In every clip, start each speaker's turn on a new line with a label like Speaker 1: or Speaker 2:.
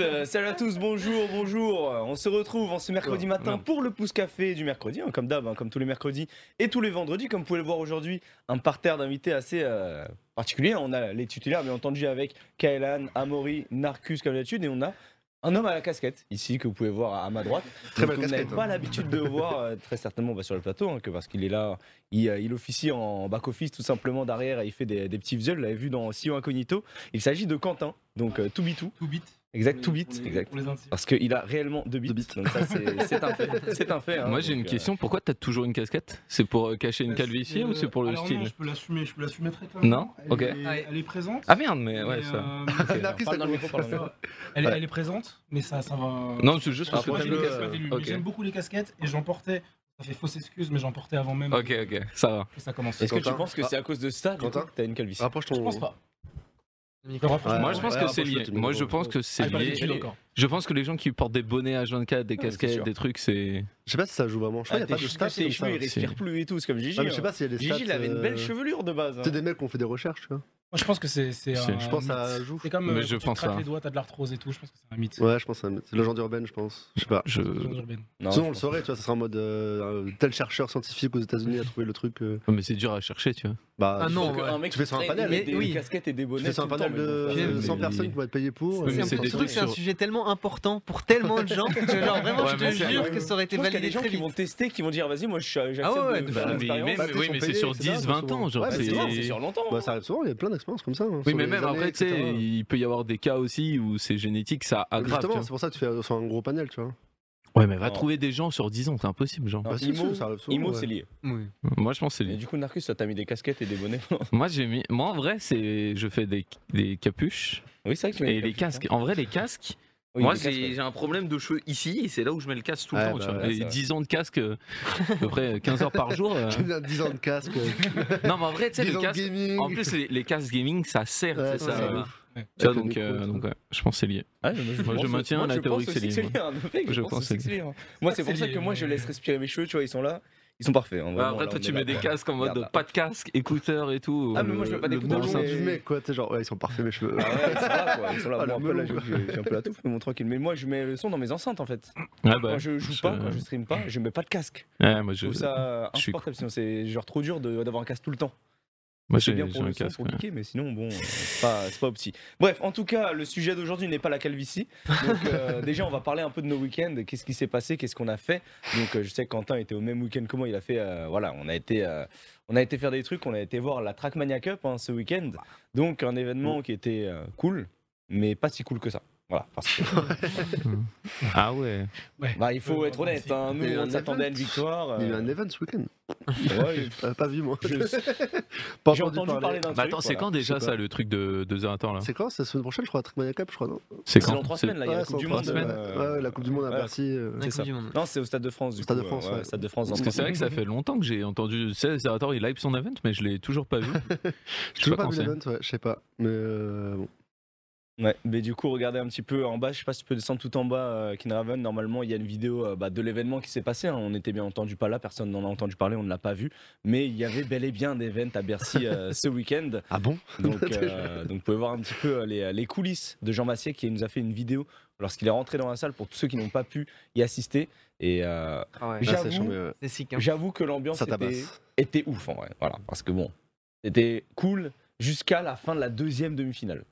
Speaker 1: Euh, Salut à tous, bonjour, bonjour. On se retrouve en ce mercredi
Speaker 2: Oh,
Speaker 1: matin pour le pouce café du mercredi, hein, comme d'hab, hein, comme tous les mercredis et tous les vendredis. Comme vous pouvez le voir aujourd'hui, un parterre d'invités assez euh, particulier. On a les titulaires, bien entendu, avec Kaelan, Amaury, Narcus, comme d'habitude, et on a un homme à la casquette ici que vous pouvez voir à, à ma droite.
Speaker 2: Très
Speaker 1: que
Speaker 2: belle
Speaker 1: Vous n'avez
Speaker 2: casquette,
Speaker 1: pas
Speaker 2: hein.
Speaker 1: l'habitude de voir, euh, très certainement, bah, sur le plateau, hein, que parce qu'il est là, il, euh, il officie en back office tout simplement derrière et il fait des, des petits visuels. Vous l'avez vu dans Sio Incognito. Il s'agit de Quentin, donc euh, Toubitou.
Speaker 3: Tout bit.
Speaker 1: Exact, tout
Speaker 3: Pour les-
Speaker 1: bit,
Speaker 3: pour les-
Speaker 1: exact.
Speaker 3: pour les intimes.
Speaker 1: Parce qu'il a réellement deux bits. Donc ça, c'est c'est un fait. C'est un fait. hein.
Speaker 4: Moi j'ai
Speaker 1: Donc,
Speaker 4: une
Speaker 1: euh,
Speaker 4: question, pourquoi t'as toujours une casquette C'est pour euh, cacher une
Speaker 3: Euh,
Speaker 4: calvitie ou c'est pour le
Speaker 3: alors
Speaker 4: style
Speaker 3: non, je peux l'assumer, je peux l'assumer très
Speaker 4: Non
Speaker 3: clairement. Elle
Speaker 4: Ok.
Speaker 3: est-
Speaker 5: Ouais.
Speaker 3: Elle est présente.
Speaker 4: Ah merde, mais ouais
Speaker 3: mais,
Speaker 4: ça.
Speaker 3: euh,
Speaker 4: Ok.
Speaker 2: Narcisse,
Speaker 1: parle
Speaker 2: ça
Speaker 1: dans le micro, parle dans le
Speaker 2: commence.
Speaker 1: micro.
Speaker 3: Elle,
Speaker 1: Ouais.
Speaker 3: elle est présente, mais ça, ça va.
Speaker 4: Non, c'est juste parce
Speaker 3: Parce que
Speaker 4: que
Speaker 3: moi,
Speaker 4: t'as
Speaker 3: j'ai une
Speaker 4: le-
Speaker 3: casquette élue, mais
Speaker 4: Ok,
Speaker 3: J'aime beaucoup les casquettes et j'en portais. Ça fait fausse excuse, mais j'en portais avant même
Speaker 4: ok, ok, ça va.
Speaker 3: que ça commence.
Speaker 1: Est-ce que tu
Speaker 2: Quentin.
Speaker 1: penses que c'est à cause de ça du coup,
Speaker 2: Quentin.
Speaker 1: que t'as une calvitie
Speaker 2: Rapproche ton.
Speaker 3: Je
Speaker 4: Oh.
Speaker 3: pense pas.
Speaker 5: Ouais.
Speaker 3: Je rapproche
Speaker 2: Ouais.
Speaker 3: pas.
Speaker 4: Moi je pense que
Speaker 2: ouais,
Speaker 4: c'est
Speaker 2: rapproche-le,
Speaker 4: lié.
Speaker 2: tu me
Speaker 4: Moi je
Speaker 2: vois.
Speaker 4: pense que c'est
Speaker 3: Ah, pas
Speaker 4: lié.
Speaker 3: d'habitude encore.
Speaker 4: Je pense que les gens qui portent des bonnets à 24, des
Speaker 1: mais c'est
Speaker 4: casquettes,
Speaker 1: sûr.
Speaker 4: des trucs, c'est.
Speaker 2: Je sais pas si ça joue vraiment. Je crois
Speaker 1: Ah,
Speaker 2: qu'il
Speaker 1: T'es
Speaker 2: y a pas de
Speaker 1: sûr que
Speaker 2: stats.
Speaker 1: ses
Speaker 2: comme ça.
Speaker 1: cheveux, il
Speaker 2: Ouais,
Speaker 1: respire plus et tout, c'est comme Gigi.
Speaker 2: mais Je sais pas s'il y a des stats.
Speaker 1: Gigi, il avait une belle
Speaker 2: euh,
Speaker 1: chevelure de base. hein.
Speaker 2: C'est des mecs qui ont fait des recherches, tu vois.
Speaker 3: Moi, je pense que c'est. c'est
Speaker 4: C'est-
Speaker 3: un
Speaker 2: Je pense que ça
Speaker 3: mythe.
Speaker 2: joue.
Speaker 3: C'est comme.
Speaker 4: Mais
Speaker 3: euh,
Speaker 4: je
Speaker 3: tu
Speaker 4: pense
Speaker 3: craques
Speaker 4: pas.
Speaker 3: les doigts, t'as de l'arthrose et tout. Je pense que c'est un mythe.
Speaker 2: Ouais, je pense que c'est un- c'est de légende urbaine, je pense. Je sais pas.
Speaker 4: Je...
Speaker 3: Zone urbaine.
Speaker 1: Non,
Speaker 2: Sinon, on
Speaker 1: je
Speaker 2: le
Speaker 1: pense-
Speaker 2: saurait, tu vois, ça serait en mode euh, un tel chercheur scientifique aux États-Unis a trouvé le truc. euh,
Speaker 4: Mais c'est dur à chercher, tu vois.
Speaker 2: bah,
Speaker 5: Ah
Speaker 2: tu
Speaker 5: non,
Speaker 2: fais-
Speaker 1: Parce qu'un mec
Speaker 2: Tu fais sur un
Speaker 1: qui traîne
Speaker 2: panel,
Speaker 1: avec
Speaker 5: mais
Speaker 1: des
Speaker 5: oui.
Speaker 1: casquettes et des
Speaker 2: tu
Speaker 1: bonnets.
Speaker 2: fais sur un
Speaker 1: tout le
Speaker 2: panel
Speaker 1: temps, mais bon,
Speaker 2: de
Speaker 4: mais-
Speaker 2: 100 personnes qui vont être payées pour.
Speaker 4: Oui,
Speaker 5: C'est
Speaker 4: mais
Speaker 5: un
Speaker 4: c'est
Speaker 5: peu
Speaker 4: des
Speaker 5: le truc,
Speaker 4: trucs
Speaker 5: c'est un
Speaker 4: sur-
Speaker 5: sujet tellement important pour tellement de gens que genre vraiment
Speaker 4: Ouais,
Speaker 5: je
Speaker 4: mais
Speaker 5: te
Speaker 4: c'est-
Speaker 5: jure que ça aurait
Speaker 1: Je
Speaker 5: été
Speaker 1: pense qu'il y a des
Speaker 5: validé
Speaker 1: gens
Speaker 5: très
Speaker 1: qui
Speaker 5: vite.
Speaker 1: vont tester, qui vont dire vas-y, moi je suis- j'accepte
Speaker 5: Ah ouais,
Speaker 1: de
Speaker 5: ouais,
Speaker 1: faire
Speaker 5: bah,
Speaker 4: mais
Speaker 1: l'expérience.
Speaker 4: même-
Speaker 2: Bah, tu sais,
Speaker 4: oui,
Speaker 2: ils
Speaker 4: mais
Speaker 2: sont
Speaker 4: c'est
Speaker 2: payés,
Speaker 4: sur
Speaker 2: etc.,
Speaker 4: 10, 20 ans, genre,
Speaker 2: Ouais,
Speaker 1: Bah,
Speaker 2: c'est-
Speaker 1: C'est long, c'est sur
Speaker 2: Bah,
Speaker 1: longtemps.
Speaker 2: ça arrive souvent, il y a plein d'expériences comme ça. hein,
Speaker 4: Oui,
Speaker 2: sur
Speaker 4: mais
Speaker 2: les
Speaker 4: même après,
Speaker 2: années,
Speaker 4: tu sais,
Speaker 2: etc.
Speaker 4: il peut y avoir des cas aussi où c'est génétique, ça aggrave. tu
Speaker 2: Justement,
Speaker 4: vois.
Speaker 2: c'est pour ça que tu fais sur un gros panel, tu vois.
Speaker 4: Ouais, mais va
Speaker 1: Alors-
Speaker 4: trouver des gens sur 10 ans, c'est impossible, genre.
Speaker 1: Alors,
Speaker 2: Bah, si,
Speaker 1: Imo-
Speaker 2: si, ça arrive souvent,
Speaker 1: Imo,
Speaker 2: ouais.
Speaker 1: c'est lié.
Speaker 4: Moi je pense que c'est
Speaker 1: Et
Speaker 4: lié.
Speaker 1: du coup, Narcus, ça t'a mis des casquettes et des bonnets.
Speaker 4: Moi j'ai mis. Moi en vrai, c'est. Je fais des, des capuches
Speaker 1: Oui, c'est vrai que tu mets
Speaker 4: et
Speaker 1: des hein.
Speaker 4: les casques. En vrai, les casques.
Speaker 1: Oui,
Speaker 4: Moi,
Speaker 1: les casques,
Speaker 4: j'ai
Speaker 1: ouais. Ah
Speaker 4: j'ai un problème de cheveux ici, et c'est là où je mets le casque tout le
Speaker 2: Ouais,
Speaker 4: temps.
Speaker 2: bah
Speaker 4: tu vois.
Speaker 2: ouais,
Speaker 4: et
Speaker 1: c'est
Speaker 4: 10 ans de casque, euh, à peu près 15 heures par jour. euh.
Speaker 2: J'ai 10 ans de casque,
Speaker 4: Non, mais en vrai, tu sais,
Speaker 2: 10
Speaker 4: le
Speaker 2: ans de
Speaker 4: casque.
Speaker 2: gaming.
Speaker 4: En plus, les, les casques gaming, ça sert,
Speaker 2: Ouais,
Speaker 4: c'est ça.
Speaker 2: c'est
Speaker 4: euh,
Speaker 2: ouf.
Speaker 3: Ouais.
Speaker 4: Tu vois,
Speaker 2: Avec le
Speaker 4: donc,
Speaker 2: micro et
Speaker 4: euh,
Speaker 2: tout.
Speaker 4: donc ouais, je pense que c'est lié.
Speaker 1: Ah, mais je
Speaker 4: Moi, je
Speaker 1: pense-
Speaker 4: maintiens
Speaker 1: moi,
Speaker 4: la
Speaker 1: je
Speaker 4: théorie
Speaker 1: pense
Speaker 4: que
Speaker 1: aussi
Speaker 4: c'est
Speaker 1: que c'est
Speaker 4: lié,
Speaker 1: lié. hein, le mec, Je
Speaker 4: Je
Speaker 1: pense
Speaker 4: pense
Speaker 1: aussi que
Speaker 4: que
Speaker 1: c'est lié, hein. Moi, c'est pour
Speaker 3: C'est
Speaker 1: ça
Speaker 3: lié,
Speaker 1: que moi, je
Speaker 3: mais-
Speaker 1: laisse respirer mes cheveux, tu vois, ils sont là, ils sont parfaits. hein,
Speaker 4: Bah,
Speaker 1: vraiment,
Speaker 4: après,
Speaker 1: là,
Speaker 4: toi,
Speaker 1: on
Speaker 4: tu
Speaker 1: est
Speaker 4: mets des
Speaker 1: d'accord.
Speaker 4: casques en mode
Speaker 1: Regarde, là.
Speaker 4: pas de casque, écouteurs et tout.
Speaker 1: Ah, mais moi, je
Speaker 4: euh,
Speaker 1: veux pas
Speaker 4: le
Speaker 1: d'écouteurs,
Speaker 4: bon
Speaker 1: je
Speaker 4: sens
Speaker 1: mets-
Speaker 4: du-
Speaker 2: du mec, quoi, tu sais, genre, ouais, ils sont parfaits mes cheveux.
Speaker 1: Ah ouais, ça va, quoi, ils sont là.
Speaker 2: Ah,
Speaker 1: Bon,
Speaker 2: le
Speaker 1: après, là,
Speaker 2: melon,
Speaker 1: j'ai j'ai un peu la touffe, mais bon, tranquille. Mais moi, je mets le son dans mes enceintes, en fait.
Speaker 4: Ouais, bah,
Speaker 1: Quand je joue
Speaker 4: je-
Speaker 1: pas, quand je stream pas, je mets pas de casque.
Speaker 4: ouais, moi,
Speaker 1: Je
Speaker 4: je-
Speaker 1: trouve ça
Speaker 4: je suis
Speaker 1: insupportable, sinon c'est genre trop dur de- d'avoir un casque tout le temps.
Speaker 4: moi,
Speaker 1: C'est
Speaker 4: j'ai
Speaker 1: bien
Speaker 4: j'ai
Speaker 1: pour
Speaker 4: un
Speaker 1: le son,
Speaker 4: casque.
Speaker 1: pour
Speaker 4: ouais.
Speaker 1: geeker, mais sinon, bon, euh, c'est pas, c'est pas opti. Bref, en tout cas, le sujet d'aujourd'hui n'est pas la calvitie. Donc, euh, déjà, on va parler un peu de nos week-ends. Qu'est-ce qui s'est passé Qu'est-ce qu'on a fait Donc, euh, je sais que Quentin était au même week-end que moi. Il a fait, euh, voilà, on a été, euh, on a été faire des trucs. On a été voir la Trackmania Cup hein, ce week-end. Donc, un
Speaker 4: Mm.
Speaker 1: événement qui était euh, cool, mais pas si cool que ça. Voilà, parce que
Speaker 4: Ah ouais.
Speaker 1: bah, il faut être honnête. hein, nous,
Speaker 2: Il y a eu
Speaker 1: on
Speaker 2: un
Speaker 1: s'attendait à une
Speaker 2: event.
Speaker 1: victoire.
Speaker 2: Il y a eu
Speaker 1: euh,
Speaker 2: un event ce week-end.
Speaker 1: ouais,
Speaker 2: Euh, pas vu, moi.
Speaker 1: je-
Speaker 2: Pas
Speaker 1: J'ai entendu parler d'un
Speaker 4: Bah,
Speaker 1: truc.
Speaker 4: attends, c'est
Speaker 1: voilà.
Speaker 4: quand déjà
Speaker 2: sais
Speaker 4: ça,
Speaker 2: pas.
Speaker 4: le truc de 2 heures attends là
Speaker 2: C'est quand C'est la semaine prochaine, je crois, Trackmania Cup, je crois, non
Speaker 4: C'est
Speaker 1: C'est dans trois
Speaker 4: C'est-
Speaker 1: semaines là. Il y a la Coupe
Speaker 2: c'est
Speaker 1: du
Speaker 2: dans
Speaker 1: Monde.
Speaker 2: trois semaines.
Speaker 1: euh,
Speaker 2: Ouais, la Coupe du Monde à
Speaker 1: ouais.
Speaker 2: Bercy. euh,
Speaker 5: La
Speaker 1: C'est
Speaker 5: Coupe
Speaker 1: ça.
Speaker 5: du monde.
Speaker 1: Non, c'est au Stade de France. Du
Speaker 2: Stade
Speaker 1: coup, euh,
Speaker 2: de France, ouais.
Speaker 1: Stade de France.
Speaker 4: Parce que c'est vrai que ça fait longtemps que j'ai entendu. C'est attends, il hype son event, mais je l'ai toujours pas vu.
Speaker 2: J'ai
Speaker 4: Je sais
Speaker 2: toujours
Speaker 4: pas
Speaker 2: pas
Speaker 4: quand
Speaker 2: vu
Speaker 4: c'est.
Speaker 2: l'event, ouais, je sais pas. Mais euh, bon.
Speaker 1: Ouais, mais du coup, regardez un petit peu en bas. Je sais pas si tu peux descendre tout en bas, euh, Kinraven. Normalement, il y a une vidéo euh, bah, de l'événement qui s'est passé. hein. On n'était bien entendu pas là, personne n'en a entendu parler, on ne l'a pas vu. Mais il y avait bel et bien un event à Bercy euh, ce week-end.
Speaker 2: Ah bon
Speaker 1: Donc, euh, donc vous pouvez voir un petit peu euh, les, euh, les coulisses de Jean Massier qui nous a fait une vidéo lorsqu'il est rentré dans la salle pour tous ceux qui n'ont pas pu y assister. Et euh,
Speaker 5: Ah ouais.
Speaker 1: J'ai-
Speaker 2: Ah,
Speaker 1: j'avoue,
Speaker 2: c'est chiant, mais, ouais,
Speaker 5: C'est sick. hein.
Speaker 1: j'avoue que l'ambiance
Speaker 2: Ça
Speaker 1: était,
Speaker 2: tabasse.
Speaker 1: était ouf en vrai. Voilà, parce que bon, c'était cool jusqu'à la fin de la deuxième demi-finale.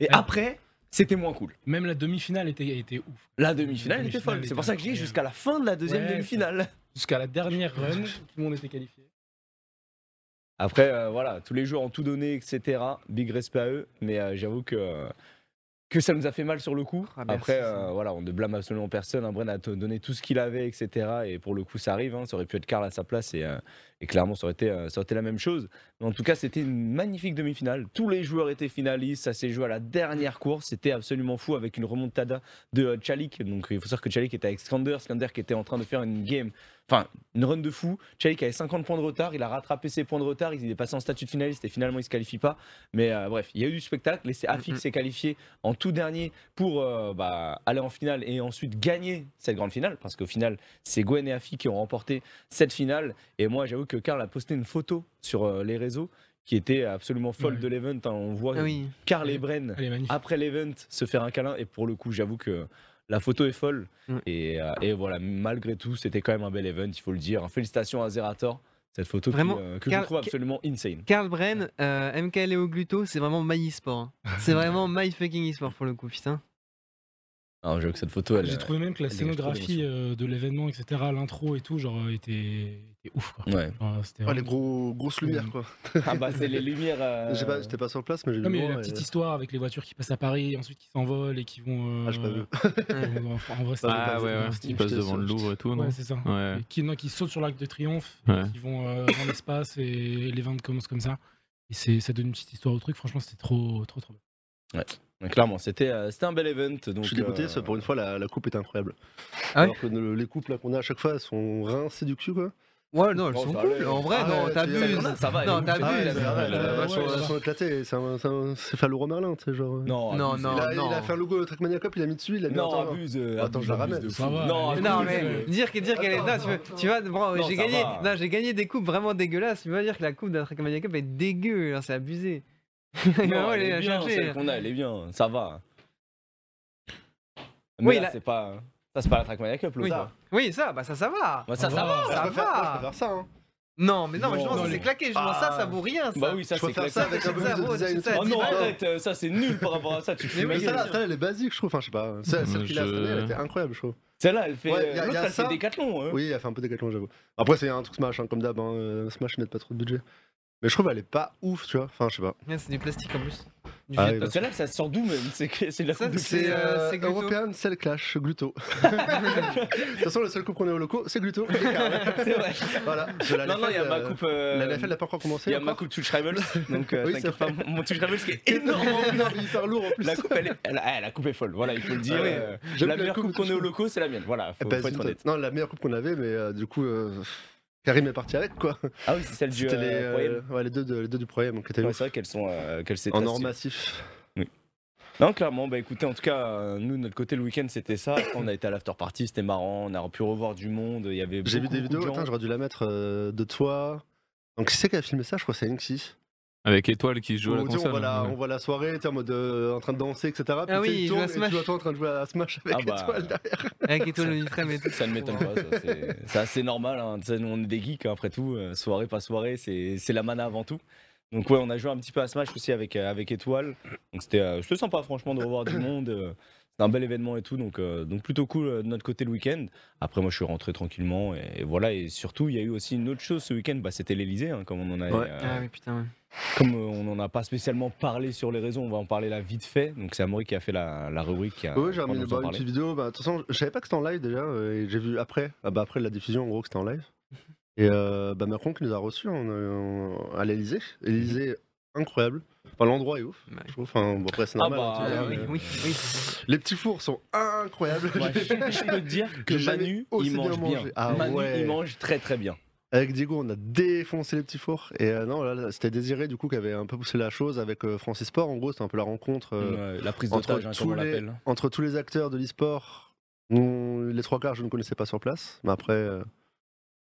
Speaker 1: Et après, c'était moins cool.
Speaker 3: Même la demi-finale était, était ouf.
Speaker 1: La demi-finale
Speaker 3: La
Speaker 1: était
Speaker 3: demi-finale
Speaker 1: folle. C'est
Speaker 3: était
Speaker 1: pour ça que j'ai
Speaker 3: incroyable.
Speaker 1: jusqu'à la fin de la deuxième
Speaker 3: Ouais,
Speaker 1: demi-finale.
Speaker 3: Jusqu'à la dernière run, tout le monde était qualifié.
Speaker 1: Après, euh, voilà, tous les joueurs ont tout donné, etc. Big respect à eux, mais euh, j'avoue que, que ça nous a fait mal sur le coup.
Speaker 5: Ah, merci,
Speaker 1: Après,
Speaker 5: ça.
Speaker 1: euh, voilà, on ne blâme absolument personne. Hein, Bren a t- donné tout ce qu'il avait, etc. Et pour le coup, ça arrive. hein, ça aurait pu être Karl à sa place et, euh, et clairement, ça aurait, été, euh, ça aurait été la même chose. Mais en tout cas, c'était une magnifique demi-finale. Tous les joueurs étaient finalistes. Ça s'est joué à la dernière course. C'était absolument fou avec une remontada de euh, Chalik. Donc, il faut savoir que Chalik était avec Skander. Skander qui était en train de faire une game une run de fou. Chalik avait 50 points de retard, il a rattrapé ses points de retard, il est passé en statut de finaliste et finalement il se qualifie pas. Mais euh, bref, il y a eu du spectacle et c'est Afik
Speaker 5: Mhm.
Speaker 1: qui s'est qualifié en tout dernier pour euh, bah, aller en finale et ensuite gagner cette grande finale parce qu'au final c'est Gwen et Afik qui ont remporté cette finale. Et moi j'avoue que Karl a posté une photo sur euh, les réseaux qui était absolument folle
Speaker 3: Ouais.
Speaker 1: de l'event. hein. On voit
Speaker 5: Ah oui.
Speaker 1: Carl Ebren
Speaker 3: Elle est magnifique.
Speaker 1: après l'event se faire un câlin. Et pour le coup, j'avoue que la photo est folle.
Speaker 5: Mm.
Speaker 1: Et, euh, et voilà, malgré tout, c'était quand même un bel event, il faut le dire. Félicitations à Zerator. Cette photo qui,
Speaker 5: Vraiment,
Speaker 1: euh, que
Speaker 5: Carl-
Speaker 1: je trouve
Speaker 5: Ca-
Speaker 1: absolument insane.
Speaker 5: Carl Bren, euh, MKLeo Gluto, c'est vraiment my e-sport. hein. C'est vraiment my fucking e-sport pour le coup, putain.
Speaker 1: Non, j'avoue que cette photo,
Speaker 2: Ah,
Speaker 1: elle.
Speaker 3: J'ai trouvé même que la
Speaker 1: elle dégage trop
Speaker 3: scénographie
Speaker 1: d'émotions.
Speaker 3: euh, de l'événement, etc., l'intro et tout, genre, euh, était, était ouf. Quoi.
Speaker 1: euh, Ouais.
Speaker 3: Genre, c'était
Speaker 2: Ah, les
Speaker 3: vraiment-
Speaker 2: gros, grosses lumières, quoi.
Speaker 1: Ah bah, c'est les lumières. euh,
Speaker 2: J'ai pas- J'étais pas sur place, mais j'ai vu.
Speaker 3: Non, mais il y a
Speaker 2: loin
Speaker 3: la
Speaker 2: et-
Speaker 3: petite histoire avec les voitures qui passent à Paris, ensuite qui s'envolent et qui vont. euh,
Speaker 2: Ah, j'ai pas vu.
Speaker 3: en- en- en vrai, c'est-
Speaker 4: Ah
Speaker 2: c'est-
Speaker 4: ouais, ouais.
Speaker 2: c'est-
Speaker 4: Il passe
Speaker 2: c'est-
Speaker 4: devant le Louvre et tout, non
Speaker 2: hein.
Speaker 3: Ouais, c'est ça.
Speaker 4: Ouais.
Speaker 3: Et Qui, non, qui sautent sur l'arc de triomphe,
Speaker 4: Ouais.
Speaker 3: qui vont euh, dans l'espace et les 20 commencent comme ça. Et c'est- ça donne une petite histoire au truc, franchement, c'était trop, trop, trop bien.
Speaker 1: Clairement, c'était euh, c'était un bel event. Donc,
Speaker 2: Je suis dégoûté,
Speaker 1: euh,
Speaker 2: ça, pour une fois, la, la coupe est incroyable.
Speaker 5: Ah ouais
Speaker 2: Alors que le- les coupes là, qu'on a à chaque fois, elles sont rincées du cul, quoi.
Speaker 5: Ouais, non, elles
Speaker 1: Oh,
Speaker 5: sont
Speaker 1: ça
Speaker 5: cool.
Speaker 1: allait.
Speaker 5: En vrai,
Speaker 2: Ah
Speaker 5: non,
Speaker 2: ouais,
Speaker 5: t'abuses.
Speaker 2: c'est-
Speaker 1: Ah, non, ça va, elle
Speaker 5: Non,
Speaker 1: est
Speaker 5: t'abuses.
Speaker 2: Ah ouais,
Speaker 1: elle est-
Speaker 2: la- la- la-
Speaker 1: Ouais,
Speaker 2: vache,
Speaker 3: ouais,
Speaker 2: elles
Speaker 3: ouais.
Speaker 2: sont éclatées. C'est un- c'est un- c'est Phalo Merlin, tu sais, genre. euh.
Speaker 1: Non,
Speaker 5: Non,
Speaker 1: abuse.
Speaker 5: non.
Speaker 2: il, a, il a fait un logo de Trackmania Cup, il a mis dessus, il a mis
Speaker 1: Non,
Speaker 2: un temps.
Speaker 1: abuse. euh,
Speaker 2: Attends,
Speaker 1: abuse,
Speaker 2: je la
Speaker 1: abuse
Speaker 2: ramène.
Speaker 1: de fou.
Speaker 3: Ça va,
Speaker 1: Non,
Speaker 3: elle est-
Speaker 5: Non
Speaker 1: abuse,
Speaker 5: mais
Speaker 1: euh,
Speaker 5: dire que dire qu'elle est non, tu, veux- tu vois bon,
Speaker 1: Non,
Speaker 5: j'ai
Speaker 1: ça
Speaker 5: gagné
Speaker 1: va.
Speaker 5: non, j'ai gagné des coupes vraiment dégueulasses tu vas dire que la coupe de la Trackmania Cup est dégueu hein, c'est abusé
Speaker 1: Non,
Speaker 5: Vraiment,
Speaker 1: elle
Speaker 5: elle
Speaker 1: est
Speaker 5: a
Speaker 1: bien,
Speaker 5: cherché.
Speaker 1: celle qu'on a, elle est bien, ça va. Mais
Speaker 5: Oui,
Speaker 1: là,
Speaker 5: la-
Speaker 1: c'est pas... Ça, c'est pas la Trackmania Cup, l'autre.
Speaker 5: Oui.
Speaker 1: Ça.
Speaker 5: oui ça bah ça ça va
Speaker 1: Bah, ça,
Speaker 3: Ça
Speaker 1: ça
Speaker 3: va.
Speaker 1: va.
Speaker 2: Ah,
Speaker 5: Ça
Speaker 2: je préfère,
Speaker 5: va.
Speaker 2: moi, je préfère ça. Hein.
Speaker 5: non mais non, mais
Speaker 1: Non,
Speaker 5: justement
Speaker 1: non,
Speaker 5: ça
Speaker 1: les-
Speaker 5: c'est claqué justement ça ça vaut rien ça
Speaker 1: Bah oui, ça,
Speaker 2: je
Speaker 1: c'est
Speaker 2: préfère
Speaker 1: claqué.
Speaker 2: ça avec un peu
Speaker 5: Ça,
Speaker 2: plus de
Speaker 5: ça,
Speaker 2: design.
Speaker 5: ça,
Speaker 1: Oh
Speaker 2: tu vois.
Speaker 1: non,
Speaker 5: Dis-moi.
Speaker 1: arrête, ça, c'est nul par rapport à ça, tu te fous
Speaker 5: Mais
Speaker 1: ma
Speaker 2: Mais
Speaker 5: oui,
Speaker 1: gueule.
Speaker 2: celle-là, celle-là, elle est basique, je trouve. Enfin, je sais pas.
Speaker 1: Mm.
Speaker 2: Celle,
Speaker 1: Euh,
Speaker 2: celle qu'il a cette année, elle
Speaker 4: Je-
Speaker 2: était incroyable, je trouve.
Speaker 1: Celle-là, elle fait... euh,
Speaker 2: Ouais, y a-
Speaker 1: L'autre,
Speaker 2: y a
Speaker 1: elle fait
Speaker 2: ça.
Speaker 1: décathlon. hein.
Speaker 2: Oui, elle fait un peu décathlon, j'avoue. Après, c'est un truc Smash, hein, comme d'hab. Hein. euh, Smash, ils mettent pas trop de budget. Mais je trouve elle est pas ouf, tu vois. Enfin, je sais pas.
Speaker 5: Ouais, c'est du plastique en plus Du
Speaker 2: Ah
Speaker 5: vieux
Speaker 2: oui,
Speaker 5: plastique.
Speaker 1: Bah, Celle-là, ça sort d'où, même C'est que- c'est la
Speaker 5: Ça,
Speaker 1: coupe de-
Speaker 5: c'est,
Speaker 2: C'est
Speaker 5: euh,
Speaker 2: euh,
Speaker 5: c'est Gluto.
Speaker 2: European Cell Clash, Gluto. de toute façon, le seul coup qu'on est au loco, c'est Gluto. Il est carré.
Speaker 1: C'est vrai.
Speaker 2: voilà. De la
Speaker 1: Non, non, il y a
Speaker 2: NFL,
Speaker 1: ma
Speaker 2: euh,
Speaker 1: coupe...
Speaker 2: La
Speaker 1: euh,
Speaker 2: NFL n'a pas encore commencé.
Speaker 1: Il y a ma
Speaker 2: encore.
Speaker 1: coupe Touch Rivals, donc euh,
Speaker 2: Oui,
Speaker 1: t'inquiète
Speaker 2: c'est
Speaker 1: pas, mon mon Touch Rivals qui est énorme.
Speaker 2: énorme, hyper lourd en plus.
Speaker 1: La coupe, elle est, elle- ah, la coupe est folle, voilà, il faut le dire.
Speaker 2: Ah ouais.
Speaker 1: euh,
Speaker 2: J'aime
Speaker 1: La
Speaker 2: bien
Speaker 1: meilleure coupe qu'on ait au loco, c'est la mienne, voilà,
Speaker 2: Eh
Speaker 1: faut
Speaker 2: ben,
Speaker 1: faut
Speaker 2: zut.
Speaker 1: être honnête.
Speaker 2: Non, la meilleure coupe qu'on avait, mais euh, du coup, euh, Karim est parti avec quoi.
Speaker 1: Ah oui, c'est celle du
Speaker 2: C'était les,
Speaker 1: euh, Royal.
Speaker 2: euh, ouais, les, deux de- les deux du problème. Donc,
Speaker 1: Ouais, c'est vrai qu'elles sont euh, qu'elles s'étaient
Speaker 2: en
Speaker 1: assez-
Speaker 2: or massif.
Speaker 1: Non, clairement, bah écoutez, en tout cas, euh, nous, de notre côté, le week-end, c'était ça. Après, on a été à l'after party, c'était marrant, on a pu revoir du monde, il y avait
Speaker 2: J'ai vu
Speaker 1: beaucoup,
Speaker 2: des
Speaker 1: beaucoup de
Speaker 2: vidéos,
Speaker 1: gens.
Speaker 2: attends, j'aurais dû la mettre euh, de toi. Donc, qui c'est qui a filmé ça Je crois que c'est Anxi.
Speaker 4: Avec Étoile qui joue à la
Speaker 2: On, dit, on
Speaker 4: console.
Speaker 2: voit la,
Speaker 4: hein.
Speaker 2: on voit la soirée, t'es en mode euh, en train de danser, etc. Puis tu sais,
Speaker 5: Ah oui, il
Speaker 2: il
Speaker 5: joue à
Speaker 2: tourne et
Speaker 5: Smash.
Speaker 2: tu vois toi en train de jouer à Smash avec
Speaker 1: Ah bah.
Speaker 2: l'étoile derrière.
Speaker 5: avec étoile de Nitrem et tout
Speaker 1: Ça ne m'étonne pas, ça, c'est- c'est assez normal. hein. Tu sais, nous, on est des geeks, hein, après tout. euh, soirée, pas soirée, c'est c'est la mana avant tout. Donc, ouais, on a joué un petit peu à Smash aussi avec, euh, avec Étoile. Donc, c'était euh, je te sens pas, franchement, de revoir du monde. euh, c'est un bel événement et tout. Donc, euh, donc plutôt cool euh, de notre côté le week-end. Après, moi, je suis rentré tranquillement. Et, et voilà. Et surtout, il y a eu aussi une autre chose ce week-end. Bah, c'était l'Elysée, comme on en a.
Speaker 2: Ouais.
Speaker 5: ah oui putain ouais.
Speaker 1: Comme euh, on n'en a pas spécialement parlé sur les réseaux, on va en parler là vite fait. Donc c'est Amaury qui a fait la, la rubrique. Qui a,
Speaker 2: Oui, j'ai
Speaker 1: on va
Speaker 2: remis
Speaker 1: nous
Speaker 2: le-
Speaker 1: en
Speaker 2: bah, une
Speaker 1: parler.
Speaker 2: petite vidéo. Bah, De toute façon, je savais pas que c'était en live déjà. euh, et j'ai vu après, ah bah, après la diffusion, en gros, que c'était en live. Et euh, bah, Macron qui nous a reçus en, euh, en- à l'Elysée. L'Elysée, incroyable. Enfin, l'endroit est ouf.
Speaker 5: Ouais.
Speaker 2: Je trouve. Enfin, bon, après, c'est
Speaker 1: Ah
Speaker 2: normal.
Speaker 1: bah,
Speaker 2: hein, tu vois,
Speaker 1: oui,
Speaker 5: oui,
Speaker 2: mais- euh,
Speaker 5: oui, oui.
Speaker 2: Les petits fours sont incroyables.
Speaker 1: Ouais, je, je peux te dire que
Speaker 2: J'ai jamais
Speaker 1: Manu,
Speaker 2: aussi
Speaker 1: il
Speaker 2: bien
Speaker 1: mange bien.
Speaker 2: mangé. Ah
Speaker 1: Manu,
Speaker 2: ouais.
Speaker 1: il mange très très bien.
Speaker 2: Avec Diego, on a défoncé les petits fours. Et euh, non, là, là, c'était Désiré, du coup, qui avait un peu poussé la chose avec euh, Francis Sport. En gros, c'était un peu la rencontre. euh,
Speaker 1: Euh, la prise
Speaker 2: entre
Speaker 1: d'otage, hein, comme
Speaker 2: tous
Speaker 1: on
Speaker 2: les-
Speaker 1: l'appelle.
Speaker 2: entre tous les acteurs de l'e-sport, on- les trois quarts, je ne connaissais pas sur place. Mais après. euh,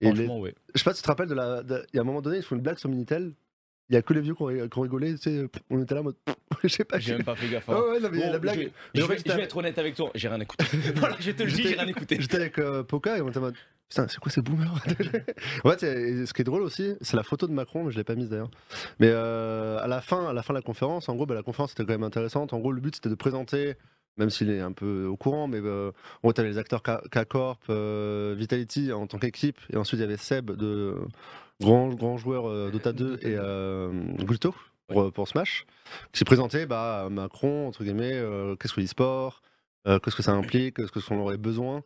Speaker 2: et les-
Speaker 1: Franchement, ouais.
Speaker 2: Je sais pas si tu te rappelles, de la... de- il y a un moment donné, ils font une blague sur Minitel. Il y a que les vieux qui ont, ri- qui ont rigolé. Tu sais, pff, on était là en mode. pff, Je sais pas.
Speaker 1: J'ai
Speaker 2: qui-
Speaker 1: même pas fait gaffe. hein.
Speaker 2: Ah ouais, non, mais
Speaker 1: Bon,
Speaker 2: la
Speaker 1: je,
Speaker 2: blague.
Speaker 1: vais, je
Speaker 2: en fait,
Speaker 1: vais- je vais être honnête avec toi, j'ai rien écouté. voilà, je te le dis,
Speaker 2: J'étais-
Speaker 1: j'ai rien écouté.
Speaker 2: J'étais avec euh, Poca et on était en mode. Putain, c'est quoi ces boomers Ouais, c'est- ce qui est drôle aussi, c'est la photo de Macron, mais je l'ai pas mise d'ailleurs. Mais euh, à la fin, à la fin de la conférence, en gros, bah, la conférence était quand même intéressante. En gros, le but c'était de présenter, même s'il est un peu au courant, mais euh, en gros, t'avais les acteurs K- K-Corp, euh, Vitality en tant qu'équipe, et ensuite il y avait Seb, de grand, grand joueur euh, Dota 2 et euh, Gluto pour, pour Smash, qui présentait bah, Macron, entre guillemets, euh, qu'est-ce que l'e-sport, euh, qu'est-ce que ça implique, qu'est-ce que- ce qu'on aurait besoin.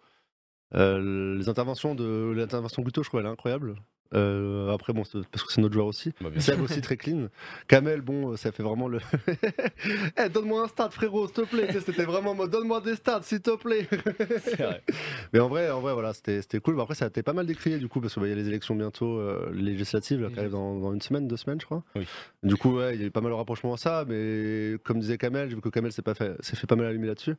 Speaker 2: Euh, les interventions de l'intervention Gluto, je trouve elle est incroyable. Euh, après, bon, c'est- parce que c'est notre joueur aussi.
Speaker 1: Bah, bien sûr.
Speaker 2: Seb aussi très clean. Kamel, bon, euh, ça fait vraiment le. Eh, donne-moi un stade, frérot, s'il te plaît. Tu sais, C'était vraiment en mode, donne-moi des stades, s'il te plaît.
Speaker 1: C'est vrai.
Speaker 2: Mais en vrai, en vrai voilà, c'était c'était cool. Bon, après, ça a été pas mal décrié, du coup, parce qu'il y a les élections bientôt euh, législatives, là, qui arrivent dans, dans une semaine, deux semaines, je crois.
Speaker 1: Oui.
Speaker 2: Du coup, ouais, il y a eu pas mal de rapprochements à ça, mais comme disait Kamel, j'ai vu que Kamel s'est pas fait, s'est fait pas mal allumer là-dessus.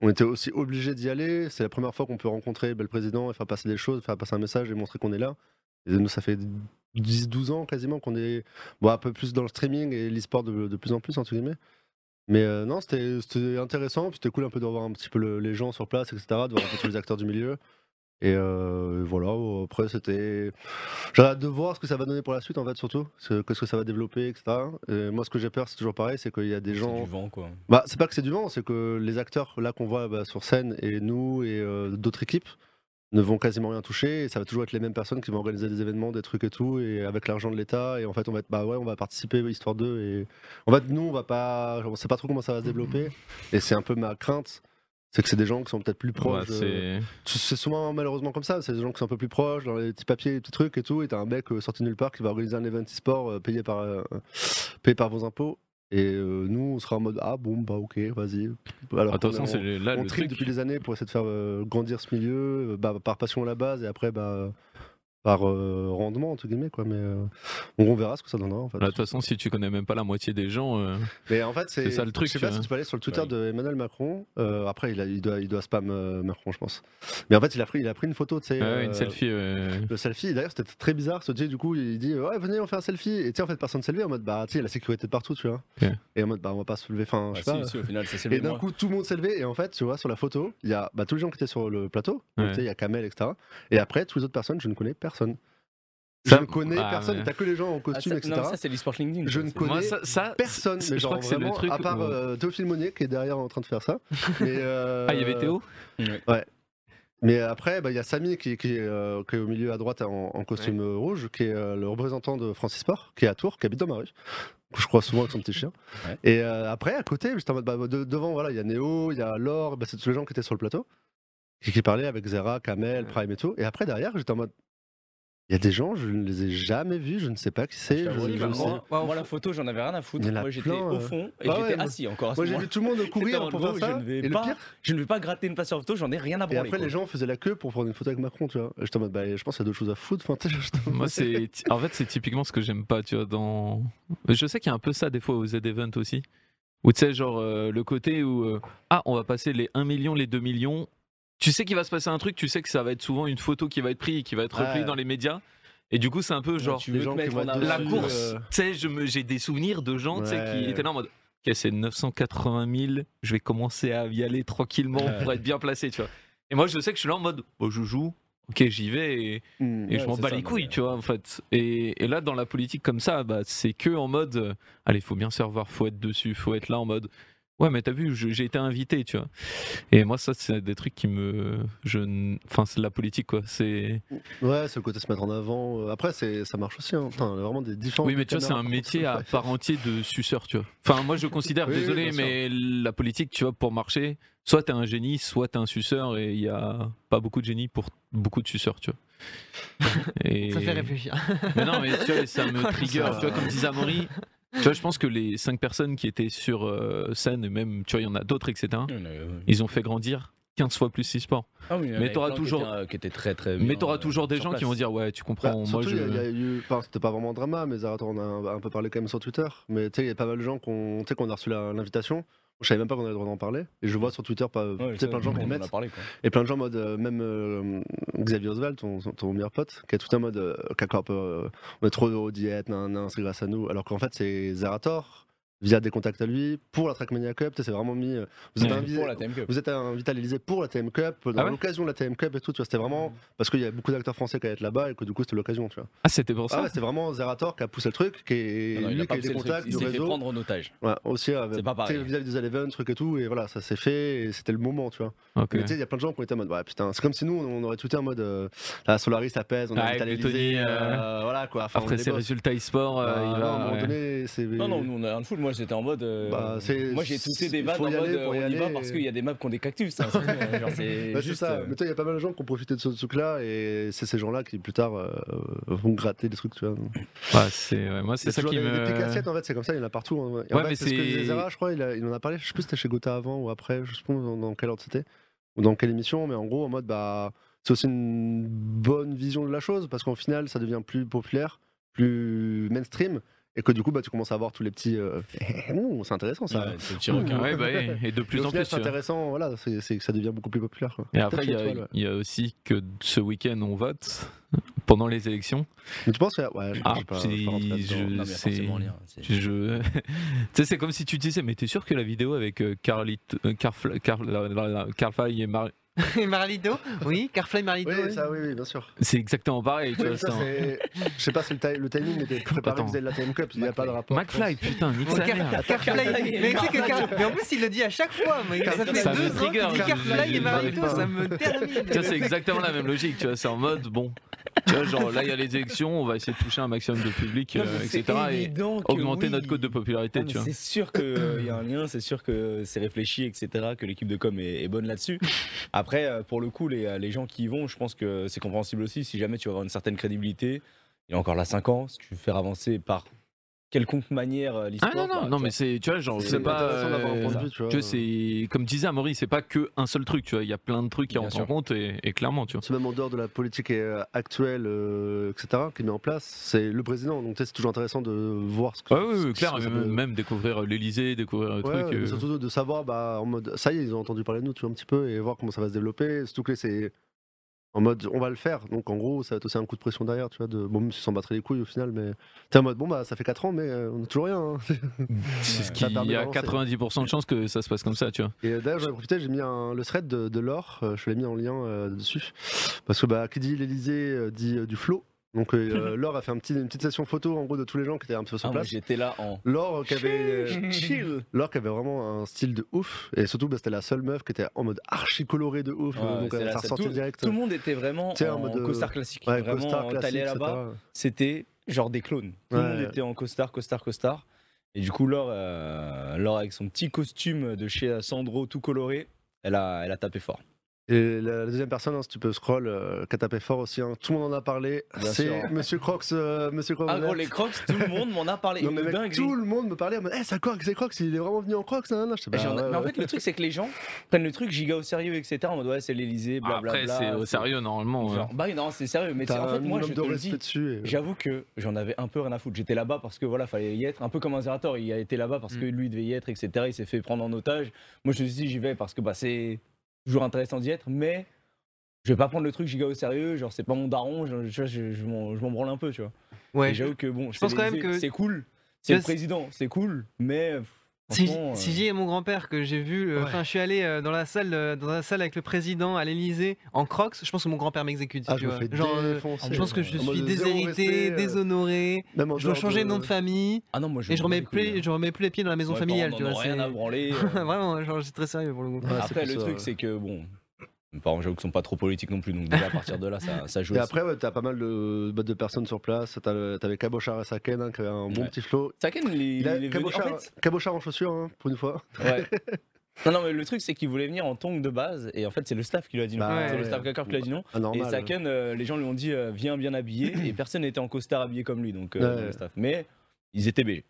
Speaker 2: On était aussi obligé d'y aller. C'est la première fois qu'on peut rencontrer ben, le président et faire passer des choses, faire passer un message et montrer qu'on est là. Et nous, ça fait 10-12 ans quasiment qu'on est bon, un peu plus dans le streaming et l'e-sport de, de plus en plus, entre guillemets. Mais euh, non, c'était c'était intéressant, puis c'était cool un peu de revoir un petit peu le- les gens sur place, etc., de voir un peu tous les acteurs du milieu. Et euh, voilà, euh, après c'était. J'ai hâte de voir ce que ça va donner pour la suite en fait, surtout, ce, que ce que ça va développer, etc. Et moi, ce que j'ai peur, c'est toujours pareil, c'est qu'il y a des
Speaker 1: C'est
Speaker 2: gens.
Speaker 1: du vent, quoi.
Speaker 2: Bah, c'est pas que c'est du vent, c'est que les acteurs là qu'on voit bah, sur scène et nous et euh, d'autres équipes ne vont quasiment rien toucher. Et ça va toujours être les mêmes personnes qui vont organiser des événements, des trucs et tout, et avec l'argent de l'État. Et en fait, on va être bah ouais, on va participer histoire d'eux. Et en fait, nous, on va pas, on sait pas trop comment ça va se développer. Et c'est un peu ma crainte, c'est que c'est des gens qui sont peut-être plus
Speaker 4: Ouais,
Speaker 2: proches. euh,
Speaker 4: c'est
Speaker 2: tu- C'est souvent malheureusement comme ça, c'est des gens qui sont un peu plus proches, dans les petits papiers, les petits trucs et tout, et t'as un mec euh, sorti de nulle part qui va organiser un event e-sport euh, payé, par, euh, payé par vos impôts, et euh, nous on sera en mode ah bon bah ok vas-y. Alors
Speaker 4: Attention,
Speaker 2: qu'on-
Speaker 4: c'est le- là
Speaker 2: on
Speaker 4: le
Speaker 2: tripe
Speaker 4: truc.
Speaker 2: depuis des années pour essayer de faire euh, grandir ce milieu, euh, bah, par passion à la base et après bah, par euh, rendement entre guillemets quoi, mais euh, on verra ce que ça donnera en fait.
Speaker 4: Là, Bah, De toute façon, si tu connais même pas la moitié des gens, euh,
Speaker 2: Mais en fait, c'est
Speaker 4: C'est ça le truc,
Speaker 2: Je sais pas
Speaker 4: euh,
Speaker 2: si tu peux aller sur le Twitter
Speaker 4: ouais.
Speaker 2: de Emmanuel Macron. euh, après, il, a- il doit, il doit spam euh, Macron, je pense. Mais en fait, il a pris, il a pris une photo, tu sais.
Speaker 4: ouais, ouais,
Speaker 2: euh,
Speaker 4: une selfie. ouais.
Speaker 2: Le selfie. Et D'ailleurs, c'était très bizarre. Ce DJ, du coup, il dit euh, Ouais, venez, on fait un selfie. Et tu sais, en fait, personne ne s'est levé en mode Bah, tu sais, il y a la sécurité de partout, tu vois.
Speaker 4: Ok.
Speaker 2: Et en mode Bah, on va pas se lever. Enfin, je
Speaker 1: Ah,
Speaker 2: sais pas.
Speaker 1: si, si, au final, ça s'est
Speaker 2: Et
Speaker 1: levé,
Speaker 2: d'un
Speaker 1: moi.
Speaker 2: coup, tout le monde s'est levé. Et en fait, tu vois, sur la photo, il y a bah, tous les gens qui étaient sur le plateau. Donc,
Speaker 4: Ouais.
Speaker 2: tu sais, il y a Kamel, etc. Et après, toutes les autres personnes, je ne connais personne. Je
Speaker 4: Ça-
Speaker 2: ne connais
Speaker 4: Ah,
Speaker 2: personne.
Speaker 4: ouais.
Speaker 2: T'as que les gens
Speaker 1: Ah,
Speaker 2: en
Speaker 1: ça-
Speaker 2: costume, etc.
Speaker 1: Non, mais ça, c'est l'e-sport LinkedIn.
Speaker 2: Je
Speaker 1: ça,
Speaker 2: ne
Speaker 1: c'est-
Speaker 2: connais
Speaker 4: Moi, ça, ça-
Speaker 2: personne,
Speaker 4: c'est-
Speaker 2: mais
Speaker 4: je
Speaker 2: genre
Speaker 4: crois que c'est le
Speaker 2: vraiment,
Speaker 4: truc
Speaker 2: à part
Speaker 4: où-
Speaker 2: euh, Théophile Monnier qui est derrière en train de faire ça. Mais, euh,
Speaker 4: Ah, il y avait Théo
Speaker 2: Mais après, bah, il y a Samy qui, qui est, euh, qui est au milieu à droite en, en costume euh, rouge, qui est euh, le représentant de Francis Port, qui est à Tours, qui habite dans ma rue. que Je crois souvent avec son petit chien.
Speaker 1: Ouais.
Speaker 2: Et euh, après, à côté, juste en mode, bah, de- devant, voilà, il y a Néo, il y a Laure, bah, c'est tous les gens qui étaient sur le plateau, et qui parlaient avec Zera, Kamel,
Speaker 4: Ouais.
Speaker 2: Prime et tout. Et après, derrière, j'étais en mode, il y a des gens, je ne les ai jamais vus, je ne sais pas qui c'est.
Speaker 1: Je t'avoue,
Speaker 2: je- je
Speaker 1: bah,
Speaker 2: sais-
Speaker 1: moi,
Speaker 5: Wow,
Speaker 1: moi, la
Speaker 5: faut-
Speaker 1: photo, j'en avais rien à
Speaker 2: Il y
Speaker 1: foutre.
Speaker 2: en a
Speaker 1: Moi, j'étais
Speaker 2: plein,
Speaker 1: au
Speaker 2: euh.
Speaker 1: fond et
Speaker 2: Ah ouais,
Speaker 1: j'étais
Speaker 2: moi-
Speaker 1: assis encore à ce
Speaker 2: Moi, j'ai
Speaker 1: moment-là.
Speaker 2: vu tout le monde
Speaker 1: J'étais
Speaker 2: courir
Speaker 1: en
Speaker 2: pour
Speaker 1: mode,
Speaker 2: faire ça.
Speaker 1: je ne vais
Speaker 2: Et le
Speaker 1: pas
Speaker 2: pire,
Speaker 1: Je ne vais pas gratter une passe sur photo, j'en ai rien à
Speaker 2: Et
Speaker 1: branler.
Speaker 2: après,
Speaker 1: quoi.
Speaker 2: les gens faisaient la queue pour prendre une photo avec Macron, tu vois. Et J'étais en mode, bah, je pense qu'il y a d'autres choses à foutre. Enfin, tu sais, je-
Speaker 4: Moi, c'est ti- en fait, c'est typiquement ce que j'aime pas, tu vois. Dans, je sais qu'il y a un peu ça des fois aux Z-Event aussi, où tu sais, genre euh, le côté où euh, ah, on va passer les 1 million, les 2 millions. Tu sais qu'il va se passer un truc, tu sais que ça va être souvent une photo qui va être prise, et qui va être repliée
Speaker 2: Ouais.
Speaker 4: dans les médias, et du coup, c'est un peu genre
Speaker 1: tu
Speaker 2: les
Speaker 1: veux
Speaker 2: gens
Speaker 1: te
Speaker 2: qui
Speaker 1: mettre
Speaker 2: vont
Speaker 1: en
Speaker 2: être
Speaker 1: avant,
Speaker 4: la
Speaker 2: dessus,
Speaker 4: course.
Speaker 2: euh,
Speaker 4: Tu sais, je me- j'ai des souvenirs de gens, tu sais, qui
Speaker 2: Ouais.
Speaker 4: étaient là en mode. Ok, c'est 980 000, je vais commencer à y aller tranquillement pour être bien placé, tu vois. Et moi, je sais que je suis là en mode, bon, je joue, ok, j'y vais, et,
Speaker 2: hmm.
Speaker 4: et
Speaker 1: Ouais,
Speaker 4: je m'en
Speaker 1: c'est
Speaker 4: bats
Speaker 1: ça,
Speaker 4: les
Speaker 1: non,
Speaker 4: couilles,
Speaker 1: mais-
Speaker 4: tu vois, en fait. Et, et là, dans la politique comme ça, bah, c'est que en mode, euh, allez, faut bien se revoir, faut être dessus, faut être là en mode, ouais, mais t'as vu, je- j'ai été invité, tu vois. Et moi, ça, c'est des trucs qui me, je, n- enfin, c'est de la politique, quoi. C'est,
Speaker 2: Ouais, c'est le côté se mettre en avant. Euh, Après, c'est- ça marche aussi. Hein. Putain, vraiment des différents.
Speaker 4: oui, mais tu vois, c'est un métier à part entier de suceur, tu vois. Enfin, moi, je considère,
Speaker 2: Oui, oui,
Speaker 4: désolé,
Speaker 2: bien sûr.
Speaker 4: mais la politique, tu vois, pour marcher, soit t'es un génie, soit t'es un suceur, et il y a pas beaucoup de génie pour beaucoup de suceurs, tu vois. Et...
Speaker 5: Ça fait réfléchir.
Speaker 4: Mais non, mais tu vois, ça me
Speaker 5: Oh,
Speaker 4: trigger.
Speaker 2: ça.
Speaker 4: Tu vois, comme disait Amaury, tu vois, je pense que les cinq personnes qui étaient sur euh, scène, et même, tu vois, il y en a d'autres, etc.,
Speaker 1: Il y en a, euh,
Speaker 4: ils ont fait grandir 15 fois plus e-sport.
Speaker 1: Ah oui, il y en
Speaker 4: Mais
Speaker 1: avait
Speaker 4: t'auras
Speaker 1: plein qui
Speaker 4: toujours-
Speaker 1: étaient, euh, qui étaient très très.
Speaker 2: Eh
Speaker 4: Mais
Speaker 1: bien,
Speaker 4: t'auras
Speaker 1: euh,
Speaker 4: toujours des
Speaker 1: sur
Speaker 4: gens qui
Speaker 1: place.
Speaker 4: vont dire, ouais, tu comprends, moi
Speaker 2: Bah, surtout,
Speaker 4: je.
Speaker 2: il y a- il y a eu. Enfin, c'était pas vraiment un drama, mais Zarator, on a un, un peu parlé quand même sur Twitter. Mais tu sais, il y a pas mal de gens qu'on tu sais, qu'on a reçu la- l'invitation. Je savais même pas qu'on avait le droit d'en parler. Et je vois sur Twitter pas,
Speaker 1: Ouais,
Speaker 2: tu sais, plein de gens
Speaker 1: on
Speaker 2: qui
Speaker 1: en
Speaker 2: le
Speaker 1: a
Speaker 2: mettent.
Speaker 1: parlé, quoi.
Speaker 2: Et plein de gens en mode, euh, même euh, Xavier Oswald, ton, ton meilleur pote, qui est tout en mode, euh, Cacorp, euh, on est trop aux diètes, nan, nan, c'est grâce à nous. Alors qu'en fait, c'est Zerator, via des contacts à lui, pour la Trackmania Cup, tu sais, c'est vraiment mis. euh, vous, êtes
Speaker 4: Ouais.
Speaker 2: invité,
Speaker 1: Pour la TM Cup.
Speaker 2: vous êtes invité à l'Elysée pour la TM Cup, dans
Speaker 4: Ah ouais
Speaker 2: l'occasion de la TM Cup et tout, tu vois, c'était
Speaker 1: Mm.
Speaker 2: vraiment parce qu'il y a beaucoup d'acteurs français qui allaient être là-bas et que du coup, c'était l'occasion, tu vois.
Speaker 4: Ah, c'était pour
Speaker 2: Ah
Speaker 4: ça
Speaker 2: ouais, c'est vraiment Zerator qui a poussé le truc, qui est
Speaker 1: Non, non, il
Speaker 2: lui
Speaker 1: a
Speaker 2: qui
Speaker 1: pas
Speaker 2: a eu
Speaker 1: poussé
Speaker 2: des
Speaker 1: le truc,
Speaker 2: contacts,
Speaker 1: il
Speaker 2: du
Speaker 1: s'est fait
Speaker 2: réseau. Ah
Speaker 1: prendre en otage.
Speaker 2: Ouais, aussi, avec-
Speaker 1: C'est pas
Speaker 2: tu sais,
Speaker 1: pareil.
Speaker 2: vis-à-vis des events, trucs et tout, et voilà, ça s'est fait, et c'était le moment, tu vois.
Speaker 4: Ok.
Speaker 2: Mais tu sais, il y a plein de gens qui ont été en mode, ouais, putain, c'est comme si nous, on aurait tweeté en mode, euh, la Solaris, ça pèse, on
Speaker 4: Ah,
Speaker 2: a à
Speaker 4: avec le
Speaker 2: l'Elysée,
Speaker 4: Tony, euh,
Speaker 2: euh, voilà quoi. enfin, on
Speaker 4: Après
Speaker 2: est
Speaker 4: ces
Speaker 2: boss.
Speaker 4: résultats e-sport, euh,
Speaker 2: Bah,
Speaker 4: il
Speaker 2: non, à un
Speaker 4: va.
Speaker 2: moment
Speaker 4: ouais.
Speaker 2: donné, c'est.
Speaker 1: Non, non, nous on a rien de fou. Moi j'étais en mode. euh,
Speaker 2: Bah, c'est-
Speaker 1: moi j'ai toussé des
Speaker 2: il
Speaker 1: vannes
Speaker 2: faut
Speaker 1: en
Speaker 2: y
Speaker 1: mode.
Speaker 2: aller,
Speaker 1: euh,
Speaker 2: faut
Speaker 1: On
Speaker 2: y
Speaker 1: y va
Speaker 2: aller.
Speaker 1: parce qu'il y a des maps qui ont des cactus. ça, c'est tout. Genre, c'est
Speaker 2: Bah, c'est
Speaker 1: juste,
Speaker 2: ça.
Speaker 1: euh,
Speaker 2: Mais toi, il y a pas mal de gens qui ont profité de ce truc-là, et c'est ces gens-là qui, plus tard, euh, vont gratter des trucs, tu vois.
Speaker 4: Ouais, c'est- ouais, moi, c'est
Speaker 2: Il y a
Speaker 4: ça
Speaker 2: toujours
Speaker 4: qui
Speaker 2: des, des piques
Speaker 4: me.
Speaker 2: assiettes, en fait, c'est comme ça, il y en a partout. hein. Et en
Speaker 4: Ouais,
Speaker 2: fait,
Speaker 4: mais
Speaker 2: c'est ce que
Speaker 4: c'est-
Speaker 2: disait Zera, je crois, il, a- il en a parlé, je sais plus si c'était chez Gotha avant ou après, je sais pas dans, dans quelle ordre c'était, ou dans quelle émission, mais en gros, en mode, bah, c'est aussi une bonne vision de la chose, parce qu'en final, ça devient plus populaire, plus mainstream, et que du coup, bah, tu commences à voir tous les petits. euh, Ouh, c'est intéressant ça.
Speaker 1: ouais, c'est le petit
Speaker 2: Ouh.
Speaker 1: requin.
Speaker 4: Ouais, bah, ouais, et de
Speaker 2: Et
Speaker 4: plus
Speaker 2: au
Speaker 4: en
Speaker 2: final,
Speaker 4: plus.
Speaker 2: c'est
Speaker 4: tu vois.
Speaker 2: intéressant, voilà, c'est c'est que ça devient beaucoup plus populaire. quoi.
Speaker 4: Et après,
Speaker 2: Peut-être
Speaker 4: il y,
Speaker 2: chez
Speaker 4: a-
Speaker 2: toi, là.
Speaker 4: il y a aussi que ce week-end, on vote pendant les élections.
Speaker 2: Mais tu penses que. Ouais, je,
Speaker 4: Ah,
Speaker 2: je vais pas-
Speaker 4: c'est-
Speaker 2: je vais pas rentrer là-dedans.
Speaker 4: je-
Speaker 1: Non, mais
Speaker 4: c'est-
Speaker 1: forcément, lire, c'est-
Speaker 4: Je... tu sais, c'est comme si tu disais, mais t'es sûr que la vidéo avec euh, Carlit, euh, Carfla- Car- la- la- la- Carfly et Mar...
Speaker 5: Et Marlito Oui, Carfly Marlito.
Speaker 2: Oui,
Speaker 5: oui.
Speaker 2: ça, oui, oui, bien sûr.
Speaker 4: C'est exactement pareil. Tu vois,
Speaker 2: Ça,
Speaker 4: c'est un-
Speaker 2: c'est- Je sais pas si le, ti- le timing était préparé
Speaker 4: Attends.
Speaker 2: vis-à-vis de la Time Cup, il n'y a pas de rapport.
Speaker 4: McFly, putain, nique
Speaker 5: Bon,
Speaker 4: sa
Speaker 5: Car-
Speaker 4: mère.
Speaker 5: Carfly. Mais, tu sais que Car- mais en plus, il le dit à chaque fois. moi. Ça fait
Speaker 4: Ça me
Speaker 5: deux ans
Speaker 4: trigger,
Speaker 5: qu'il dit
Speaker 4: je-
Speaker 5: Carfly
Speaker 4: je-
Speaker 5: et
Speaker 4: je m'arrête
Speaker 5: Marlito,
Speaker 4: pas.
Speaker 5: ça me termine.
Speaker 4: Tu vois, c'est exactement la même logique, tu vois, c'est en mode, bon, tu vois, genre là, il y a les élections, on va essayer de toucher un maximum de public,
Speaker 1: Non, mais
Speaker 4: euh,
Speaker 1: c'est
Speaker 4: etc. et
Speaker 1: évident que
Speaker 4: augmenter
Speaker 1: oui.
Speaker 4: notre cote de
Speaker 1: Ah,
Speaker 4: popularité,
Speaker 1: mais
Speaker 4: tu vois.
Speaker 1: C'est sûr qu'il y a un lien, c'est sûr que c'est réfléchi, etc., que l'équipe de com est, est bonne là-dessus. Après, euh, pour le coup, les, euh, les gens qui y vont, je pense que c'est compréhensible aussi. Si jamais tu veux avoir une certaine crédibilité, il y a encore là 5 ans, si tu veux faire avancer par quelconque manière euh,
Speaker 4: Ah
Speaker 1: l'histoire.
Speaker 4: non,
Speaker 1: bah,
Speaker 4: non,
Speaker 1: tu
Speaker 4: non,
Speaker 1: vois.
Speaker 4: mais c'est, tu vois, genre,
Speaker 2: C'est
Speaker 4: c'est pas.
Speaker 2: intéressant d'avoir un
Speaker 4: euh,
Speaker 2: point de vue, tu vois.
Speaker 4: Tu vois, c'est comme disait Amaury, c'est pas que un seul truc, tu vois. Il y a plein de trucs qui
Speaker 1: Bien
Speaker 4: rentrent
Speaker 1: sûr.
Speaker 4: en compte et, et clairement, tu vois.
Speaker 2: C'est même en dehors de la politique euh, actuelle, euh, etc., qui est mis en place, c'est le président. Donc tu sais, c'est toujours intéressant de voir ce que.
Speaker 4: Ouais, Ah oui,
Speaker 2: ce
Speaker 4: oui,
Speaker 2: que
Speaker 4: clair.
Speaker 2: ça
Speaker 4: Même,
Speaker 2: peut-
Speaker 4: même découvrir l'Elysée, découvrir le
Speaker 2: Euh, Ouais,
Speaker 4: truc.
Speaker 2: ouais, mais
Speaker 4: euh,
Speaker 2: surtout de savoir, bah, en mode, ça y est, ils ont entendu parler de nous, tu vois, un petit peu, et voir comment ça va se développer. Surtout que là, c'est en mode, on va le faire. Donc, en gros, ça va être aussi un coup de pression derrière, tu vois, de, bon, même s'ils s'en battraient les couilles au final, mais t'es en mode, bon, bah, ça fait 4 ans, mais euh, on a toujours rien. hein.
Speaker 4: c'est ce
Speaker 2: ça
Speaker 4: qui
Speaker 2: permet
Speaker 4: il y a
Speaker 2: d'avancer.
Speaker 4: 90% de chances que ça se passe comme ça, tu vois.
Speaker 2: Et euh, d'ailleurs, j'en ai profité, j'ai mis un- le thread de, de l'or, euh, je l'ai mis en lien euh, dessus. Parce que bah, qui dit l'Elysée dit euh, du flow. Donc euh, l'or a fait un petit, une petite session photo en gros de tous les gens qui étaient un
Speaker 1: Mhm.
Speaker 2: peu
Speaker 1: Ah,
Speaker 2: sur
Speaker 1: moi,
Speaker 2: place.
Speaker 1: j'étais là en.
Speaker 2: Laure euh, qui avait,
Speaker 1: Chill
Speaker 2: Laure qui avait vraiment un style de ouf. Et surtout, bah, c'était la seule meuf qui était en mode archi coloré de ouf.
Speaker 1: Ouais,
Speaker 2: euh, donc
Speaker 1: c'est
Speaker 2: euh,
Speaker 1: la
Speaker 2: ça
Speaker 1: seule.
Speaker 2: ressortait
Speaker 1: Tout-
Speaker 2: direct.
Speaker 1: Tout le monde était vraiment
Speaker 2: Tu sais, en
Speaker 1: en,
Speaker 2: mode, euh,
Speaker 1: costard classique.
Speaker 2: Ouais, costard,
Speaker 1: vraiment, euh,
Speaker 2: classique,
Speaker 1: t'allais
Speaker 2: etc.
Speaker 1: là-bas, c'était genre des clones. Tout le monde
Speaker 2: Ouais.
Speaker 1: était en costard, costard, costard. Et du coup, Laure, euh, Laure avec son petit costume de chez Sandro tout coloré, elle a, elle a tapé fort.
Speaker 2: Et la, la deuxième personne, hein, si tu peux scroll, euh, qui a tapé fort aussi, hein, tout le monde en a parlé.
Speaker 1: Bien sûr,
Speaker 2: C'est
Speaker 1: hein.
Speaker 2: Monsieur Crocs. euh, Monsieur Crocs.
Speaker 1: Ah gros, les crocs, tout le monde m'en a parlé.
Speaker 2: Non,
Speaker 1: une
Speaker 2: mais mec,
Speaker 1: dinguerie.
Speaker 2: tout le monde me parlait en mode, eh, ça Crocs, c'est Crocs, il est vraiment venu en Crocs. Nan, nan. Je sais
Speaker 1: Et j'en-
Speaker 2: pas, Bah ouais,
Speaker 1: mais en
Speaker 2: ouais.
Speaker 1: fait, le truc, c'est que les gens prennent le truc giga au sérieux, etc. En mode, ouais, c'est l'Elysée, blablabla.
Speaker 4: Ah, Après, c'est au sérieux, normalement.
Speaker 1: Genre, bah oui, non, c'est sérieux. Mais tu sais,
Speaker 2: T'as
Speaker 1: en fait,
Speaker 2: un
Speaker 1: moi, je
Speaker 2: minimum
Speaker 1: te
Speaker 2: de
Speaker 1: le
Speaker 2: respect
Speaker 1: dis,
Speaker 2: dessus. et-
Speaker 1: J'avoue que j'en avais un peu rien à foutre. J'étais là-bas parce que voilà, fallait y être. Un peu comme un Zerator, il a été là-bas parce que
Speaker 5: Mm.
Speaker 1: lui devait y être, etc. Il s'est fait prendre en otage. Moi, je me suis dit, j'y vais parce que bah, c'est toujours intéressant d'y être, mais je vais pas prendre le truc giga au sérieux. Genre, c'est pas mon daron, je, je, je- je m'en je m'en branle un peu, tu vois.
Speaker 5: Ouais,
Speaker 1: Et j'avoue que bon, je
Speaker 5: pense quand même que-
Speaker 1: c'est cool,
Speaker 5: Tu
Speaker 1: c'est le
Speaker 5: vois, c'est-
Speaker 1: président, c'est cool, mais. pff,
Speaker 5: Si,
Speaker 1: franchement,
Speaker 5: si
Speaker 1: euh,
Speaker 5: j'y ai mon grand-père que j'ai vu, euh,
Speaker 2: Ouais.
Speaker 5: enfin je suis allé euh, dans la salle, euh, dans la salle avec le président à l'Elysée en Crocs, je pense que mon grand-père m'exécute.
Speaker 2: Ah,
Speaker 5: tu
Speaker 2: je me
Speaker 5: vois.
Speaker 2: fais
Speaker 5: Genre, euh,
Speaker 2: défoncer.
Speaker 5: je pense que je
Speaker 2: En mode
Speaker 5: suis
Speaker 2: zéro
Speaker 5: déshérité,
Speaker 2: respect, euh,
Speaker 5: déshonoré,
Speaker 2: même en
Speaker 5: je dois
Speaker 2: dehors
Speaker 5: changer le nom de famille
Speaker 1: Ah non, moi je.
Speaker 5: et je
Speaker 1: m'en bats
Speaker 5: remets
Speaker 1: les couilles,
Speaker 5: plus,
Speaker 1: hein.
Speaker 5: je remets plus les pieds dans la maison
Speaker 1: Ouais,
Speaker 5: familiale.
Speaker 1: parents
Speaker 5: Tu
Speaker 1: n'en
Speaker 5: vois,
Speaker 1: ont rien
Speaker 5: c'est-
Speaker 1: à branler. euh,
Speaker 5: Vraiment, genre c'est très sérieux pour le coup.
Speaker 2: Ouais, c'est euh,
Speaker 1: Après,
Speaker 2: pour
Speaker 1: le
Speaker 2: ça,
Speaker 1: truc,
Speaker 2: ouais.
Speaker 1: c'est que bon, mes parents, j'avoue, qu'ils sont pas trop politiques non plus, donc déjà à partir de là, ça, ça joue.
Speaker 2: Et
Speaker 1: aussi.
Speaker 2: après, ouais, t'as pas mal de, bah, de personnes sur place. T'as le- T'avais Cabochard et Saken hein, qui avait un bon
Speaker 1: Ouais.
Speaker 2: petit flow.
Speaker 1: Saken, il, est- il
Speaker 2: a-
Speaker 1: est venu. En
Speaker 2: Cabochard,
Speaker 1: fait,
Speaker 2: Cabochard en chaussures, hein, pour une fois.
Speaker 1: ouais. Non, non, mais le truc, c'est qu'il voulait venir en tongue de base, et en fait, c'est le staff qui lui a dit non.
Speaker 2: Bah,
Speaker 1: c'est le
Speaker 5: ouais.
Speaker 1: staff Kakar qui lui a dit non.
Speaker 2: Ah, normal.
Speaker 1: et Saken, euh, les gens lui ont dit euh, viens bien habillé, et personne n'était en costard habillé comme lui, donc euh,
Speaker 2: Ouais.
Speaker 1: le staff. Mais ils étaient bégés.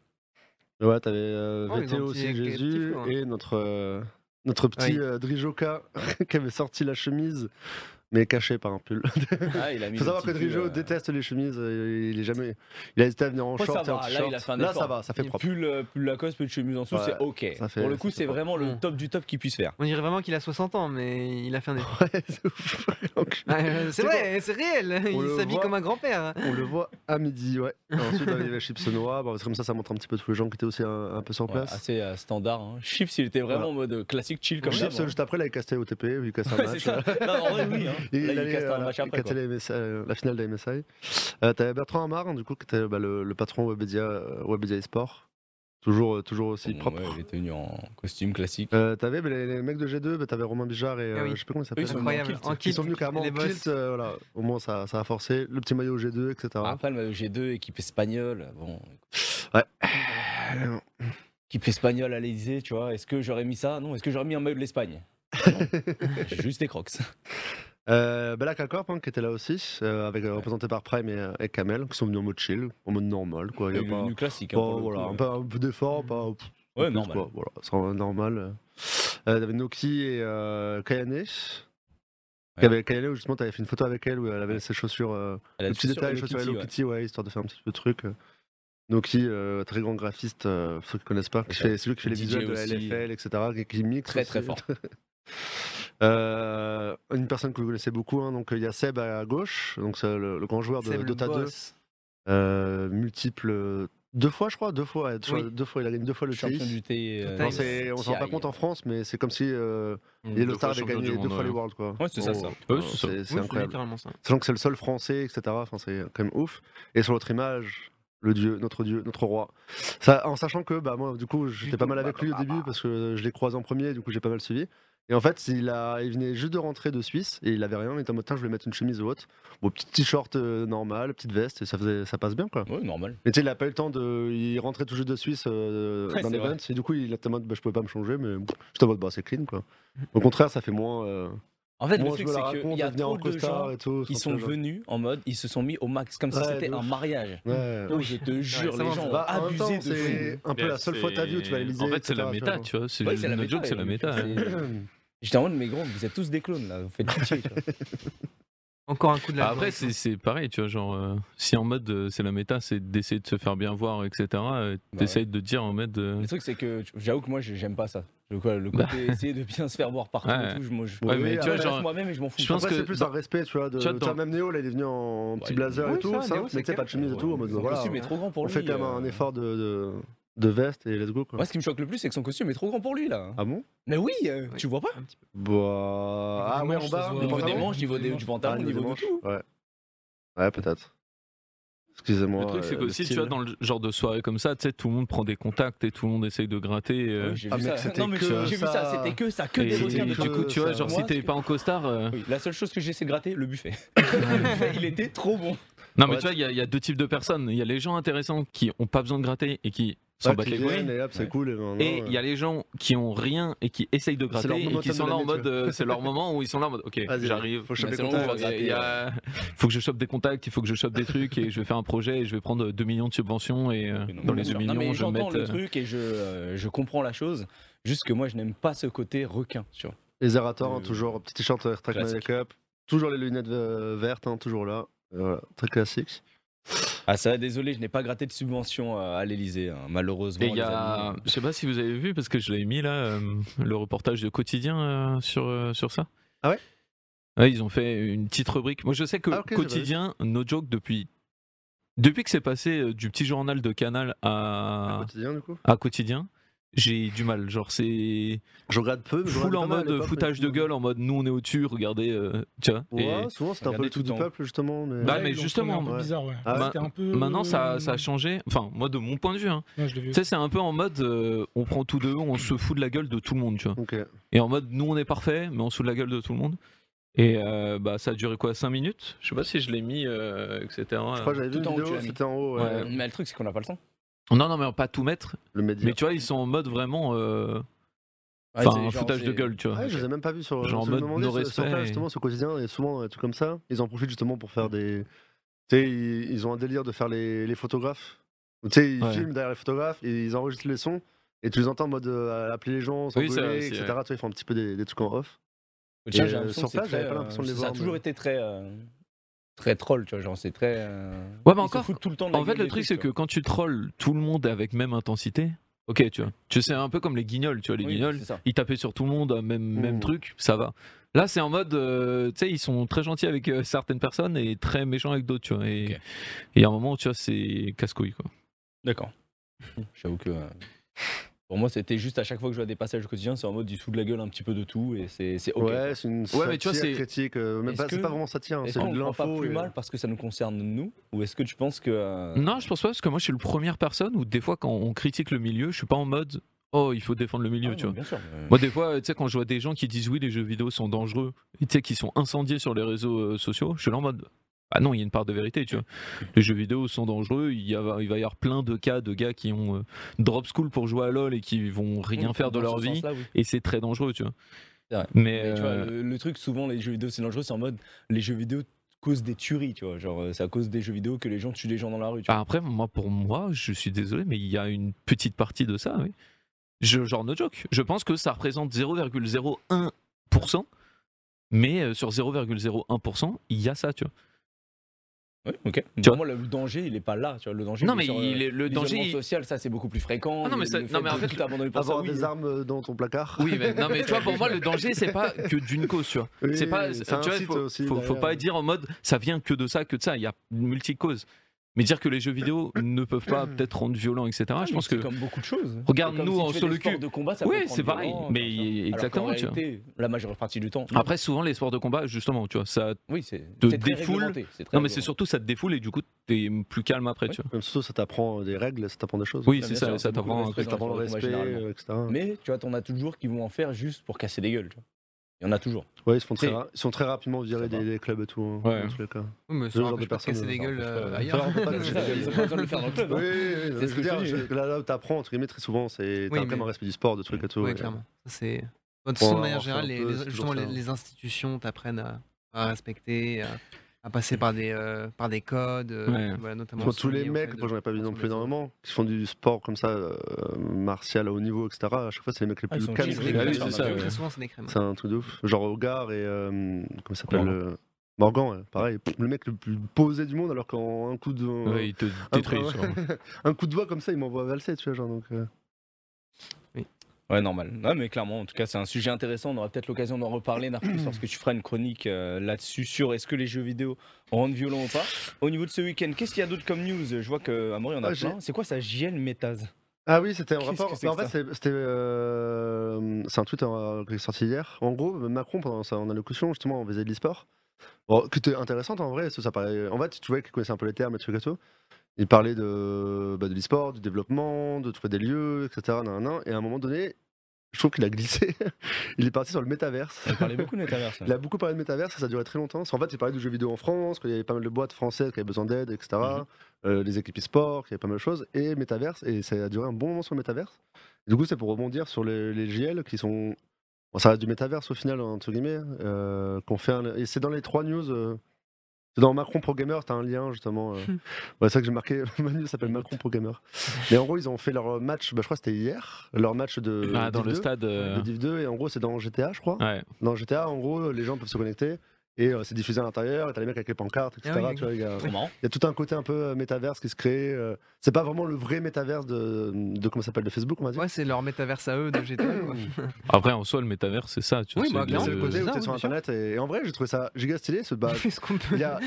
Speaker 2: Ouais, t'avais euh,
Speaker 5: Oh, ils
Speaker 2: VTO
Speaker 5: ont un
Speaker 2: aussi,
Speaker 5: petit-
Speaker 2: Jésus,
Speaker 5: petit flow, hein.
Speaker 2: et notre, euh, notre petit
Speaker 5: Oui.
Speaker 2: euh, Drijoka qui avait sorti la chemise, mais cachée par un pull.
Speaker 1: Ah, il a mis
Speaker 2: Faut
Speaker 1: le
Speaker 2: savoir que
Speaker 1: petit pull,
Speaker 2: Drijo
Speaker 1: euh,
Speaker 2: déteste les chemises, euh, il est jamais. Il a hésité à venir en
Speaker 1: Ouais, ça
Speaker 2: short et en
Speaker 1: va, là il a
Speaker 2: t-shirt.
Speaker 1: fait un
Speaker 2: Là,
Speaker 1: effort.
Speaker 2: ça va, ça fait
Speaker 1: Et
Speaker 2: propre.
Speaker 1: Pull, euh, pull Lacoste, pull chemise en dessous,
Speaker 2: Ouais,
Speaker 1: c'est ok.
Speaker 2: ça fait-
Speaker 1: Pour le
Speaker 2: ça
Speaker 1: coup,
Speaker 2: fait
Speaker 1: c'est
Speaker 2: propre.
Speaker 1: vraiment le
Speaker 5: Mm.
Speaker 1: top du top qu'il puisse faire.
Speaker 5: On dirait vraiment qu'il a 60 ans, mais il a fait un effort.
Speaker 2: Ouais, c'est ouf. Donc,
Speaker 5: Ah, euh, c'est
Speaker 2: quoi
Speaker 5: vrai, c'est réel.
Speaker 2: On le
Speaker 5: Il s'habille
Speaker 2: voit.
Speaker 5: comme un grand-père.
Speaker 2: On le voit à midi, ouais. Et ensuite, bah, il y avait Chips Noir. Bon, parce que comme ça, ça montre un petit peu tous les gens qui étaient aussi un, un peu sur
Speaker 1: Ouais,
Speaker 2: place.
Speaker 1: assez euh, standard. hein. Chips, il était vraiment en mode euh, classique chill comme
Speaker 2: Chips,
Speaker 1: d'hab, hein.
Speaker 2: juste après, là, il castait OTP, il cassait un
Speaker 1: Ouais, c'est
Speaker 2: match.
Speaker 1: ça. Non, en vrai, oui. hein.
Speaker 2: Et
Speaker 1: Là, il
Speaker 2: allait,
Speaker 1: casse un
Speaker 2: euh,
Speaker 1: match
Speaker 2: il
Speaker 1: après. quoi.
Speaker 2: cattait les MSI, euh, la finale de la MSI. Euh, T'avais Bertrand Amar, hein, du coup, qui était bah, le, le patron Webedia, euh, Webedia Esport. Toujours, euh, toujours aussi
Speaker 1: Bon,
Speaker 2: propre.
Speaker 1: Mm, ouais, il est tenu en costume classique.
Speaker 2: Euh, t'avais bah, les, les mecs de G2, bah, t'avais Romain Bijard et
Speaker 5: Ah oui.
Speaker 2: euh, je sais plus comment
Speaker 1: Eux,
Speaker 2: il
Speaker 1: ils
Speaker 2: s'appelle.
Speaker 1: sont
Speaker 5: Incroyable.
Speaker 1: venus en
Speaker 5: En
Speaker 2: Ils
Speaker 5: kit,
Speaker 2: sont venus carrément
Speaker 5: les
Speaker 2: en
Speaker 5: boss.
Speaker 2: kilt, euh, voilà. au moins ça, ça a forcé. Le petit maillot G2, etc.
Speaker 1: Bah, Après, le G2, équipe espagnole. Bon,
Speaker 2: Euh,
Speaker 1: équipe espagnole à l'Elysée, tu vois. Est-ce que j'aurais mis ça Non. Est-ce que j'aurais mis un maillot de l'Espagne Non. J'ai Juste des crocs.
Speaker 2: Euh, Balak Corp hein, qui était là aussi, euh, avec, euh, représenté par Prime et, euh, et Kamel, qui sont venus en mode chill, en mode normal. Quoi. Il y a
Speaker 1: Menu
Speaker 2: pas-
Speaker 1: classique. hein,
Speaker 2: bon,
Speaker 1: pour le
Speaker 2: voilà,
Speaker 1: coup.
Speaker 2: un peu, un peu d'effort, pas. pff, pas
Speaker 1: Ouais,
Speaker 2: plus,
Speaker 1: normal.
Speaker 2: quoi. Voilà, c'est normal. euh. Euh, t'avais Noki et euh, Kayane.
Speaker 1: Ouais.
Speaker 2: Avec Kayane, où justement, t'avais fait une photo avec elle où elle avait ses chaussures. euh,
Speaker 1: Elle a
Speaker 2: le
Speaker 1: des
Speaker 2: petit détail, les
Speaker 1: Hello
Speaker 2: chaussures
Speaker 1: Kitty,
Speaker 2: Hello
Speaker 1: ouais.
Speaker 2: Kitty, ouais, histoire de faire un petit peu de truc. euh. Noki, euh, très grand graphiste, euh, pour ceux qui connaissent pas, qui
Speaker 1: C'est
Speaker 2: fait- c'est lui qui fait les
Speaker 1: DJ
Speaker 2: visuels de la
Speaker 1: aussi.
Speaker 2: LFL, etc., qui, qui mixe.
Speaker 1: Très, très
Speaker 2: aussi.
Speaker 1: fort.
Speaker 2: Euh, une personne que vous connaissez beaucoup, hein, donc il y a Seb à gauche, donc c'est le, le grand joueur de
Speaker 5: Seb, le
Speaker 2: Dota 2,
Speaker 5: boss.
Speaker 2: euh, multiple, deux fois je crois, deux fois, ouais, deux,
Speaker 5: Oui.
Speaker 2: fois- deux fois, il a gagné deux fois le
Speaker 1: champion
Speaker 2: TI.
Speaker 1: du thé. euh,
Speaker 5: Total.
Speaker 2: Non, c'est- on s'en rend pas compte en France, mais c'est comme si euh, Yellow Star avait gagné deux fois les Worlds quoi. Oh.
Speaker 1: Ouais, c'est ça, ça.
Speaker 4: Ouais, c'est ça.
Speaker 2: c'est c'est
Speaker 5: Oui, Euh, c'est
Speaker 2: incroyable.
Speaker 5: littéralement ça.
Speaker 2: Sachant que c'est le seul français, etc. Enfin, c'est quand même ouf. Et sur l'autre image, le dieu, notre dieu, notre roi. Ça, en sachant que bah, moi, du coup, j'étais pas mal avec lui au début parce que je l'ai croisé en premier, du coup, j'ai pas mal suivi. Et en fait, il, a, il venait juste de rentrer de Suisse et il avait rien. Il était en mode, Tiens, je vais mettre une chemise ou autre. Bon, petit t-shirt euh, normal, petite veste, et ça, faisait, ça passe bien quoi.
Speaker 1: Ouais, normal.
Speaker 2: Mais tu sais, il a pas eu le temps de. Il rentrait tout juste de Suisse euh,
Speaker 1: Ouais,
Speaker 2: d'un
Speaker 1: c'est
Speaker 2: event,
Speaker 1: vrai.
Speaker 2: et du coup, il était en mode, bah, je pouvais pas me changer, mais je en mode, bah, c'est clean quoi. Au contraire, ça fait moins. euh,
Speaker 1: En fait,
Speaker 2: moins
Speaker 1: le truc,
Speaker 2: je me la
Speaker 1: c'est qu'il
Speaker 2: raconte
Speaker 1: y
Speaker 2: de
Speaker 1: a
Speaker 2: venir en
Speaker 1: trop de gens
Speaker 2: costard et tout.
Speaker 1: qui
Speaker 2: enfin,
Speaker 1: sont
Speaker 2: tu vois.
Speaker 1: venus en mode, ils se sont mis au max, comme si
Speaker 2: Ouais,
Speaker 1: c'était
Speaker 2: de
Speaker 1: un
Speaker 2: ouf.
Speaker 1: mariage.
Speaker 2: Ouais.
Speaker 1: Donc, je te jure,
Speaker 5: ça
Speaker 1: les
Speaker 5: va,
Speaker 1: gens
Speaker 5: ça
Speaker 1: ont
Speaker 5: va.
Speaker 2: Mmh. Bah, en même temps,
Speaker 1: abusé de fou.
Speaker 2: c'est un peu la seule faute à vie où tu vas à l'Élysée,
Speaker 4: En fait, c'est la
Speaker 2: etc.,
Speaker 4: méta, tu vois. C'est
Speaker 1: Ouais, c'est la
Speaker 4: no
Speaker 1: méta,
Speaker 4: joke, c'est la
Speaker 1: ouais,
Speaker 4: méta.
Speaker 1: c'est-
Speaker 4: hein.
Speaker 1: J'étais en mode, mais gros, vous êtes tous des clones là, vous faites pitié. tu vois.
Speaker 5: Encore un
Speaker 2: Bah,
Speaker 5: coup de la
Speaker 4: Après, c'est c'est pareil, tu vois, genre, euh, si en mode euh, c'est la méta, c'est d'essayer de se faire bien voir, etc., euh,
Speaker 2: Bah
Speaker 1: ouais.
Speaker 4: t'essayes de dire en mode. euh,
Speaker 1: Le truc, c'est que tu- j'avoue que moi, j'ai- j'aime pas ça. Le, quoi, le
Speaker 4: Bah.
Speaker 1: côté essayer de bien se faire voir partout
Speaker 4: Ouais.
Speaker 1: et tout, je, moi, je,
Speaker 2: Ouais,
Speaker 1: je
Speaker 2: mais
Speaker 1: me
Speaker 2: tu vois,
Speaker 1: laisse
Speaker 4: genre-
Speaker 1: moi-même et je m'en fous.
Speaker 4: je pense
Speaker 2: Après,
Speaker 4: que
Speaker 2: c'est plus
Speaker 4: dans-
Speaker 2: un respect, tu vois. De,
Speaker 4: tu vois,
Speaker 2: tu vois,
Speaker 4: dans-
Speaker 2: même Néo, là, il est venu en petit
Speaker 1: il-
Speaker 2: blazer et
Speaker 5: oui,
Speaker 2: tout,
Speaker 5: ça va,
Speaker 2: ça,
Speaker 5: Néo,
Speaker 2: mais
Speaker 5: c'est
Speaker 2: tu sais, pas de chemise et tout. en mode,
Speaker 1: Son
Speaker 2: Bah, voilà,
Speaker 1: costume est trop grand pour
Speaker 2: on
Speaker 1: lui.
Speaker 2: fait quand même
Speaker 1: euh.
Speaker 2: un effort de, de, de veste et let's go, quoi.
Speaker 1: Moi, ce qui me choque le plus, c'est que son costume est trop grand pour lui là.
Speaker 2: Ah bon
Speaker 1: Mais oui, euh,
Speaker 5: Oui.
Speaker 1: tu vois pas
Speaker 2: Bah. Ah, ouais, en bas,
Speaker 1: Au
Speaker 2: les
Speaker 1: niveau des
Speaker 2: pantalons
Speaker 1: manches, au niveau des- du
Speaker 2: Ah,
Speaker 1: pantalon, au
Speaker 2: niveau des
Speaker 1: niveau de
Speaker 2: manches,
Speaker 1: tout.
Speaker 2: Ouais, Ouais, peut-être. Excusez-moi.
Speaker 4: Le truc, c'est
Speaker 2: euh,
Speaker 4: qu'aussi, tu
Speaker 2: style.
Speaker 4: vois, dans le genre de soirée comme ça, tu sais, tout le monde prend des contacts et tout le monde essaye de gratter. euh,
Speaker 1: Oui, J'ai
Speaker 2: Ah,
Speaker 1: vu
Speaker 2: mec,
Speaker 1: ça.
Speaker 2: c'était
Speaker 1: Non, mais
Speaker 2: que
Speaker 1: j'ai- j'ai vu ça,
Speaker 2: ça.
Speaker 1: c'était que ça, que
Speaker 4: et,
Speaker 1: des requins de
Speaker 4: et du
Speaker 1: partout.
Speaker 4: coup, tu vois, genre,
Speaker 1: Moi,
Speaker 4: si t'es
Speaker 1: c'est-
Speaker 4: pas en costard. euh,
Speaker 1: Oui, La seule chose que j'ai essayé de gratter, le buffet. Le buffet, il était trop bon.
Speaker 4: Non, mais
Speaker 2: Ouais,
Speaker 4: tu vois, il y, a- il y a deux types de personnes. Il y a les gens intéressants qui ont pas besoin de gratter et qui s'en
Speaker 2: Ouais,
Speaker 4: battent
Speaker 2: qui
Speaker 4: les couilles.
Speaker 2: viennent, Et ben, hop, c'est
Speaker 1: Ouais.
Speaker 2: cool. maintenant,
Speaker 4: Et il y a
Speaker 2: ouais.
Speaker 4: les gens qui ont rien et qui essayent de
Speaker 2: C'est leur
Speaker 4: gratter et
Speaker 2: monotone
Speaker 4: qui sont
Speaker 2: de
Speaker 4: là en
Speaker 2: l'année,
Speaker 4: mode
Speaker 2: tu vois.
Speaker 4: euh, c'est leur moment où ils sont là en mode ok
Speaker 2: Vas-y,
Speaker 4: j'arrive
Speaker 2: faut choper
Speaker 4: mais c'est
Speaker 1: contact,
Speaker 4: bon,
Speaker 1: faut
Speaker 4: il y a- faut que je chope des contacts il faut que je chope des trucs et je vais faire un projet et je vais prendre 2 millions de subventions et euh,
Speaker 1: Oui, non,
Speaker 4: dans
Speaker 1: mais
Speaker 4: les 2
Speaker 1: bien sûr. Non,
Speaker 4: millions
Speaker 1: mais
Speaker 4: je vais
Speaker 1: j'entends
Speaker 4: mettre
Speaker 1: le
Speaker 4: euh,
Speaker 1: truc et je, euh, je comprends la chose. Juste que moi, je n'aime pas ce côté requin, tu vois.
Speaker 2: Les Zerator, hein,
Speaker 1: Euh,
Speaker 2: toujours, petit t-shirt Air Track Mania
Speaker 1: classique.
Speaker 2: Cup, toujours les lunettes euh, vertes, hein, toujours là. Euh, Voilà, très classique.
Speaker 1: Ah ça, désolé, je n'ai pas gratté de subvention euh, à l'Elysée, malheureusement.
Speaker 4: et il y
Speaker 1: les hein.
Speaker 4: a
Speaker 1: amis.
Speaker 4: je sais pas si vous avez vu parce que je l'avais mis là euh, le reportage de quotidien euh, sur euh, sur ça
Speaker 2: Ah ouais
Speaker 4: ouais ils ont fait une petite rubrique moi je sais que
Speaker 2: Ah, ok, j'ai pas vu.
Speaker 4: quotidien no joke depuis depuis que c'est passé euh, du petit journal de canal à
Speaker 2: Le quotidien du coup.
Speaker 4: à quotidien, j'ai du mal. Genre, c'est
Speaker 2: Je regarde peu, mais je
Speaker 4: full
Speaker 2: regarde
Speaker 4: en
Speaker 2: pas mal à
Speaker 4: mode
Speaker 2: l'époque,
Speaker 4: foutage
Speaker 2: mais-
Speaker 4: de gueule, en mode nous on est au-dessus, regardez, euh, tu vois. Et
Speaker 2: Ouais, souvent c'était un peu
Speaker 1: Regardez
Speaker 2: le truc
Speaker 1: tout
Speaker 2: du
Speaker 1: le temps.
Speaker 2: peuple justement. Mais...
Speaker 4: Bah,
Speaker 3: Ouais,
Speaker 4: mais
Speaker 3: ils l'ont
Speaker 4: justement,
Speaker 3: tourné un peu
Speaker 2: ouais.
Speaker 3: bizarre, ouais.
Speaker 2: Ah,
Speaker 3: C'était un peu.
Speaker 4: Maintenant, ça, ça a changé. Enfin, moi, de mon point de vue, hein.
Speaker 3: Ouais, je l'ai vu.
Speaker 4: tu sais, c'est un peu en mode euh, on prend tout de haut, on se fout de la gueule de tout le monde, tu vois.
Speaker 2: Ok.
Speaker 4: Et en mode nous on est parfait, mais on se fout de la gueule de tout le monde. Et euh, bah, ça a duré quoi 5 minutes Je sais pas si je l'ai mis, euh, etc.
Speaker 2: Je crois que j'avais vu
Speaker 1: tout
Speaker 2: une
Speaker 1: en haut, tu
Speaker 2: vidéo,
Speaker 1: l'as mis.
Speaker 2: c'était en haut, ouais,
Speaker 4: Ouais.
Speaker 1: Mais le truc, c'est qu'on n'a pas le temps.
Speaker 4: Non, non, mais pas tout mettre.
Speaker 2: le média.
Speaker 4: Mais tu vois, ils sont en mode vraiment. euh,
Speaker 1: Ouais,
Speaker 4: Enfin,
Speaker 1: c'est
Speaker 4: un
Speaker 1: genre,
Speaker 4: foutage
Speaker 1: c'est-
Speaker 4: de gueule, tu vois.
Speaker 2: Ouais, je les ai même pas vus sur
Speaker 4: Genre en
Speaker 2: je me
Speaker 4: mode
Speaker 2: demandais
Speaker 4: no
Speaker 2: sur- sur
Speaker 4: respect
Speaker 2: Terre,
Speaker 4: et-
Speaker 2: justement ce quotidien et souvent euh, des trucs comme ça. Ils en profitent justement pour faire des. Tu sais, ils, ils ont un délire de faire les, les photographes. Tu sais, ils
Speaker 4: Ouais.
Speaker 2: filment derrière les photographes, et ils enregistrent les sons et tu les entends en mode euh, appeler les gens,
Speaker 4: Oui, ça
Speaker 2: s'engueuler,
Speaker 4: aussi,
Speaker 2: etc.
Speaker 4: ouais.
Speaker 2: Tu vois, ils font un petit peu des, des trucs en off.
Speaker 1: Tiens,
Speaker 2: Et,
Speaker 1: j'ai
Speaker 2: euh,
Speaker 1: l'impression
Speaker 2: sur
Speaker 1: que c'est
Speaker 2: place, j'avais
Speaker 1: très,
Speaker 2: pas l'impression de
Speaker 1: euh,
Speaker 2: les
Speaker 1: Ça a
Speaker 2: voir,
Speaker 1: toujours
Speaker 2: mais-
Speaker 1: été très, euh, très troll, tu vois. Genre, c'est très. euh,
Speaker 4: mais
Speaker 1: ils se
Speaker 4: encore,
Speaker 1: foutent tout le temps de la
Speaker 4: En fait,
Speaker 1: gueule
Speaker 4: le
Speaker 1: des
Speaker 4: truc, c'est
Speaker 1: trucs,
Speaker 4: que quand tu trolls tout le monde avec même intensité, ok, tu vois. Tu sais, un peu comme les guignols, tu vois, les
Speaker 1: tu vois. Oui,
Speaker 4: guignols,
Speaker 1: c'est ça.
Speaker 4: ils tapaient sur tout le monde, euh, même,
Speaker 2: Mm.
Speaker 4: même truc, ça va. Là, c'est en mode, euh, tu sais, ils sont très gentils avec euh, certaines personnes et très méchants avec d'autres, tu vois. Et
Speaker 1: Ok.
Speaker 4: et il y a un moment, tu vois, c'est casse-couille, quoi.
Speaker 1: D'accord. J'avoue que. euh, Pour moi, c'était juste à chaque fois que je vois des passages au quotidien, c'est en mode ils se foutent de la gueule un petit peu de tout et c'est c'est ok.
Speaker 2: Ouais, c'est une
Speaker 4: Ouais, mais tu vois,
Speaker 2: satire
Speaker 4: c'est-
Speaker 2: critique. euh, même
Speaker 1: Est-ce
Speaker 2: pas- C'est
Speaker 1: que-
Speaker 2: pas vraiment satire, hein,
Speaker 1: Est-ce
Speaker 2: c'est
Speaker 1: qu'on
Speaker 2: de
Speaker 1: le prend pas
Speaker 2: l'info.
Speaker 1: plus
Speaker 2: et-
Speaker 1: mal parce que ça nous concerne nous Ou est-ce que tu penses que. euh,
Speaker 4: Non, je pense pas, parce que moi, je suis la première personne où, des fois, quand on critique le milieu, je suis pas en mode, oh, il faut défendre le milieu,
Speaker 1: ah,
Speaker 4: tu
Speaker 1: non,
Speaker 4: vois.
Speaker 1: Bien sûr. euh,
Speaker 4: Moi, des fois, euh, tu sais, quand je vois des gens qui disent oui, les jeux vidéo sont dangereux, et tu sais, qui sont incendiés sur les réseaux euh, sociaux, je suis là en mode. Ah non, il y a une part de vérité, tu vois. Les jeux vidéo sont dangereux, il, y a- il va y avoir plein de cas de gars qui ont euh, drop school pour jouer à LoL et qui vont rien
Speaker 1: oui,
Speaker 4: faire de
Speaker 1: Mmh, dans
Speaker 4: leur
Speaker 1: ce
Speaker 4: vie,
Speaker 1: sens-là, oui.
Speaker 4: et c'est très dangereux, tu vois.
Speaker 1: C'est vrai.
Speaker 4: Mais,
Speaker 1: Mais tu vois,
Speaker 4: euh,
Speaker 1: le, le truc, souvent, les jeux vidéo, c'est dangereux, c'est en mode les jeux vidéo causent des tueries, tu vois. Genre, euh, c'est à cause des jeux vidéo que les gens tuent des gens dans la rue, tu vois.
Speaker 4: Bah, après, moi, pour moi, je suis désolé, mais il y a une petite partie de ça, oui. Je, genre, no joke. Je pense que ça représente 0,01%, mais euh, sur 0,01%, il y a ça, tu vois.
Speaker 1: Oui, ok.
Speaker 4: Tu vois
Speaker 1: Pour moi, le danger, il est pas là. Tu vois, le danger,
Speaker 4: Non,
Speaker 1: il est
Speaker 4: mais
Speaker 1: sur,
Speaker 4: il
Speaker 1: euh,
Speaker 4: est- le
Speaker 1: l'isolement
Speaker 4: danger, il-
Speaker 1: social, ça, c'est beaucoup plus fréquent.
Speaker 4: Ah non, mais
Speaker 1: Le-
Speaker 4: ça-
Speaker 1: le
Speaker 4: non, mais en
Speaker 1: de
Speaker 4: fait,
Speaker 1: tout abandonner pour ça,
Speaker 2: Avoir
Speaker 1: oui. hein.
Speaker 2: des armes euh, dans ton placard.
Speaker 4: Oui, mais, non, mais tu vois, pour moi, le danger, c'est pas que d'une cause, tu vois.
Speaker 2: Oui,
Speaker 4: c'est pas,
Speaker 2: ça
Speaker 4: tu vois,
Speaker 2: incite
Speaker 4: faut,
Speaker 2: aussi
Speaker 4: faut- faut
Speaker 2: derrière.
Speaker 4: pas dire en mode ça vient que de ça, que de ça. Il y a multi causes. Mais dire que les jeux vidéo ne peuvent pas peut-être rendre violent, etc.
Speaker 1: Ah,
Speaker 4: je
Speaker 1: mais
Speaker 4: pense
Speaker 1: c'est
Speaker 4: que
Speaker 1: comme beaucoup de choses.
Speaker 4: Regarde,
Speaker 1: C'est comme
Speaker 4: nous,
Speaker 1: si
Speaker 4: en
Speaker 1: tu fais
Speaker 4: solo
Speaker 1: des sports
Speaker 4: cul.
Speaker 1: de combat, ça
Speaker 4: Oui,
Speaker 1: peut te rendre
Speaker 4: c'est pareil,
Speaker 1: violent,
Speaker 4: mais
Speaker 1: machin. Alors qu'en
Speaker 4: exactement, tu vois.
Speaker 1: réalité, la majeure partie du temps.
Speaker 4: après souvent les sports de combat, justement, tu vois, ça.
Speaker 1: oui, c'est
Speaker 4: te
Speaker 1: c'est très
Speaker 4: défoule.
Speaker 1: réglementé, c'est très
Speaker 4: Non, mais c'est
Speaker 1: réglementé.
Speaker 4: surtout ça te défoule et du coup t'es plus calme après,
Speaker 1: Oui.
Speaker 4: tu vois.
Speaker 2: Même surtout, ça t'apprend euh, des règles, ça t'apprend des choses.
Speaker 4: Oui,
Speaker 1: Ah,
Speaker 4: c'est
Speaker 1: bien
Speaker 4: ça,
Speaker 1: sûr,
Speaker 4: ça
Speaker 1: c'est beaucoup de
Speaker 4: t'apprend. un
Speaker 1: respect.
Speaker 4: truc.
Speaker 2: Ça t'apprend le
Speaker 1: Dans le
Speaker 2: respect,
Speaker 1: combat, généralement.
Speaker 2: euh, etc.
Speaker 1: Mais tu vois, t'en as toujours qui vont en faire juste pour casser des gueules. tu vois. Il y en a toujours.
Speaker 2: Ouais, ils, se font très
Speaker 1: C'est-
Speaker 2: ra- ils sont très rapidement virés
Speaker 1: Ça va.
Speaker 2: des, des clubs et tout. hein,
Speaker 4: Ouais.
Speaker 2: dans tous les cas.
Speaker 5: Oui, mais
Speaker 2: Ce
Speaker 5: ça
Speaker 2: genre de
Speaker 5: empêche pas de
Speaker 2: personne,
Speaker 5: casser des
Speaker 2: ça
Speaker 5: gueules
Speaker 2: empêche
Speaker 5: euh,
Speaker 2: pas.
Speaker 5: ailleurs.
Speaker 2: Ça, on peut pas casser
Speaker 1: Ils
Speaker 2: des gueules.
Speaker 1: ont pas besoin de le faire dans le club.
Speaker 2: Oui,
Speaker 1: hein.
Speaker 2: oui,
Speaker 1: C'est
Speaker 2: oui,
Speaker 1: ce
Speaker 2: je
Speaker 1: que
Speaker 2: veux
Speaker 1: je
Speaker 2: dire,
Speaker 1: te dis.
Speaker 2: je- là, là où t'apprends, entre guillemets, très souvent, c'est
Speaker 5: Oui,
Speaker 2: t'as quand même
Speaker 5: mais-
Speaker 2: un respect du sport, de trucs et tout.
Speaker 5: Oui,
Speaker 2: ouais.
Speaker 5: clairement. Ça, C'est... bah, De
Speaker 2: Pour
Speaker 5: toute façon, de
Speaker 2: en
Speaker 5: manière
Speaker 2: avoir fait un
Speaker 5: générale, les,
Speaker 2: peu,
Speaker 5: les-
Speaker 2: c'est toujours
Speaker 5: justement,
Speaker 2: ça,
Speaker 5: les,
Speaker 2: hein.
Speaker 5: les institutions t'apprennent à, à respecter, à, à passer par des, euh, par des codes, euh,
Speaker 4: Ouais.
Speaker 5: voilà, notamment.
Speaker 2: Pour tous les
Speaker 5: liés au
Speaker 2: mecs,
Speaker 5: fait de-
Speaker 2: moi j'en ai pas vu non
Speaker 5: l'ensemble
Speaker 2: plus
Speaker 5: des autres.
Speaker 2: énormément, qui font du sport comme ça, euh, martial à haut niveau, etc. À chaque fois, c'est les mecs les
Speaker 1: Ah, ils
Speaker 2: plus
Speaker 1: sont
Speaker 2: calmes.
Speaker 1: cheap,
Speaker 2: les
Speaker 5: C'est des
Speaker 4: Ah
Speaker 2: mecs
Speaker 4: oui,
Speaker 2: qui
Speaker 5: crèmes.
Speaker 4: c'est
Speaker 2: sont-
Speaker 4: ça, ouais.
Speaker 5: Très souvent, c'est des crèmes.
Speaker 2: C'est un truc de ouf. Genre au gars et. euh, comment il s'appelle
Speaker 4: Morgan.
Speaker 2: euh, Morgan, ouais, pareil. pff, Le mec le plus posé du monde, alors qu'en un coup de.
Speaker 4: Ouais, il te détruit.
Speaker 2: ouais.
Speaker 4: sûrement.
Speaker 2: Un coup de doigt comme ça, il m'envoie valser, tu vois. Genre, donc, euh,
Speaker 1: Ouais, normal. Non, mais clairement, en tout cas, c'est un sujet intéressant. On aura peut-être l'occasion d'en reparler,
Speaker 2: Mm.
Speaker 1: Narcus, lorsque tu feras une chronique euh, là-dessus sur est-ce que les jeux vidéo rendent violents ou pas. Au niveau de ce week-end, qu'est-ce qu'il y a d'autre comme news Je vois que Amaury en a
Speaker 2: Ah, j'ai-
Speaker 1: plein. C'est quoi ça, JL Métase
Speaker 2: Ah oui, c'était en
Speaker 1: Qu'est-ce
Speaker 2: rapport.
Speaker 1: que c'est
Speaker 2: mais en
Speaker 1: que
Speaker 2: fait, c'est- c'était. euh, C'est un tweet euh, qui est sorti hier. En gros, euh, Macron, pendant sa en allocution, justement, on faisait de l'e-sport. Bon, qui était intéressante en vrai, parce que ça paraît. En fait, tu vois qu'il connaissait un peu les termes et trucs et tout. Il parlait de, bah, de l'e-sport, du développement, de trouver des lieux, etc. nanana. Et à un moment donné, je trouve qu'il a glissé. il est parti sur le métaverse.
Speaker 1: On parlait beaucoup de métaverse.
Speaker 2: Il a beaucoup parlé de métaverse et ça a duré très longtemps. Parce qu'en fait, il parlait du jeu vidéo en France, qu'il y avait pas mal de boîtes françaises qui avaient besoin d'aide, etc.
Speaker 1: Mhm.
Speaker 2: Euh, les équipes e-sport, qu'il y avait pas mal de choses. Et métaverse, et ça a duré un bon moment sur le métaverse. Du coup, c'est pour rebondir sur les, les JL qui sont. Bon, ça reste du métaverse au final, entre guillemets. euh, qu'on fait un- Et c'est dans les trois news. euh, c'est Dans Macron Pro Gamer, t'as un lien justement. euh.
Speaker 4: Hmm.
Speaker 2: Ouais, c'est ça que j'ai marqué. Ma news s'appelle Macron Pro Gamer. Mais en gros, ils ont fait leur match, bah, je crois que c'était hier, leur match de.
Speaker 4: Ah, dans
Speaker 2: Div
Speaker 4: le
Speaker 2: 2,
Speaker 4: stade. euh,
Speaker 2: De Div 2, et en gros, c'est dans GTA, je crois.
Speaker 4: Ouais.
Speaker 2: Dans GTA, en gros, les gens peuvent se connecter et euh, c'est diffusé à l'intérieur. et T'as les mecs avec les pancartes, etc.
Speaker 5: Ah oui,
Speaker 2: tu vois, il y, a-
Speaker 1: Trop marrant.
Speaker 2: il y a tout un côté un peu euh, métaverse qui se crée. euh, c'est pas vraiment le vrai métaverse de, de comment ça s'appelle de Facebook, on va dire.
Speaker 5: Ouais, c'est leur métaverse à eux de GTA. quoi.
Speaker 4: Après, en soi, le métavers, c'est ça, tu vois.
Speaker 5: Oui, bah,
Speaker 4: c'est
Speaker 2: Là, c'est
Speaker 5: clairement,
Speaker 2: le
Speaker 4: le-
Speaker 2: côté où
Speaker 5: ça,
Speaker 2: t'es
Speaker 5: oui,
Speaker 2: sur
Speaker 5: bien sûr.
Speaker 2: internet et, et en vrai, j'ai trouvé ça giga stylé. Ce bah,
Speaker 5: On fait ce qu'on peut.
Speaker 2: il y a,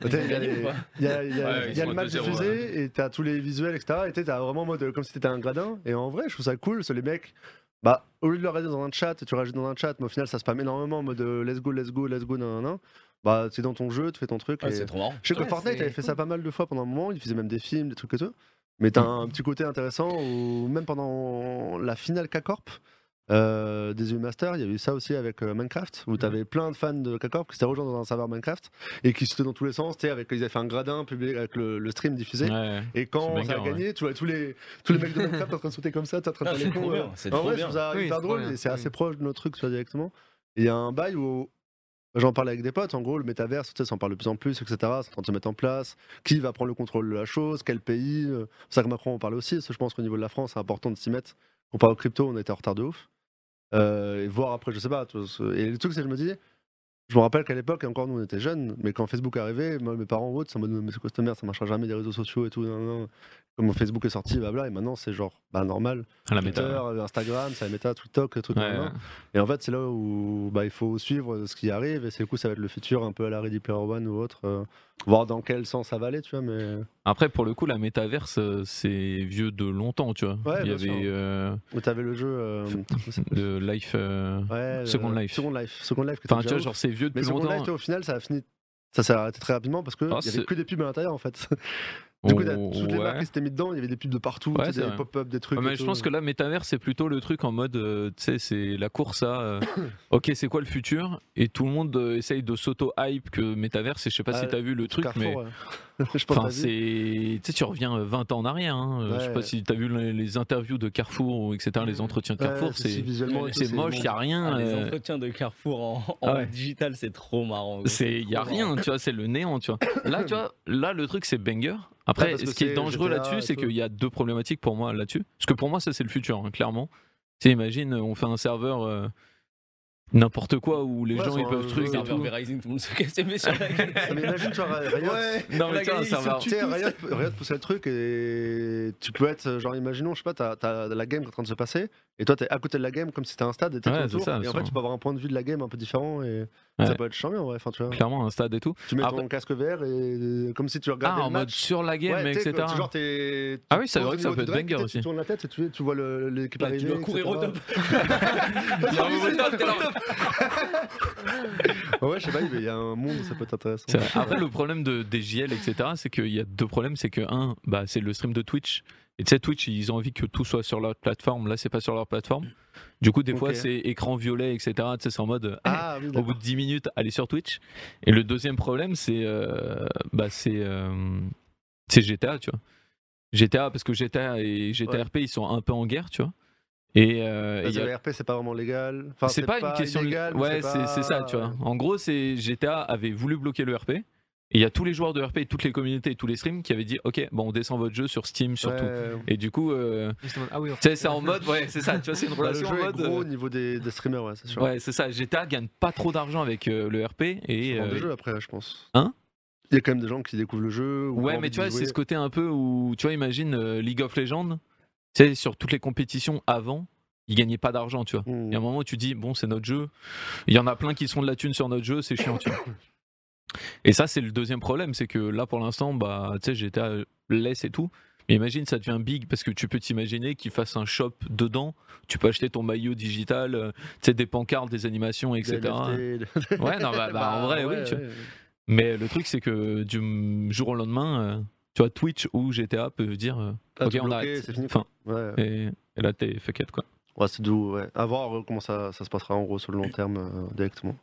Speaker 2: il y a, il y a les- il y a- il y a-
Speaker 4: Ouais,
Speaker 2: il
Speaker 4: ils
Speaker 2: y a
Speaker 4: sont
Speaker 2: le
Speaker 4: à
Speaker 2: match
Speaker 4: 2-0,
Speaker 2: diffusé et t'as tous les visuels, etc. Et t'es- t'as vraiment en mode euh, comme si t'étais un gradin. Et en vrai, je trouve ça cool. C'est les mecs. Bah, au lieu de le rajouter dans un chat, tu rajoutes dans un chat, mais au final, ça spam énormément en mode euh, let's go, let's go, let's go, nan, nan, nan. Bah, c'est dans ton jeu, tu fais ton truc.
Speaker 4: Ah,
Speaker 1: Ouais,
Speaker 2: et-
Speaker 1: c'est trop marrant.
Speaker 2: Je sais que
Speaker 5: Ouais,
Speaker 2: Fortnite
Speaker 5: c'est
Speaker 2: avait fait
Speaker 5: cool.
Speaker 2: ça pas mal de fois pendant un moment, il faisait même des films, des trucs et tout. Mais t'as un petit côté intéressant où même pendant la finale K-Corp euh, des EU Masters, il y a eu ça aussi avec euh, Minecraft, où t'avais plein de fans de K-Corp qui s'étaient rejoints dans un serveur Minecraft et qui c'était dans tous les sens, t'sais, avec, ils avaient fait un gradin publié avec le, le stream diffusé.
Speaker 4: Ouais.
Speaker 2: Et quand
Speaker 4: C'est
Speaker 2: ça a
Speaker 4: banger,
Speaker 2: gagné, tu vois tous les, tous les mecs de Minecraft en train de sauter comme ça, t'es en train de
Speaker 1: Ah,
Speaker 2: faire
Speaker 1: c'est
Speaker 2: les
Speaker 1: trop
Speaker 2: cons.
Speaker 1: bien,
Speaker 2: euh.
Speaker 1: c'est
Speaker 2: En
Speaker 1: trop
Speaker 2: vrai, je
Speaker 1: bien.
Speaker 2: trouve ça
Speaker 5: Oui,
Speaker 2: hyper
Speaker 5: c'est trop
Speaker 2: drôle
Speaker 5: bien,
Speaker 2: et c'est
Speaker 5: oui.
Speaker 2: assez proche de notre truc, tu vois, directement. Et il y a un bail où bah, j'en parlais avec des potes, en gros, le métaverse, tu sais, ça en parle de plus en plus, etc. C'est en train de se mettre en place. Qui va prendre le contrôle de la chose Quel pays euh, C'est ça que Macron en parlait aussi. parce que je pense qu'au niveau de la France, c'est important de s'y mettre. Comparé aux crypto, on était en retard de ouf. Euh, et voir après, je sais pas. tu vois, ce- Et le truc, c'est que je me dis, je me rappelle qu'à l'époque, et encore nous, on était jeunes, mais quand Facebook est arrivé, moi, mes parents autres, c'est en mode, mais c'est quoi cette merde, ça marchera jamais des réseaux sociaux et tout. nan, nan. Comme Facebook est sorti, blabla, et maintenant, c'est genre, bah normal.
Speaker 4: Ah, La
Speaker 2: Twitter,
Speaker 4: métavers.
Speaker 2: euh, Instagram, ça méta, TikTok, truc
Speaker 4: Ouais,
Speaker 2: comme ça.
Speaker 4: ouais.
Speaker 2: Et en fait, c'est là où bah, il faut suivre ce qui arrive. Et c'est le coup, ça va être le futur, un peu à la Ready Player One ou autre. euh, voir dans quel sens ça va aller, tu vois. Mais
Speaker 4: Après, pour le coup, la métaverse, euh, c'est vieux de longtemps, tu vois.
Speaker 2: Ouais,
Speaker 4: Il y
Speaker 2: bien sûr.
Speaker 4: avait euh,
Speaker 2: où t'avais le jeu. euh,
Speaker 4: de Life. euh,
Speaker 2: ouais,
Speaker 4: Second
Speaker 2: euh,
Speaker 4: Life.
Speaker 2: Second Life. Second Life. que
Speaker 4: Enfin,
Speaker 2: t'as
Speaker 4: tu
Speaker 2: déjà
Speaker 4: vois,
Speaker 2: ouf.
Speaker 4: genre, c'est vieux
Speaker 2: mais
Speaker 4: depuis
Speaker 2: Second Life,
Speaker 4: longtemps. hein.
Speaker 2: toi, au final, ça a fini. Ça s'est arrêté très rapidement parce que il
Speaker 4: Ah,
Speaker 2: y
Speaker 4: c'est-
Speaker 2: avait que des pubs à l'intérieur en fait. Du coup, t'as
Speaker 4: Oh,
Speaker 2: toutes les marques
Speaker 4: ouais.
Speaker 2: qui s'étaient mises dedans, il y avait des pubs de partout,
Speaker 4: Ouais,
Speaker 2: tu sais,
Speaker 4: c'est
Speaker 2: des
Speaker 4: vrai.
Speaker 2: pop-up, des trucs.
Speaker 4: Ouais,
Speaker 2: et
Speaker 4: mais je
Speaker 2: tout.
Speaker 4: pense que là, métavers, c'est plutôt le truc en mode, euh, tu sais, c'est la course à, euh, ok, c'est quoi le futur Et tout le monde euh, essaye de s'auto-hype que métavers, et je sais pas
Speaker 2: Ah,
Speaker 4: si t'as vu le truc, mais.
Speaker 2: Carrefour, ouais. je pense
Speaker 4: Enfin,
Speaker 2: pas.
Speaker 4: c'est. Tu sais, tu reviens euh, 20 ans en arrière. hein. Euh, Je sais
Speaker 2: Ouais.
Speaker 4: pas si t'as vu les, les interviews de Carrefour, ou etc., les entretiens de Carrefour, c'est.
Speaker 1: Ouais,
Speaker 4: C'est moche, y a rien.
Speaker 1: Ah, les
Speaker 4: euh,
Speaker 1: entretiens de Carrefour en,
Speaker 4: Ah
Speaker 1: en
Speaker 4: ouais.
Speaker 1: digital, c'est trop marrant. gros.
Speaker 4: C'est il y a
Speaker 1: trop marrant.
Speaker 4: rien, tu vois, c'est le néant, tu vois. Là, tu vois, là le truc c'est banger. Après,
Speaker 2: Ouais, parce que
Speaker 4: ce qui est
Speaker 2: c'est
Speaker 4: dangereux
Speaker 2: GTA
Speaker 4: là-dessus,
Speaker 2: et
Speaker 4: c'est
Speaker 2: tout.
Speaker 4: qu'il y a deux problématiques pour moi là-dessus. Parce que pour moi, ça c'est le futur, hein, clairement. Tu sais, imagine, on fait un serveur. euh, n'importe quoi où les
Speaker 2: Ouais,
Speaker 4: gens
Speaker 2: c'est
Speaker 4: ils
Speaker 2: un
Speaker 4: peuvent
Speaker 2: jeu,
Speaker 4: truc
Speaker 2: c'est
Speaker 4: et
Speaker 2: un
Speaker 4: tout.
Speaker 1: Rising, tout le monde se casse les pieds sur la gueule.
Speaker 2: Mais imagine, tu vois, Riot.
Speaker 4: Non mais
Speaker 1: La
Speaker 4: t'as un
Speaker 1: galerie, ils sont
Speaker 4: serveur.
Speaker 1: tous-
Speaker 2: Tu sais, Riot, Riot pousse le truc et tu peux être, euh, genre, imaginons, je sais pas, t'as, t'as la game qui est en train de se passer et toi t'es à côté de la game comme si t'es un stade et t'es
Speaker 4: Ouais,
Speaker 2: autour.
Speaker 4: c'est ça,
Speaker 2: et en
Speaker 4: ça.
Speaker 2: fait, tu peux avoir un point de vue de la game un peu différent et
Speaker 4: Ouais.
Speaker 2: ça peut être chambé en vrai. Enfin, tu vois,
Speaker 4: Clairement un stade et tout.
Speaker 2: tu mets
Speaker 4: Après-
Speaker 2: ton casque vert et euh, comme si tu regardais
Speaker 4: Ah en
Speaker 2: le
Speaker 4: mode
Speaker 2: match.
Speaker 4: sur la game
Speaker 2: Ouais, tu sais,
Speaker 4: etc.
Speaker 2: quand- genre, t'es-
Speaker 4: Ah
Speaker 2: tu
Speaker 4: oui, ça,
Speaker 2: te
Speaker 4: c'est vrai
Speaker 2: poses
Speaker 4: que ça
Speaker 2: au
Speaker 4: peut
Speaker 2: niveau de
Speaker 4: être
Speaker 2: Drake,
Speaker 4: banger
Speaker 2: tu sais,
Speaker 4: aussi.
Speaker 2: Tu tournes la tête et tu, tu vois le- l'équipe
Speaker 1: Là, tu
Speaker 2: arriver.
Speaker 1: dois courir au
Speaker 2: etc.
Speaker 1: top.
Speaker 4: Il y a un moment, t'es là-
Speaker 2: Ouais, je sais pas, mais il y a un monde où ça peut être intéressant. Ah
Speaker 4: C'est vrai. Après, le problème de, des JL, etc., c'est qu'il y a deux problèmes. C'est que, un, bah, c'est le stream de Twitch. Et tu sais, Twitch, ils ont envie que tout soit sur leur plateforme. Là, c'est pas sur leur plateforme. Du coup, des fois,
Speaker 2: Ok.
Speaker 4: c'est écran violet, etc. Tu sais, c'est en mode.
Speaker 2: Ah oui,
Speaker 4: Au bout de 10 minutes, aller sur Twitch. Et le deuxième problème, c'est euh, bah, c'est euh, c'est GTA, tu vois. GTA, parce que GTA et GTRP, ils sont un peu en guerre, tu vois. Et euh, et il y a-
Speaker 2: Le RP, Ah, c'est pas vraiment légal. Enfin,
Speaker 4: c'est pas, une question
Speaker 2: illégal,
Speaker 4: de.
Speaker 2: mais
Speaker 4: Ouais, c'est
Speaker 2: pas-
Speaker 4: c'est ça, tu vois. En gros, c'est GTA avait voulu bloquer le RP. Et il y a tous les joueurs de RP, et toutes les communautés et tous les streams qui avaient dit Ok, bon, on descend votre jeu sur Steam, surtout.
Speaker 2: Ouais.
Speaker 4: Et du coup, euh,
Speaker 5: Justement, Ah oui, en
Speaker 4: tu sais, c'est en mode. Ouais, c'est ça, tu vois, c'est une
Speaker 2: Bah, le
Speaker 4: relation
Speaker 2: jeu
Speaker 4: en
Speaker 2: est
Speaker 4: mode.
Speaker 2: gros au
Speaker 4: euh,
Speaker 2: niveau des, des streamers, ouais, c'est sûr.
Speaker 4: Ouais, c'est ça. GTA gagne pas trop d'argent avec euh, le RP.
Speaker 2: Ça
Speaker 4: Et,
Speaker 2: dépend des
Speaker 4: euh,
Speaker 2: jeux après, je pense.
Speaker 4: Hein
Speaker 2: Il y a quand même des gens qui découvrent le jeu. ou qui ont
Speaker 4: Ouais, mais tu
Speaker 2: envie d'y
Speaker 4: vois, c'est
Speaker 2: jouer.
Speaker 4: ce côté un peu où, tu vois, imagine euh, League of Legends, tu sais, sur toutes les compétitions avant, ils gagnaient pas d'argent, tu vois.
Speaker 2: Hmm.
Speaker 4: Il y a un moment où tu dis, bon, c'est notre jeu, il y en a plein qui se font de la thune sur notre jeu, c'est chiant, tu vois. Et ça, c'est le deuxième problème, c'est que là, pour l'instant, bah, tu sais, j'étais à l'Est et tout. Mais imagine, ça devient big parce que tu peux t'imaginer qu'ils fassent un shop dedans, tu peux acheter ton maillot digital, euh, tu sais, des pancartes, des animations,
Speaker 2: Des
Speaker 4: etc.
Speaker 2: NFT, des-
Speaker 4: Ouais, non, bah, bah, en vrai,
Speaker 2: ouais,
Speaker 4: oui, tu vois.
Speaker 2: ouais.
Speaker 4: Mais le truc, c'est que du m- jour au lendemain, euh, tu vois, Twitch ou GTA peuvent dire euh,
Speaker 2: Ah,
Speaker 4: Ok,
Speaker 2: t'es
Speaker 4: on
Speaker 2: bloqué,
Speaker 4: arrête.
Speaker 2: c'est fini,
Speaker 4: Enfin,
Speaker 2: Ouais,
Speaker 4: et, et là, t'es fuck it, quoi.
Speaker 2: Ouais, c'est doux, ouais. À voir euh, comment ça, ça se passera en gros sur le long terme euh, directement.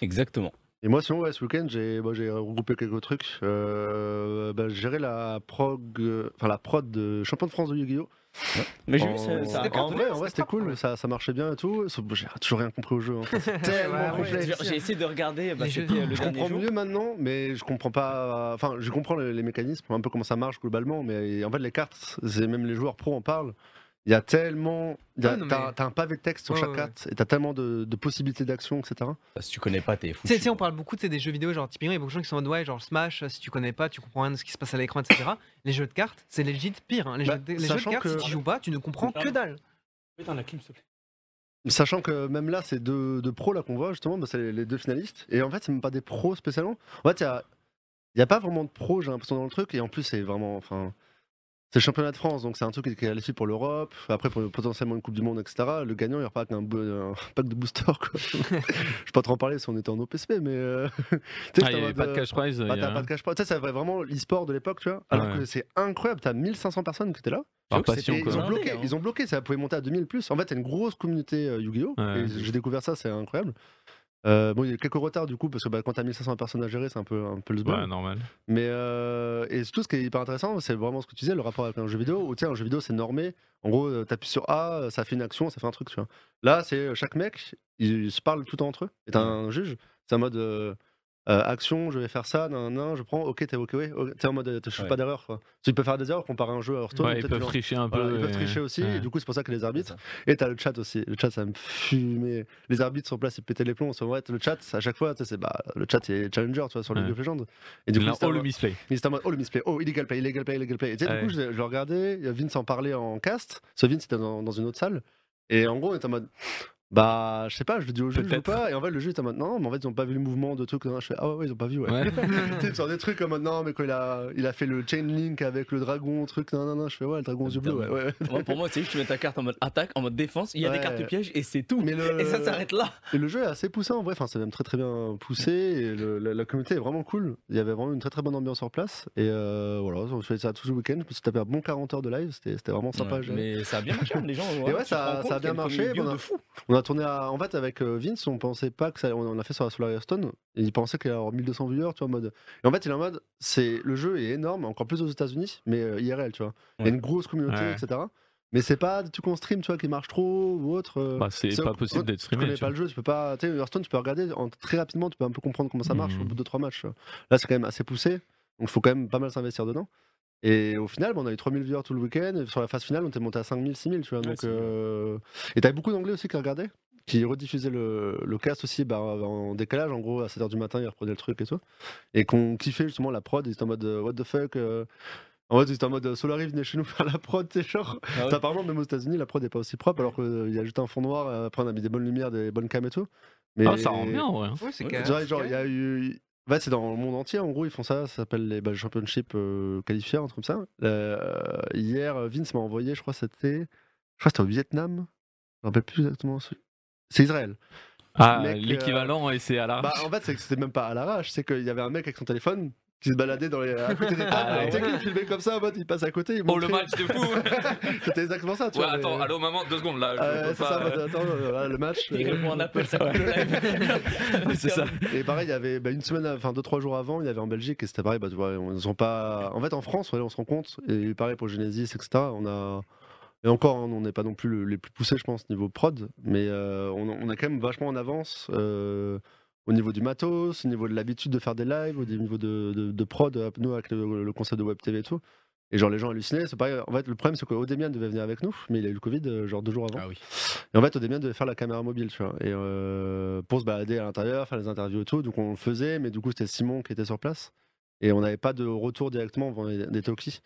Speaker 1: Exactement.
Speaker 2: Et moi, sinon, ouais, ce week-end, j'ai bah, j'ai regroupé quelques trucs. Euh, bah, j'ai géré la prog, euh, enfin la prod de champion de France de Yu-Gi-Oh!
Speaker 1: Mais j'ai
Speaker 2: en...
Speaker 1: vu ça. ça-
Speaker 5: c'était
Speaker 2: en
Speaker 5: cartonné,
Speaker 2: vrai, en vrai,
Speaker 5: c'était
Speaker 2: Oh. c'était cool, ça, ça marchait bien et tout. Sauf que J'ai toujours rien compris au jeu. hein. C'est tellement
Speaker 5: ouais,
Speaker 2: complexe.
Speaker 5: ouais.
Speaker 1: J'ai essayé de regarder. bah,
Speaker 5: Les
Speaker 1: c'était
Speaker 5: jeux-
Speaker 1: le
Speaker 2: Je
Speaker 1: dernier
Speaker 2: comprends
Speaker 1: jour.
Speaker 2: mieux maintenant, mais je comprends pas. Enfin, je comprends les, les mécanismes, un peu comment ça marche globalement, mais en fait, les cartes, c'est même les joueurs pro en parlent. Il y a tellement. il y a-
Speaker 5: Ouais, non, mais-
Speaker 2: T'as t'as un pavé de texte sur
Speaker 5: Ouais,
Speaker 2: chaque
Speaker 5: ouais,
Speaker 2: carte et t'as tellement de, de possibilités d'action, etc.
Speaker 1: Bah, Si tu connais pas, t'es fou.
Speaker 5: Tu sais, tu sais, on parle beaucoup tu sais, des jeux vidéo, genre typiquement, il y a beaucoup de gens qui sont en mode ouais, genre Smash, si tu connais pas, tu comprends rien de ce qui se passe à l'écran, etc. Les jeux de cartes, c'est legit pire. hein. Les,
Speaker 2: Bah,
Speaker 5: jeux, de- les jeux
Speaker 2: sachant
Speaker 5: de cartes,
Speaker 2: que-
Speaker 5: si tu joues pas, tu ne comprends que dalle.
Speaker 3: Putain, la clim, s'il te plaît.
Speaker 2: Sachant que même là, c'est deux, deux pros là qu'on voit justement, bah, c'est les- les deux finalistes. Et en fait, c'est même pas des pros spécialement. En fait, il y a, il y a pas vraiment de pros, j'ai l'impression, dans le truc. Et en plus, c'est vraiment. Enfin, c'est le championnat de France, donc c'est un truc qui est qualifié pour l'Europe. Après, pour potentiellement une Coupe du Monde, etc. Le gagnant, il repart avec un, bo- un pack de booster. Quoi. je peux pas trop en parler si on était en OPSP, mais. euh, tu sais, j'étais
Speaker 4: Ah, il
Speaker 2: en
Speaker 4: n'y avait
Speaker 2: mode,
Speaker 4: pas de
Speaker 2: euh,
Speaker 4: cash prize.
Speaker 2: bah,
Speaker 4: il y
Speaker 2: t'as
Speaker 4: a-
Speaker 2: pas de cash prize. Tu sais, c'est vraiment l'e-sport de l'époque, tu vois. Alors
Speaker 4: Ouais.
Speaker 2: que c'est incroyable, t'as 1500 personnes qui étaient là.
Speaker 4: par
Speaker 1: j'avoue que
Speaker 4: passion,
Speaker 2: Et
Speaker 1: c'était-
Speaker 4: quoi.
Speaker 2: ils, ont
Speaker 1: Blindé,
Speaker 2: bloqué,
Speaker 1: hein.
Speaker 2: ils ont bloqué, ça pouvait monter à 2000 plus. En fait, t'as une grosse communauté euh, Yu-Gi-Oh!
Speaker 4: Ouais.
Speaker 2: Et j'ai découvert ça, c'est incroyable. Euh, bon, il y a eu quelques retards du coup, parce que bah, quand t'as 1500 personnes à gérer, c'est un peu, un peu le sbal.
Speaker 4: Ouais, normal.
Speaker 2: Mais euh, et surtout, ce qui est hyper intéressant, c'est vraiment ce que tu disais, le rapport avec un jeu vidéo. Où, tu sais, un jeu vidéo, c'est normé. En gros, euh, t'appuies sur A, euh, ça fait une action, ça fait un truc. Tu vois. Là, c'est euh, chaque mec, ils, ils se parlent tout le temps entre eux. Et t'as un juge, c'est en mode euh, euh, action, je vais faire ça, nan, nan, je prends, ok, t'es ok, ouais, ok. t'es en mode, euh, je fais
Speaker 1: Ouais.
Speaker 2: pas d'erreur. quoi. Parce qu'ils peuvent faire des erreurs comparé à un jeu à Hearthstone.
Speaker 4: Ouais, ils
Speaker 2: peut-être
Speaker 4: peuvent
Speaker 2: leur-
Speaker 4: tricher un peu.
Speaker 2: voilà, ils peuvent
Speaker 4: et-
Speaker 2: tricher aussi,
Speaker 4: ouais.
Speaker 2: et du coup, c'est pour ça que les arbitres. Et t'as le chat aussi. Le chat, ça me fumait. Les arbitres sur place, ils pétaient les plombs. En vrai, le chat, à chaque fois, tu sais, c'est bah, le chat, c'est challenger, tu vois, sur League
Speaker 4: Ouais.
Speaker 2: of Legends. Et du coup,
Speaker 4: Là,
Speaker 2: c'était
Speaker 4: oh,
Speaker 2: en
Speaker 4: le
Speaker 2: mode-
Speaker 4: misplay.
Speaker 2: ils étaient en mode, oh, le misplay, oh, illegal play, illegal play, illegal play. Et tu sais,
Speaker 4: Ah Ouais.
Speaker 2: du coup, je, je le regardais, Vince en parlait en cast. Ce Vince était dans, dans une autre salle. Et en gros, on était en mode. Bah, je sais pas, je le dis au jeu, je joue
Speaker 4: Peut-être.
Speaker 2: pas. Et en fait, le jeu était en mode, non, non, mais en fait, ils ont pas vu le mouvement de trucs. Je fais, ah ouais, ouais, ils ont pas vu, ouais.
Speaker 4: Ouais.
Speaker 2: Tu sais, sur des trucs comme non, mais quand il a, il a fait le chain link avec le dragon, truc, non, non, non, je fais, ouais, le dragon aux yeux bleus, ouais, ouais.
Speaker 1: Moi, pour moi, c'est juste que tu mets ta carte en mode attaque, en mode défense, il y a
Speaker 2: Ouais.
Speaker 1: des cartes pièges et c'est tout.
Speaker 2: Mais euh, le-
Speaker 1: Et ça s'arrête là.
Speaker 2: Et le jeu est assez poussé en vrai, enfin, c'est même très très bien poussé, et le- la, la communauté est vraiment cool. Il y avait vraiment une très très bonne ambiance sur place, et euh, voilà, on fait ça tout le week-end, je me suis tapé un bon 40 heures de live, c'était c'était vraiment sympa.
Speaker 1: Ouais,
Speaker 2: j'ai-
Speaker 1: mais ça a bien marché, hein, les gens.
Speaker 2: Et ouais,
Speaker 1: tu te
Speaker 2: ça-
Speaker 1: rends
Speaker 2: ça
Speaker 1: compte
Speaker 2: a bien
Speaker 1: qu'il y une
Speaker 2: marché,
Speaker 1: communauté
Speaker 2: bon, euh,
Speaker 1: de fou.
Speaker 2: On a tourné à- en fait avec euh, Vince, on pensait pas que ça, on on a fait sur la Solar Stone, et il pensait qu'il allait avoir 1200 viewers, tu vois, en mode. Et en fait, il est en mode, c'est le jeu est énorme, encore plus aux États-Unis, mais euh, IRL, tu vois. Il y a
Speaker 1: Ouais.
Speaker 2: une grosse communauté,
Speaker 4: Ouais.
Speaker 2: etc. Mais c'est pas des trucs qu'on stream, tu vois, qui marchent trop ou autre. euh.
Speaker 4: Bah, c'est
Speaker 2: C'est-
Speaker 4: pas possible d'être
Speaker 2: tu connais
Speaker 4: streamé. tu
Speaker 2: pas
Speaker 4: vois.
Speaker 2: le jeu, tu peux pas. Tu sais, Hearthstone, tu peux regarder en- très rapidement, tu peux un peu comprendre comment ça marche
Speaker 4: Mhm.
Speaker 2: au bout de 3 matchs. Là, c'est quand même assez poussé, donc il faut quand même pas mal s'investir dedans. Et au final, bah, on a eu 3000 viewers tout le week-end, et sur la phase finale, on était monté à 5000, 6000, tu vois.
Speaker 1: Ouais,
Speaker 2: donc,
Speaker 1: c'est bien.
Speaker 2: euh, Et t'avais beaucoup d'anglais aussi qui regardaient qui rediffusait le, le cast aussi bah, en décalage, en gros, à 7h du matin, ils reprenaient le truc et tout. Et qu'on kiffait justement la prod, ils étaient en mode euh, What the fuck euh, En mode, ils étaient en mode euh, Solari, venez chez nous faire la prod, c'est genre.
Speaker 1: Ah ouais.
Speaker 2: Ça, apparemment, même aux États-Unis, la prod n'est pas aussi propre, alors qu'il y a juste un fond noir, euh, après on a mis des bonnes lumières, des bonnes cams et tout. Mais
Speaker 4: Ah, ça rend bien en vrai.
Speaker 5: Ouais, c'est
Speaker 2: Ouais,
Speaker 5: carré,
Speaker 2: genre,
Speaker 5: c'est
Speaker 2: genre, il
Speaker 5: carré.
Speaker 2: y a eu. Ouais, c'est dans le monde entier, en gros, ils font ça, ça s'appelle les bah, Championships euh, qualifiés, un truc comme ça. Euh, hier, Vince m'a envoyé, je crois, c'était. Je crois que c'était au Vietnam. Je me rappelle plus exactement. ce- C'est Israël.
Speaker 4: Ah,
Speaker 2: Mec, euh,
Speaker 4: l'équivalent, et c'est à la.
Speaker 2: Bah, en fait, c'est que c'était même pas à l'arrache, c'est qu'il y avait un mec avec son téléphone qui se baladait dans les, à côté des tables.
Speaker 4: Ah,
Speaker 2: Tu sais, qu'il filmait comme ça, en mode, il passe à côté. Il
Speaker 4: Oh, le
Speaker 2: montrait-
Speaker 4: match de fou
Speaker 2: C'était exactement ça, tu
Speaker 4: Ouais,
Speaker 2: vois. mais-
Speaker 4: attends, allô maman, deux secondes là. je
Speaker 2: Euh,
Speaker 4: peux
Speaker 2: c'est
Speaker 4: pas,
Speaker 2: ça, en
Speaker 4: euh,
Speaker 2: mode, attends, euh, voilà, le match.
Speaker 1: Il
Speaker 2: euh,
Speaker 1: répond à un appel, ça coupe live.
Speaker 4: c'est ça.
Speaker 2: Et pareil, il y avait bah, une semaine, enfin deux trois jours avant, il y avait en Belgique et c'était pareil. Bah, tu vois, on- ils ont pas. En fait, en France, ouais, on se rend compte. Et pareil pour Genesis, etc. On a et encore, hein, on n'est pas non plus le- les plus poussés, je pense, niveau prod, mais euh, on, on est quand même vachement en avance euh, au niveau du matos, au niveau de l'habitude de faire des lives, au niveau de, de- de prod, euh, nous avec le, le concept de Web TV et tout. Et genre les gens hallucinaient, c'est pareil. En fait, le problème c'est que Odemian devait venir avec nous, mais il a eu le Covid euh, genre deux jours avant.
Speaker 3: oui.
Speaker 2: Et en fait, au début, on devait faire la caméra mobile, tu vois, et euh, pour se balader à l'intérieur, faire les interviews et tout. Donc on le faisait, mais du coup, c'était Simon qui était sur place. Et on n'avait pas de retour directement avant les- des talkies.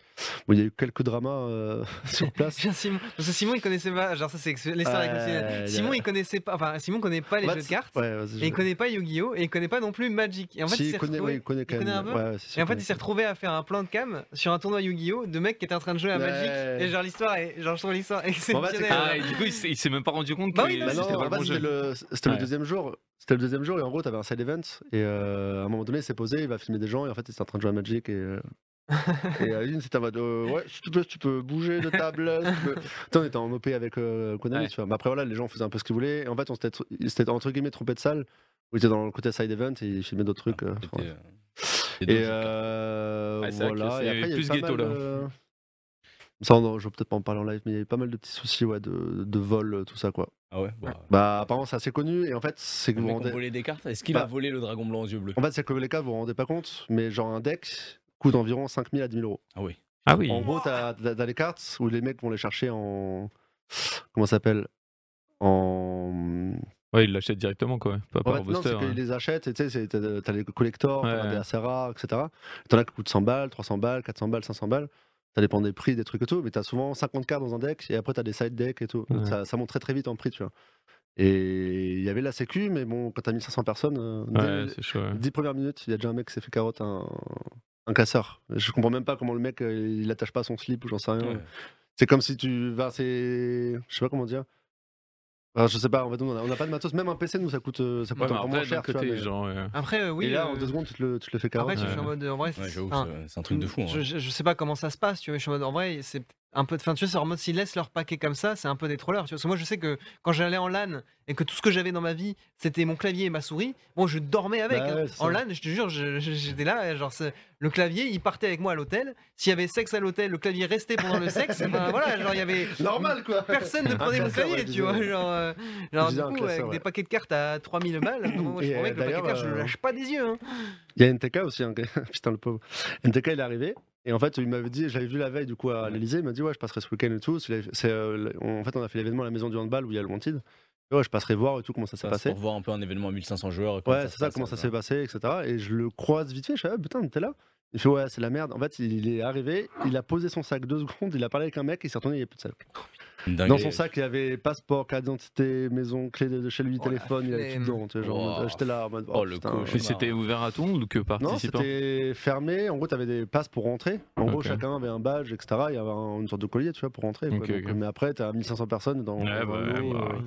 Speaker 2: Bon, il y a eu quelques dramas euh, sur place.
Speaker 5: Tiens, Simon. Parce que Simon, il connaissait pas. Genre, ça, c'est ex- l'histoire avec
Speaker 2: Ouais,
Speaker 5: Lucien.
Speaker 2: il y a-
Speaker 5: Simon, il connaissait pas. Enfin, Simon connaît pas les
Speaker 2: Ouais,
Speaker 5: jeux de cartes.
Speaker 2: Ouais, vas-y, je-
Speaker 5: Et il connaît pas Yu-Gi-Oh! Et il connaît pas non plus Magic. Et en fait,
Speaker 2: Si,
Speaker 5: il
Speaker 2: il
Speaker 5: s'est
Speaker 2: connaît, ouais,
Speaker 5: retrouvé-
Speaker 2: il connaît quand
Speaker 5: il connaît
Speaker 2: même.
Speaker 5: un peu
Speaker 2: ouais, ouais, c'est sûr,
Speaker 5: Et en fait,
Speaker 2: connaît.
Speaker 5: il s'est retrouvé à faire un plan de cam sur un tournoi Yu-Gi-Oh! de mecs qui étaient en train de jouer à Magic.
Speaker 2: Ouais.
Speaker 5: Et genre, l'histoire est. Genre, je trouve l'histoire
Speaker 2: c'est
Speaker 5: exceptionnelle.
Speaker 2: que-
Speaker 4: Ah, et du coup, il s'est il s'est même pas rendu compte
Speaker 5: Bah
Speaker 4: que
Speaker 5: oui, non,
Speaker 2: Bah
Speaker 5: mais
Speaker 2: non,
Speaker 4: c'était pas
Speaker 2: en
Speaker 4: le bon
Speaker 2: fait,
Speaker 4: jeu.
Speaker 2: c'était le, c'était le
Speaker 4: Ouais.
Speaker 2: deuxième jour. C'était le deuxième jour et en gros t'avais un side event et euh, à un moment donné il s'est posé, il va filmer des gens et en fait il était en train de jouer à Magic et, euh, et euh, une c'était en mode euh, ouais si tu peux tu peux bouger de table. si tu peux. Putain, on était en OP avec euh, Konami
Speaker 4: Ouais.
Speaker 2: tu vois. Mais après voilà les gens faisaient un peu ce qu'ils voulaient et en fait on s'était tr- ils s'étaient entre guillemets trompé de salle. Où il était dans le côté side event et il filmait d'autres
Speaker 5: Ah,
Speaker 2: trucs. euh, enfin,
Speaker 1: C'était, euh, c'était logique.
Speaker 2: et euh,
Speaker 4: Ouais, c'est vrai que
Speaker 2: voilà.
Speaker 4: c'est
Speaker 2: Et après, il y a eu
Speaker 4: plus
Speaker 2: pas
Speaker 4: ghetto,
Speaker 2: mal
Speaker 4: là.
Speaker 2: de- Ça, on en- je vais peut-être pas en parler en live, mais il y a eu pas mal de petits soucis ouais, de, de vol, euh, tout ça quoi.
Speaker 1: Ah ouais, bah,
Speaker 2: Bah apparemment c'est assez connu et en fait c'est que
Speaker 1: Le
Speaker 2: vous
Speaker 1: mec,
Speaker 2: vous
Speaker 1: on
Speaker 2: rendez...
Speaker 1: volait des cartes. Est-ce qu'il
Speaker 2: Bah.
Speaker 1: a volé le dragon blanc aux yeux bleus
Speaker 2: En fait c'est que les cas vous vous rendez pas compte mais genre un deck coûte environ 5000 à 10 000 euros.
Speaker 1: Ah oui.
Speaker 4: Ah oui.
Speaker 2: En gros t'as t'as- t'as les cartes où les mecs vont les chercher en... Comment ça s'appelle En...
Speaker 4: Ouais, il l'achète directement quoi, pas
Speaker 2: En
Speaker 4: par
Speaker 2: fait, non, c'est
Speaker 4: booster.
Speaker 2: qu'ils les achètent, et tu sais, c'est- t'as t'as les collectors, t'en as
Speaker 4: Ouais.
Speaker 2: des assez rares, etc. T'en as qui coûtent 100 balles, 300 balles, 400 balles, 500 balles. Ça dépend des prix, des trucs et tout, mais t'as souvent 50 cartes dans un deck, et après t'as des side decks et tout. Donc
Speaker 4: Ouais.
Speaker 2: ça, ça monte très très vite en prix, tu vois. Et il y avait la sécu, mais bon, quand t'as 1500 personnes, euh, dès
Speaker 4: Ouais,
Speaker 2: les
Speaker 4: c'est chaud. ouais.
Speaker 2: 10 premières minutes, il y a déjà un mec qui s'est fait carotte un, un casseur. Je comprends même pas comment le mec, euh, il attache pas son slip ou j'en sais rien.
Speaker 1: Ouais.
Speaker 2: C'est comme si tu vas, c'est. Je sais pas comment dire. Enfin, je sais pas, en fait, nous, on a- on n'a pas de matos. Même un PC, nous, ça coûte, euh, ça coûte
Speaker 4: Ouais, mais
Speaker 2: encore moins
Speaker 4: après, d'un
Speaker 2: cher. tu vois,
Speaker 4: côté,
Speaker 2: mais-
Speaker 4: genre. euh,
Speaker 5: Après, euh, oui.
Speaker 2: et là, en
Speaker 5: euh,
Speaker 2: deux secondes, tu te le, tu te le fais carotte.
Speaker 5: Après, je suis en
Speaker 4: Ouais.
Speaker 5: mode. euh, En vrai,
Speaker 1: Ouais,
Speaker 5: c'est-
Speaker 1: j'avoue,
Speaker 5: enfin,
Speaker 1: c'est- c'est un truc de fou. hein.
Speaker 5: Ah. Mm. Je, je- je sais pas comment ça se passe, tu vois, mais je suis en mode, en vrai, c'est un peu de fin, tu vois, c'est en mode s'ils laissent leur paquet comme ça, c'est un peu des trollers, tu vois. Parce que moi, je sais que quand j'allais en LAN et que tout ce que j'avais dans ma vie, c'était mon clavier et ma souris, bon, je dormais avec.
Speaker 2: Bah
Speaker 5: hein.
Speaker 2: ouais, c'est
Speaker 5: en
Speaker 2: ça.
Speaker 5: LAN, je te jure, je- je- j'étais là, genre, c'est- le clavier, il partait avec moi à l'hôtel. S'il y avait sexe à l'hôtel, le clavier restait pendant le sexe. Enfin, voilà, genre, il y avait.
Speaker 2: Normal, quoi
Speaker 5: Personne ne prenait mon
Speaker 2: classeur, ouais,
Speaker 5: clavier, tu vois.
Speaker 2: bizarre.
Speaker 5: Genre, euh, genre du
Speaker 2: Bizarre, un
Speaker 5: coup,
Speaker 2: classeur,
Speaker 5: avec
Speaker 2: ouais.
Speaker 5: des paquets de cartes à 3000 balles, moi, je
Speaker 2: Et, euh,
Speaker 5: promets que le paquet de
Speaker 2: d'ailleurs,
Speaker 5: cartes, je le
Speaker 2: euh,
Speaker 5: lâche pas des yeux. hein.
Speaker 2: Il y a NTK aussi, hein, putain le pauvre. NTK il est arrivé et en fait il m'avait dit, j'avais vu la veille du coup à l'Elysée, il m'a dit ouais je passerai ce week-end et tout. C'est la- c'est, euh, le- on- en fait on a fait l'événement à la maison du handball où il y a le Wanted. Ouais je passerai voir et tout comment ça s'est
Speaker 1: Ça,
Speaker 2: passé.
Speaker 1: c'est Pour voir un peu un événement à 1500 joueurs. et comment
Speaker 2: Ouais, c'est
Speaker 1: se
Speaker 2: ça,
Speaker 1: passe, euh,
Speaker 2: comment ça
Speaker 1: voilà.
Speaker 2: s'est passé, etc. Et je le croise vite fait, je fais, ah, putain, t'es là Il fait, ouais, c'est la merde. En fait, il est arrivé, il a posé son sac deux secondes, il a parlé avec un mec, il s'est retourné, il n'y avait plus de sac.
Speaker 1: Une
Speaker 2: Dans
Speaker 1: dinguerie.
Speaker 2: son sac, il y avait passeport, carte d'identité, maison, clé de de chez lui,
Speaker 5: Oh, la
Speaker 2: téléphone, il y avait tout
Speaker 5: flemme.
Speaker 2: dedans. Tu vois, genre, en mode-
Speaker 1: Wow.
Speaker 2: J'étais là en mode,
Speaker 1: Oh, le
Speaker 2: putain,
Speaker 1: coach.
Speaker 4: Mais c'était ouvert à tout le monde ou que
Speaker 2: non,
Speaker 4: participants
Speaker 2: c'était fermé. En gros, t'avais des passes pour rentrer. En gros,
Speaker 4: Ok.
Speaker 2: chacun avait un badge, etc. Il y avait un- une sorte de collier, tu vois, pour rentrer. quoi.
Speaker 4: Ok,
Speaker 2: Donc,
Speaker 4: ok.
Speaker 2: Mais après, t'as 1500 personnes dans.
Speaker 4: Ouais,
Speaker 2: dans
Speaker 4: bah,
Speaker 2: l'eau,
Speaker 4: ouais, bah,
Speaker 2: euh,
Speaker 4: ouais.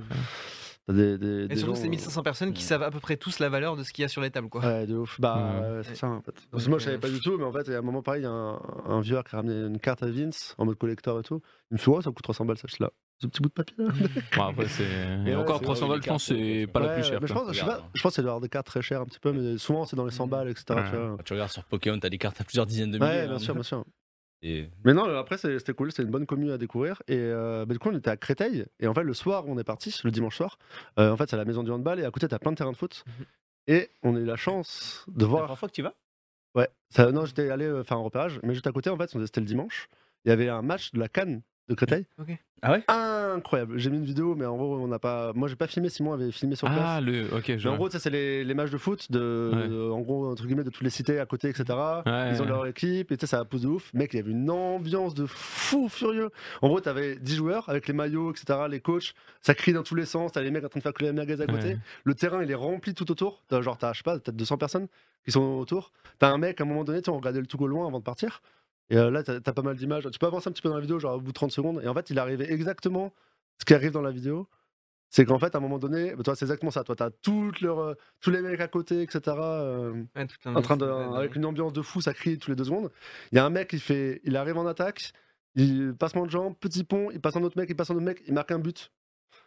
Speaker 2: T'as des, des,
Speaker 5: Et
Speaker 2: des
Speaker 5: surtout,
Speaker 2: gens,
Speaker 5: c'est
Speaker 2: euh,
Speaker 5: 1500 personnes qui
Speaker 1: euh,
Speaker 5: savent à peu près tous la valeur de ce qu'il y a sur les tables, quoi.
Speaker 2: Ouais, de ouf. Bah,
Speaker 4: Ouais.
Speaker 2: ouais, c'est ça en fait. Parce que moi, je savais pas du tout, mais en fait, à un moment pareil, il y a un, un viewer qui a ramené une carte à Vince en mode collector et tout. Il me fait, ouais, ça coûte 300 balles, ça, je suis là. Ce petit bout de papier là.
Speaker 4: Bon, après, c'est.
Speaker 2: ouais,
Speaker 4: Et encore
Speaker 2: c'est-
Speaker 4: 300 balles, je pense, c'est pas la
Speaker 2: Ouais,
Speaker 4: plus chère.
Speaker 2: Mais je
Speaker 4: quoi.
Speaker 2: pense, je sais
Speaker 1: Regarde,
Speaker 2: pas,
Speaker 1: hein.
Speaker 2: je pense que c'est d'avoir des cartes très chères un petit peu, mais souvent, c'est dans les 100 balles, etc.
Speaker 4: Ouais.
Speaker 2: Tu vois.
Speaker 1: Quand tu regardes sur Pokémon, t'as des cartes à plusieurs dizaines de milliers.
Speaker 2: Ouais,
Speaker 1: hein.
Speaker 2: bien sûr, bien sûr.
Speaker 1: Et-
Speaker 2: Mais non, après c'est- c'était cool, c'était une bonne commune à découvrir. Et euh, bah, du coup, on était à Créteil. Et en fait, le soir, on est parti, le dimanche soir. euh, en fait, c'est à la maison du handball. Et à côté, t'as plein de terrains de foot. Et on a eu la chance de
Speaker 1: La
Speaker 2: voir.
Speaker 1: première fois que tu y vas
Speaker 2: Ouais. Ça, non, j'étais allé euh, faire un repérage. Mais juste à côté, en fait, c'était le dimanche. Il y avait un match de la Cannes de Créteil.
Speaker 5: Ok.
Speaker 1: Ah ouais
Speaker 2: Incroyable. J'ai mis une vidéo, mais en gros, on n'a pas. Moi, j'ai pas filmé. Simon avait filmé sur place.
Speaker 4: Ah, le. Ok, je
Speaker 2: Mais en
Speaker 4: vois.
Speaker 2: gros, ça, c'est les, les matchs de foot, de,
Speaker 4: Ouais.
Speaker 2: de- en gros, entre guillemets, de toutes les cités à côté, etc. Ils ont
Speaker 4: ouais.
Speaker 2: leur équipe, et tu sais, ça pousse de ouf. Mec, il y avait une ambiance de fou furieux. En gros, t'avais 10 joueurs avec les maillots, etc., les coachs. Ça crie dans tous les sens. T'as les mecs en train de faire que la merguez à côté.
Speaker 4: Ouais.
Speaker 2: Le terrain, il est rempli tout autour. T'as, genre, t'as, je sais pas, peut-être 200 personnes qui sont autour. T'as un mec, à un moment donné, tu sais, on regardait le tout au loin avant de partir. Et euh, là, t'as, t'as pas mal d'images. Tu peux avancer un petit peu dans la vidéo, genre au bout de 30 secondes. Et en fait, il arrivait exactement ce qui arrive dans la vidéo. C'est qu'en fait, à un moment donné, bah, toi, c'est exactement ça. Toi, t'as toutes leurs, euh, tous les mecs à côté, etc. euh,
Speaker 5: Ouais, toute
Speaker 4: Mmh.
Speaker 2: en train de,
Speaker 5: l'ambiance,
Speaker 4: bah
Speaker 5: ouais,
Speaker 2: avec une ambiance de fou, ça crie tous les deux secondes. Il y a un mec, il fait, il arrive en attaque, il passe de jambe, petit pont, il passe un autre mec, il passe un autre mec, il marque un but.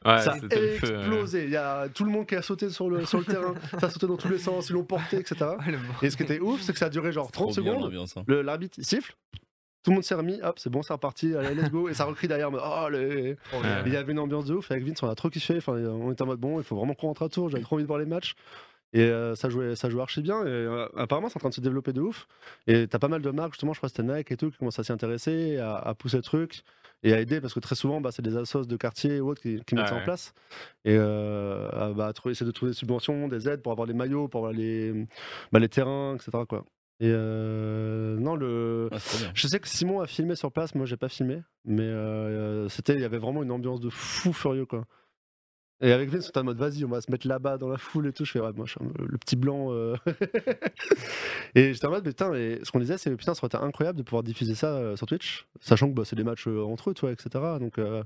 Speaker 4: Ouais,
Speaker 2: ça a
Speaker 4: c'était le feu, ouais.
Speaker 2: explosé. Il y a tout le monde qui a sauté sur le, sur le terrain, ça a sauté dans tous les sens, ils l'ont porté, etc.
Speaker 5: Ouais, le bon.
Speaker 2: Et ce qui était ouf, c'est que ça a duré genre 30
Speaker 1: Trop bien
Speaker 2: secondes.
Speaker 1: l'ambiance, hein.
Speaker 2: Le- L'arbitre il siffle, tout le monde s'est remis, hop, c'est bon, c'est reparti, allez, let's go. Et ça recrie derrière, mais oh, le-
Speaker 5: Trop
Speaker 4: Ouais.
Speaker 5: bien.
Speaker 2: il y avait une ambiance de ouf avec Vince, on a trop kiffé. Enfin, on était en mode bon, il faut vraiment qu'on rentre à tour. J'avais trop envie de voir les matchs. Et euh, ça, jouait, ça jouait archi bien. Et, euh, apparemment, c'est en train de se développer de ouf. Et t'as pas mal de marques, justement, je crois que c'était Nike et tout, qui commencent à s'y intéresser, à, à pousser le truc et à aider parce que très souvent, bah, c'est des assos de quartier ou autres qui, qui mettent ça
Speaker 4: Ouais.
Speaker 2: en place. Et euh, à, bah, trouver, essayer de trouver des subventions, des aides pour avoir les maillots, pour avoir les, bah, les terrains, etc. Quoi. Et euh, non, le.
Speaker 1: Ah, c'est trop bien.
Speaker 2: Je sais que Simon a filmé sur place, moi j'ai pas filmé, mais euh, c'était, il y avait vraiment une ambiance de fou furieux quoi. Et avec Vince, on était en mode vas-y, on va se mettre là-bas dans la foule et tout. Je fais ouais, moi je suis un- le petit blanc. euh. et j'étais en mode putain, et ce qu'on disait, c'est putain, ça aurait été incroyable de pouvoir diffuser ça euh, sur Twitch, sachant que bah, c'est des matchs euh, entre eux, toi, etc. Donc euh,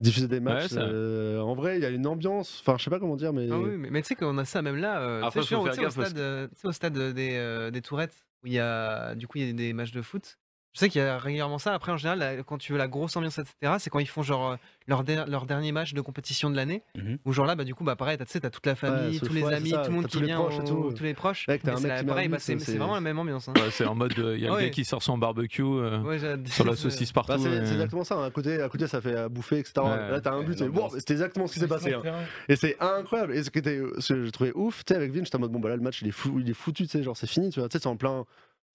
Speaker 2: diffuser des matchs,
Speaker 4: c'est vrai.
Speaker 2: euh, en vrai, il y a une ambiance, enfin je sais pas comment dire, mais
Speaker 5: Ah oui, mais, mais tu sais qu'on a ça même là. euh, tu sais,
Speaker 4: Après,
Speaker 5: je
Speaker 4: faut
Speaker 5: suis au-
Speaker 4: faire
Speaker 5: tu sais, au
Speaker 4: gaffe parce
Speaker 5: stade, euh, tu sais, au stade euh, des, euh, des Tourettes où il y a du coup il y a des matchs de foot. Je sais qu'il y a régulièrement ça. Après, en général, la- quand tu veux la grosse ambiance, etc., c'est quand ils font genre euh, leur, der- leur dernier match de compétition de l'année.
Speaker 1: Mhm.
Speaker 5: Où genre là, bah, du coup, bah, pareil, t'as- tu sais, t'as toute la famille,
Speaker 2: sauf-
Speaker 5: tous les
Speaker 2: ouais, c'est
Speaker 5: amis,
Speaker 2: ça,
Speaker 5: tout le monde
Speaker 2: t'as
Speaker 5: qui
Speaker 2: tous les
Speaker 5: vient,
Speaker 2: proches et
Speaker 5: au-
Speaker 2: tout.
Speaker 5: tous les proches.
Speaker 2: Ouais, que t'as
Speaker 5: Et
Speaker 2: un
Speaker 5: c'est
Speaker 2: mec
Speaker 5: la-
Speaker 2: qui met un
Speaker 5: pareil, bah,
Speaker 2: but,
Speaker 5: c'est
Speaker 2: ça,
Speaker 5: c'est
Speaker 2: c'est-
Speaker 5: vraiment la même ambiance. hein.
Speaker 4: Ouais, c'est en mode, euh, il y a
Speaker 5: Ah
Speaker 4: le
Speaker 5: ouais.
Speaker 4: mec qui sort son barbecue euh,
Speaker 5: Ouais, j'ai-
Speaker 4: sur la saucisse partout.
Speaker 2: Bah, c'est c'est
Speaker 4: euh.
Speaker 2: exactement ça, à côté, à côté ça fait à bouffer, etc.
Speaker 4: Ouais.
Speaker 2: Là t'as un
Speaker 1: Ouais,
Speaker 2: but, et wow,
Speaker 1: l'ambiance.
Speaker 2: c'était exactement ce qui s'est passé. hein.
Speaker 3: Terrain.
Speaker 2: Et c'est incroyable. Et ce, qui était, ce que j'ai trouvé ouf, tu sais, avec Vin, j'étais en mode, bon, bah là, le match, il est, fou, il est foutu, tu sais, genre, c'est fini, tu vois, tu sais, c'est en plein.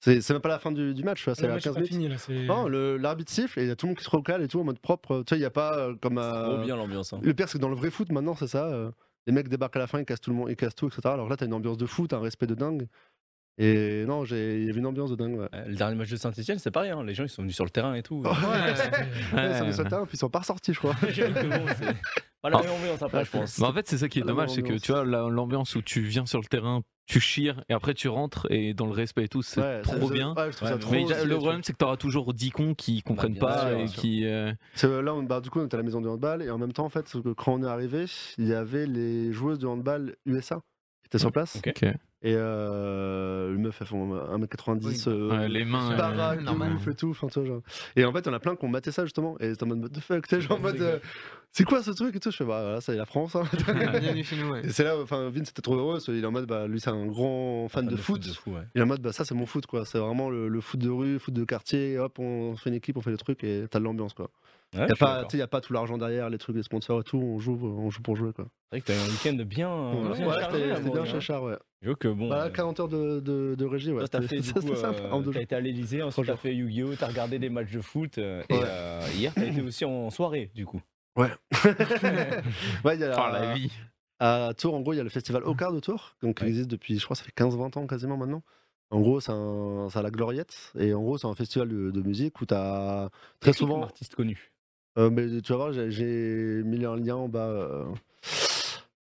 Speaker 2: C'est c'est même pas la fin du, du match, tu vois, c'est
Speaker 3: Le
Speaker 2: à
Speaker 3: match est
Speaker 2: 15
Speaker 3: pas
Speaker 2: minutes.
Speaker 3: fini là. c'est-
Speaker 2: Non, le- l'arbitre siffle et il y a tout le monde qui se recale et tout en mode propre. Tu vois, il n'y a pas euh, comme. à-
Speaker 1: Trop bien l'ambiance. hein.
Speaker 2: Le pire, c'est que dans le vrai foot, maintenant, c'est ça. euh, les mecs débarquent à la fin, ils cassent tout le monde, ils cassent tout, etc. Alors là, t'as une ambiance de foot, t'as un respect de dingue. Et non, j'ai- il y avait une ambiance de dingue. Ouais.
Speaker 1: Euh, Le dernier match de Saint-Etienne, c'est pareil, hein. les gens ils sont venus sur le terrain et tout.
Speaker 2: Oh.
Speaker 3: Ouais.
Speaker 2: Ouais, ça
Speaker 4: Ouais.
Speaker 2: me saute un, puis ils sont pas ressortis, je crois.
Speaker 1: J'avoue que bon, c'est pas
Speaker 2: Ah.
Speaker 1: la même ambiance après, je pense.
Speaker 4: Bah, en fait, c'est ça qui est
Speaker 2: Pas la
Speaker 4: dommage,
Speaker 2: même
Speaker 4: c'est que
Speaker 2: ambiance.
Speaker 4: tu vois, la- l'ambiance où tu viens sur le terrain, tu chires et après tu rentres et dans le respect et tout, c'est
Speaker 2: Ouais, ça-
Speaker 4: trop Bah,
Speaker 2: ça-
Speaker 4: bien.
Speaker 2: ouais, je trouve
Speaker 1: Ouais,
Speaker 2: ça
Speaker 1: mais
Speaker 2: trop
Speaker 4: Mais
Speaker 2: stylé,
Speaker 4: le
Speaker 2: le truc.
Speaker 4: problème, c'est que t'auras toujours 10 cons qui comprennent
Speaker 1: bien
Speaker 4: pas
Speaker 1: sûr,
Speaker 4: et
Speaker 1: bien sûr.
Speaker 4: qui. euh,
Speaker 2: Parce que Là, on, bah, du coup, on était à la maison de handball et en même temps, en fait, quand on est arrivé, il y avait les joueuses de handball USA qui étaient sur place.
Speaker 1: ok.
Speaker 4: Ok.
Speaker 2: Et euh, le meuf, elles font 1m90,
Speaker 5: Oui.
Speaker 2: euh,
Speaker 4: ouais, les mains. euh,
Speaker 2: baraque, de
Speaker 5: normal.
Speaker 2: ouf et tout. enfin, tu vois, genre. Et en fait, on a plein qui ont maté ça justement. Et c'est en mode, what the fuck, tu sais, genre en
Speaker 1: C'est
Speaker 2: mode,
Speaker 1: quoi
Speaker 2: euh, c'est quoi ce truc et tout. Je fais, bah voilà, ça, c'est la France. hein.
Speaker 5: Bienvenue chez nous. ouais.
Speaker 2: et c'est là, enfin, Vince était trop heureux. parce qu'il est en mode, bah lui, c'est un grand fan, de, foot.
Speaker 1: de fou, ouais.
Speaker 2: Il est en mode, bah ça, c'est mon foot, quoi. C'est vraiment le, le foot de rue, foot de quartier. Hop, on fait une équipe, on fait le truc et t'as de l'ambiance, quoi.
Speaker 1: Ouais,
Speaker 2: Il
Speaker 1: je suis d'accord.
Speaker 2: n'y a pas tout l'argent derrière, les trucs, les sponsors et tout, on joue, on joue pour jouer. Quoi.
Speaker 1: C'est vrai que t'as eu un week-end bien. euh,
Speaker 2: ouais,
Speaker 1: bien chargé,
Speaker 2: c'était
Speaker 1: là,
Speaker 2: c'était
Speaker 1: mon
Speaker 2: bien
Speaker 1: gars.
Speaker 2: chachard, ouais.
Speaker 1: Je veux que bon.
Speaker 2: Voilà,
Speaker 1: euh,
Speaker 2: 40 heures de, de, de régie, ouais.
Speaker 1: Toi, t'as
Speaker 2: c'était-
Speaker 1: fait du
Speaker 2: ça,
Speaker 1: coup,
Speaker 2: c'était simple, en
Speaker 1: euh,
Speaker 2: deux
Speaker 1: t'as
Speaker 2: jours.
Speaker 1: été à l'Elysée, ensuite t'as fait Yu-Gi-Oh, t'as regardé des matchs de foot, euh, et
Speaker 2: Ouais.
Speaker 1: euh, hier t'as été aussi en soirée du coup.
Speaker 2: Ouais, il y a,
Speaker 1: Oh,
Speaker 4: par la
Speaker 5: Euh,
Speaker 4: vie.
Speaker 2: À Tours, en gros, il y a le festival Ocar de Tours, donc, qui
Speaker 1: Ouais.
Speaker 2: existe depuis, je crois, ça fait 15-20 ans quasiment maintenant. En gros, c'est un- c'est à la Gloriette, et en gros, c'est un festival de, de musique où t'as très
Speaker 1: Qui comme
Speaker 2: souvent.
Speaker 1: Artiste connu.
Speaker 2: Euh, mais tu vas voir, j'ai- j'ai mis un lien en bas. euh.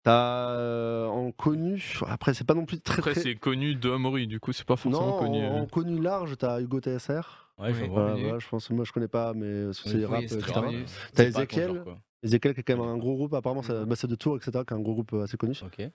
Speaker 2: T'as euh, en connu, après, c'est pas non plus très.
Speaker 4: Après,
Speaker 2: très-
Speaker 4: c'est connu de Amaury, du coup, c'est pas
Speaker 2: Non,
Speaker 4: forcément connu.
Speaker 2: en,
Speaker 4: euh.
Speaker 2: en connu large, t'as Hugo TSR.
Speaker 1: Ouais, je
Speaker 5: Oui.
Speaker 1: vois.
Speaker 2: Voilà,
Speaker 5: connu.
Speaker 2: voilà, Euh, je pense, moi je connais pas, mais parce que c'est rap,
Speaker 5: c'est
Speaker 2: etc.
Speaker 5: très connu.
Speaker 2: T'as
Speaker 1: C'est pas ton
Speaker 2: Ezekiel.
Speaker 1: genre, quoi.
Speaker 2: Ezekiel qui est quand même un gros groupe, apparemment c'est bah, c'est de Tours, etc., qui est un gros groupe euh, assez connu.
Speaker 1: Ok, je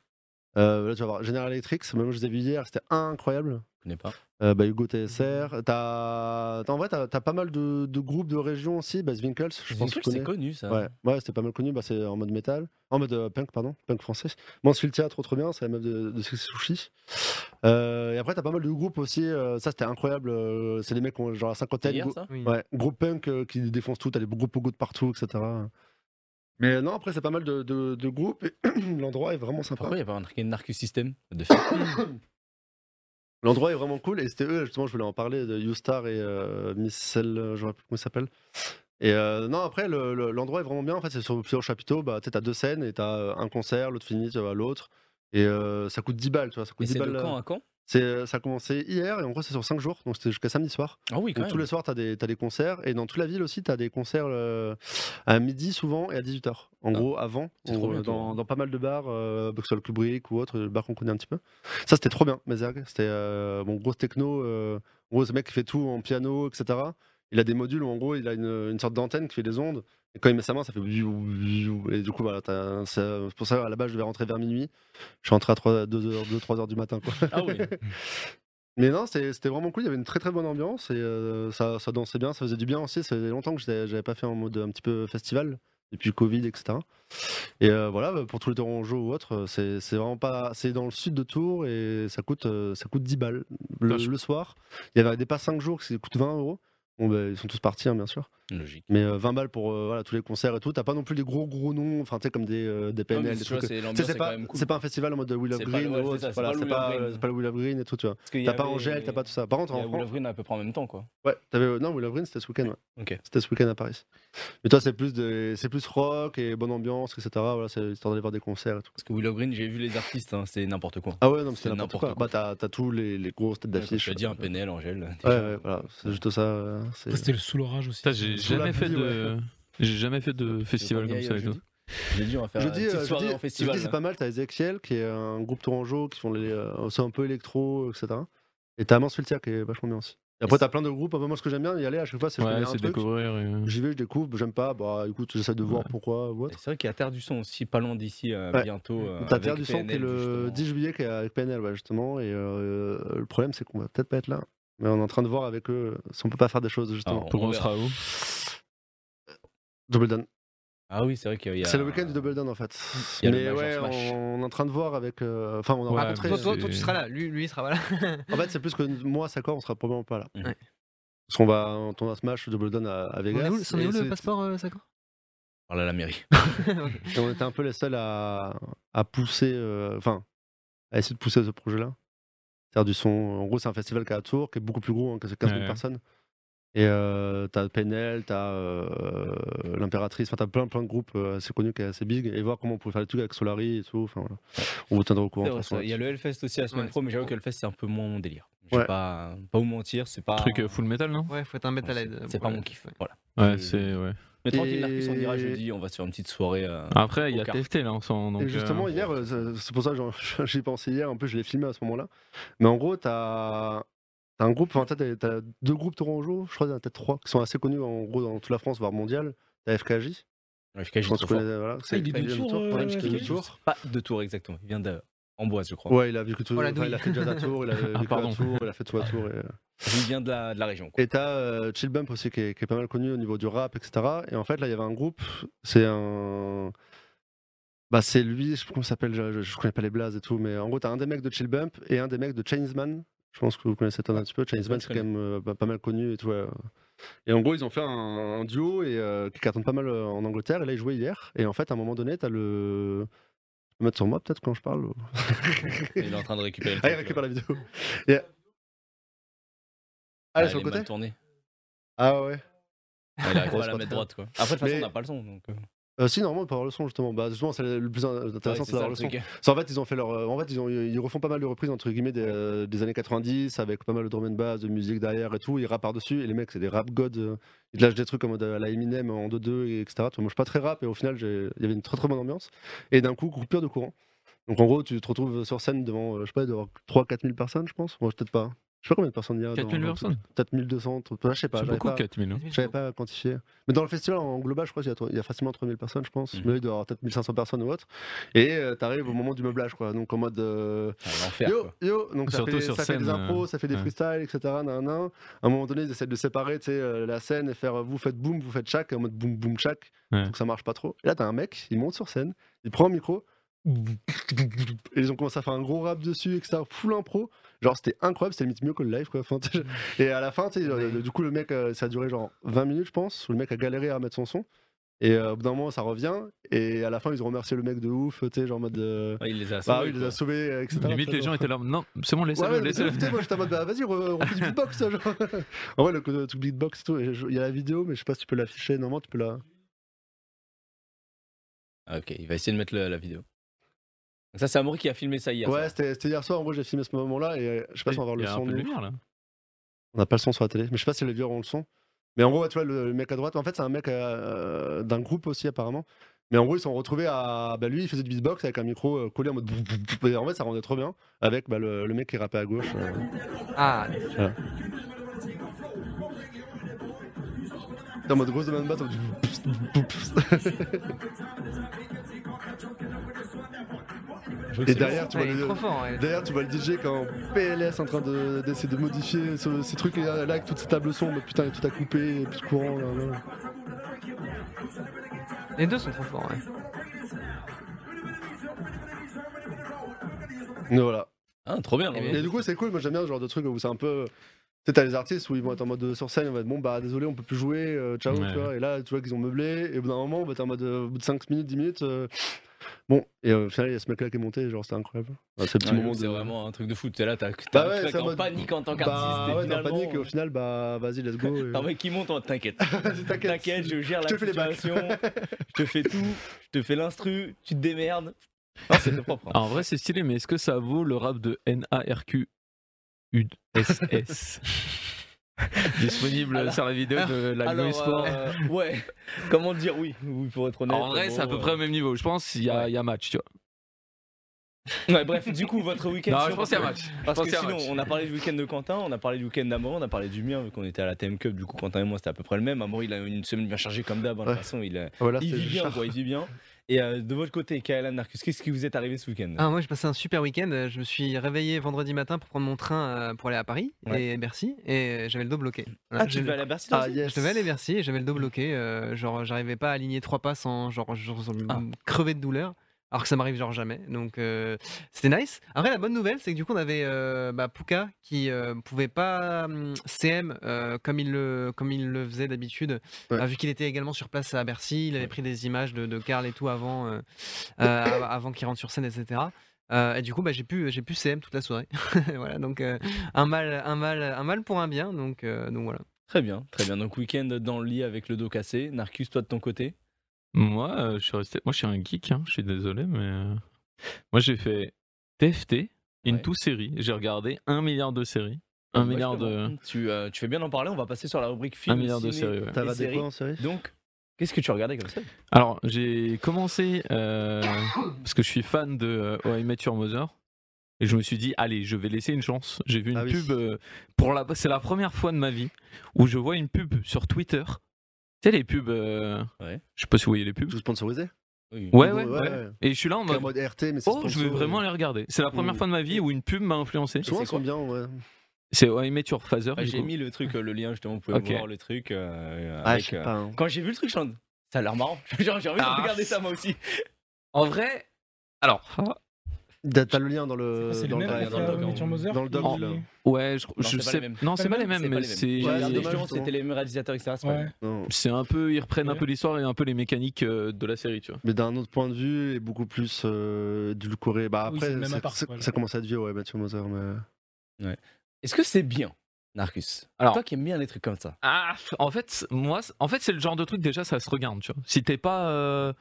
Speaker 2: Euh, là tu vas voir General Electric, c'est- même je les ai vus hier, c'était incroyable.
Speaker 1: connais pas.
Speaker 2: Euh, bah, Hugo TSR, t'as t'as- en vrai t'as t'as pas mal de, de groupes de régions aussi, bah, Zwinkels, je pense que
Speaker 1: Ezekiel,
Speaker 2: tu
Speaker 1: c'est
Speaker 2: connais.
Speaker 1: connu ça.
Speaker 2: Ouais, ouais c'était pas mal connu, bah, c'est en mode métal, en mode euh, punk, pardon, punk français. Bon, ensuite le théâtre, trop bien, c'est la meuf de, de Sexy Sushi. Euh, et après, t'as pas mal de groupes aussi, euh, ça c'était incroyable, euh, c'est des mecs qui ont genre la
Speaker 1: C'est
Speaker 2: cinquantaine,
Speaker 1: hier
Speaker 2: go-
Speaker 1: ça
Speaker 5: Oui.
Speaker 2: Ouais, groupe punk euh, qui défonce tout, t'as des groupes goût de partout, etc. Mais non, après, c'est pas mal de, de- de groupes et l'endroit est vraiment sympa.
Speaker 1: Ah, Pourquoi il y a pas un truc Narcus System de fait
Speaker 2: L'endroit est vraiment cool et c'était eux, justement, je voulais en parler de Youstar et euh, Miss Cell, euh, je sais plus comment il s'appelle. Et euh, non, après, le- le- l'endroit est vraiment bien. En fait, c'est sur plusieurs chapiteaux. Bah, tu sais, t'as deux scènes et t'as euh, un concert, l'autre finit tu vois, à l'autre. Et euh, ça coûte 10 balles, tu vois. Ça coûte
Speaker 1: Mais
Speaker 2: 10
Speaker 1: c'est hein.
Speaker 2: balles. euh,
Speaker 1: de quand à quand
Speaker 2: C'est- Ça a commencé hier et en gros, c'est sur 5 jours. Donc, c'était jusqu'à samedi soir.
Speaker 1: Ah oui,
Speaker 2: Donc, tous les soirs, tu as, des concerts. Et dans toute la ville aussi, tu as des concerts euh, à midi souvent et à 18h. En gros, avant,
Speaker 1: c'est
Speaker 2: en
Speaker 1: Ah. trop
Speaker 2: gros,
Speaker 1: bien, toi.
Speaker 2: dans, dans pas mal de bars, euh, Boxall Kubrick ou autres, bars qu'on connaît un petit peu. Ça, c'était trop bien, Mazerg. C'était euh, bon, grosse techno. Euh, en gros, ce mec qui fait tout en piano, etc. Il a des modules où, en gros, il a une, une sorte d'antenne qui fait des ondes. Et quand il met sa main, ça fait. biou, biou. Et du coup, voilà, t'as- ça- c'est pour ça, à la base, je devais rentrer vers minuit. Je suis rentré à 3, 2h, 3h du matin. Quoi.
Speaker 1: Ah oui.
Speaker 2: Mais non, c'était c'était vraiment cool. Il y avait une très très bonne ambiance et euh, ça, ça dansait bien, ça faisait du bien aussi. Ça faisait longtemps que j'étais- j'avais pas fait en mode un petit peu festival depuis le Covid, etc. Et euh, voilà, bah, pour tous les Toronjo ou autres, c'est c'est vraiment pas. C'est dans le sud de Tours et ça coûte, euh, ça coûte 10 balles le,
Speaker 4: Ah, je-
Speaker 2: le soir. Il y avait des pas 5 jours qui coûtent 20 euros. Bon, bah, ils sont tous partis, hein, bien sûr.
Speaker 1: Logique.
Speaker 2: Mais euh, 20 balles pour euh, voilà, tous les concerts et tout. T'as pas non plus des gros gros noms, enfin, tu sais, comme des, euh, des
Speaker 1: Ouais, mais
Speaker 2: PNL, des
Speaker 1: tu vois,
Speaker 2: trucs. que-
Speaker 1: c'est
Speaker 2: Tu sais,
Speaker 1: l'ambiance
Speaker 2: C'est
Speaker 1: est quand
Speaker 2: pas,
Speaker 1: même cool.
Speaker 2: c'est pas un festival en mode Will of
Speaker 1: C'est pas
Speaker 2: Green
Speaker 1: le- ouais,
Speaker 2: ou
Speaker 1: c'est
Speaker 2: autre,
Speaker 1: ça, c'est
Speaker 2: voilà,
Speaker 1: pas le
Speaker 2: c'est
Speaker 1: Will of
Speaker 2: pas,
Speaker 1: Green.
Speaker 2: euh, c'est pas le Will of Green et tout, tu vois.
Speaker 1: Parce qu'il y
Speaker 2: T'as pas
Speaker 1: avait-
Speaker 2: Angèle, t'as pas tout ça. Par contre,
Speaker 1: Il y a
Speaker 2: en
Speaker 1: Will
Speaker 2: France.
Speaker 1: of Green à peu près en même temps, quoi.
Speaker 2: Ouais, t'avais. Non, Will of Green, c'était ce week-end. ouais.
Speaker 1: Ok.
Speaker 2: C'était ce week-end à Paris. Mais toi, c'est plus, des... c'est plus rock et bonne ambiance, etc. Voilà, c'est histoire d'aller voir des concerts et tout.
Speaker 1: Parce que Willow Green, j'ai vu les artistes, hein, c'est n'importe quoi.
Speaker 2: Ah ouais, non, mais
Speaker 1: C'est
Speaker 2: c'était n'importe quoi.
Speaker 1: n'importe
Speaker 2: Bah, t'as, t'as tous les, les grosses têtes
Speaker 1: Ouais, comme
Speaker 2: d'affiche.
Speaker 1: Je te dis un PNL, Angèle.
Speaker 2: Ouais, ouais, voilà, c'est juste ça. euh, c'est-
Speaker 3: C'était le sous l'orage aussi.
Speaker 4: Putain, J'ai
Speaker 2: Sur la
Speaker 4: jamais fait
Speaker 2: pluie,
Speaker 4: de. J'ai jamais fait de festival comme ça et tout.
Speaker 1: J'ai dit, on va faire
Speaker 2: Jeudi,
Speaker 1: une
Speaker 2: euh,
Speaker 1: petite soirée
Speaker 2: jeudi-
Speaker 1: en festival. hein.
Speaker 2: jeudi, c'est
Speaker 1: là.
Speaker 2: pas mal. T'as Ezekiel, qui est un groupe tourangeau, qui font les, euh, aussi un peu électro, etc. Et t'as Mansfeltia, qui est vachement bien aussi. Et après, t'as plein de groupes. Moi, ce que j'aime bien y aller à chaque fois, c'est je connais
Speaker 4: Ouais,
Speaker 2: un
Speaker 4: c'est
Speaker 2: truc,
Speaker 4: découvrir. et, euh,
Speaker 2: J'y vais, je découvre, j'aime pas. Bah écoute, j'essaie de voir
Speaker 4: Ouais.
Speaker 2: pourquoi ou autre.
Speaker 1: Et C'est vrai qu'il y a Terre du Son aussi, pas loin d'ici, euh,
Speaker 2: Ouais.
Speaker 1: bientôt. euh,
Speaker 2: T'as
Speaker 1: avec
Speaker 2: Terre du Son qui est
Speaker 1: PNL,
Speaker 2: le
Speaker 1: justement.
Speaker 2: 10 juillet qui est avec PNL, ouais, justement. Et euh, le problème, c'est qu'on va peut-être pas être là. Mais on est en train de voir avec eux si on peut pas faire des choses, justement.
Speaker 1: Alors,
Speaker 4: Pour
Speaker 1: Ah, on
Speaker 4: on
Speaker 1: verra.
Speaker 4: sera où
Speaker 2: Double Down.
Speaker 1: Ah oui, c'est vrai qu'il Ah, y a.
Speaker 2: C'est le week-end du Double Down, en fait.
Speaker 1: Il y a le
Speaker 2: Mais
Speaker 1: Major
Speaker 2: ouais,
Speaker 1: Smash.
Speaker 2: on est en train de voir avec. euh, Enfin, on a
Speaker 4: Ouais,
Speaker 2: rencontré.
Speaker 5: toi, toi, toi, tu
Speaker 4: c'est-
Speaker 5: seras là, lui, lui il sera pas là.
Speaker 2: En fait, c'est plus que moi, Sakor, on sera probablement pas là.
Speaker 1: Ouais.
Speaker 2: Parce qu'on va en tournoi Smash Double Down à, à
Speaker 5: On
Speaker 2: Vegas.
Speaker 5: est où, on est
Speaker 2: et
Speaker 5: où le
Speaker 2: c'est-
Speaker 5: passeport, euh, Sako
Speaker 1: Par Oh là, la mairie.
Speaker 2: et on était un peu les seuls à, à pousser, euh, enfin, à essayer de pousser ce projet-là. Terre du son. En gros, c'est un festival qui est à Tours, qui est beaucoup plus gros, hein, que c'est 15 000
Speaker 4: Ouais.
Speaker 2: personnes. Et euh, t'as PNL, t'as euh, l'Impératrice, enfin t'as plein plein de groupes euh, assez connus qui est assez big. Et voir comment on pouvait faire des trucs avec Solari et tout. Enfin voilà. On vous tiendra au courant.
Speaker 1: C'est
Speaker 2: de toute
Speaker 1: vrai,
Speaker 2: façon,
Speaker 1: ça. Il y a le Hellfest aussi la semaine
Speaker 5: Ouais,
Speaker 1: pro, mais
Speaker 5: c'est
Speaker 1: j'avoue
Speaker 5: bon.
Speaker 1: que le Hellfest, c'est un peu moins mon délire. Je vais
Speaker 2: Ouais.
Speaker 1: pas, pas vous mentir, c'est
Speaker 2: Ah.
Speaker 1: pas.
Speaker 4: Truc euh, full metal, non
Speaker 5: Ouais, faut être un metalhead.
Speaker 1: C'est-
Speaker 5: euh,
Speaker 1: C'est
Speaker 5: pour
Speaker 1: pas
Speaker 5: le-
Speaker 1: mon kiff. Voilà.
Speaker 4: Ouais,
Speaker 2: Euh,
Speaker 1: Et-
Speaker 4: c'est. Ouais.
Speaker 1: Mais tranquille, Marcus, on dira
Speaker 2: Et-
Speaker 1: jeudi, on va se faire une petite soirée. euh,
Speaker 4: Après, il y
Speaker 1: Au
Speaker 4: a
Speaker 1: quart.
Speaker 4: TFT là en ce moment. donc,
Speaker 2: Et justement,
Speaker 4: euh,
Speaker 2: hier, euh, c'est- c'est pour ça que j'en- j'y pensais hier, en plus je l'ai filmé à ce moment-là. Mais en gros, t'as t'as un groupe, enfin t'as des- t'as deux groupes Toronjo, je crois, t'as peut-être trois, qui sont assez connus en gros dans toute la France, voire mondiale. T'as FKJ,
Speaker 1: le FKJ,
Speaker 2: je pense
Speaker 1: trop
Speaker 2: que
Speaker 1: fort.
Speaker 2: voilà,
Speaker 3: Ah, il est
Speaker 2: le
Speaker 3: de
Speaker 2: deuxième
Speaker 3: Tours,
Speaker 2: tour,
Speaker 3: euh,
Speaker 2: ouais, puisqu'il est de
Speaker 3: FKJ,
Speaker 2: Tours.
Speaker 1: Pas de Tours exactement, il vient d'Amboise, je crois.
Speaker 2: Ouais, il a vu que tout,
Speaker 5: Oh, la
Speaker 2: enfin, il a fait
Speaker 5: douille.
Speaker 2: déjà à Tours, il a vécu à
Speaker 4: pardon.
Speaker 2: Tours, il a fait tout à Tours. Et,
Speaker 1: Il vient de la, de la région. Quoi.
Speaker 2: Et t'as euh, Chill Bump aussi qui est, qui est pas mal connu au niveau du rap, etc. Et en fait, là, il y avait un groupe, c'est un. Bah, c'est lui, je sais plus comment il s'appelle, je, je- je connais pas les blazes et tout, mais en gros, t'as un des mecs de Chill Bump et un des mecs de Chainsman. Je pense que vous connaissez peut-être un petit peu. Chainsman,
Speaker 1: Ouais, je
Speaker 2: c'est quand même euh, pas, pas mal connu et tout. ouais. Et en gros, ils ont fait un, un duo et, euh, qui cartonne pas mal euh, en Angleterre. Et là, ils jouaient hier. Et en fait, à un moment donné, t'as le. Je peux mettre sur moi peut-être quand je parle. ou-
Speaker 1: Il est en train de récupérer le
Speaker 2: Ah, il
Speaker 1: truc, euh,
Speaker 2: récupère
Speaker 1: là.
Speaker 2: la vidéo. Et- Ah, elle est
Speaker 1: Ah,
Speaker 2: sur le
Speaker 1: elle est
Speaker 2: côté
Speaker 1: mal tournée.
Speaker 2: Ah ouais.
Speaker 1: Ouais, Il arrive pas à
Speaker 2: Grosse
Speaker 1: la
Speaker 2: patate.
Speaker 1: mettre droite. Quoi. Après, de toute façon,
Speaker 2: Mais-
Speaker 1: on n'a pas le son. Donc, euh,
Speaker 2: Euh, si, normalement, on peut avoir le son, justement. Bah, justement, c'est le plus
Speaker 1: ouais,
Speaker 2: intéressant,
Speaker 1: c'est
Speaker 2: c'est
Speaker 1: ça,
Speaker 2: d'avoir
Speaker 1: le
Speaker 2: le son.
Speaker 1: truc.
Speaker 2: Parce qu'en fait, ils ont fait leur. euh, En fait, ils, ont, ils refont pas mal de reprises, entre guillemets, des, euh, des années 90, avec pas mal de drum and bass, de musique derrière et tout. Ils rappent par-dessus. Et les mecs, c'est des rap gods. euh, Ils te lâchent des trucs comme à la Eminem en 2-2, et etc. Tu vois, moi, je suis pas très rap, et au final, j'ai- il y avait une très très bonne ambiance. Et d'un coup, coupure de courant. Donc, en gros, tu te retrouves sur scène devant, euh, je sais pas, devant 3-4 000 personnes, je pense. Moi, peut-être pas. Je sais pas combien de personnes il y a.
Speaker 4: 4000
Speaker 2: dans- dans-
Speaker 4: personnes
Speaker 2: Peut-être 1200. tout- Je sais pas.
Speaker 4: C'est
Speaker 2: j'avais
Speaker 4: beaucoup hein.
Speaker 2: pas-
Speaker 4: 4000. non
Speaker 2: j'avais pas quantifié. Mais dans le festival, en global, je crois qu'il y a tro- il y, a facilement 3000 personnes, je pense.
Speaker 1: Mhm.
Speaker 2: Mais là, il doit y avoir peut-être 1500 personnes ou autre. Et euh, t'arrives au moment du meublage, quoi. Donc en mode. euh,
Speaker 1: Ah, L'enfer.
Speaker 2: yo,
Speaker 1: quoi.
Speaker 2: yo Donc ça,
Speaker 4: Surtout
Speaker 2: fait,
Speaker 4: sur
Speaker 2: ça fait des
Speaker 4: scène, euh,
Speaker 2: impros, ça fait des
Speaker 4: ouais.
Speaker 2: freestyles, etc. nan, nan. À un moment donné, ils essaient de séparer tu sais, euh, la scène et faire euh, vous faites boum, vous faites chac, et en mode boum, boum, chac.
Speaker 4: Ouais.
Speaker 2: Donc ça marche pas trop. Et là, t'as un mec, il monte sur scène, il prend un micro. Et ils ont commencé à faire un gros rap dessus, etc. Full impro. Genre, c'était incroyable, c'était limite mieux que le live, quoi. Enfin, tu sais, et à la fin, tu sais, euh, du coup, le mec, euh, ça a duré genre 20 minutes, je pense, où le mec a galéré à mettre son son. Et euh, au bout d'un moment, ça revient. Et à la fin, ils ont remercié le mec de ouf, tu sais, genre en mode. euh,
Speaker 4: il les a
Speaker 2: Bah oui, il les a sauvés, euh, etc.
Speaker 4: Limite, les gens étaient là. Non, c'est bon,
Speaker 2: Ouais,
Speaker 4: laissez-le,
Speaker 2: ouais, mais
Speaker 4: laissez-le.
Speaker 2: tu sais, moi j'étais en mode bah, vas-y, re- refais du beatbox. hein, Genre. en vrai, le, le truc beatbox, et tout, et je- il y a la vidéo, mais je sais pas si tu peux l'afficher. Normalement, tu peux la.
Speaker 1: Ah, ok, il va essayer de mettre le- la vidéo. Donc ça, c'est Amour qui a filmé ça hier.
Speaker 2: ouais,
Speaker 1: ça.
Speaker 2: c'était c'était hier soir. En gros, j'ai filmé ce moment-là et euh, je sais pas si on va avoir
Speaker 4: Il y
Speaker 2: le
Speaker 4: a un
Speaker 2: son.
Speaker 4: peu de
Speaker 2: nous.
Speaker 4: lumière, là.
Speaker 2: On n'a pas le son sur la télé, mais je sais pas si les vieux auront le son. Mais en gros, ouais, tu vois, le, le mec à droite, en fait, c'est un mec euh, d'un groupe aussi, apparemment. Mais en gros, ils se sont retrouvés à. Bah, lui, il faisait du beatbox avec un micro euh, collé en mode. boum, boum, boum. Et en fait, ça rendait trop bien. Avec bah, le, le mec qui rappait à gauche. euh.
Speaker 5: Ah,
Speaker 2: T'es en mode grosse demande basse, en mode poups, poups, poups.
Speaker 1: Je veux que
Speaker 2: Et
Speaker 1: c'est-
Speaker 2: derrière, tu
Speaker 5: ouais,
Speaker 2: vois
Speaker 5: il est
Speaker 2: le,
Speaker 5: trop fort. ouais.
Speaker 2: derrière, tu vois le DJ qui est en PLS en train de- d'essayer de, modifier ce- ces trucs. Et là, avec toutes ces tables son, mais putain, il y a tout à couper, et puis le courant. là, là.
Speaker 5: Les deux sont trop forts. ouais.
Speaker 2: Mais voilà.
Speaker 1: Ah, trop bien.
Speaker 5: Eh
Speaker 1: ouais.
Speaker 2: Et du coup, c'est cool. Moi, j'aime bien ce genre de truc où c'est un peu. Tu sais, t'as les artistes où ils vont être en mode sur scène, ils vont être bon, bah désolé, on peut plus jouer, euh, ciao,
Speaker 4: Ouais.
Speaker 2: tu vois. Et là, tu vois qu'ils ont meublé, et au bout d'un moment, bah, t'es en mode, euh, au bout de 5 minutes, 10 minutes. euh, Bon, et euh, au final, il y a ce mec-là qui est monté, genre, c'était incroyable. Bah, c'est le
Speaker 1: Ah,
Speaker 2: petit
Speaker 1: mais
Speaker 2: moment
Speaker 1: c'est
Speaker 2: de-
Speaker 1: vraiment un truc de fou. T'es là, t'as
Speaker 2: Bah
Speaker 1: t'as
Speaker 2: ouais,
Speaker 1: un
Speaker 2: c'est
Speaker 1: mec
Speaker 2: en
Speaker 1: en
Speaker 2: mode-
Speaker 1: panique en tant qu'artiste.
Speaker 2: Bah
Speaker 1: et
Speaker 2: ouais, t'es en
Speaker 1: finalement,
Speaker 2: panique, et au final, bah vas-y, let's go. et-
Speaker 1: T'as un mec qui monte, en- t'inquiète.
Speaker 2: T'inquiète.
Speaker 1: T'inquiète, je gère
Speaker 2: Je
Speaker 1: la
Speaker 2: te fais les bacs.
Speaker 1: situation. Je te fais tout. Je te fais l'instru. Tu te démerdes. Non, c'était propre. hein.
Speaker 4: Ah, En vrai, c'est stylé, mais est-ce que ça vaut le rap de NARQ USS Disponible
Speaker 1: Alors-
Speaker 4: sur la vidéo de la
Speaker 1: Alors,
Speaker 4: Go Sport.
Speaker 1: euh, ouais. Comment dire oui, oui, pour être honnête.
Speaker 4: en vrai,
Speaker 1: bon,
Speaker 4: c'est à peu
Speaker 1: euh,
Speaker 4: près au même niveau. Je pense qu'il y, a-
Speaker 1: ouais.
Speaker 4: il y a match, tu vois.
Speaker 1: euh, Ouais, bref, du coup, votre week-end.
Speaker 4: Non,
Speaker 1: sur-
Speaker 4: je pense qu'il y a match. Je
Speaker 1: Parce
Speaker 4: pense
Speaker 1: que
Speaker 4: qu'il y a
Speaker 1: sinon,
Speaker 4: match.
Speaker 1: on a parlé du week-end de Quentin, on a parlé du week-end d'Amour, on a parlé du mien, vu qu'on était à la TM Cup, du coup, Quentin et moi, c'était à peu près le même. Amour, il a une semaine bien chargée comme d'hab, hein, de
Speaker 2: Ouais.
Speaker 1: toute façon, il, a-
Speaker 2: Ah, Voilà,
Speaker 1: il
Speaker 2: c'était
Speaker 1: vit bien,
Speaker 2: Richard.
Speaker 1: quoi, il vit bien. Et euh, de votre côté, Kaelan Narcus, qu'est-ce qui vous est arrivé ce week-end
Speaker 5: Ah, moi, j'ai passé un super week-end. euh, Je me suis réveillé vendredi matin pour prendre mon train euh, pour aller à Paris
Speaker 1: Ouais.
Speaker 5: et Bercy, et euh, j'avais le dos bloqué.
Speaker 1: Ah,
Speaker 5: Voilà,
Speaker 1: tu
Speaker 5: j'ai-
Speaker 1: vas à la Bercy toi
Speaker 2: Ah,
Speaker 1: aussi
Speaker 2: yes.
Speaker 5: Je devais aller à Bercy et j'avais le dos bloqué. euh, genre, j'arrivais pas à aligner trois pas sans genre, genre, genre,
Speaker 4: Ah.
Speaker 5: crever de douleur. Alors que ça m'arrive genre jamais. Donc euh, c'était nice. Après, la bonne nouvelle, c'est que du coup, on avait euh, bah, Puka qui euh, pouvait pas hum, CM euh, comme, il le, comme il le faisait d'habitude.
Speaker 2: Ouais.
Speaker 5: Euh, vu qu'il était également sur place à Bercy, il avait pris des images de, de Karl et tout avant, euh, euh, av- avant qu'il rentre sur scène, etc. Euh, et du coup, bah, j'ai pu, j'ai pu CM toute la soirée. voilà, donc euh, un, mal, un, mal, un mal pour un bien. Donc, euh, donc voilà.
Speaker 1: Très bien, très bien. Donc, week-end dans le lit avec le dos cassé. Narcus, toi de ton côté
Speaker 4: Moi, euh, je suis resté. Moi, je suis un geek. hein, Je suis désolé, mais euh, moi, j'ai fait TFT, une
Speaker 1: Ouais.
Speaker 4: tout série. J'ai regardé un milliard de séries, un
Speaker 1: Ouais,
Speaker 4: milliard
Speaker 1: justement.
Speaker 4: de,
Speaker 1: Tu, euh, tu fais bien d'en parler, on va passer sur la rubrique
Speaker 4: un
Speaker 1: film.
Speaker 4: milliard de
Speaker 1: ciné.
Speaker 4: séries. ouais.
Speaker 1: Les
Speaker 2: T'as regardé
Speaker 1: séries.
Speaker 2: quoi en série
Speaker 1: Donc, qu'est-ce que tu regardais comme ça
Speaker 4: Alors, j'ai commencé euh, parce que je suis fan de euh, How I Met Your Mother. Et je me suis dit, allez, je vais laisser une chance. J'ai vu une
Speaker 2: Ah oui.
Speaker 4: pub. euh, pour la... C'est la première fois de ma vie où je vois une pub sur Twitter. Tu sais, les pubs. euh,
Speaker 1: Ouais.
Speaker 4: Je sais pas si vous voyez les pubs.
Speaker 2: Tout sponsorisé
Speaker 1: Oui.
Speaker 4: Ouais, ouais,
Speaker 2: Ouais,
Speaker 4: ouais.
Speaker 2: ouais.
Speaker 4: Et je suis là en
Speaker 2: En
Speaker 4: mode.
Speaker 2: mode RT, mais c'est
Speaker 4: Oh, je vais
Speaker 2: sponsor,
Speaker 4: vraiment
Speaker 2: ouais.
Speaker 4: les regarder. C'est la première
Speaker 2: Mm.
Speaker 4: fois de ma vie où une pub m'a influencé.
Speaker 2: Souvent,
Speaker 1: c'est
Speaker 2: ils sont
Speaker 1: quoi
Speaker 2: bien, ouais.
Speaker 4: C'est I Met Your Father.
Speaker 1: Ouais,
Speaker 4: du
Speaker 1: J'ai
Speaker 4: coup.
Speaker 1: mis le truc, euh, le lien, justement, vous pouvez
Speaker 4: Ok.
Speaker 1: voir le truc. euh,
Speaker 2: Ah,
Speaker 1: avec,
Speaker 2: je sais
Speaker 1: euh,
Speaker 2: pas. hein.
Speaker 1: Quand j'ai vu le truc, je suis en mode, ça a l'air marrant. Genre, J'ai envie de
Speaker 4: Ah.
Speaker 1: regarder ça moi aussi.
Speaker 4: En vrai, alors ah,
Speaker 2: T'as t'as le lien dans Ah, le.
Speaker 3: C'est le
Speaker 2: dans
Speaker 3: même
Speaker 1: vrai,
Speaker 3: avec
Speaker 1: dans le
Speaker 3: euh,
Speaker 1: doc,
Speaker 3: Meet Your
Speaker 1: en-
Speaker 3: Mother
Speaker 2: dans le doc,
Speaker 3: qui-
Speaker 2: là.
Speaker 4: ouais, je,
Speaker 1: Non,
Speaker 4: je
Speaker 1: c'est pas
Speaker 4: sais.
Speaker 1: les mêmes.
Speaker 4: non, c'est pas les mêmes, mais
Speaker 1: J'ai
Speaker 4: c'est
Speaker 1: regardé,
Speaker 2: dommage,
Speaker 1: justement,
Speaker 2: justement.
Speaker 1: c'était les mêmes réalisateurs, etc. c'est pas
Speaker 3: Ouais.
Speaker 1: mal.
Speaker 2: Non.
Speaker 4: c'est un peu ils reprennent un
Speaker 3: Ouais.
Speaker 4: peu l'histoire et un peu les mécaniques euh, de la série, tu vois.
Speaker 2: Mais d'un autre point de vue, et beaucoup plus euh, édulcoré. Bah
Speaker 3: Oui,
Speaker 2: après,
Speaker 3: c'est le même
Speaker 2: ça-
Speaker 3: appart,
Speaker 2: ça-
Speaker 3: quoi, là.
Speaker 2: ça commence à être vieux, ouais, Mathieu Moser. Mais...
Speaker 1: Est-ce que c'est bien, Narcus
Speaker 4: Alors-
Speaker 1: Toi qui aimes bien les trucs comme ça.
Speaker 4: Ah, en fait, moi, c- en fait, c'est le genre de truc déjà ça se regarde, tu vois. Si t'es pas euh,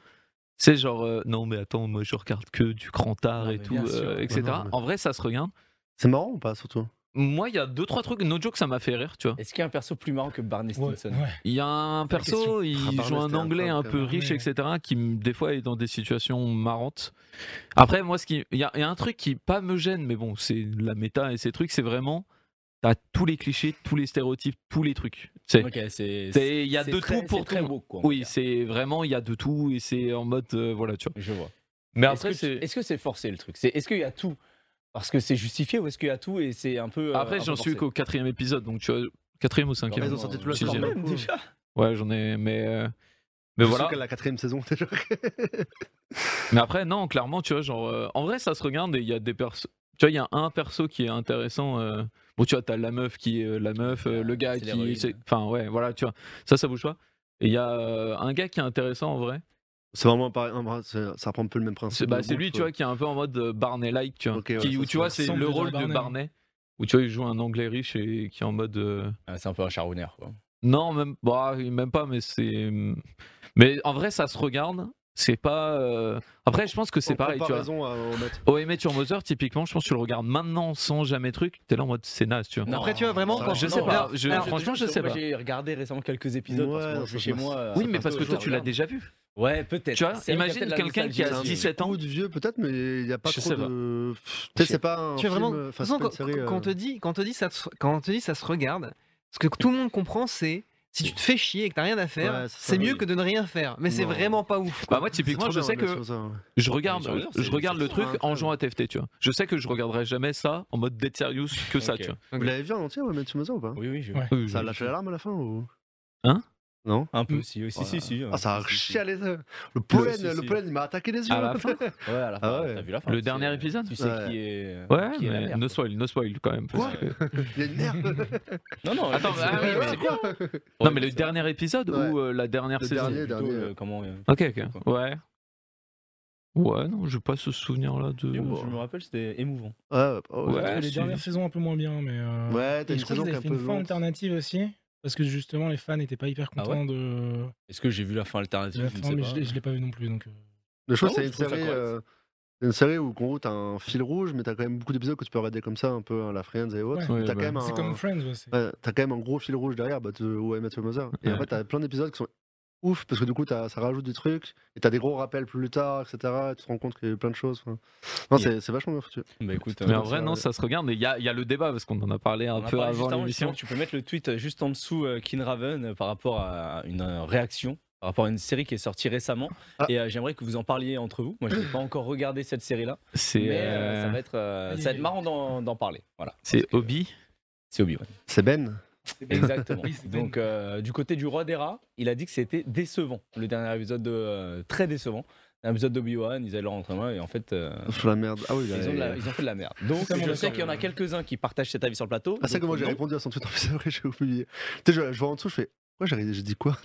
Speaker 4: c'est genre euh, non mais attends moi je regarde que du grand art
Speaker 1: Non,
Speaker 4: et
Speaker 1: mais
Speaker 4: tout
Speaker 1: bien sûr.
Speaker 4: euh,
Speaker 1: Ouais,
Speaker 4: etc
Speaker 2: non, mais-
Speaker 4: en vrai ça se regarde
Speaker 2: C'est marrant ou pas, surtout
Speaker 4: moi il y a deux trois trucs no joke ça m'a fait rire tu vois
Speaker 1: Est-ce qu'il y a un perso plus marrant que Barney
Speaker 3: Ouais,
Speaker 1: Stinson
Speaker 3: ouais.
Speaker 4: Il y a un
Speaker 3: la question.
Speaker 4: perso,
Speaker 2: Ah,
Speaker 4: il
Speaker 2: pardon,
Speaker 4: joue un
Speaker 2: c'était un
Speaker 4: anglais
Speaker 2: peu
Speaker 4: un peu
Speaker 2: un
Speaker 4: riche,
Speaker 3: peu-
Speaker 4: etc., qui m- des fois est dans des situations marrantes. Après, moi, ce qui, il y, a il y a un truc qui pas me gêne, mais bon, c'est la méta et ces trucs, c'est vraiment, t'as tous les clichés, tous les stéréotypes, tous les trucs. Tu sais,
Speaker 1: Ok, c'est.
Speaker 4: C'est- il y a
Speaker 1: c'est
Speaker 4: de
Speaker 1: très-
Speaker 4: tout pour
Speaker 1: c'est très
Speaker 4: tout.
Speaker 1: beau, quoi. on
Speaker 4: Oui,
Speaker 1: va dire.
Speaker 4: c'est vraiment, il y a de tout et c'est en mode, euh, voilà, tu vois.
Speaker 1: Je vois.
Speaker 4: Mais
Speaker 1: Est-ce que
Speaker 4: après,
Speaker 1: tu-
Speaker 4: c'est.
Speaker 1: est-ce que c'est forcé le truc C'est- Est-ce qu'il y a tout parce que c'est justifié ou est-ce qu'il y a tout et c'est un peu. euh, un
Speaker 4: Après,
Speaker 1: peu
Speaker 4: j'en suis
Speaker 1: forcé
Speaker 4: qu'au quatrième épisode, donc tu vois, quatrième ou cinquième.
Speaker 2: ils
Speaker 1: euh,
Speaker 2: ont sorti tout le
Speaker 4: Si,
Speaker 2: score,
Speaker 4: si.
Speaker 2: même,
Speaker 1: déjà.
Speaker 4: Ouais, j'en ai, mais. euh, Mais
Speaker 2: Je
Speaker 4: voilà.
Speaker 2: sens qu'à la quatrième saison, déjà.
Speaker 4: Mais après, non, clairement, tu vois, genre, euh, en vrai, ça se regarde et il y a des persos. Tu vois, il y a un perso qui est intéressant. euh, Bon, tu vois, t'as la meuf qui est euh, la meuf, euh, le gars
Speaker 1: C'est l'héroïne.
Speaker 4: qui. c'est- Enfin, ouais, voilà, tu vois. Ça, ça bouge pas. Et il y a euh, un gars qui est intéressant en vrai.
Speaker 2: C'est vraiment pareil, en vrai, c'est- ça reprend un peu le même
Speaker 4: C'est
Speaker 2: principe.
Speaker 4: bah,
Speaker 2: de
Speaker 4: c'est
Speaker 2: groupe,
Speaker 4: lui, tu vois, qui est un peu en mode euh, Barney-like, tu vois.
Speaker 2: Ok, ouais,
Speaker 4: qui-
Speaker 2: ça,
Speaker 4: où
Speaker 2: ça
Speaker 4: tu vois, c'est
Speaker 3: ressemble
Speaker 4: le
Speaker 3: déjà à
Speaker 4: rôle de
Speaker 3: Barney, hein.
Speaker 4: Barney. Où tu vois, il joue un anglais riche et qui est en mode. euh,
Speaker 1: Ah, c'est un peu un charounard. Quoi.
Speaker 4: Non, même, bah, même pas, mais c'est. Mais en vrai, ça se regarde. C'est pas. euh, Après, je pense que c'est
Speaker 2: En
Speaker 4: pareil, tu vois.
Speaker 2: comparaison à- au Matt.
Speaker 4: OM sur Mother, typiquement, je pense que tu le regardes maintenant sans jamais truc. T'es là en mode, c'est naze, tu vois.
Speaker 1: Non,
Speaker 5: Après, tu vois, vraiment,
Speaker 1: ça
Speaker 5: quand
Speaker 1: va.
Speaker 4: je
Speaker 1: non,
Speaker 4: sais
Speaker 1: non,
Speaker 4: pas.
Speaker 1: alors,
Speaker 4: je-
Speaker 1: alors, te
Speaker 4: franchement,
Speaker 1: dis,
Speaker 4: je sais
Speaker 1: moi,
Speaker 4: pas.
Speaker 1: J'ai regardé récemment quelques épisodes parce
Speaker 2: Ouais,
Speaker 1: que moi, je
Speaker 2: non, ça
Speaker 1: suis chez
Speaker 2: passe.
Speaker 1: moi. euh,
Speaker 4: Oui,
Speaker 1: ça
Speaker 4: mais
Speaker 1: passe
Speaker 4: parce que
Speaker 1: toujours,
Speaker 4: toi,
Speaker 1: je
Speaker 4: tu l'as
Speaker 1: regarde.
Speaker 4: déjà vu.
Speaker 1: Ouais, peut-être.
Speaker 4: Tu
Speaker 1: C'est vrai
Speaker 4: vois,
Speaker 1: qu'il y a
Speaker 4: imagine
Speaker 1: peut-être la
Speaker 4: quelqu'un qui a
Speaker 2: C'est un
Speaker 1: nostalgie.
Speaker 4: 17 ans.
Speaker 2: coup de vieux peut-être, mais il n'y a pas
Speaker 4: Je
Speaker 2: trop
Speaker 4: sais pas.
Speaker 2: de. Pff, Peut-être
Speaker 1: sais
Speaker 2: c'est pas un
Speaker 5: tu es
Speaker 2: film,
Speaker 5: vraiment.
Speaker 2: euh,
Speaker 5: de toute
Speaker 2: enfin, c'est
Speaker 5: façon,
Speaker 2: pas une
Speaker 5: quand-
Speaker 2: série,
Speaker 5: quand- quand on
Speaker 2: euh,
Speaker 5: te dit, quand on te dit ça, se- quand on te dit ça se regarde, ce que tout le monde comprend, c'est si tu te fais chier et que t'as rien à faire,
Speaker 2: Ouais, c'est ça,
Speaker 5: c'est mieux
Speaker 2: oui.
Speaker 5: que de ne rien faire. Mais c'est
Speaker 2: Non.
Speaker 5: vraiment pas ouf.
Speaker 4: Bah, moi,
Speaker 2: c'est
Speaker 4: typiquement,
Speaker 2: trop
Speaker 4: je
Speaker 2: bien,
Speaker 4: sais
Speaker 2: Matt,
Speaker 4: que
Speaker 2: sur ça, ouais.
Speaker 4: je regarde,
Speaker 1: Mother,
Speaker 4: je
Speaker 1: c'est-
Speaker 4: regarde
Speaker 1: c'est
Speaker 4: le truc
Speaker 2: incroyable.
Speaker 4: en jouant à TFT, tu vois. Je sais que je regarderai jamais ça en mode dead serious que ça,
Speaker 1: Ok.
Speaker 4: tu vois.
Speaker 5: Ok.
Speaker 2: Vous l'avez vu en entier, ouais, Mathieu Mazza, ou pas
Speaker 1: Oui, oui, je-
Speaker 3: Ouais.
Speaker 4: Oui, Hein?
Speaker 2: Ça a
Speaker 4: oui.
Speaker 2: lâché l'alarme à la fin ou
Speaker 1: un peu
Speaker 3: Mm.
Speaker 1: si, oui, si,
Speaker 4: Ouais.
Speaker 1: si, si.
Speaker 2: Ah, ça a
Speaker 1: si, si, si.
Speaker 2: chialé ça. Le pollen,
Speaker 1: si,
Speaker 2: le
Speaker 1: si.
Speaker 2: pollen, il m'a attaqué les yeux.
Speaker 4: À la fin.
Speaker 1: Ouais, à la fin,
Speaker 2: Ah ouais.
Speaker 1: t'as vu la fin.
Speaker 4: Le
Speaker 1: tu
Speaker 4: dernier
Speaker 1: sais-
Speaker 4: épisode
Speaker 1: Tu sais
Speaker 2: Ouais.
Speaker 1: qui est. euh,
Speaker 4: Ouais,
Speaker 1: qui est la
Speaker 4: mais
Speaker 1: merde,
Speaker 4: no
Speaker 1: quoi.
Speaker 4: spoil, no spoil quand même. parce
Speaker 2: Quoi
Speaker 4: que-
Speaker 2: Il y a une merde.
Speaker 1: Non, non,
Speaker 4: Attends,
Speaker 1: c'est-
Speaker 4: ah oui,
Speaker 1: ouais,
Speaker 4: mais
Speaker 1: bah c'est-
Speaker 4: c'est
Speaker 1: ouais,
Speaker 4: quoi
Speaker 1: Ouais,
Speaker 4: Non, mais le
Speaker 1: c'est-
Speaker 4: dernier épisode
Speaker 2: Ouais.
Speaker 4: ou euh, la dernière
Speaker 2: Le
Speaker 1: c'est
Speaker 4: saison
Speaker 2: dernier,
Speaker 1: plutôt,
Speaker 2: dernier.
Speaker 1: euh, Comment. euh,
Speaker 4: Ok, ok.
Speaker 1: Quoi.
Speaker 4: Ouais. Ouais, non, je pas ce souvenir-là de.
Speaker 1: Je me rappelle, c'était émouvant.
Speaker 2: Ouais, oh,
Speaker 4: Ouais,
Speaker 3: Ouais, les
Speaker 4: c'est-
Speaker 3: dernières saisons un peu moins bien, mais. euh,
Speaker 2: Ouais, t'as
Speaker 3: et
Speaker 2: une
Speaker 3: je crois
Speaker 2: saison
Speaker 3: qu'ils
Speaker 2: qui
Speaker 3: avaient
Speaker 2: est un
Speaker 3: fait
Speaker 2: peu
Speaker 3: une fin
Speaker 2: lente.
Speaker 3: alternative aussi, parce que justement les fans n'étaient pas hyper
Speaker 1: Ah ouais
Speaker 3: contents de
Speaker 1: Est-ce que j'ai vu la fin
Speaker 3: de
Speaker 1: alternative
Speaker 3: la
Speaker 1: Je ne
Speaker 3: fin,
Speaker 1: sais
Speaker 3: mais
Speaker 1: pas.
Speaker 3: je, l'ai- je l'ai pas vu non plus. Donc, euh,
Speaker 2: Le show,
Speaker 1: Non,
Speaker 2: c'est
Speaker 1: je
Speaker 2: une
Speaker 1: trouve ça
Speaker 2: série.
Speaker 1: correct.
Speaker 2: euh, c'est une série où, en gros, t'as un fil rouge, mais t'as quand même beaucoup d'épisodes que tu peux regarder comme ça, un peu hein, la Friends et autres.
Speaker 4: Ouais. Ouais,
Speaker 2: T'as
Speaker 4: bah,
Speaker 2: quand même
Speaker 3: C'est
Speaker 2: un.
Speaker 3: comme Friends, ouais, c'est-
Speaker 2: Ouais, t'as quand même un gros fil rouge derrière, bah, de How I Met Your Mother. Et en
Speaker 4: Ouais.
Speaker 2: fait, t'as plein d'épisodes qui sont ouf, parce que du coup, t'as- ça rajoute du truc, et t'as des gros rappels plus tard, etc. Et tu te rends compte qu'il y a eu plein de choses. enfin. Non, c'est c'est vachement bien foutu.
Speaker 1: Bah écoute,
Speaker 4: Mais
Speaker 1: euh,
Speaker 4: en vrai, non, ça se regarde. Et il y a, il y a le débat parce qu'on en a parlé un
Speaker 1: on en a
Speaker 4: peu
Speaker 1: parlé juste
Speaker 4: avant
Speaker 1: avant,
Speaker 4: l'émission.
Speaker 1: justement, Tu peux mettre le tweet euh, juste en dessous, euh, Kinraven, euh, par rapport à une euh, réaction, par rapport à une série qui est sortie récemment.
Speaker 2: Ah.
Speaker 1: Et euh, j'aimerais que vous en parliez entre vous. Moi, je n'ai pas encore regardé cette série-là,
Speaker 4: C'est
Speaker 1: mais euh,
Speaker 4: euh,
Speaker 1: ça va être, euh,
Speaker 3: Allez,
Speaker 1: ça va être
Speaker 3: allez.
Speaker 1: marrant d'en d'en parler. Voilà.
Speaker 4: c'est
Speaker 1: Parce que-
Speaker 4: Obi.
Speaker 1: C'est Obi-Wan.
Speaker 2: C'est Ben.
Speaker 1: Exactement.
Speaker 3: Oui, c'est Ben.
Speaker 1: Donc, euh, du côté du roi des rats, il a dit que c'était décevant. Le dernier épisode de. euh, très décevant. Un épisode d'Obi-Wan, ils allaient leur entraînement et en fait. euh,
Speaker 2: Pff, la merde. Ah oui, là,
Speaker 1: Ils ont, de la-
Speaker 2: il-
Speaker 1: ils ont fait de la merde. Donc,
Speaker 3: Ça, mon
Speaker 1: je
Speaker 3: accord,
Speaker 1: sais qu'il y en a
Speaker 3: euh.
Speaker 1: quelques-uns qui partagent cet avis sur le plateau.
Speaker 2: Ah, c'est que
Speaker 1: d'autres
Speaker 2: moi j'ai
Speaker 1: non.
Speaker 2: répondu à son tweet en plus, après j'ai oublié. Tu sais, je, je vois en dessous, je fais. Ouais, j'ai j'ai dit quoi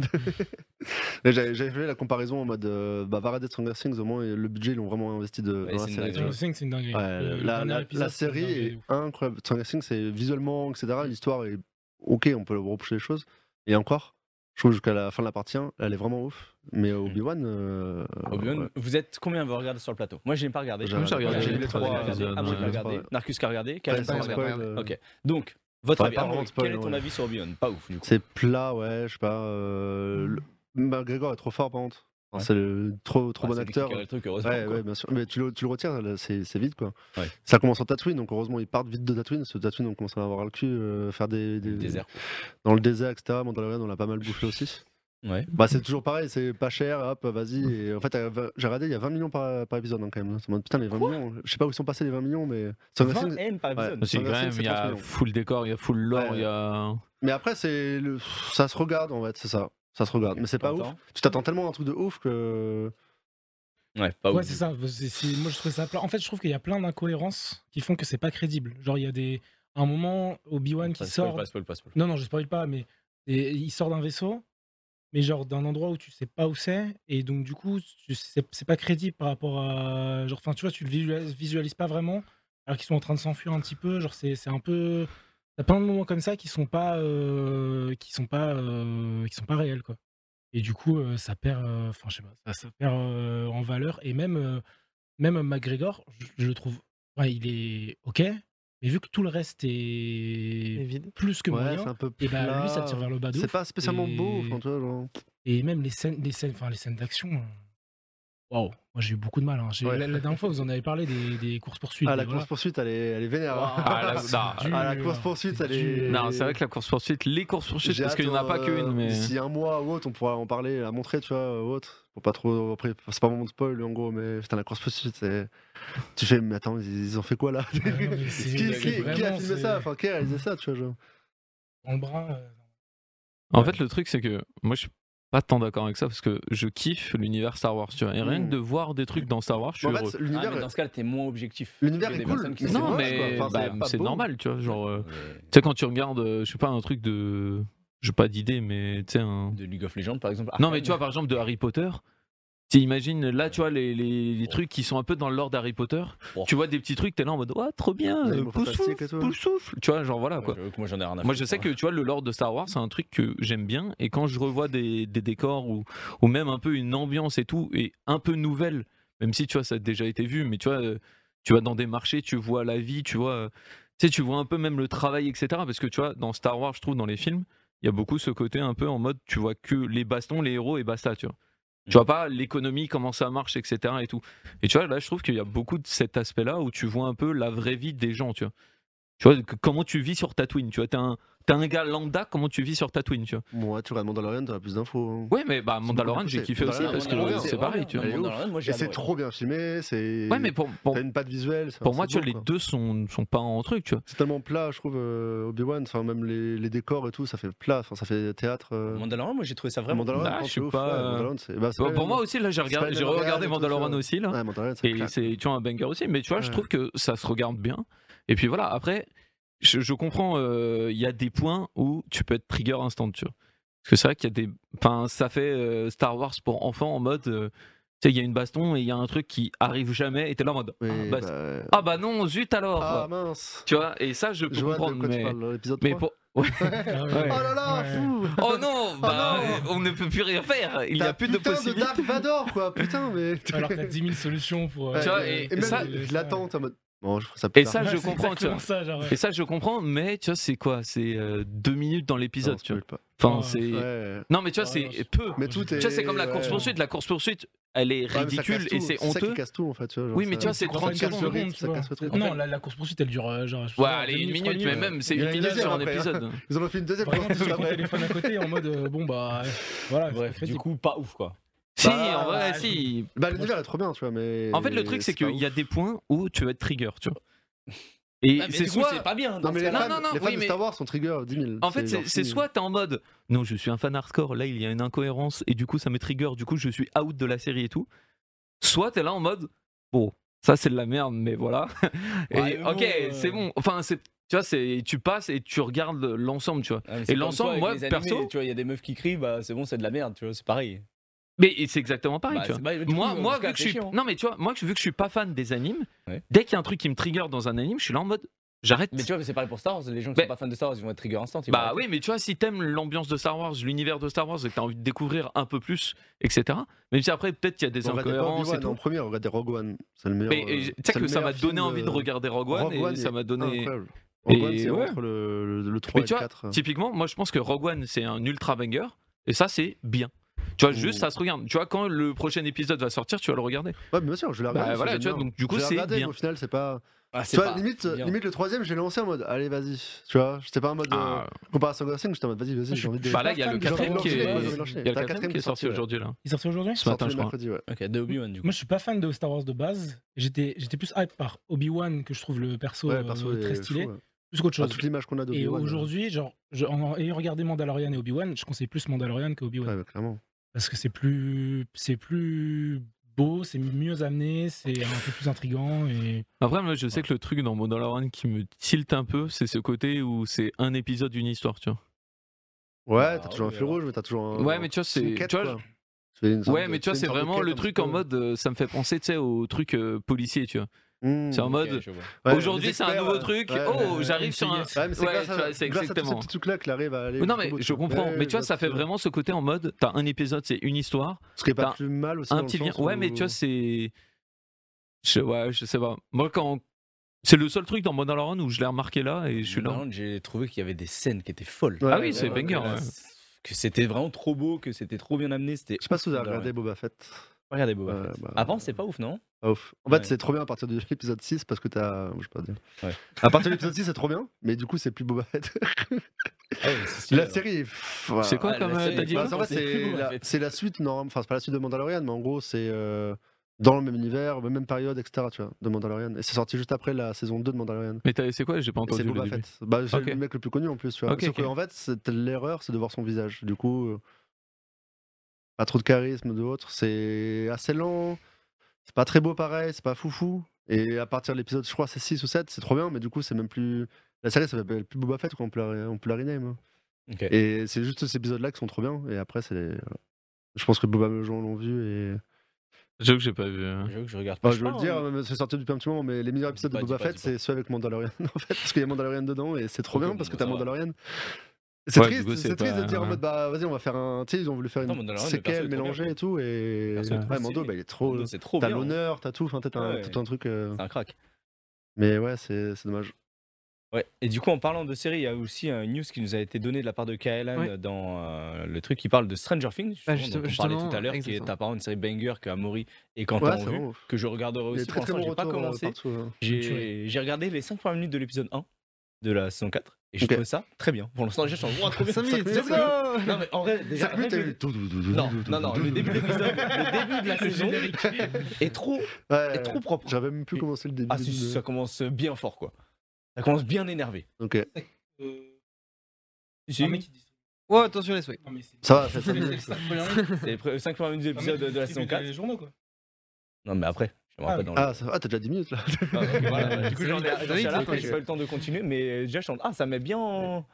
Speaker 2: Là, J'avais j'avais fait la comparaison en mode. euh, bah, va regarder Stranger Things, au moins, et le budget, ils l'ont vraiment investi de,
Speaker 1: Ouais,
Speaker 2: dans la
Speaker 1: c'est une
Speaker 2: série.
Speaker 1: dinguerie.
Speaker 2: tu vois.
Speaker 3: Stranger Things, c'est une dinguerie.
Speaker 2: Ouais,
Speaker 3: Le- le
Speaker 2: la,
Speaker 3: dernier
Speaker 2: la- la
Speaker 3: épisode, c'est une
Speaker 2: série
Speaker 3: dinguerie de
Speaker 2: est
Speaker 3: ouf.
Speaker 2: incroyable. Stranger Things, c'est visuellement, etc. L'histoire est ok, on peut reprocher les choses. Et encore, je trouve jusqu'à la fin de la partie 1, elle est vraiment ouf. Mais Obi-Wan. euh,
Speaker 1: Obi-Wan,
Speaker 2: ouais.
Speaker 1: vous êtes combien à avoir regardé sur le plateau Moi, je n'ai pas regardé.
Speaker 2: J'ai regardé.
Speaker 4: regardé
Speaker 1: J'ai
Speaker 4: les
Speaker 1: les
Speaker 4: trois
Speaker 1: trois.
Speaker 4: épisodes,
Speaker 1: regardés. Amaury
Speaker 4: ouais.
Speaker 1: a regardé. Narcus qui a regardé. Karen
Speaker 2: Ouais,
Speaker 1: qui a
Speaker 2: sans
Speaker 1: regardé.
Speaker 2: spoil, euh,
Speaker 1: Ok. Donc, votre
Speaker 2: Ouais,
Speaker 1: avis.
Speaker 2: pas
Speaker 1: Alors,
Speaker 2: vraiment de spoil,
Speaker 1: quel est ton
Speaker 2: ouais.
Speaker 1: avis sur Obi-Wan Pas ouf, du coup.
Speaker 2: C'est plat, ouais, je sais pas. euh, le- McGregor est trop fort, par contre.
Speaker 1: Ouais.
Speaker 2: C'est le- trop, trop
Speaker 1: Ouais, Ah,
Speaker 2: bon
Speaker 1: c'est lui qui
Speaker 2: acteur.
Speaker 1: carré le truc, heureusement.
Speaker 2: Ouais,
Speaker 1: quoi.
Speaker 2: ouais, bien sûr. Mais tu le, tu le retires, là, c'est c'est vite quoi.
Speaker 1: Ouais.
Speaker 2: Ça commence en Tatooine, donc heureusement ils partent vite de Tatooine. Ce Tatooine, on commence à en avoir le cul, euh, faire des, des-
Speaker 1: Le désert.
Speaker 2: dans le désert, etc. Mandalorian, on l'a pas mal bouffé aussi.
Speaker 1: Ouais.
Speaker 2: Bah c'est toujours pareil, c'est pas cher, hop, vas-y. Et en fait, euh, va- j'ai regardé, il y a 20 millions par, par épisode hein, quand même. C'est en mode, putain, les 20 millions, je sais pas où sont passés les 20 millions, mais. Stranger
Speaker 1: 20
Speaker 2: Things-
Speaker 1: N par
Speaker 2: Ouais.
Speaker 1: épisode.
Speaker 4: Parce que
Speaker 2: Stranger
Speaker 4: quand même,
Speaker 2: Things,
Speaker 4: il y
Speaker 2: c'est 30
Speaker 4: a
Speaker 2: millions.
Speaker 4: full décor, il y a full lore, il
Speaker 2: Ouais. Ah,
Speaker 4: y a.
Speaker 2: Mais après, c'est le... ça se regarde en fait, c'est ça. Ça se regarde, mais c'est pas ouf.
Speaker 1: T'entends
Speaker 2: Tu t'attends tellement à un truc de ouf que.
Speaker 1: Ouais, pas
Speaker 3: Ouais,
Speaker 1: ouf.
Speaker 3: c'est ça. c'est- c'est- moi, je trouve ça plat. En fait, je trouve qu'il y a plein d'incohérences qui font que c'est pas crédible. Genre, il y a des. un moment, Obi-Wan qui
Speaker 1: Pas spoil,
Speaker 3: sort.
Speaker 1: Pas spoil, pas spoil.
Speaker 3: Non, non, je spoil pas, mais et il sort d'un vaisseau, mais genre d'un endroit où tu sais pas où c'est, et donc du coup, tu- c'est c'est pas crédible par rapport à. Genre, enfin, tu vois, tu le visualises, visualises pas vraiment, alors qu'ils sont en train de s'enfuir un petit peu. Genre, c'est c'est un peu. T'as plein de moments comme ça qui sont pas. euh, qui sont pas. euh, qui sont pas réels, quoi. Et du coup, euh, ça perd. euh, Enfin, je sais pas, ça, ça perd euh, en valeur, et même. euh, même McGregor, je, je le trouve. Ouais, il est ok, mais vu que tout le reste
Speaker 5: C'est
Speaker 3: est
Speaker 5: vide.
Speaker 3: plus que
Speaker 2: Ouais,
Speaker 3: moyen,
Speaker 2: c'est un peu
Speaker 3: et bah
Speaker 2: plat.
Speaker 3: lui ça tire vers le bas de
Speaker 2: C'est
Speaker 3: ouf.
Speaker 2: pas spécialement
Speaker 3: Et-
Speaker 2: beau, enfin, tu vois, genre.
Speaker 3: et même les scènes les scènes enfin les scènes d'action euh, waouh moi j'ai eu beaucoup de mal hein. J'ai-
Speaker 2: Ouais.
Speaker 3: la, la dernière fois vous en avez parlé des, courses poursuites
Speaker 2: Ah, la course poursuite, elle est, elle est vénère. hein.
Speaker 4: Ah, la- non,
Speaker 2: Ah, la course poursuite, elle est.
Speaker 4: Non, c'est vrai que la course poursuite, les courses poursuites,
Speaker 2: J'ai
Speaker 4: parce qu'il n'y en a
Speaker 2: hâte,
Speaker 4: pas
Speaker 2: euh,
Speaker 4: qu'une, mais.
Speaker 2: D'ici un mois ou autre, on pourra en parler, la montrer, tu vois, ou autre. Pour pas trop. Après, c'est pas vraiment de spoil, en gros, mais putain, la course poursuite, c'est. Tu fais, mais attends, ils, ils ont fait quoi là Qui, qui- qui a filmé ça Enfin, qui a réalisé ça, tu vois, genre
Speaker 3: dans le bras euh,
Speaker 4: En
Speaker 1: Ouais.
Speaker 4: fait, le truc, c'est que moi, je suis pas tant d'accord avec ça parce que je kiffe l'univers Star Wars. Tu vois. Et rien
Speaker 2: Mm.
Speaker 4: que de voir des trucs dans Star Wars, je suis
Speaker 2: Bon, En
Speaker 4: heureux.
Speaker 2: fait,
Speaker 1: Ah,
Speaker 2: l'univers.
Speaker 1: mais dans ce cas, t'es moins objectif.
Speaker 2: L'univers
Speaker 1: que
Speaker 2: est
Speaker 1: des
Speaker 2: cool,
Speaker 1: personnes qui
Speaker 2: mais
Speaker 1: sont
Speaker 4: non,
Speaker 1: moches,
Speaker 2: moche,
Speaker 4: mais
Speaker 1: quoi.
Speaker 2: quoi. Enfin,
Speaker 4: bah,
Speaker 2: c'est pas
Speaker 4: c'est
Speaker 2: beau.
Speaker 4: normal, tu vois. Genre, euh,
Speaker 1: Mais-
Speaker 4: tu sais, quand tu regardes, euh, je sais pas, un truc de. j'ai pas d'idée, mais tu sais, un-
Speaker 1: De League of Legends, par exemple.
Speaker 2: Bah,
Speaker 4: Non, mais tu vois, par exemple, de Harry Potter, tu imagines, là, tu vois, les, les-
Speaker 2: Oh.
Speaker 4: les trucs qui sont un peu dans l'ordre d'Harry Potter,
Speaker 1: Oh.
Speaker 4: tu vois des petits trucs, t'es là en mode, ouais, trop bien,
Speaker 2: Les
Speaker 4: euh,
Speaker 2: animaux
Speaker 4: pouce
Speaker 2: fantastiques
Speaker 4: souffle,
Speaker 2: et tout.
Speaker 4: pouce souffle, tu vois, genre voilà quoi.
Speaker 1: Moi, j'en ai rien à
Speaker 4: Moi, je sais que tu vois, le lore de Star Wars, c'est un truc que j'aime bien. Et quand je revois des, des décors ou, ou même un peu une ambiance et tout, et un peu nouvelle, même si tu vois, ça a déjà été vu, mais tu vois, euh, tu vas dans des marchés, tu vois la vie, tu vois, euh, tu sais, tu vois un peu même le travail, etc. Parce que tu vois, dans Star Wars, je trouve, dans les films, il y a beaucoup ce côté un peu en mode, tu vois que les bastons, les héros et basta, tu vois. Tu vois pas l'économie, comment ça marche, etc. et tout. Et tu vois, là, je trouve qu'il y a beaucoup de cet aspect-là où tu vois un peu la vraie vie des gens, tu vois. Tu vois, que- comment tu vis sur Tatooine, tu vois. T'es un, t'es un gars lambda, comment tu vis sur Tatooine, tu vois.
Speaker 2: Moi, tu regardes Mandalorian, t'auras plus d'infos. hein.
Speaker 4: Ouais, mais bah, Mandalorian,
Speaker 2: beaucoup
Speaker 4: j'ai
Speaker 2: poussé.
Speaker 4: kiffé aussi
Speaker 2: Mandalorian,
Speaker 4: parce que
Speaker 2: Mandalorian,
Speaker 4: c'est
Speaker 2: c'est
Speaker 4: pareil, tu vois.
Speaker 2: vraiment-
Speaker 1: Moi, j'ai
Speaker 2: Et c'est
Speaker 1: adoré.
Speaker 2: trop bien filmé, c'est.
Speaker 4: Ouais, mais pour, pour,
Speaker 2: T'as une patte visuelle. c'est-
Speaker 4: pour
Speaker 2: c'est
Speaker 4: moi, tu vois,
Speaker 2: beau,
Speaker 4: les
Speaker 2: quoi.
Speaker 4: deux sont, sont pas en truc, tu vois.
Speaker 2: C'est tellement plat, je trouve, euh, Obi-Wan. Enfin, même les, les décors et tout, ça fait plat. Enfin, ça fait théâtre. euh,
Speaker 1: Mandalorian, moi, j'ai trouvé ça vraiment.
Speaker 2: Mandalorian,
Speaker 4: Bah,
Speaker 2: pense,
Speaker 4: je
Speaker 2: c'est
Speaker 4: suis
Speaker 2: ouf,
Speaker 4: pas,
Speaker 2: ouais,
Speaker 4: euh,
Speaker 2: Mandalorian, c'est- bah, c'est
Speaker 4: Bah,
Speaker 2: pas-
Speaker 4: pour moi aussi, là, j'ai regardé,
Speaker 2: pas
Speaker 4: j'ai
Speaker 2: le même
Speaker 4: regardé
Speaker 2: réel et tout, tu
Speaker 4: Mandalorian
Speaker 2: vois.
Speaker 4: aussi, là.
Speaker 2: Ouais, Mandalorian, c'est
Speaker 4: Et
Speaker 2: clair.
Speaker 4: c'est, tu vois, un banger aussi. Mais tu vois, je
Speaker 5: Ouais.
Speaker 4: trouve que ça se regarde bien. Et puis voilà, après, je, je comprends, euh, il y a des points où tu peux être trigger instant, tu vois. Parce que c'est vrai qu'il y a des. Enfin, ça fait euh, Star Wars pour enfants en mode. euh, tu sais, il y a une baston et il y a un truc qui arrive jamais. Et t'es là en mode.
Speaker 2: Oui,
Speaker 4: ah, bah,
Speaker 2: bah, euh,
Speaker 4: ah bah non, zut alors
Speaker 2: ah, mince.
Speaker 4: Tu vois, et ça, je peux
Speaker 2: Je vois de
Speaker 4: comprendre.
Speaker 2: quoi tu
Speaker 4: Mais,
Speaker 2: parles, l'épisode
Speaker 4: mais
Speaker 2: 3.
Speaker 4: pour.
Speaker 3: Ah ouais.
Speaker 2: Oh là là,
Speaker 3: Ouais.
Speaker 2: fou
Speaker 4: Oh non, bah,
Speaker 2: non
Speaker 4: on ne peut plus rien faire. Il n'y
Speaker 2: T'as
Speaker 4: a plus de
Speaker 2: putain
Speaker 4: possibilité.
Speaker 2: Dark Vador, quoi, putain, mais.
Speaker 3: Alors t'as 10 000 solutions pour. euh,
Speaker 2: Ouais,
Speaker 4: Tu vois, et-
Speaker 2: et
Speaker 4: et
Speaker 2: même,
Speaker 4: ça-
Speaker 2: je l'attends, t'es en mode. Bon, je ferai ça plus
Speaker 4: Et
Speaker 2: tard.
Speaker 4: ça, je
Speaker 3: Ouais, c'est
Speaker 4: comprends, tu vois.
Speaker 3: exactement ça, genre, euh, ouais.
Speaker 4: Et ça, je comprends, mais tu vois, c'est quoi C'est euh, deux minutes dans
Speaker 2: Non,
Speaker 4: l'épisode,
Speaker 2: on
Speaker 4: tu vois.
Speaker 2: spoil pas.
Speaker 4: Enfin,
Speaker 3: Ouais.
Speaker 4: c'est.
Speaker 2: Oh, Ouais.
Speaker 4: Non, mais tu vois,
Speaker 3: Ah, non,
Speaker 4: c'est
Speaker 3: c'est-
Speaker 4: peu.
Speaker 2: Mais tout
Speaker 4: Tu
Speaker 2: est.
Speaker 4: vois, c'est comme la
Speaker 2: ouais.
Speaker 4: course-poursuite. La course-poursuite, elle est
Speaker 2: Ouais, mais ça
Speaker 4: ridicule
Speaker 2: casse
Speaker 4: et
Speaker 2: tout,
Speaker 4: c'est
Speaker 2: ça qui
Speaker 4: honteux.
Speaker 2: casse tout, en fait, tu vois, genre,
Speaker 4: Oui, mais
Speaker 2: ça-
Speaker 4: tu vois, c'est
Speaker 3: Tu comprends
Speaker 4: 30
Speaker 3: pas une
Speaker 4: secondes.
Speaker 3: seconde,
Speaker 2: ça
Speaker 3: tu
Speaker 2: casse le truc.
Speaker 3: Non, la, la course poursuite elle dure euh, genre. je sais
Speaker 4: Ouais,
Speaker 3: pas,
Speaker 4: allez,
Speaker 3: deux
Speaker 4: une
Speaker 3: trois
Speaker 4: minute, mais même, c'est
Speaker 2: Il y a
Speaker 4: une
Speaker 2: une
Speaker 4: minute sur un
Speaker 2: deuxième
Speaker 4: épisode.
Speaker 2: Ils en ont fait une deuxième
Speaker 3: Vraiment, t'es
Speaker 2: partie
Speaker 3: sur ton
Speaker 2: après.
Speaker 3: téléphone à côté en mode euh, bon bah euh, voilà. c'est pas
Speaker 1: Bref, du
Speaker 3: crédible.
Speaker 1: coup, pas ouf, quoi.
Speaker 4: Si,
Speaker 2: Bah,
Speaker 4: en vrai,
Speaker 3: bah,
Speaker 4: si.
Speaker 2: Bah, l'univers est trop bien, tu vois, mais.
Speaker 4: En fait, le truc, c'est
Speaker 2: pas
Speaker 4: qu'il y a
Speaker 2: ouf.
Speaker 4: des points où tu vas être trigger, tu vois. Et
Speaker 1: Ah, mais
Speaker 4: c'est
Speaker 1: du coup,
Speaker 4: soit.
Speaker 1: c'est pas bien.
Speaker 2: Non,
Speaker 1: dans
Speaker 2: mais
Speaker 1: ce
Speaker 2: les
Speaker 1: cas-là.
Speaker 2: fans,
Speaker 4: non, non,
Speaker 2: les fans
Speaker 4: oui,
Speaker 2: de
Speaker 4: mais-
Speaker 2: Star Wars sont trigger 10 000.
Speaker 4: En fait,
Speaker 2: genre,
Speaker 4: c'est c'est
Speaker 2: fini.
Speaker 4: soit t'es en mode non, je suis un fan hardcore, là il y a une incohérence et du coup ça me trigger, du coup je suis out de la série et tout. Soit t'es là en mode bon, ça c'est de la merde, mais voilà. et
Speaker 1: Ouais, mais
Speaker 4: ok,
Speaker 1: bon, euh,
Speaker 4: c'est bon. Enfin, c'est tu vois, c'est tu passes et tu regardes l'ensemble, tu vois.
Speaker 1: Ah, mais c'est comme
Speaker 4: l'ensemble,
Speaker 1: toi avec les
Speaker 4: moi, perso-
Speaker 1: Tu vois, il y a des meufs qui crient, bah c'est bon, c'est de la merde, tu vois, c'est pareil.
Speaker 4: Mais c'est exactement pareil,
Speaker 1: Bah,
Speaker 4: tu vois.
Speaker 1: c'est- bah, du coup,
Speaker 4: Moi,
Speaker 1: dans
Speaker 4: moi
Speaker 1: ce cas,
Speaker 4: vu que je
Speaker 1: c'est
Speaker 4: suis
Speaker 1: chiant.
Speaker 4: non mais tu vois, moi vu que je suis pas fan des animes,
Speaker 1: Ouais.
Speaker 4: dès qu'il y a un truc qui me trigger dans un anime, je suis là en mode j'arrête.
Speaker 1: Mais tu vois, mais c'est pareil pour Star Wars. Les gens qui
Speaker 4: Mais-
Speaker 1: sont pas fans de Star Wars, ils vont être trigger instant. ils vont
Speaker 4: Bah
Speaker 1: arrêter.
Speaker 4: oui, mais tu vois, si t'aimes l'ambiance de Star Wars, l'univers de Star Wars, et que t'as envie de découvrir un peu plus, etc. Même si après, peut-être qu'il y a des
Speaker 2: On regardait pas
Speaker 4: incohérences et
Speaker 2: Obi-Wan en
Speaker 4: tout.
Speaker 2: premier, on regardait Rogue One. C'est le meilleur.
Speaker 4: Mais
Speaker 2: hein, euh,
Speaker 4: et je- tu sais
Speaker 2: c'est
Speaker 4: que
Speaker 2: le
Speaker 4: ça m'a
Speaker 2: meilleur
Speaker 4: donné
Speaker 2: film,
Speaker 4: envie de
Speaker 2: euh,
Speaker 4: regarder Rogue One,
Speaker 2: Rogue One
Speaker 4: et ça
Speaker 2: est
Speaker 4: m'a donné.
Speaker 2: Incroyable. Rogue
Speaker 4: Et
Speaker 2: One, c'est
Speaker 4: ouais.
Speaker 2: entre le, le, le 3
Speaker 4: Mais
Speaker 2: et
Speaker 4: tu
Speaker 2: le
Speaker 4: vois,
Speaker 2: 4. euh.
Speaker 4: typiquement, moi je pense que Rogue One c'est un ultra banger, et ça c'est bien. Tu vois, juste
Speaker 2: Ouh.
Speaker 4: ça se regarde. Tu vois, quand le prochain épisode va sortir, tu vas le regarder.
Speaker 2: Ouais, bien sûr, je l'ai
Speaker 4: Bah,
Speaker 2: regardé.
Speaker 4: voilà,
Speaker 2: j'aime
Speaker 4: tu vois,
Speaker 2: bien.
Speaker 4: donc du coup,
Speaker 2: Je l'ai
Speaker 4: c'est
Speaker 2: regardé, mais
Speaker 4: bien.
Speaker 2: Au final, c'est pas.
Speaker 1: Ah,
Speaker 2: Tu
Speaker 1: c'est
Speaker 2: vois,
Speaker 1: pas-
Speaker 2: limite,
Speaker 1: c'est bien.
Speaker 2: limite le troisième, j'ai lancé en mode allez, vas-y. Tu vois, j'étais pas en mode. euh,
Speaker 4: Ah,
Speaker 2: Comparé à Stranger Things, j'étais en mode vas-y, vas-y, j'ai envie de.
Speaker 4: bah là, il y a
Speaker 3: fan
Speaker 4: le
Speaker 3: de Star
Speaker 4: quatrième
Speaker 3: Wars,
Speaker 4: qui est,
Speaker 3: ouais,
Speaker 2: ouais,
Speaker 4: il y a
Speaker 2: ouais,
Speaker 4: le
Speaker 2: ouais. T'as un
Speaker 4: quatrième
Speaker 2: quatrième
Speaker 4: qui est
Speaker 2: qui est sorti,
Speaker 4: sorti
Speaker 2: ouais.
Speaker 4: aujourd'hui là.
Speaker 3: euh, Il est sorti aujourd'hui.
Speaker 4: Ce matin,
Speaker 2: Sorti
Speaker 4: je
Speaker 2: le
Speaker 4: crois.
Speaker 2: mercredi, ouais.
Speaker 1: Ok, de Obi-Wan du coup.
Speaker 3: Moi, je suis pas fan de Star Wars de base. J'étais, j'étais plus hype par Obi-Wan que je trouve le perso,
Speaker 2: Ouais,
Speaker 3: euh,
Speaker 2: perso, il est
Speaker 3: très
Speaker 2: chaud,
Speaker 3: stylé,
Speaker 2: ouais.
Speaker 3: plus qu'autre
Speaker 2: Enfin,
Speaker 3: chose.
Speaker 2: Toute l'image qu'on a
Speaker 3: et
Speaker 2: d'Obi-Wan.
Speaker 3: aujourd'hui, genre, je, en ayant regardé Mandalorian et Obi-Wan, je conseille plus Mandalorian que
Speaker 2: euh,
Speaker 3: Obi-Wan
Speaker 2: Ouais, bah, clairement.
Speaker 3: parce que c'est plus, c'est plus beau, c'est mieux amené, c'est un peu plus intrigant et
Speaker 4: Après, moi, je sais que le truc dans Mandalorian qui me tilte un peu, c'est ce côté où c'est un épisode d'une histoire, tu vois.
Speaker 2: Ouais,
Speaker 1: Ah
Speaker 2: t'as toujours
Speaker 1: oui,
Speaker 2: un fil
Speaker 1: alors.
Speaker 2: rouge, mais t'as toujours un.
Speaker 4: Ouais, mais tu vois,
Speaker 2: une
Speaker 4: c'est.
Speaker 2: quête,
Speaker 4: tu vois,
Speaker 2: quoi. Tu fais une sorte
Speaker 4: Ouais,
Speaker 2: de-
Speaker 4: mais tu vois,
Speaker 2: fais une
Speaker 4: c'est
Speaker 2: sorte de
Speaker 4: vraiment
Speaker 2: quête
Speaker 4: le
Speaker 2: un
Speaker 4: truc
Speaker 2: petit
Speaker 4: en
Speaker 2: peu.
Speaker 4: mode, euh, ça me fait penser, tu sais, au truc euh, policier, tu vois.
Speaker 2: Mmh.
Speaker 4: C'est en mode,
Speaker 1: Ok, je vois.
Speaker 2: Ouais,
Speaker 4: aujourd'hui
Speaker 2: les
Speaker 4: c'est un
Speaker 2: experts,
Speaker 4: nouveau
Speaker 2: ouais.
Speaker 4: truc,
Speaker 2: Ouais, ouais,
Speaker 4: oh,
Speaker 2: ouais.
Speaker 4: j'arrive sur un...
Speaker 2: Ouais, mais c'est
Speaker 4: Ouais,
Speaker 2: grâce,
Speaker 4: tu vois,
Speaker 2: à,
Speaker 4: c'est
Speaker 2: grâce à tous ces
Speaker 4: exactement.
Speaker 2: petits trucs-là qu'il arrive à aller.
Speaker 4: Non
Speaker 2: jusqu'au
Speaker 4: mais
Speaker 2: bout,
Speaker 4: je
Speaker 2: vois.
Speaker 4: comprends,
Speaker 2: Ouais,
Speaker 4: mais tu vois
Speaker 2: ouais,
Speaker 4: ça fait
Speaker 2: c'est-
Speaker 4: vraiment ce côté en mode t'as un épisode c'est une histoire,
Speaker 2: Ce qui est
Speaker 4: t'as
Speaker 2: pas plus mal aussi.
Speaker 4: un
Speaker 2: dans le
Speaker 4: petit lien,
Speaker 2: sens
Speaker 4: ouais mais
Speaker 2: où-
Speaker 4: tu vois c'est, je, ouais je sais pas, moi quand c'est le seul truc dans Mandalorian où je l'ai remarqué là et je suis là,
Speaker 1: Mandalorian, J'ai trouvé qu'il y avait des scènes qui étaient folles. Euh,
Speaker 2: Ouais,
Speaker 4: ah oui
Speaker 2: ouais,
Speaker 4: c'est
Speaker 2: ouais.
Speaker 4: banger, ouais.
Speaker 1: Que c'était vraiment trop beau, que c'était trop bien amené. C'était.
Speaker 2: Je sais pas si vous
Speaker 4: bah
Speaker 2: avez regardé Boba Fett.
Speaker 1: Regardez, Boba.
Speaker 2: Ouais, bah,
Speaker 1: Avant, c'est pas ouf, non
Speaker 2: pas ouf. En
Speaker 1: Ouais.
Speaker 2: fait, c'est trop bien à partir de l'épisode 6 parce que t'as. Je sais pas dire.
Speaker 1: Ouais.
Speaker 2: À partir de l'épisode 6, c'est trop bien, mais du coup, c'est plus Boba Fett. La série est. pff, voilà.
Speaker 4: C'est quoi
Speaker 1: Ah, la
Speaker 4: comme euh,
Speaker 1: série,
Speaker 4: t'as dit
Speaker 2: Bah,
Speaker 1: quoi
Speaker 2: en fait,
Speaker 1: C'est plus
Speaker 2: c'est
Speaker 1: Boba
Speaker 2: la,
Speaker 1: Fett.
Speaker 2: c'est la suite, non, enfin, c'est pas la suite de Mandalorian, mais en gros, c'est euh, dans le même univers, même période, etc., tu vois, de Mandalorian. Et c'est sorti juste après la saison 2 de Mandalorian.
Speaker 4: Mais t'as- c'est quoi j'ai pas
Speaker 2: Et
Speaker 4: entendu
Speaker 2: C'est
Speaker 4: le
Speaker 2: Boba
Speaker 4: début.
Speaker 2: Fett. Bah, c'est
Speaker 4: Ok.
Speaker 2: le mec le plus connu en plus, tu vois.
Speaker 4: Ok,
Speaker 2: Sauf
Speaker 4: ok.
Speaker 2: qu'en fait, c'est- l'erreur, c'est de voir son visage. Du coup, euh, pas trop de charisme de autres. C'est assez lent. C'est pas très beau pareil, c'est pas foufou. Et à partir de l'épisode, je crois, c'est 6 ou 7, c'est trop bien, mais du coup, c'est même plus. La série ça s'appelle plus Boba Fett, quoi. On peut la, on peut la rename. hein.
Speaker 1: Ok.
Speaker 2: Et c'est juste ces épisodes-là qui sont trop bien. Et après, c'est. voilà. Je pense que Boba Mejon l'ont vu et.
Speaker 4: Jeu que j'ai pas vu. hein.
Speaker 1: Un jeu que je regarde pas.
Speaker 2: Enfin, Bah, je veux
Speaker 1: crois,
Speaker 2: le dire,
Speaker 1: hein.
Speaker 2: mais c'est sorti depuis un petit moment, mais les meilleurs épisodes
Speaker 1: Dis
Speaker 2: de
Speaker 1: pas,
Speaker 2: Boba
Speaker 1: dis pas,
Speaker 2: Fett,
Speaker 1: dis pas.
Speaker 2: c'est ceux avec Mandalorian, en fait, parce qu'il y a Mandalorian dedans et c'est trop
Speaker 1: Ok,
Speaker 2: bien
Speaker 1: bon,
Speaker 2: parce que
Speaker 1: bah,
Speaker 2: t'as
Speaker 1: ça va.
Speaker 2: Mandalorian. C'est
Speaker 4: Ouais, du
Speaker 2: triste,
Speaker 4: coup, c'est
Speaker 2: c'est triste de
Speaker 4: pas-
Speaker 2: dire en mode bah vas-y, on va faire un. Tu sais, ils ont voulu faire
Speaker 1: Attends,
Speaker 2: une
Speaker 1: Mandalorian, le perso est trop
Speaker 2: séquelle
Speaker 1: bien,
Speaker 2: mélangée
Speaker 1: quoi.
Speaker 2: et tout, et.
Speaker 1: perso est trop
Speaker 2: Ouais, Mando,
Speaker 1: stylé.
Speaker 2: bah, il est trop.
Speaker 1: Mando, C'est trop
Speaker 2: T'as
Speaker 1: bien. hein.
Speaker 2: l'honneur, t'as tout, enfin, t'as un-
Speaker 1: Ouais.
Speaker 2: tout un truc. euh,
Speaker 1: C'est un crack.
Speaker 2: Mais ouais, c'est c'est dommage.
Speaker 1: Ouais. Et du coup, en parlant de série, il y a aussi une news qui nous a été donnée de la part de KLM
Speaker 5: Ouais.
Speaker 1: dans euh, le truc qui parle de Stranger Things.
Speaker 4: Bah,
Speaker 5: Ah,
Speaker 1: justement, dont
Speaker 5: justement-
Speaker 1: on parlait tout à l'heure, qui est
Speaker 5: exactement.
Speaker 1: apparemment une série banger que Amaury et Quentin
Speaker 2: Ouais,
Speaker 1: ont
Speaker 2: c'est
Speaker 1: vu,
Speaker 2: vraiment.
Speaker 1: que je regarderai
Speaker 2: Il y a
Speaker 1: aussi.
Speaker 2: très
Speaker 1: Pour
Speaker 2: très
Speaker 1: l'instant,
Speaker 2: bon
Speaker 1: j'ai pas
Speaker 2: retour euh,
Speaker 1: commencé.
Speaker 2: partout. hein.
Speaker 1: J'ai j'ai regardé les 5 premières minutes de l'épisode 1 de la saison 4 et j'ai
Speaker 2: Ok.
Speaker 1: trouvé ça très bien. Pour l'instant, j'ai changé. Ouah, trop bien.
Speaker 5: 5 minutes,
Speaker 2: minutes,
Speaker 5: let's
Speaker 2: c'est
Speaker 5: go
Speaker 1: Non, mais en vrai, déjà.
Speaker 2: Cinq
Speaker 1: rien
Speaker 2: minutes, t'as
Speaker 1: que
Speaker 2: eu
Speaker 1: le-
Speaker 2: tout, tout, tout, tout,
Speaker 1: Non,
Speaker 2: tout, tout,
Speaker 1: non, non,
Speaker 2: tout,
Speaker 1: le
Speaker 2: tout,
Speaker 1: début de
Speaker 2: tout, tout.
Speaker 1: l'épisode, le début Ah, de la saison Euh, est trop,
Speaker 2: Ouais,
Speaker 1: est trop propre.
Speaker 2: J'avais même plus commencé le début.
Speaker 1: Ah si,
Speaker 2: du-
Speaker 1: ça commence bien fort quoi. Ça commence bien énervé.
Speaker 2: Ok.
Speaker 3: Euh,
Speaker 1: Si,
Speaker 3: un mec qui dit ça.
Speaker 5: Oh, attention les souhaits.
Speaker 3: Non, mais c'est-
Speaker 2: Ça va, ça
Speaker 3: c'est les-
Speaker 2: va.
Speaker 3: c'est la première minute.
Speaker 1: C'est les pre- cinq premières minutes de
Speaker 3: Un mec
Speaker 1: l'épisode de
Speaker 3: qui
Speaker 1: la
Speaker 3: distribue
Speaker 1: saison 4.
Speaker 3: les journaux, quoi.
Speaker 1: Non mais après, je me rappelle dans le...
Speaker 2: Ah, ça va, t'as déjà 10 minutes là.
Speaker 1: Ah, ok, voilà. Du coup,
Speaker 5: C'est
Speaker 1: j'en
Speaker 5: vrai,
Speaker 1: ai-
Speaker 5: c'est
Speaker 1: j'en
Speaker 5: vrai
Speaker 1: suis à
Speaker 5: que
Speaker 1: là,
Speaker 5: c'est-
Speaker 1: quoi, j'ai pas eu le temps de continuer, mais déjà je chante. Ah, ça met bien en...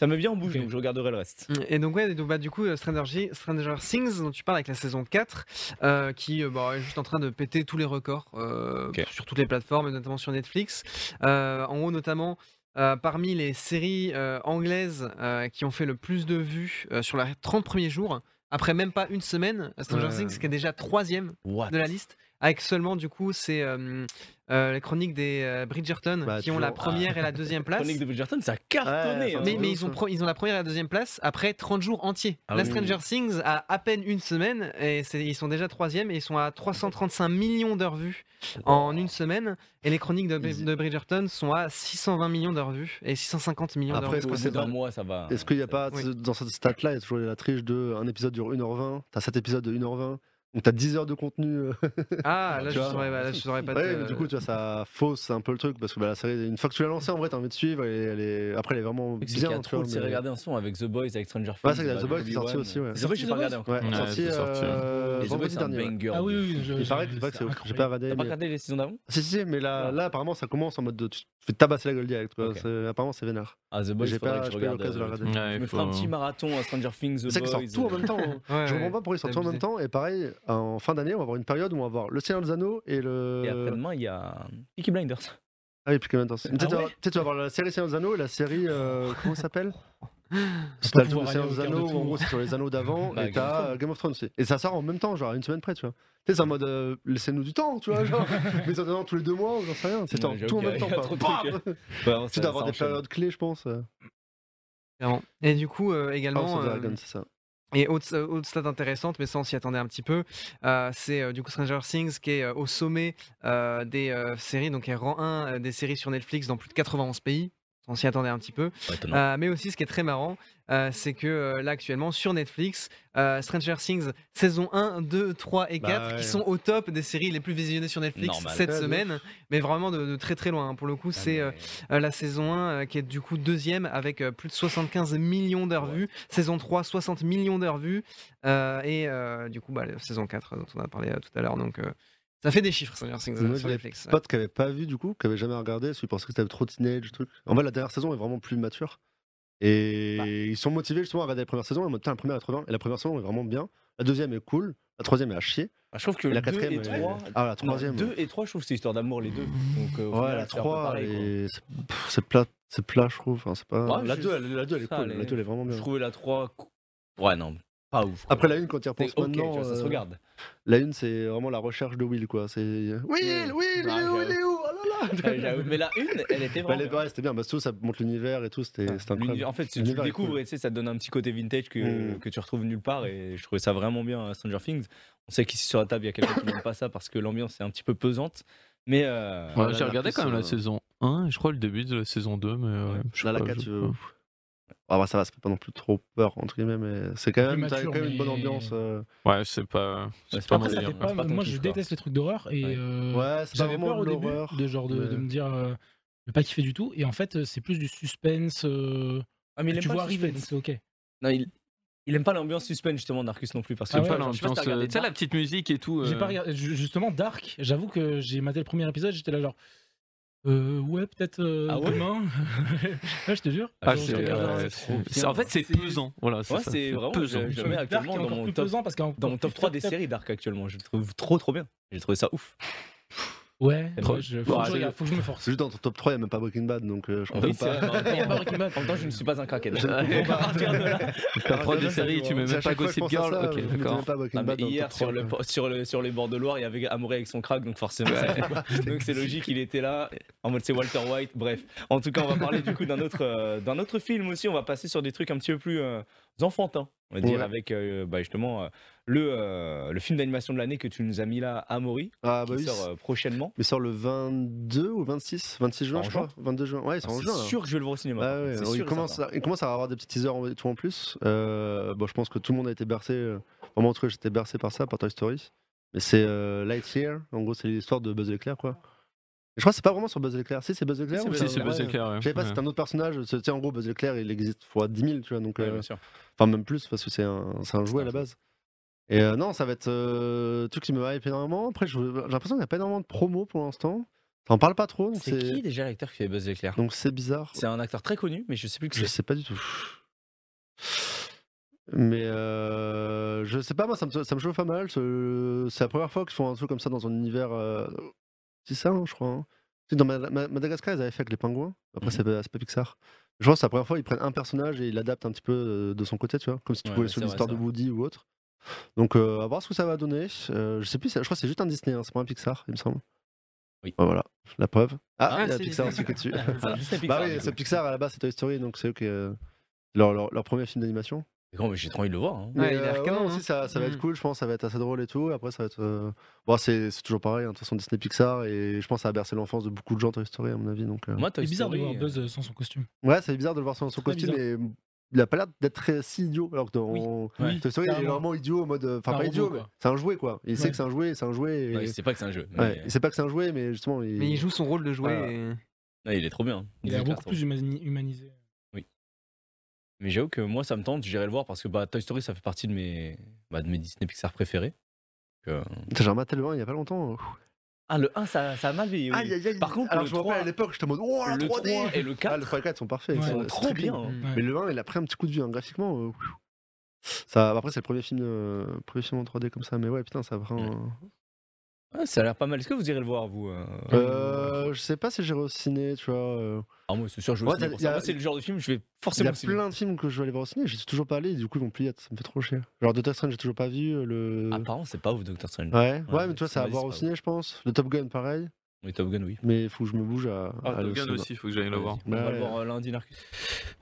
Speaker 1: Ça met bien en bouche,
Speaker 3: Ok.
Speaker 1: donc je regarderai le reste.
Speaker 5: Et donc, ouais, et donc, bah, du coup, euh, Stranger, Gi- Stranger Things, dont tu parles avec la saison 4, euh, qui euh, bah, est juste en train de péter tous les records euh,
Speaker 1: Ok.
Speaker 5: sur toutes les plateformes, et notamment sur Netflix. Euh, en haut, notamment, euh, parmi les séries euh, anglaises euh, qui ont fait le plus de vues euh, sur les 30 premiers jours, après même pas une semaine, Stranger
Speaker 2: Ouais.
Speaker 5: Things, qui est déjà troisième
Speaker 1: What
Speaker 5: de la liste, avec seulement, du coup, c'est euh, euh, les chroniques des euh, Bridgerton,
Speaker 2: Bah,
Speaker 5: qui ont la
Speaker 2: toujours, ah.
Speaker 5: première et la deuxième place.
Speaker 1: Chronique de Bridgerton, ça a cartonné.
Speaker 2: Ouais,
Speaker 1: hein.
Speaker 2: ça
Speaker 5: Mais,
Speaker 2: Ah,
Speaker 5: mais
Speaker 2: ouf,
Speaker 5: ils, ont
Speaker 2: hein.
Speaker 5: pro- ils ont la première et la deuxième place après 30 jours entiers.
Speaker 1: Ah
Speaker 5: la
Speaker 1: oui.
Speaker 5: Stranger Things a à peine une semaine et c'est- ils sont déjà troisième et ils sont à 335 millions d'heures vues en une semaine. Et les chroniques de,
Speaker 2: Easy.
Speaker 5: de Bridgerton sont à 620 millions d'heures vues et 650 millions d'heures
Speaker 2: Après,
Speaker 5: vues.
Speaker 2: est-ce
Speaker 1: Au
Speaker 2: que
Speaker 1: bout
Speaker 2: c'est
Speaker 1: d'un
Speaker 2: pas-
Speaker 1: mois, ça
Speaker 4: Ah,
Speaker 1: va.
Speaker 2: Est-ce qu'il n'y a
Speaker 4: bah
Speaker 2: pas,
Speaker 5: Oui.
Speaker 2: ce- dans cette stat-là, il y a toujours la triche de un épisode dure 1h20, t'as 7 épisodes de 1h20, donc t'as 10 heures de contenu. euh.
Speaker 5: Ah, là
Speaker 2: Tu
Speaker 5: je
Speaker 2: vois,
Speaker 5: saurais là, je
Speaker 1: si,
Speaker 5: saurais
Speaker 1: si.
Speaker 5: pas.
Speaker 2: Ouais,
Speaker 5: te-
Speaker 2: mais du
Speaker 4: euh,
Speaker 2: coup, tu vois, ça fausse un peu le truc, parce que bah, la série, une fois que tu l'as lancée, en vrai, t'as envie de suivre, et elle est... après, elle est vraiment
Speaker 1: C'est qu'il y a
Speaker 2: bien. tu
Speaker 1: trop
Speaker 2: vois,
Speaker 1: de
Speaker 2: mais-
Speaker 1: séries regardées en son avec The Boys, avec Stranger Things.
Speaker 2: Ouais, c'est vrai que The Boys est sorti aussi, ouais.
Speaker 1: The Boys, j'ai pas regardé encore.
Speaker 2: Ouais,
Speaker 4: Ouais,
Speaker 2: sorti,
Speaker 4: c'est sorti, ouais.
Speaker 2: euh,
Speaker 1: Et The Boys,
Speaker 2: vendredi
Speaker 1: c'est un
Speaker 2: dernier. ouais.
Speaker 1: banger.
Speaker 3: Ah oui,
Speaker 1: de
Speaker 3: oui,
Speaker 1: fou.
Speaker 3: je-
Speaker 2: Il
Speaker 3: je-
Speaker 2: paraît, il paraît que c'est ouf, j'ai pas regardé.
Speaker 1: T'as pas
Speaker 2: mais-
Speaker 1: regardé les saisons d'avant
Speaker 2: Si, si, si, mais là,
Speaker 1: Ah.
Speaker 2: là, apparemment, ça commence en mode de, tu tu fais tabasser la gueule direct. quoi.
Speaker 1: Ok.
Speaker 2: C'est- Apparemment, c'est vénère.
Speaker 1: Ah, The Boys,
Speaker 2: J'ai
Speaker 1: faudrait
Speaker 2: pas
Speaker 1: que
Speaker 2: j'ai
Speaker 1: je
Speaker 2: pas eu
Speaker 1: regarde.
Speaker 2: l'occasion de la
Speaker 1: euh,
Speaker 2: regarder.
Speaker 1: Je
Speaker 4: Ouais,
Speaker 1: me
Speaker 4: faut-
Speaker 1: ferai un petit marathon à Stranger Things,
Speaker 2: C'est
Speaker 1: The
Speaker 2: ça qui sort
Speaker 1: Boys. euh,
Speaker 2: tout en même temps. hein.
Speaker 5: Ouais,
Speaker 2: Je
Speaker 5: ouais.
Speaker 2: comprends pas pourquoi ils sortent tout
Speaker 5: c'est
Speaker 2: en même
Speaker 5: abusé.
Speaker 2: temps. Et pareil, en fin d'année, on va avoir une période où on va avoir Le Seigneur des Anneaux et
Speaker 1: Et
Speaker 2: le.
Speaker 1: après-demain, il y a Peaky Blinders.
Speaker 2: Ah oui, Peaky Blinders. Mais
Speaker 1: Ah
Speaker 2: Peut-être tu vas-
Speaker 1: ouais
Speaker 2: peut-être tu vas avoir la série Seigneur des Anneaux et la série. euh, comment ça s'appelle C'est
Speaker 3: pas
Speaker 2: le
Speaker 3: pouvoir
Speaker 2: Seigneur
Speaker 3: aller
Speaker 2: des
Speaker 3: au cœur de
Speaker 2: Anneaux,
Speaker 3: tout.
Speaker 2: en gros, c'est sur les anneaux d'avant.
Speaker 1: Bah,
Speaker 2: et
Speaker 1: Game of
Speaker 2: t'as euh, Game of Thrones aussi. Et ça sort en même temps, genre à une semaine près, tu vois. Tu sais, c'est en mode euh, laissez-nous du temps, tu vois. Genre, mais ça tous les deux mois, ou j'en sais rien. C'est
Speaker 1: Ouais,
Speaker 2: en-
Speaker 1: j'avoue
Speaker 2: tout
Speaker 1: qu'il
Speaker 2: en
Speaker 1: y a- il y
Speaker 2: même
Speaker 1: a
Speaker 2: temps.
Speaker 1: trop de
Speaker 2: Bam
Speaker 1: trucs.
Speaker 2: Tu dois avoir des périodes clés, je pense. euh.
Speaker 5: Clairement. Et du coup, euh,
Speaker 2: House
Speaker 5: également.
Speaker 2: of the
Speaker 5: euh,
Speaker 2: Dragon, c'est ça.
Speaker 5: Et autre, euh, autre stat intéressante, mais ça on s'y attendait un petit peu, euh, c'est euh, du coup Stranger Things qui est euh, au sommet euh, des euh, séries, donc elle rang 1 euh, des séries sur Netflix dans plus de 91 pays. On s'y attendait un petit peu. Euh, mais aussi ce qui est très marrant, euh, c'est que euh, là actuellement sur Netflix, euh, Stranger Things saison 1, 2, 3 et
Speaker 2: Bah
Speaker 5: 4
Speaker 2: ouais.
Speaker 5: qui sont au top des séries les plus visionnées sur Netflix
Speaker 1: Normal.
Speaker 5: cette
Speaker 2: Ouais, de
Speaker 5: semaine, mais vraiment de, de très très loin. hein. Pour
Speaker 2: Ah
Speaker 5: le coup, c'est euh, euh, la saison 1 euh, qui est du coup deuxième avec euh, plus de 75 millions d'heures vues. Saison 3, 60 millions d'heures vues. Euh, et euh, du coup, bah, la saison 4 euh, dont on a parlé euh, tout à l'heure. Donc euh, ça fait des chiffres, Stranger Things euh,
Speaker 2: Moi,
Speaker 5: sur
Speaker 2: j'ai
Speaker 5: Netflix. ouais.
Speaker 2: pote qui avait pas vu du coup, qui avait jamais regardé, parce qu'il pensait que c'était trop teenage, truc. En fait, la dernière saison est vraiment plus mature. Et
Speaker 1: Bah.
Speaker 2: ils sont motivés justement à regarder la première saison. en mode, putain, la première est trop bien. Et la première saison est vraiment bien. La deuxième est cool. La troisième est à chier.
Speaker 1: Je trouve que
Speaker 2: Et
Speaker 1: le
Speaker 2: la
Speaker 1: 2
Speaker 2: quatrième
Speaker 1: et
Speaker 2: est.
Speaker 1: 3.
Speaker 2: Ah, la troisième.
Speaker 1: 2 et 3, je trouve que c'est histoire d'amour, les deux. Donc, euh, au
Speaker 2: Ouais,
Speaker 1: final,
Speaker 2: la
Speaker 1: c'est un peu
Speaker 2: 3,
Speaker 1: pareil, quoi.
Speaker 2: et c'est pff, c'est plat, c'est plat, je trouve. Enfin, c'est pas...
Speaker 1: Ouais,
Speaker 2: la,
Speaker 1: je-
Speaker 2: 2, elle, la 2, elle est
Speaker 1: ça,
Speaker 2: cool.
Speaker 1: elle
Speaker 2: La
Speaker 1: est-
Speaker 2: 2, elle est vraiment
Speaker 1: Je
Speaker 2: bien.
Speaker 1: trouvais la 3. cou- Ouais, non, pas ouf. quoi.
Speaker 2: Après, la 1, quand tu y
Speaker 1: C'est
Speaker 2: repenses
Speaker 1: ok, tu
Speaker 2: maintenant.
Speaker 1: vois, ça se
Speaker 2: euh,
Speaker 1: regarde.
Speaker 2: La 1, c'est vraiment la recherche de Will, quoi. C'est. Will, Will,
Speaker 1: Ouais,
Speaker 2: il est où, il
Speaker 1: j'avoue.
Speaker 2: est où Oh là là
Speaker 1: Ouais, Ah, j'avoue. Mais la 1, elle était
Speaker 2: Bah, les-
Speaker 1: vraiment. bien.
Speaker 2: ouais, c'était bien, parce que ça montre l'univers et tout, c'était c'était incroyable.
Speaker 1: L'univers- En fait, tu le
Speaker 2: L'univers est
Speaker 1: découvres
Speaker 2: cool.
Speaker 1: et tu sais, ça te donne un petit côté vintage que,
Speaker 2: Mm.
Speaker 1: que tu retrouves nulle part. Et je trouvais ça vraiment bien à Stranger Things. On sait qu'ici sur la table, il y a quelqu'un qui n'aime pas ça parce que l'ambiance est un petit peu pesante. Mais euh,
Speaker 4: Ouais,
Speaker 2: là,
Speaker 4: j'ai
Speaker 2: là,
Speaker 4: regardé
Speaker 2: plus,
Speaker 4: quand même la
Speaker 2: euh,
Speaker 4: saison 1, et je crois le début de la saison 2, mais euh, je sais
Speaker 2: Là, la
Speaker 4: pas,
Speaker 2: 4,
Speaker 4: je-
Speaker 2: tu veux. Ah bah ça va, ça fait pas non plus trop peur, entre guillemets, mais c'est quand
Speaker 3: Plus
Speaker 2: même, t'as
Speaker 3: mature,
Speaker 2: quand même une bonne
Speaker 3: mais-
Speaker 2: ambiance. euh.
Speaker 4: Ouais, c'est pas.
Speaker 1: Ouais,
Speaker 4: C'est
Speaker 1: c'est
Speaker 4: pas
Speaker 1: pas
Speaker 4: mon
Speaker 1: délire,
Speaker 3: Après, ça fait
Speaker 4: délire.
Speaker 1: quoi.
Speaker 3: pas-
Speaker 1: C'est pas ton
Speaker 3: Moi,
Speaker 1: kiff,
Speaker 3: je
Speaker 1: quoi.
Speaker 3: déteste les trucs d'horreur et
Speaker 1: Ouais.
Speaker 3: euh,
Speaker 2: Ouais, c'est pas
Speaker 3: j'avais
Speaker 2: vraiment
Speaker 3: peur au début
Speaker 2: l'horreur.
Speaker 3: de genre de,
Speaker 2: mais-
Speaker 3: de me dire euh, de pas kiffer du tout et en fait euh, c'est plus du suspense euh,
Speaker 1: Ah, mais il
Speaker 3: que
Speaker 1: aime
Speaker 3: tu
Speaker 1: pas
Speaker 3: vois
Speaker 1: le suspense.
Speaker 3: arriver donc c'est ok.
Speaker 1: Non, il, il aime pas l'ambiance suspense, justement, Narcus non plus. Parce que
Speaker 3: Ah
Speaker 4: J'aime
Speaker 3: ouais,
Speaker 4: pas
Speaker 1: genre, je sais pas si
Speaker 4: l'ambiance.
Speaker 1: t'as regardé
Speaker 4: euh, Tu sais, la petite musique et tout.
Speaker 3: J'ai
Speaker 4: euh,
Speaker 3: pas regardé ju- justement Dark, j'avoue que j'ai maté le premier épisode, j'étais là genre Euh, ouais, peut-être euh,
Speaker 1: Ah ouais
Speaker 3: demain. ouais, je te jure.
Speaker 4: Ah,
Speaker 3: Genre, je
Speaker 4: c'est-
Speaker 3: regarde,
Speaker 1: ouais,
Speaker 3: euh,
Speaker 1: c'est trop bien.
Speaker 4: C'est- En fait, c'est
Speaker 3: C'est-
Speaker 4: pesant. Voilà, c'est
Speaker 1: Ouais,
Speaker 4: ça.
Speaker 1: c'est vraiment.
Speaker 4: pesant.
Speaker 1: Je, je le
Speaker 3: Dark
Speaker 1: mets
Speaker 3: est
Speaker 1: actuellement dans
Speaker 3: encore
Speaker 1: mon
Speaker 3: plus
Speaker 1: top,
Speaker 3: pesant parce qu'en-
Speaker 1: dans mon top 3 des
Speaker 3: top-
Speaker 1: séries Dark actuellement. Je le trouve trop trop bien. J'ai trouvé ça ouf.
Speaker 3: Ouais,
Speaker 1: Trop-
Speaker 3: ouais, je- faut,
Speaker 1: Ouais,
Speaker 3: que je
Speaker 1: c'est-
Speaker 3: regarde, faut que je me force.
Speaker 2: Juste dans ton top 3, il n'y a même pas Breaking Bad, donc euh, je comprends
Speaker 1: Oui, c'est
Speaker 2: pas.
Speaker 1: vrai, mais en même temps- en même temps, je ne suis pas un crackhead.
Speaker 2: Je ne
Speaker 1: On va partir de là.
Speaker 4: T'as trois des séries, tu mets même
Speaker 2: C'est à
Speaker 4: pas
Speaker 2: chaque fois que
Speaker 4: Gossip
Speaker 2: je pense à
Speaker 4: Girl.
Speaker 2: ça,
Speaker 4: Ok,
Speaker 2: je me dis
Speaker 4: d'accord.
Speaker 2: même pas Breaking
Speaker 1: Non, Ah, mais
Speaker 2: Bad dans le
Speaker 1: hier
Speaker 2: top
Speaker 1: sur,
Speaker 2: 3,
Speaker 1: le,
Speaker 2: quoi.
Speaker 1: sur, le, sur les bords de Loire, il y avait Amoré avec son crack, donc forcément, c'est- donc c'est logique, il était là, en mode c'est Walter White, bref. En tout cas, on va parler du coup d'un autre, euh, d'un autre film aussi, on va passer sur des trucs un petit peu plus euh, enfantins, on va dire,
Speaker 2: Ouais.
Speaker 1: avec euh, bah, justement euh, le, euh, le film d'animation de l'année que tu nous as mis là, Amaury,
Speaker 2: Ah
Speaker 1: qui
Speaker 2: bah oui.
Speaker 1: sort euh, prochainement.
Speaker 2: Mais sort le 22 ou 26 26 juin,
Speaker 1: En
Speaker 2: je crois. 22 juin. Ouais, c'est
Speaker 1: Ah,
Speaker 2: en
Speaker 1: c'est
Speaker 2: juin. hein. là.
Speaker 1: sûr que je vais le voir au cinéma. par
Speaker 2: Ah ouais,
Speaker 1: contre, c'est
Speaker 2: alors
Speaker 1: sûr
Speaker 2: il,
Speaker 1: et
Speaker 2: commence
Speaker 1: certain.
Speaker 2: à, il commence à avoir des petits teasers en- et tout en plus. Euh, bon, je pense que tout le monde a été bercé. euh, Vraiment, en tout cas, j'étais bercé par ça, par Toy Story. Mais c'est euh, Lightyear. En gros, c'est l'histoire de Buzz l'éclair, quoi. Je crois que c'est pas vraiment sur Buzz l'éclair. Si, c'est Buzz l'éclair.
Speaker 1: Si,
Speaker 2: ou
Speaker 1: c'est hein.
Speaker 4: Si, c'est
Speaker 2: un-
Speaker 4: Buzz
Speaker 2: ouais.
Speaker 4: Éclair, ouais.
Speaker 2: Je savais pas,
Speaker 4: Ouais.
Speaker 2: c'est un autre personnage. c'est- tu sais, en gros, Buzz l'éclair, il existe fois 10 000, tu vois. Donc,
Speaker 1: Ouais,
Speaker 2: euh,
Speaker 1: bien sûr.
Speaker 2: Enfin, même plus, parce que c'est un, c'est un jouet à
Speaker 1: un
Speaker 2: la
Speaker 1: jouet.
Speaker 2: base. Et euh, non, ça va être euh, un truc qui me hype énormément. Après, je- j'ai l'impression qu'il n'y a pas énormément de promos pour l'instant. Ça en parle pas trop. donc
Speaker 1: C'est
Speaker 2: c'est-
Speaker 1: qui déjà l'acteur qui fait Buzz l'éclair
Speaker 2: Donc, c'est bizarre.
Speaker 1: C'est un acteur très connu, mais je sais plus que
Speaker 2: Je
Speaker 1: c'est.
Speaker 2: sais pas du tout. Mais euh, je sais pas, moi ça me, ça me chauffe pas mal. ce- C'est la première fois qu'ils font un truc comme ça dans un univers. euh, C'est ça, hein, je crois. hein. Tu sais, Dans Mada- Ma- Madagascar, ils avaient fait avec les pingouins. Après,
Speaker 1: Mhm.
Speaker 2: c'est pas, c'est pas Pixar. Je pense que c'est la première fois ils prennent un personnage et ils l'adaptent un petit peu euh, de son côté, tu vois. Comme si tu
Speaker 1: Ouais,
Speaker 2: pouvais
Speaker 1: ouais,
Speaker 2: sur
Speaker 1: c'est vrai,
Speaker 2: l'histoire
Speaker 1: c'est
Speaker 2: de Woody ou autre. Donc, euh, à voir ce que ça va donner. Euh, je sais plus, c'est- je crois que c'est juste un Disney, hein, c'est pas un Pixar, il me semble.
Speaker 1: Oui.
Speaker 2: Ouais, voilà, la preuve. Ah,
Speaker 5: Ah,
Speaker 2: il y a
Speaker 5: si,
Speaker 2: Pixar
Speaker 5: si.
Speaker 2: aussi qui est dessus.
Speaker 1: C'est juste un
Speaker 2: Bah
Speaker 1: Pixar,
Speaker 2: oui,
Speaker 1: du
Speaker 2: c'est
Speaker 1: coup.
Speaker 2: Pixar à la base, c'est Toy Story, donc c'est eux qui, euh, leur, leur, leur premier film d'animation.
Speaker 1: Grand, mais J'ai trop envie de le voir. hein.
Speaker 5: Ouais, il a
Speaker 2: euh,
Speaker 5: l'air canon,
Speaker 2: non,
Speaker 5: hein.
Speaker 2: aussi, ça, ça va être
Speaker 5: Mm.
Speaker 2: cool, je pense, ça va être assez drôle et tout. Après, ça va être. euh, Bon, c'est c'est toujours pareil, hein, de toute façon, Disney Pixar, et je pense que ça a bercé l'enfance de beaucoup de gens, Toy Story, à mon avis. Donc, euh,
Speaker 1: Moi,
Speaker 3: C'est
Speaker 1: Toy
Speaker 3: bizarre de
Speaker 1: Story,
Speaker 3: voir
Speaker 1: euh,
Speaker 3: Buzz euh, sans son costume.
Speaker 2: Ouais, c'est bizarre de le voir sans son
Speaker 3: Très
Speaker 2: costume, mais il a pas l'air d'être très si idiot, alors que dans.
Speaker 1: Ouais.
Speaker 2: Toy Story, il est
Speaker 3: carrément.
Speaker 2: vraiment idiot en mode. euh, Enfin,
Speaker 3: C'est un
Speaker 2: pas idiot,
Speaker 3: robot,
Speaker 2: mais
Speaker 3: quoi.
Speaker 2: c'est un jouet, quoi. Il sait
Speaker 3: Ouais.
Speaker 2: que c'est un jouet, c'est un jouet. Et...
Speaker 1: Ouais, c'est pas que c'est un jeu. mais,
Speaker 2: ouais,
Speaker 1: euh,
Speaker 2: il sait pas que c'est un jouet, mais justement. Il...
Speaker 5: Mais il joue son rôle de jouer.
Speaker 2: Voilà.
Speaker 5: et-
Speaker 1: ouais, il est trop bien.
Speaker 3: Il
Speaker 1: Buzz
Speaker 3: a
Speaker 1: l'éclair,
Speaker 3: beaucoup
Speaker 1: trop
Speaker 3: plus humani- humanisé.
Speaker 1: Mais j'avoue que moi, ça me tente, j'irai le voir parce que bah, Toy Story, ça fait partie de mes, bah, de mes Disney Pixar préférés. Donc, euh,
Speaker 2: Putain, J'ai rematé le 1 il y a pas longtemps. hein.
Speaker 1: Ah, le 1, ça, ça a mal vieilli. oui.
Speaker 2: Aïe, aïe, aïe.
Speaker 1: Par contre,
Speaker 2: alors
Speaker 1: le
Speaker 2: je me rappelle
Speaker 1: 3,
Speaker 2: à l'époque, j'étais en mode. Oh, la
Speaker 1: le 3
Speaker 2: 3D
Speaker 1: et le 4
Speaker 2: Ah, le 3 et 4 sont parfaits.
Speaker 3: Ouais.
Speaker 2: ils
Speaker 1: ils
Speaker 2: sont
Speaker 1: sont trop
Speaker 2: strict.
Speaker 1: bien.
Speaker 5: Mm.
Speaker 3: Ouais.
Speaker 2: Mais le 1, il a pris un petit coup de vue hein, graphiquement. euh, pfiou. ça, après, c'est le premier film, euh, premier film en 3D comme ça. Mais ouais, putain, ça prend. hein.
Speaker 1: Ouais, ça a l'air pas mal. Est-ce que vous irez le voir, vous euh,
Speaker 2: Euh, je sais pas si j'irai au ciné, tu vois. euh.
Speaker 1: Ah, moi, c'est sûr, je vais
Speaker 2: Ouais,
Speaker 1: au ciné
Speaker 2: t'as-
Speaker 1: pour
Speaker 2: y
Speaker 1: ça.
Speaker 2: a-
Speaker 1: Moi, c'est le genre de film, je vais
Speaker 2: Il y
Speaker 1: forcément
Speaker 2: a
Speaker 1: au ciné.
Speaker 2: plein de films que je vais aller voir au ciné, j'y suis toujours pas allé, et du coup, ils m'ont plié. Ça me fait trop chier. Genre, Doctor Strange, j'ai toujours pas vu. euh, Le...
Speaker 1: Apparemment, c'est pas ouf, Doctor Strange.
Speaker 2: ouais. ouais,
Speaker 1: Ah, ouais,
Speaker 2: mais tu vois,
Speaker 1: c'est
Speaker 2: c'est à
Speaker 1: vrai,
Speaker 2: voir
Speaker 1: c'est
Speaker 2: au
Speaker 1: pas
Speaker 2: ciné, je pense. Le Top Gun, pareil.
Speaker 1: Mais Top Gun, oui.
Speaker 2: Mais il faut que je me bouge à. à
Speaker 4: Ah,
Speaker 2: aller
Speaker 4: Top
Speaker 2: au
Speaker 4: Gun
Speaker 2: cinéma.
Speaker 4: aussi, faut que j'aille le voir.
Speaker 1: On va
Speaker 2: Ouais.
Speaker 1: le voir euh, lundi, Narcus.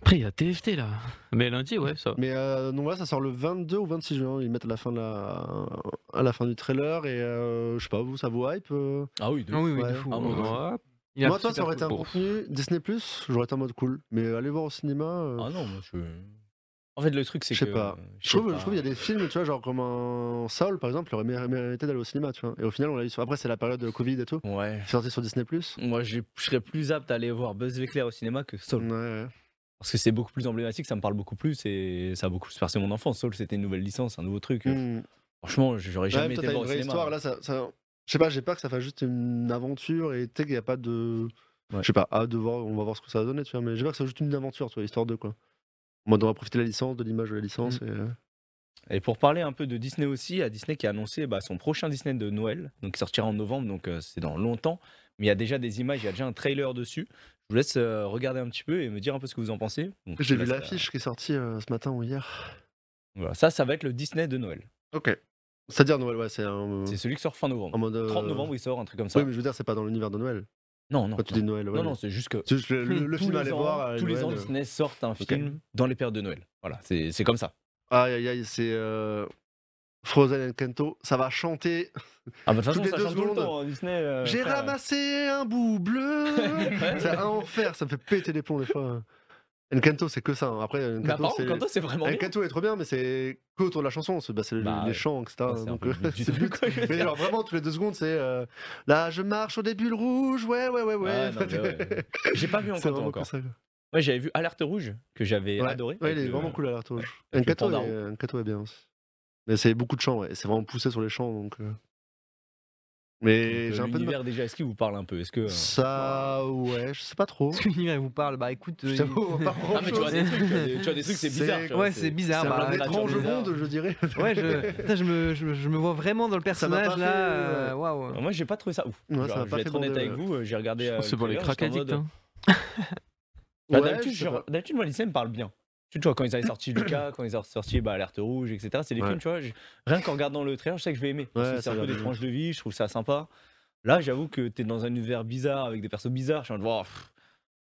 Speaker 4: Après, il y a TFT là. Mais lundi, ouais, ça.
Speaker 2: Mais euh, donc voilà, ça sort le 22 ou 26 juin. Ils mettent à la fin, de la... À la fin du trailer. Et euh, je sais pas, vous, ça vous hype euh
Speaker 1: Ah oui, de
Speaker 5: Ah
Speaker 1: ouf.
Speaker 5: oui, oui,
Speaker 2: Ouais.
Speaker 5: de fou.
Speaker 1: Ah, moi,
Speaker 5: Ouais.
Speaker 4: Ouais.
Speaker 5: Il a
Speaker 2: Moi,
Speaker 5: l'air
Speaker 2: toi, ça
Speaker 5: super
Speaker 2: aurait été un
Speaker 4: cool.
Speaker 2: contenu Disney, j'aurais été en mode cool. Mais aller voir au cinéma. euh,
Speaker 1: Ah non, moi, je. En fait, le truc, c'est
Speaker 2: Je sais
Speaker 1: que.
Speaker 2: pas.
Speaker 1: euh,
Speaker 2: je trouve
Speaker 1: pas.
Speaker 2: je trouve qu'il y a des films, tu vois, genre comme un Soul, par exemple, il aurait mé- mérité d'aller au cinéma, tu vois. Et au final, on l'a eu sur. Après, c'est la période de Covid et tout.
Speaker 1: Ouais.
Speaker 2: C'est sorti sur Disney. Ouais,
Speaker 1: Moi, j'ai- je serais plus apte à aller voir Buzz l'éclair au cinéma que Soul.
Speaker 2: ouais.
Speaker 1: Parce que c'est beaucoup plus emblématique, ça me parle beaucoup plus et ça a beaucoup plus percé mon enfance. Soul, c'était une nouvelle licence, un nouveau truc.
Speaker 2: Hmm.
Speaker 1: Franchement, j'aurais
Speaker 2: Ouais,
Speaker 1: jamais
Speaker 2: mais toi,
Speaker 1: été
Speaker 2: t'as
Speaker 1: voir
Speaker 2: une
Speaker 1: au
Speaker 2: vraie
Speaker 1: cinéma. hein.
Speaker 2: histoire. Là, ça, ça- je sais pas, j'ai peur que ça fasse juste une aventure et tu sais qu'il n'y a pas de.
Speaker 1: Ouais.
Speaker 2: Je sais pas, à de voir, on va voir ce que ça va donner, tu vois. Mais j'ai peur que ça soit juste une aventure, tu vois, histoire de quoi. Moi, on va profiter de la licence, de l'image de la licence.
Speaker 1: Mm.
Speaker 2: Et, euh,
Speaker 1: Et pour parler un peu de Disney aussi, il y a Disney qui a annoncé bah, son prochain Disney de Noël, donc qui sortira en novembre, donc euh, c'est dans longtemps. Mais il y a déjà des images, il y a déjà un trailer dessus. Je vous laisse euh, regarder un petit peu et me dire un peu ce que vous en pensez. Donc, je
Speaker 2: J'ai
Speaker 1: te
Speaker 2: vu
Speaker 1: laisse,
Speaker 2: l'affiche qui est sortie euh, ce matin ou hier.
Speaker 1: euh, voilà. Ça, ça va être le Disney de Noël.
Speaker 2: Ok. C'est-à-dire Noël, ouais, c'est un.
Speaker 1: C'est celui qui sort fin
Speaker 2: En
Speaker 1: novembre.
Speaker 2: mode. Mm. euh,
Speaker 1: 30 novembre, il sort un truc comme ça.
Speaker 2: Oui, mais je veux dire, c'est pas dans l'univers de Noël.
Speaker 1: Non, non.
Speaker 2: Quand tu
Speaker 1: non.
Speaker 2: dis Noël, ouais.
Speaker 1: non, non, c'est juste que
Speaker 2: C'est juste le, le- le
Speaker 1: tous
Speaker 2: film à
Speaker 1: les
Speaker 2: aller
Speaker 1: ans,
Speaker 2: voir. à
Speaker 1: tous les
Speaker 2: Noël,
Speaker 1: ans,
Speaker 2: euh.
Speaker 1: Disney sort un
Speaker 2: Ok.
Speaker 1: film dans les périodes de Noël. Voilà, c'est c'est comme ça.
Speaker 2: Aïe, aïe, aïe, c'est. euh, Frozen and Kento, ça va chanter.
Speaker 1: Ah, bah, de toute façon,
Speaker 2: Toutes les
Speaker 1: ça
Speaker 2: deux
Speaker 1: change tout le
Speaker 2: secondes.
Speaker 1: temps, hein, Disney. euh,
Speaker 2: J'ai
Speaker 1: frère.
Speaker 2: ramassé un bout bleu. c'est un enfer, ça me fait péter les plombs des fois. Encanto, c'est que ça. hein. Après,
Speaker 1: Mais
Speaker 2: Encanto,
Speaker 1: Bah, apparemment,
Speaker 2: c'est.
Speaker 1: Kanto, c'est vraiment bien.
Speaker 2: Encanto est trop bien, mais c'est que autour de la chanson, c'est bah, c'est le-
Speaker 1: Bah,
Speaker 2: les
Speaker 1: ouais.
Speaker 2: chants, etc.
Speaker 1: Ouais, c'est un
Speaker 2: donc,
Speaker 1: peu
Speaker 2: euh,
Speaker 1: le but du
Speaker 2: c'est
Speaker 1: truc,
Speaker 2: but.
Speaker 1: quoi, je veux
Speaker 2: Mais
Speaker 1: dire.
Speaker 2: alors vraiment, tous les deux secondes, c'est euh, là, je marche au début le rouge, ouais, ouais, ouais, ouais.
Speaker 1: Ouais, Ah, non, mais ouais. J'ai pas vu
Speaker 2: c'est
Speaker 1: Encanto
Speaker 2: vraiment que
Speaker 1: encore.
Speaker 2: ça.
Speaker 1: Ouais, j'avais vu Alerte Rouge, que j'avais
Speaker 2: Ouais,
Speaker 1: adoré.
Speaker 2: ouais, il
Speaker 1: avec
Speaker 2: est
Speaker 1: le-
Speaker 2: vraiment cool à l'air rouge.
Speaker 1: avec le
Speaker 2: Encanto
Speaker 1: panda hein.
Speaker 2: est, Encanto est bien aussi. Mais c'est beaucoup de chants, ouais. et C'est vraiment poussé sur les chants, donc. euh. Mais
Speaker 1: Donc,
Speaker 2: j'ai un peu de mal.
Speaker 1: L'univers déjà, est-ce qu'il vous parle un peu Est-ce que. euh,
Speaker 2: Ça, ouais, je sais pas trop.
Speaker 5: Est-ce que l'univers vous parle Bah écoute,
Speaker 2: Je
Speaker 5: euh,
Speaker 2: t'avoue, pas
Speaker 1: Ah, mais tu vois
Speaker 2: grand-chose.
Speaker 1: des trucs, tu vois des- tu vois des trucs, c'est
Speaker 2: C'est-
Speaker 1: bizarre. tu vois,
Speaker 5: ouais, c'est bizarre.
Speaker 2: C'est
Speaker 5: bah,
Speaker 2: un
Speaker 1: la
Speaker 2: étrange
Speaker 1: nature des
Speaker 2: monde, je dirais.
Speaker 5: Ouais, je, putain, je, me, je, me- je me vois vraiment dans le
Speaker 2: Ça m'a pas
Speaker 5: personnage là.
Speaker 2: fait,
Speaker 5: euh, Waouh.
Speaker 1: Alors, Moi, j'ai pas trouvé ça ouf.
Speaker 2: Ouais,
Speaker 1: Genre,
Speaker 2: ça m'a
Speaker 1: je
Speaker 2: pas
Speaker 1: vais
Speaker 2: fait
Speaker 1: être honnête
Speaker 2: bander,
Speaker 1: avec
Speaker 2: ouais.
Speaker 1: vous, euh, j'ai regardé. euh,
Speaker 4: C'est pour les
Speaker 1: le trailer,
Speaker 4: crack
Speaker 1: j'étais en
Speaker 4: addicts.
Speaker 1: mode-
Speaker 4: hein.
Speaker 1: Bah,
Speaker 2: Ouais,
Speaker 1: D'habitude,
Speaker 2: je sais
Speaker 1: je-
Speaker 2: pas.
Speaker 1: d'habitude, moi, les scènes me parlent bien. Tu vois, quand ils avaient sorti Lucas, quand ils ont sorti bah, Alerte Rouge, etc. C'est des
Speaker 2: Ouais.
Speaker 1: films, tu vois, je- rien qu'en regardant le trailer, je sais que je vais aimer. Parce que
Speaker 2: Ouais,
Speaker 1: c'est
Speaker 2: ça
Speaker 1: un
Speaker 2: a
Speaker 1: peu
Speaker 2: l'air
Speaker 1: des tranches de vie, je trouve ça sympa. Là, j'avoue que t'es dans un univers bizarre, avec des persos bizarres. Je suis en train de voir,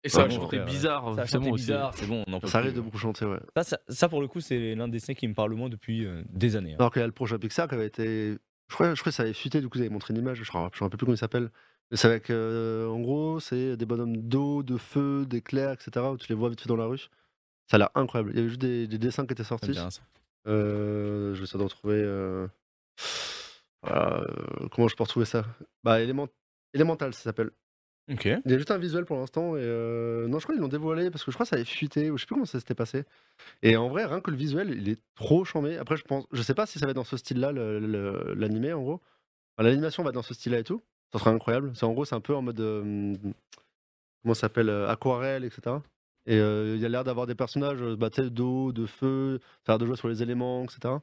Speaker 4: Et ça
Speaker 1: Ouais,
Speaker 4: a
Speaker 1: bon,
Speaker 4: chanté
Speaker 1: frère,
Speaker 4: bizarre,
Speaker 1: euh, ça a
Speaker 4: c'est
Speaker 1: chanté
Speaker 4: bon aussi.
Speaker 1: bizarre, c'est bon, on en peut
Speaker 2: Ça
Speaker 1: plus.
Speaker 2: arrive de beaucoup chanter, ouais.
Speaker 1: Ça, ça- ça, pour le coup, c'est l'un des scènes qui me parle le moins depuis euh, des années. hein.
Speaker 2: Alors qu'il y a le prochain Pixar qui avait été. Je crois, je crois que ça avait fuité, du coup, ils avaient montré une image, je crois, je me rappelle plus comment il s'appelle. Mais c'est avec. euh, en gros, c'est des bonhommes d'eau, de feu, d'éclairs, etc. où tu les vois vite fait dans la rue. Ça a l'air incroyable. Il y avait juste des, des dessins qui étaient
Speaker 1: Ça me
Speaker 2: sortis.
Speaker 1: dit rien, ça.
Speaker 2: Euh, je vais essayer de retrouver. euh, voilà, euh, comment je peux retrouver ça Bah, Element- Elemental, ça s'appelle.
Speaker 1: Ok.
Speaker 2: Il y a juste un visuel pour l'instant. Et euh, Non, je crois qu'ils l'ont dévoilé parce que je crois que ça avait fuité ou je sais plus comment ça s'était passé. Et en vrai, rien que le visuel, il est trop chambé. Après, je pense, je sais pas si ça va être dans ce style-là, le- le- l'animé en gros. Enfin, L'animation va être dans ce style-là et tout. Ça serait incroyable. C'est en gros, c'est un peu en mode. euh, comment ça s'appelle euh, Aquarelle, etc. Et euh, il y a l'air d'avoir des personnages euh, bah, tu sais, d'eau, de feu, ça a l'air de jouer sur les éléments, etc.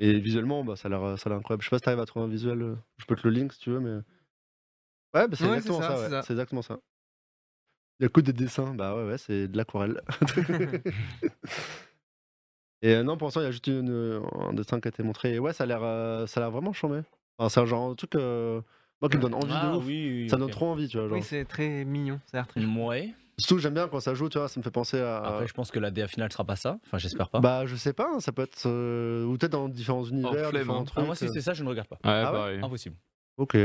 Speaker 2: Et visuellement, bah, ça a l'air euh, ça a l'air incroyable. Je sais pas si t'arrives à trouver un visuel. euh, Je peux te le link si tu veux, mais. Ouais, bah, c'est
Speaker 5: Ouais, c'est
Speaker 2: exactement
Speaker 5: ça,
Speaker 2: ça.
Speaker 5: c'est
Speaker 2: ouais.
Speaker 5: ça.
Speaker 2: C'est exactement ça. Il y a que des dessins. Bah ouais, ouais, c'est de l'aquarelle. Et euh, non, pour l'instant, il y a juste une, euh, un dessin qui a été montré. Et ouais, ça a l'air, euh, ça a l'air vraiment chambé. Enfin, c'est un genre de truc, euh, moi, qui me donne envie de
Speaker 1: Ah,
Speaker 2: ouf.
Speaker 1: oui, oui,
Speaker 2: Ça
Speaker 1: ok.
Speaker 2: donne trop envie, tu vois. Genre.
Speaker 5: Oui, c'est très mignon. Ça a l'air très chou-
Speaker 1: Ouais.
Speaker 2: Surtout, j'aime bien quand ça joue, tu vois, ça me fait penser à.
Speaker 1: Après, je pense que la DA finale sera pas ça. Enfin, j'espère pas.
Speaker 2: Euh. Bah, je sais pas, hein, ça peut être. euh, Ou peut-être dans différents univers,
Speaker 4: flemme,
Speaker 2: différents
Speaker 4: hein.
Speaker 1: Ah,
Speaker 2: trucs.
Speaker 1: moi, si
Speaker 2: euh.
Speaker 1: c'est ça, je ne regarde pas.
Speaker 4: Ouais,
Speaker 2: ouais
Speaker 4: pareil.
Speaker 1: Impossible.
Speaker 2: Ok.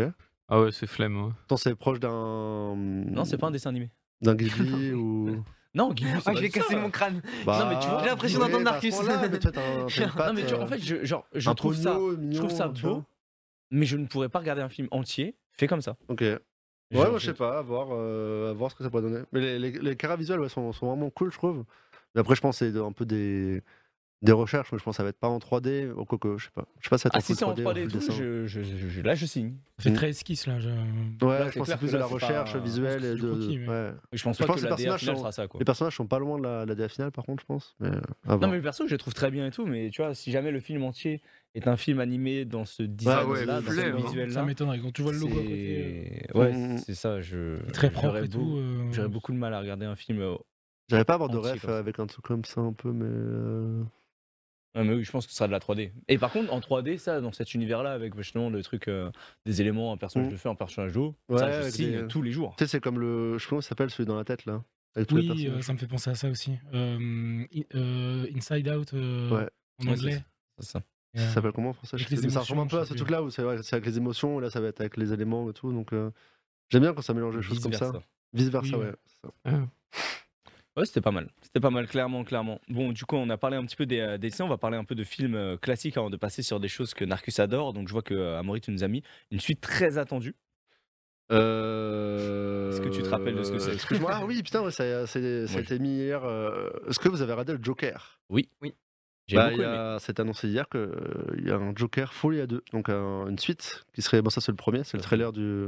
Speaker 4: Ah ouais, c'est flemme. ouais.
Speaker 2: Attends, c'est proche d'un. mmh,
Speaker 1: Non, c'est pas un dessin animé.
Speaker 2: D'un Ghibli ou.
Speaker 1: Non, Guillaume, c'est
Speaker 5: Ah,
Speaker 1: pas
Speaker 5: je vais
Speaker 1: ça.
Speaker 5: casser mon crâne.
Speaker 2: Bah,
Speaker 1: mais tu vois, j'ai
Speaker 5: l'impression
Speaker 2: ouais,
Speaker 5: d'entendre
Speaker 2: bah, à ce
Speaker 5: Marcus.
Speaker 2: moment-là, mais toi, t'as un- t'as une
Speaker 1: Non, mais tu vois, en
Speaker 2: patte,
Speaker 1: fait,
Speaker 2: euh,
Speaker 1: je, genre, je
Speaker 2: un
Speaker 1: trouve ça,
Speaker 2: pognon,
Speaker 1: je
Speaker 2: mignon,
Speaker 1: trouve ça
Speaker 2: tu
Speaker 1: beau,
Speaker 2: vois.
Speaker 1: mais je ne pourrais pas regarder un film entier fait comme ça.
Speaker 2: Ok. Ouais,
Speaker 1: Genre,
Speaker 2: moi je sais pas, à voir, euh, à voir ce que ça pourrait donner. Mais les, les, les carats visuels ouais, sont, sont vraiment cool, je trouve. Mais après, je pense que c'est un peu des, des recherches, mais je pense que ça va être pas en 3D. Ou quoi que, je sais pas. Je sais pas si ça va
Speaker 1: Ah,
Speaker 2: être
Speaker 1: si c'est en 3D et
Speaker 2: ou
Speaker 1: tout,
Speaker 2: full dessin.
Speaker 1: je, je- je- je- là, je signe.
Speaker 3: Ça fait
Speaker 2: Mm.
Speaker 3: très esquisse là. je-
Speaker 2: Ouais,
Speaker 1: Là,
Speaker 2: je
Speaker 1: c'est
Speaker 2: pense que
Speaker 1: clair
Speaker 2: c'est plus
Speaker 1: que
Speaker 2: de
Speaker 1: là,
Speaker 2: la
Speaker 1: c'est
Speaker 2: recherche
Speaker 1: pas- je pense
Speaker 3: que
Speaker 2: visuelle.
Speaker 3: c'est
Speaker 2: et
Speaker 3: du
Speaker 2: de-
Speaker 3: croquis, mais-
Speaker 2: ouais.
Speaker 1: Je pense
Speaker 2: Je
Speaker 1: pas
Speaker 2: pense
Speaker 1: que
Speaker 2: que
Speaker 1: la DA
Speaker 2: les personnages
Speaker 1: finale
Speaker 2: sont-
Speaker 1: sera ça, quoi.
Speaker 2: Les personnages sont pas loin de la, la DA finale, par contre, je pense. Mais, euh, à
Speaker 1: Non,
Speaker 2: voir.
Speaker 1: mais le perso, je le trouve très bien et tout, mais tu vois, si jamais le film entier est un film animé dans ce design-là,
Speaker 4: ouais,
Speaker 1: dans
Speaker 4: flemme, hein.
Speaker 1: ce
Speaker 3: Ça
Speaker 1: visuel-là,
Speaker 3: m'étonnerait. Quand tu vois le logo à côté, euh,
Speaker 1: c'est... Ouais,
Speaker 2: Mm.
Speaker 1: c'est ça, je...
Speaker 3: c'est très propre
Speaker 1: j'aurais
Speaker 3: et
Speaker 1: beau-
Speaker 3: tout. euh,
Speaker 1: J'aurais beaucoup de mal à regarder un film. euh,
Speaker 2: J'arrive pas à avoir de
Speaker 1: Entier,
Speaker 2: ref
Speaker 1: comme ça.
Speaker 2: avec un truc comme ça, un peu, mais. euh,
Speaker 1: Ouais, mais oui, je pense que ce sera de la 3D. Et par contre, en 3D, ça, dans cet univers-là, avec justement le truc euh, des éléments, un personnage
Speaker 2: Mm.
Speaker 1: de feu, un personnage d'eau,
Speaker 2: Ouais,
Speaker 1: ça, je
Speaker 2: avec
Speaker 1: signe
Speaker 2: des- euh,
Speaker 1: tous les jours.
Speaker 2: Tu sais, c'est comme le. Je sais pas comment ça s'appelle celui dans la tête, là. Avec tous les
Speaker 3: Oui, euh,
Speaker 2: personnages.
Speaker 3: ça me fait penser à ça aussi. Euh, i- euh, Inside Out euh,
Speaker 2: Ouais.
Speaker 3: en
Speaker 1: Ouais,
Speaker 3: anglais.
Speaker 1: C'est ça.
Speaker 3: Et,
Speaker 2: Ça
Speaker 3: euh,
Speaker 2: s'appelle comment en français je
Speaker 3: avec
Speaker 2: sais
Speaker 3: les
Speaker 2: plus. Mais Ça ressemble un
Speaker 3: émotions,
Speaker 2: peu à
Speaker 3: je
Speaker 2: ce
Speaker 3: sais
Speaker 2: truc-là où c'est vrai, c'est avec les émotions, et là ça va être avec les éléments et tout. Donc euh, j'aime bien quand ça mélange les choses comme ça.
Speaker 1: Vice-versa.
Speaker 2: Vice versa,
Speaker 3: Oui, ouais.
Speaker 2: ouais. c'est ça.
Speaker 1: Ouais, c'était pas mal. C'était pas mal, clairement, clairement. Bon, du coup, on a parlé un petit peu des, euh, des dessins, on va parler un peu de films euh, classiques avant de passer sur des choses que Narcus adore. Donc, je vois que euh, Amaury, tu nous as mis une suite très attendue.
Speaker 2: Euh,
Speaker 1: Est-ce que tu te rappelles de ce que c'est
Speaker 2: Excuse-moi. Ah oui, putain, ouais, ça, c'est- ça a
Speaker 1: Oui.
Speaker 2: été mis hier. euh, Est-ce que vous avez regardé le Joker
Speaker 1: J'ai
Speaker 2: Bah,
Speaker 1: beaucoup
Speaker 2: il
Speaker 1: aimé.
Speaker 2: y a- C'est annoncé hier qu'il y a un Joker Folie à deux, donc un- une suite qui serait. Bon, ça, c'est le premier, c'est le
Speaker 1: Ouais.
Speaker 2: trailer du.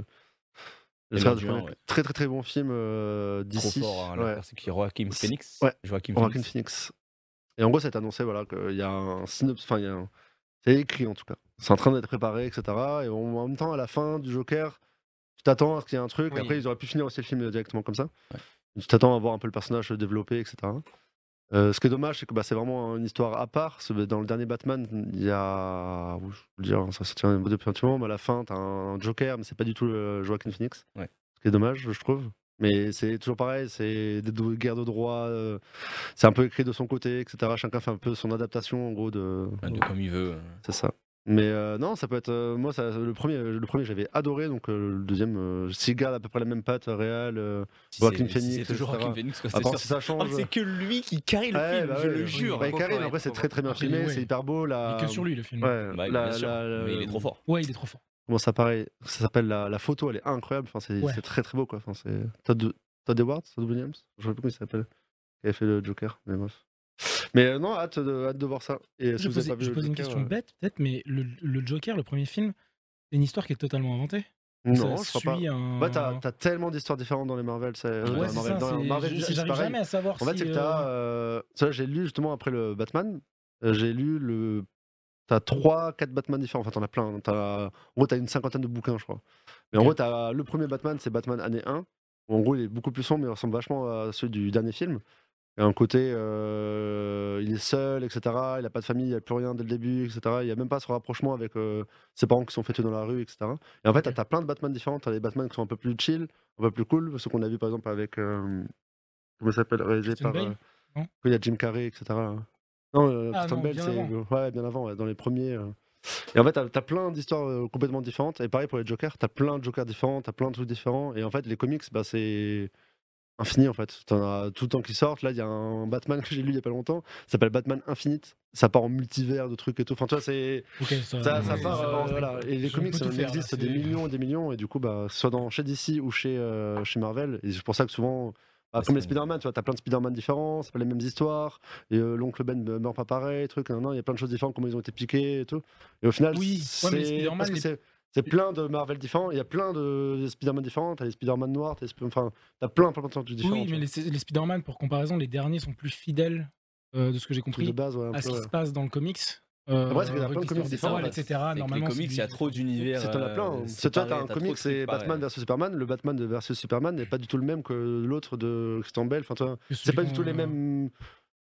Speaker 1: Les
Speaker 2: Le trailer du
Speaker 1: Mendiants,
Speaker 2: premier.
Speaker 1: ouais.
Speaker 2: Très très très bon film euh,
Speaker 1: Trop
Speaker 2: d'ici.
Speaker 1: fort, hein,
Speaker 2: Ouais.
Speaker 1: l'acteur, c'est qui Joaquin
Speaker 2: C'est-
Speaker 1: Phoenix
Speaker 2: ouais,
Speaker 1: Joaquin
Speaker 2: Joaquin
Speaker 1: Phoenix.
Speaker 2: Phoenix. Et en gros, c'est annoncé voilà, qu'il y a un synopsis. Enfin, il y a un- c'est écrit en tout cas. C'est en train d'être préparé, etc. Et en en même temps, à la fin du Joker, tu t'attends à ce qu'il y ait un truc.
Speaker 5: Oui.
Speaker 2: Après, ils auraient pu finir aussi le film directement comme ça. Tu t'attends à voir un peu le personnage se développer, etc. Euh, ce qui est dommage, c'est que bah, c'est vraiment une histoire à part. Parce que Dans le dernier Batman, il y a. Je veux dire, hein, ça se tient depuis un petit moment, mais à la fin, t'as un Joker, mais c'est pas du tout le Joaquin Phoenix.
Speaker 1: Ouais.
Speaker 2: Ce qui est dommage, je trouve. Mais c'est toujours pareil, c'est des dou- guerres de droit, euh, c'est un peu écrit de son côté, etc. Chacun fait un peu son adaptation, en gros, de.
Speaker 1: Ouais, De comme il veut.
Speaker 2: C'est ça. Mais euh, non, ça peut être. euh, moi, ça- le premier, le premier j'avais adoré, donc euh, le deuxième, euh, s'il garde à peu près la même patte réelle, euh,
Speaker 1: Si
Speaker 2: Joaquin
Speaker 1: c'est- si
Speaker 2: Phoenix,
Speaker 1: C'est toujours
Speaker 2: etc.
Speaker 1: Joaquin Phoenix, quoi,
Speaker 2: à
Speaker 1: c'est
Speaker 2: part
Speaker 1: sûr.
Speaker 2: si ça
Speaker 1: Ah,
Speaker 2: change.
Speaker 1: mais c'est que lui qui carrie le
Speaker 2: Ouais,
Speaker 1: film,
Speaker 2: bah
Speaker 1: je
Speaker 2: ouais,
Speaker 1: le
Speaker 2: oui.
Speaker 1: jure.
Speaker 2: Bah,
Speaker 5: Faut
Speaker 2: Karim,
Speaker 5: pas
Speaker 2: après,
Speaker 5: être
Speaker 2: c'est
Speaker 5: trop
Speaker 2: très très bien
Speaker 3: Après,
Speaker 2: filmé,
Speaker 3: ouais.
Speaker 2: c'est hyper beau. La...
Speaker 3: mais que sur lui le film. Ouais,
Speaker 2: Ouais,
Speaker 1: Bah,
Speaker 2: Euh, la-
Speaker 1: bien sûr,
Speaker 2: la-
Speaker 1: mais il est trop fort.
Speaker 3: il est trop fort.
Speaker 2: Comment ça paraît Ça s'appelle la, la photo, elle est incroyable. Enfin, c'est
Speaker 3: Ouais.
Speaker 2: c'est très très beau quoi. Enfin, c'est Todd, Todd Edwards, Todd Williams, je sais plus comment il s'appelle. Il a fait le Joker, mais bref. Mais euh, non, hâte de, hâte de voir ça. Et si
Speaker 3: Je
Speaker 2: vous avez
Speaker 3: pose,
Speaker 2: pas vu
Speaker 3: je
Speaker 2: le
Speaker 3: pose une
Speaker 2: Joker,
Speaker 3: question
Speaker 2: euh,
Speaker 3: bête peut-être, mais le, le Joker, le premier film, c'est une histoire qui est totalement inventée.
Speaker 2: euh, Non,
Speaker 3: ça
Speaker 2: je crois pas.
Speaker 3: suit un-
Speaker 2: Ouais, t'as t'as tellement d'histoires différentes dans les Marvel. c'est- euh,
Speaker 3: Ouais,
Speaker 2: dans
Speaker 3: c'est
Speaker 2: Marvel,
Speaker 3: ça,
Speaker 2: dans
Speaker 3: c'est-
Speaker 2: Marvel,
Speaker 3: je-
Speaker 2: c'est
Speaker 3: J'arrive
Speaker 2: pareil.
Speaker 3: jamais à savoir
Speaker 2: En fait,
Speaker 3: si.
Speaker 2: c'est que
Speaker 3: euh,
Speaker 2: t'as. euh, Ça, j'ai lu justement après le Batman. euh, J'ai lu le. T'as 3, 4 Batman différents. Enfin, t'en as plein. hein. T'as- En gros, t'as une cinquantaine de bouquins, je crois. Mais en
Speaker 3: Ok.
Speaker 2: gros, t'as le premier Batman, c'est Batman année 1. où en gros, il est beaucoup plus sombre, mais il ressemble vachement à celui du dernier film. Il y a un côté. euh, il est seul, etc. Il a pas de famille, il a plus rien dès le début, etc. Il y a même pas ce rapprochement avec euh, ses parents qui sont fêtés dans la rue, etc. Et en fait,
Speaker 3: Ok.
Speaker 2: t'as- t'as plein de Batman différents. T'as les Batman qui sont un peu plus chill, un peu plus cool. Ceux qu'on a vu par exemple avec. euh, comment ça s'appelle Réalisé
Speaker 3: Christian
Speaker 2: par.
Speaker 3: Bale
Speaker 2: euh,
Speaker 3: non
Speaker 2: oui, il y a Jim Carrey, etc. là. Non, euh,
Speaker 3: Ah
Speaker 2: Christian
Speaker 3: non,
Speaker 2: Bale,
Speaker 3: bien
Speaker 2: c'est. Ouais, bien avant, ouais, dans les premiers. euh. Et en fait, t'as t'as plein d'histoires euh, complètement différentes. Et pareil pour les Jokers, t'as plein de Jokers différents, t'as plein de trucs différents. Et en fait, les comics, bah, c'est infini en fait. T'en as tout le temps qui sortent. Là, il y a un Batman que j'ai lu il y a pas longtemps. Ça s'appelle Batman Infinite. Ça part en multivers de trucs et tout. Enfin, tu vois, c'est.
Speaker 3: ok,
Speaker 2: Ça,
Speaker 4: Ouais,
Speaker 2: ça
Speaker 4: c'est
Speaker 2: part,
Speaker 4: ça,
Speaker 2: euh,
Speaker 4: vraiment,
Speaker 2: voilà. Et les
Speaker 3: Je
Speaker 2: comics,
Speaker 3: peux
Speaker 2: ça
Speaker 3: tout
Speaker 2: en
Speaker 3: faire,
Speaker 2: existe
Speaker 3: là,
Speaker 2: des
Speaker 3: c'est-
Speaker 2: millions et des millions, et du coup, bah, soit dans, chez DC ou chez, euh, chez Marvel, et c'est pour ça que souvent, bah,
Speaker 1: Ouais,
Speaker 2: comme les
Speaker 1: c'est-
Speaker 2: Spider-Man, tu vois, t'as plein de Spider-Man différents, c'est pas les mêmes histoires, et euh, l'oncle Ben ne meurt pas pareil, truc, nan, nan, il y a plein de choses différentes, comment ils ont été piqués et tout. Et au final,
Speaker 3: Oui,
Speaker 2: c'est
Speaker 3: ouais, mais les Spider-Man,
Speaker 2: parce que
Speaker 3: les-
Speaker 2: c'est- c'est plein de Marvel différents, il y a plein de Spider-Man différents, t'as les Spider-Man noirs, t'as les Sp- enfin, t'as plein, plein, plein de trucs différents.
Speaker 3: Oui,
Speaker 2: tu
Speaker 3: mais
Speaker 2: vois.
Speaker 3: les, les Spider-Man, pour comparaison, les derniers sont plus fidèles, euh, de ce que j'ai
Speaker 2: Trucs
Speaker 3: compris,
Speaker 2: de base, ouais, un
Speaker 3: à ce
Speaker 2: peu,
Speaker 3: qui
Speaker 2: ouais.
Speaker 3: se passe dans le comics. Euh,
Speaker 2: Après, c'est qu'il y a plein de
Speaker 3: avec
Speaker 2: comics
Speaker 3: l'histoire des
Speaker 2: différents,
Speaker 3: Skrulls,
Speaker 2: là.
Speaker 3: etc.
Speaker 1: Avec les
Speaker 3: Normalement, c'est
Speaker 1: comics, il
Speaker 3: du-
Speaker 1: y a trop d'univers.
Speaker 2: C'est t'en as
Speaker 1: euh,
Speaker 2: plein. hein. C'est toi,
Speaker 1: séparés,
Speaker 2: t'as un
Speaker 1: trop de
Speaker 2: comic,
Speaker 1: trucs
Speaker 2: c'est
Speaker 1: pareils.
Speaker 2: Batman versus Superman. Le Batman de versus Superman n'est pas du tout le même que l'autre de Christian Bale. Enfin, tu vois,
Speaker 3: que
Speaker 2: c'est
Speaker 3: celui
Speaker 2: pas du tout
Speaker 3: qu'on-
Speaker 2: les mêmes.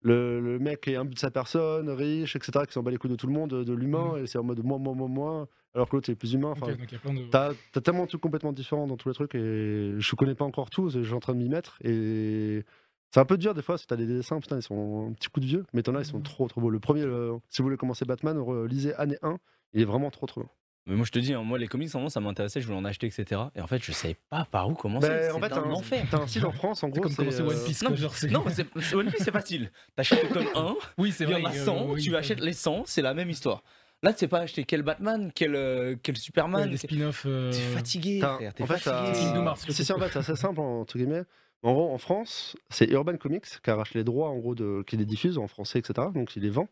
Speaker 2: Le, le mec est un but de sa personne, riche, etc., qui s'en bat les couilles de tout le monde, de l'humain, et c'est en mode moi, moi, moi, moi, alors que l'autre est plus humain.
Speaker 3: Ok,
Speaker 2: Enfin,
Speaker 3: donc il y a plein de-
Speaker 2: T'as t'as tellement de trucs complètement différents dans tous les trucs et je connais pas encore tout, je suis en train de m'y mettre et c'est un peu dur des fois parce que t'as des dessins, putain ils sont un petit coup de vieux, mais t'en as ils sont trop trop beaux. Le premier, le- si vous voulez commencer Batman, re- lisez année 1, il est vraiment trop trop bien.
Speaker 1: Mais moi je te dis, hein, moi les comics, en ça m'intéressait, je voulais en acheter, etc. Et en fait, je savais pas par où commencer.
Speaker 2: Ben,
Speaker 1: c'est
Speaker 2: en fait, t'as
Speaker 1: un
Speaker 2: un,
Speaker 1: enfer.
Speaker 2: t'as un site en France en
Speaker 3: C'est
Speaker 2: gros.
Speaker 3: comme commencer One
Speaker 2: euh,
Speaker 3: Piece.
Speaker 1: non,
Speaker 3: quoi, genre, c'est-
Speaker 1: Non, mais c'est- One Piece c'est facile. T'achètes le tome 1,
Speaker 3: oui, c'est
Speaker 1: il y
Speaker 3: vrai.
Speaker 1: en a
Speaker 3: euh,
Speaker 1: 100,
Speaker 3: oui,
Speaker 1: tu
Speaker 3: oui.
Speaker 1: achètes les 100, c'est la même histoire. Là, tu sais pas acheter quel Batman, quel, euh, quel
Speaker 3: Ouais,
Speaker 1: Superman.
Speaker 3: des
Speaker 1: quel-
Speaker 3: spin-offs. euh,
Speaker 1: T'es fatigué,
Speaker 2: T'as-
Speaker 1: frère, t'es
Speaker 2: en fait,
Speaker 1: fatigué.
Speaker 2: t'as-
Speaker 3: C'est Kingdom Hearts, le
Speaker 2: Si,
Speaker 3: truc.
Speaker 2: si, en fait, c'est assez simple, hein, entre guillemets. En gros, en France, c'est Urban Comics qui a racheté les droits, en gros, de, qui les diffuse en français, etc. Donc, il les vend.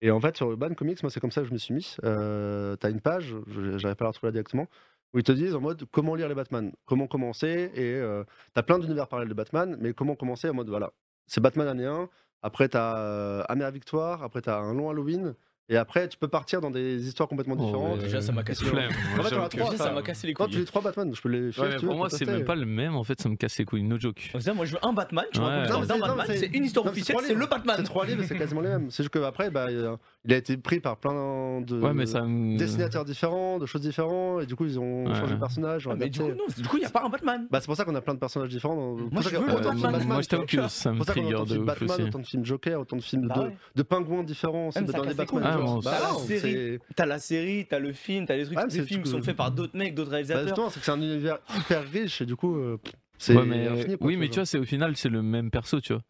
Speaker 2: Et en fait, sur Urban Comics, moi, c'est comme ça que je me suis mis. Euh, T'as une page, je- j'arrive pas à la retrouver là directement, où ils te disent en mode comment lire les Batman, comment commencer. Et euh, t'as plein d'univers parallèles de Batman, mais comment commencer en mode voilà, c'est Batman année 1, après t'as euh, Amère Victoire, après t'as un long Halloween, et après tu peux partir dans des histoires complètement
Speaker 4: Oh,
Speaker 2: différentes.
Speaker 4: ouais.
Speaker 1: Déjà, ça m'a cassé les couilles.
Speaker 4: Flemme.
Speaker 2: En fait,
Speaker 4: j'avoue
Speaker 2: on a
Speaker 4: que-
Speaker 2: trois,
Speaker 1: Déjà, ça m'a cassé les
Speaker 2: Quand tu
Speaker 1: couilles.
Speaker 2: les trois Batman, je peux les faire.
Speaker 4: Ouais, mais pour moi, c'est même pas le même. En fait, ça me casse les couilles. No joke.
Speaker 2: Euh,
Speaker 1: Ça, moi, je veux un Batman. Tu me
Speaker 4: Ouais.
Speaker 1: racontes
Speaker 4: Non,
Speaker 1: l'histoire
Speaker 4: mais
Speaker 1: d'un
Speaker 2: c'est- non,
Speaker 1: Batman,
Speaker 2: mais
Speaker 1: c'est
Speaker 2: c'est-
Speaker 1: une histoire
Speaker 2: non, mais c'est
Speaker 1: officielle,
Speaker 2: trois
Speaker 1: c'est le
Speaker 2: livres. C'est
Speaker 1: Batman.
Speaker 2: trois livres, c'est quasiment les mêmes. C'est juste qu'après, bah, euh, il a été pris par plein de
Speaker 4: Ouais, mais ça me.
Speaker 2: dessinateurs différents, de choses différentes, et du coup, ils ont
Speaker 4: Ouais.
Speaker 2: changé de personnage. ont
Speaker 1: Ah, mais du coup,
Speaker 2: adapté.
Speaker 1: non, du coup, il n'y a pas un Batman.
Speaker 2: Bah, c'est pour ça qu'on a plein de personnages différents. dans- pour
Speaker 1: Moi,
Speaker 2: ça
Speaker 1: je
Speaker 2: qu'on-
Speaker 1: veux
Speaker 4: Euh,
Speaker 1: le
Speaker 2: autant de
Speaker 1: Batman,
Speaker 4: moi, je
Speaker 2: tu vois.
Speaker 4: t'avoue que ça me
Speaker 2: pour ça qu'on a
Speaker 4: trigger
Speaker 2: autant de
Speaker 4: de
Speaker 2: films
Speaker 4: ouf aussi.
Speaker 2: Batman, autant de films Joker, autant de films
Speaker 1: Bah
Speaker 2: de,
Speaker 1: ouais.
Speaker 2: de pingouins différents,
Speaker 1: Ah, mais
Speaker 2: c'est
Speaker 1: ça
Speaker 2: dans
Speaker 1: casse
Speaker 2: les
Speaker 1: les
Speaker 2: Batman.
Speaker 4: couilles.
Speaker 2: genre.
Speaker 4: Ah, non,
Speaker 2: Bah
Speaker 1: ça-
Speaker 2: non,
Speaker 1: série.
Speaker 2: c'est-
Speaker 1: T'as la série, t'as le film, t'as les trucs,
Speaker 2: Ouais, mais
Speaker 1: des
Speaker 2: c'est
Speaker 1: films
Speaker 2: tout-
Speaker 1: qui sont faits par d'autres mecs, d'autres
Speaker 2: bah,
Speaker 1: réalisateurs.
Speaker 2: justement, c'est que c'est un univers hyper riche, et du coup, euh, c'est
Speaker 4: Ouais, mais-
Speaker 2: infini, quoi,
Speaker 4: oui, mais tu
Speaker 2: genre.
Speaker 4: vois, c'est au final, c'est le même perso, tu vois.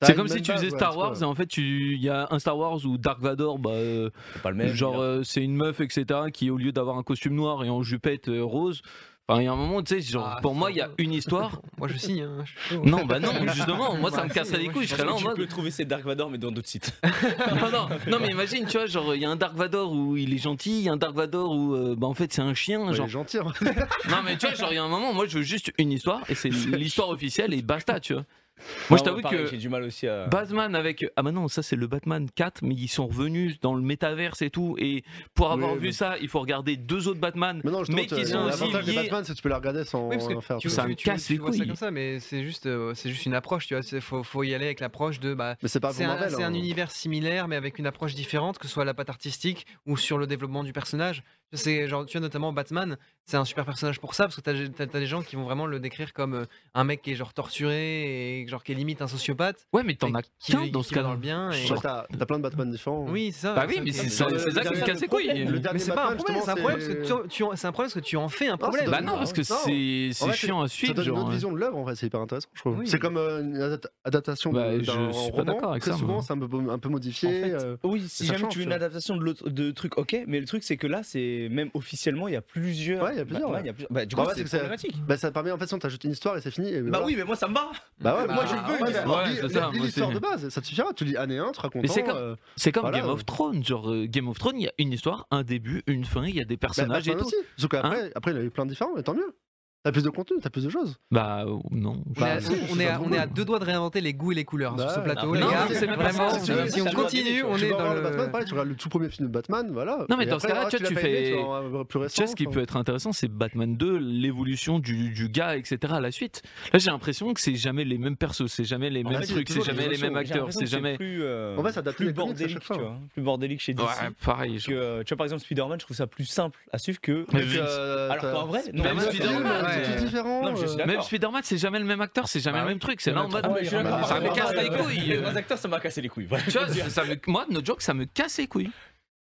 Speaker 2: T'as
Speaker 4: C'est
Speaker 2: une
Speaker 4: comme si
Speaker 2: même
Speaker 4: tu
Speaker 2: base,
Speaker 4: faisais
Speaker 2: ouais,
Speaker 4: Star
Speaker 2: c'est quoi.
Speaker 4: Wars et en fait, tu- il y a un Star Wars où Dark Vador, bah, euh,
Speaker 1: C'est pas le même.
Speaker 4: genre, euh, c'est une meuf, etc., qui au lieu d'avoir un costume noir et en jupette euh, rose, enfin, il y a un moment, tu sais, genre,
Speaker 5: Ah,
Speaker 4: pour
Speaker 5: c'est
Speaker 4: moi, il y a
Speaker 5: drôle.
Speaker 4: une histoire.
Speaker 5: Moi je signe. hein, je suis chaud.
Speaker 4: non, bah non, justement, moi, ça me
Speaker 5: Bah,
Speaker 4: casserait les
Speaker 5: moi,
Speaker 4: couilles, je
Speaker 5: je
Speaker 1: Je
Speaker 4: serais là en
Speaker 1: pense que tu
Speaker 4: mode.
Speaker 1: peux trouver ces Dark Vador, mais dans d'autres sites.
Speaker 4: non, non, non, mais imagine, tu vois, genre, il y a un Dark Vador où il est gentil, il y a un Dark Vador où, euh, bah, en fait, c'est un chien,
Speaker 2: Ouais, il
Speaker 4: genre.
Speaker 2: est gentil, hein.
Speaker 4: Non, mais tu vois, genre, il y a un moment, moi, je veux juste une histoire, et c'est l'histoire officielle, et basta, tu vois. Moi, je t'avoue que.
Speaker 1: J'ai du mal aussi à.
Speaker 4: Batman avec. Ah bah non, ça c'est le Batman 4, mais ils sont revenus dans le métaverse et tout. Et pour avoir
Speaker 2: Oui,
Speaker 4: vu
Speaker 2: mais-
Speaker 4: ça, il faut regarder deux autres Batman.
Speaker 2: Mais non, justement,
Speaker 4: Mais qui
Speaker 2: tu-
Speaker 4: sont aussi
Speaker 2: L'avantage des
Speaker 4: liés-
Speaker 2: Batman, c'est que tu peux la regarder sans
Speaker 5: Oui, parce
Speaker 2: rien
Speaker 5: que
Speaker 2: faire.
Speaker 5: tu,
Speaker 2: tu
Speaker 4: ça
Speaker 5: tu-
Speaker 4: me
Speaker 5: tu-
Speaker 4: casse
Speaker 5: tu
Speaker 4: les
Speaker 5: vois ça
Speaker 4: couilles.
Speaker 5: comme ça, mais c'est juste, euh, c'est juste une approche, tu vois. c'est- Faut, faut y aller avec l'approche de bah,
Speaker 2: Mais c'est pas pour
Speaker 5: c'est un,
Speaker 2: Marvel.
Speaker 5: c'est un
Speaker 2: hein.
Speaker 5: univers similaire, mais avec une approche différente, que ce soit la patte artistique ou sur le développement du personnage. C'est genre, tu vois, notamment Batman, c'est un super personnage pour ça, parce que t'as as, des gens qui vont vraiment le décrire comme euh, un mec qui est genre torturé et genre qui est limite un sociopathe.
Speaker 4: Ouais, mais t'en
Speaker 5: et
Speaker 4: as
Speaker 5: qui-
Speaker 4: qu'un dans
Speaker 5: qui
Speaker 4: ce
Speaker 5: va
Speaker 4: cas-là.
Speaker 5: dans le bien. Et...
Speaker 2: Ouais, t'as t'as plein de Batman différents.
Speaker 5: Oui, c'est ça.
Speaker 4: Bah oui, mais
Speaker 5: ça-
Speaker 4: c'est
Speaker 5: ça-
Speaker 4: ça,
Speaker 2: le-
Speaker 4: c'est ça
Speaker 2: le
Speaker 4: qui me
Speaker 2: dernier
Speaker 4: casse les couilles.
Speaker 2: Le dernier
Speaker 5: Mais c'est pas un
Speaker 2: Batman,
Speaker 5: problème,
Speaker 2: justement,
Speaker 5: c'est un problème parce que tu, tu en- c'est un problème parce que tu en fais un problème.
Speaker 4: Bah non, parce que
Speaker 2: Non.
Speaker 4: c'est c'est
Speaker 2: En fait,
Speaker 4: chiant à
Speaker 2: Ça
Speaker 4: suivre.
Speaker 2: donne une
Speaker 4: Genre,
Speaker 2: autre
Speaker 4: hein.
Speaker 2: vision de l'œuvre, en fait, c'est hyper intéressant, je trouve.
Speaker 5: Oui.
Speaker 2: C'est comme euh, une adap- adaptation
Speaker 4: Bah,
Speaker 2: de-
Speaker 4: je
Speaker 2: d'un
Speaker 4: suis pas
Speaker 2: roman,
Speaker 4: d'accord avec
Speaker 2: très
Speaker 4: ça,
Speaker 2: souvent
Speaker 4: moi.
Speaker 2: c'est un peu, un peu
Speaker 1: En
Speaker 2: modifié.
Speaker 1: fait,
Speaker 2: euh,
Speaker 1: oui, si
Speaker 2: ça
Speaker 1: jamais
Speaker 2: change,
Speaker 1: tu veux
Speaker 2: tu
Speaker 1: une
Speaker 2: vois.
Speaker 1: adaptation de, l'autre- de truc, ok, mais le truc c'est que là, c'est et même officiellement, il y a plusieurs.
Speaker 2: Ouais, il y a plusieurs,
Speaker 1: Batman,
Speaker 2: ouais.
Speaker 1: il y a plusieurs- Bah, du
Speaker 2: Bah
Speaker 1: coup,
Speaker 2: ouais, c'est
Speaker 1: c'est
Speaker 2: que ça-
Speaker 1: problématique.
Speaker 2: Bah ça permet en fait, t'ajoutes une histoire et c'est fini. et
Speaker 1: Bah
Speaker 2: voilà.
Speaker 1: oui, mais moi ça me va.
Speaker 2: Bah ouais,
Speaker 5: Bah,
Speaker 2: moi je veux
Speaker 5: ouais,
Speaker 2: une histoire.
Speaker 4: ouais,
Speaker 2: Lis-
Speaker 4: c'est ça,
Speaker 2: lis
Speaker 4: moi
Speaker 2: l'histoire
Speaker 4: aussi.
Speaker 2: de base, ça te suffira. Tu lis année 1, tu racontes.
Speaker 4: Mais c'est comme- C'est comme
Speaker 2: Voilà,
Speaker 4: Game
Speaker 2: euh.
Speaker 4: of Thrones, genre euh, Game of Thrones, il y a une histoire, un début, une fin, il y a des personnages et tout.
Speaker 2: aussi. Sauf qu'après, après, il y en a eu plein de différents, mais tant mieux. T'as plus de contenu, t'as plus de choses.
Speaker 4: Bah euh, non.
Speaker 5: On est à-
Speaker 2: Bah, si, je
Speaker 5: on,
Speaker 2: suis
Speaker 5: est
Speaker 2: pas
Speaker 5: à, on est à
Speaker 2: drôle.
Speaker 5: deux doigts de réinventer les goûts et les couleurs hein,
Speaker 2: Bah
Speaker 5: sur ce
Speaker 2: ouais.
Speaker 5: plateau,
Speaker 4: Après,
Speaker 5: les
Speaker 4: non,
Speaker 5: gars.
Speaker 4: mais c'est même pas
Speaker 5: Vraiment,
Speaker 4: ça, c'est-
Speaker 5: si on
Speaker 1: c'est-
Speaker 5: continue, on
Speaker 2: tu
Speaker 5: est
Speaker 2: peux
Speaker 5: dans
Speaker 2: avoir le...
Speaker 5: le.
Speaker 2: Batman, pareil, tu regardes le tout premier film de Batman, voilà.
Speaker 4: Non, mais
Speaker 2: Et
Speaker 4: dans ce
Speaker 2: après,
Speaker 4: cas-là,
Speaker 2: ah,
Speaker 4: tu vois,
Speaker 2: l'as
Speaker 4: tu
Speaker 2: pas aimé,
Speaker 4: fais-
Speaker 2: vas en avoir plus
Speaker 4: Tu sais,
Speaker 2: récent.
Speaker 4: ce qui
Speaker 2: enfin.
Speaker 4: peut être intéressant, c'est Batman 2, l'évolution du, du gars, etc. à la suite. Là, j'ai l'impression que c'est jamais les mêmes persos, c'est jamais les
Speaker 2: Ah,
Speaker 4: mêmes
Speaker 2: si,
Speaker 4: trucs, c'est
Speaker 2: toujours
Speaker 4: jamais
Speaker 2: des
Speaker 4: les mêmes
Speaker 1: J'ai l'impression
Speaker 4: acteurs,
Speaker 1: que
Speaker 4: c'est jamais.
Speaker 1: Plus, euh,
Speaker 2: En fait, ça date
Speaker 1: plus
Speaker 2: des comics à
Speaker 1: bordélique,
Speaker 2: chaque
Speaker 1: tu
Speaker 2: fois.
Speaker 1: vois. Plus bordélique chez DC.
Speaker 4: Ouais, pareil. je-
Speaker 1: que, euh, tu vois, par exemple, Spider-Man, je trouve ça plus simple à suivre que.
Speaker 4: Mais
Speaker 2: Donc,
Speaker 4: Vince-
Speaker 2: euh,
Speaker 1: Alors
Speaker 2: t'as-
Speaker 1: qu'en vrai, non,
Speaker 4: Même
Speaker 1: mais-
Speaker 4: Spider-Man,
Speaker 1: Ouais.
Speaker 2: c'est tout différent.
Speaker 1: Non, mais je suis
Speaker 2: euh.
Speaker 1: d'accord.
Speaker 4: Même Spider-Man, c'est jamais le même acteur, c'est jamais
Speaker 5: Bah
Speaker 4: le
Speaker 5: oui.
Speaker 4: même truc. C'est là en mode.
Speaker 3: Ah ouais, je suis d'accord.
Speaker 4: Ça me casse les couilles.
Speaker 1: Les trois acteurs, ça m'a cassé les couilles. voilà.
Speaker 4: Tu vois, ça- ça me- moi, no joke, ça me casse les couilles.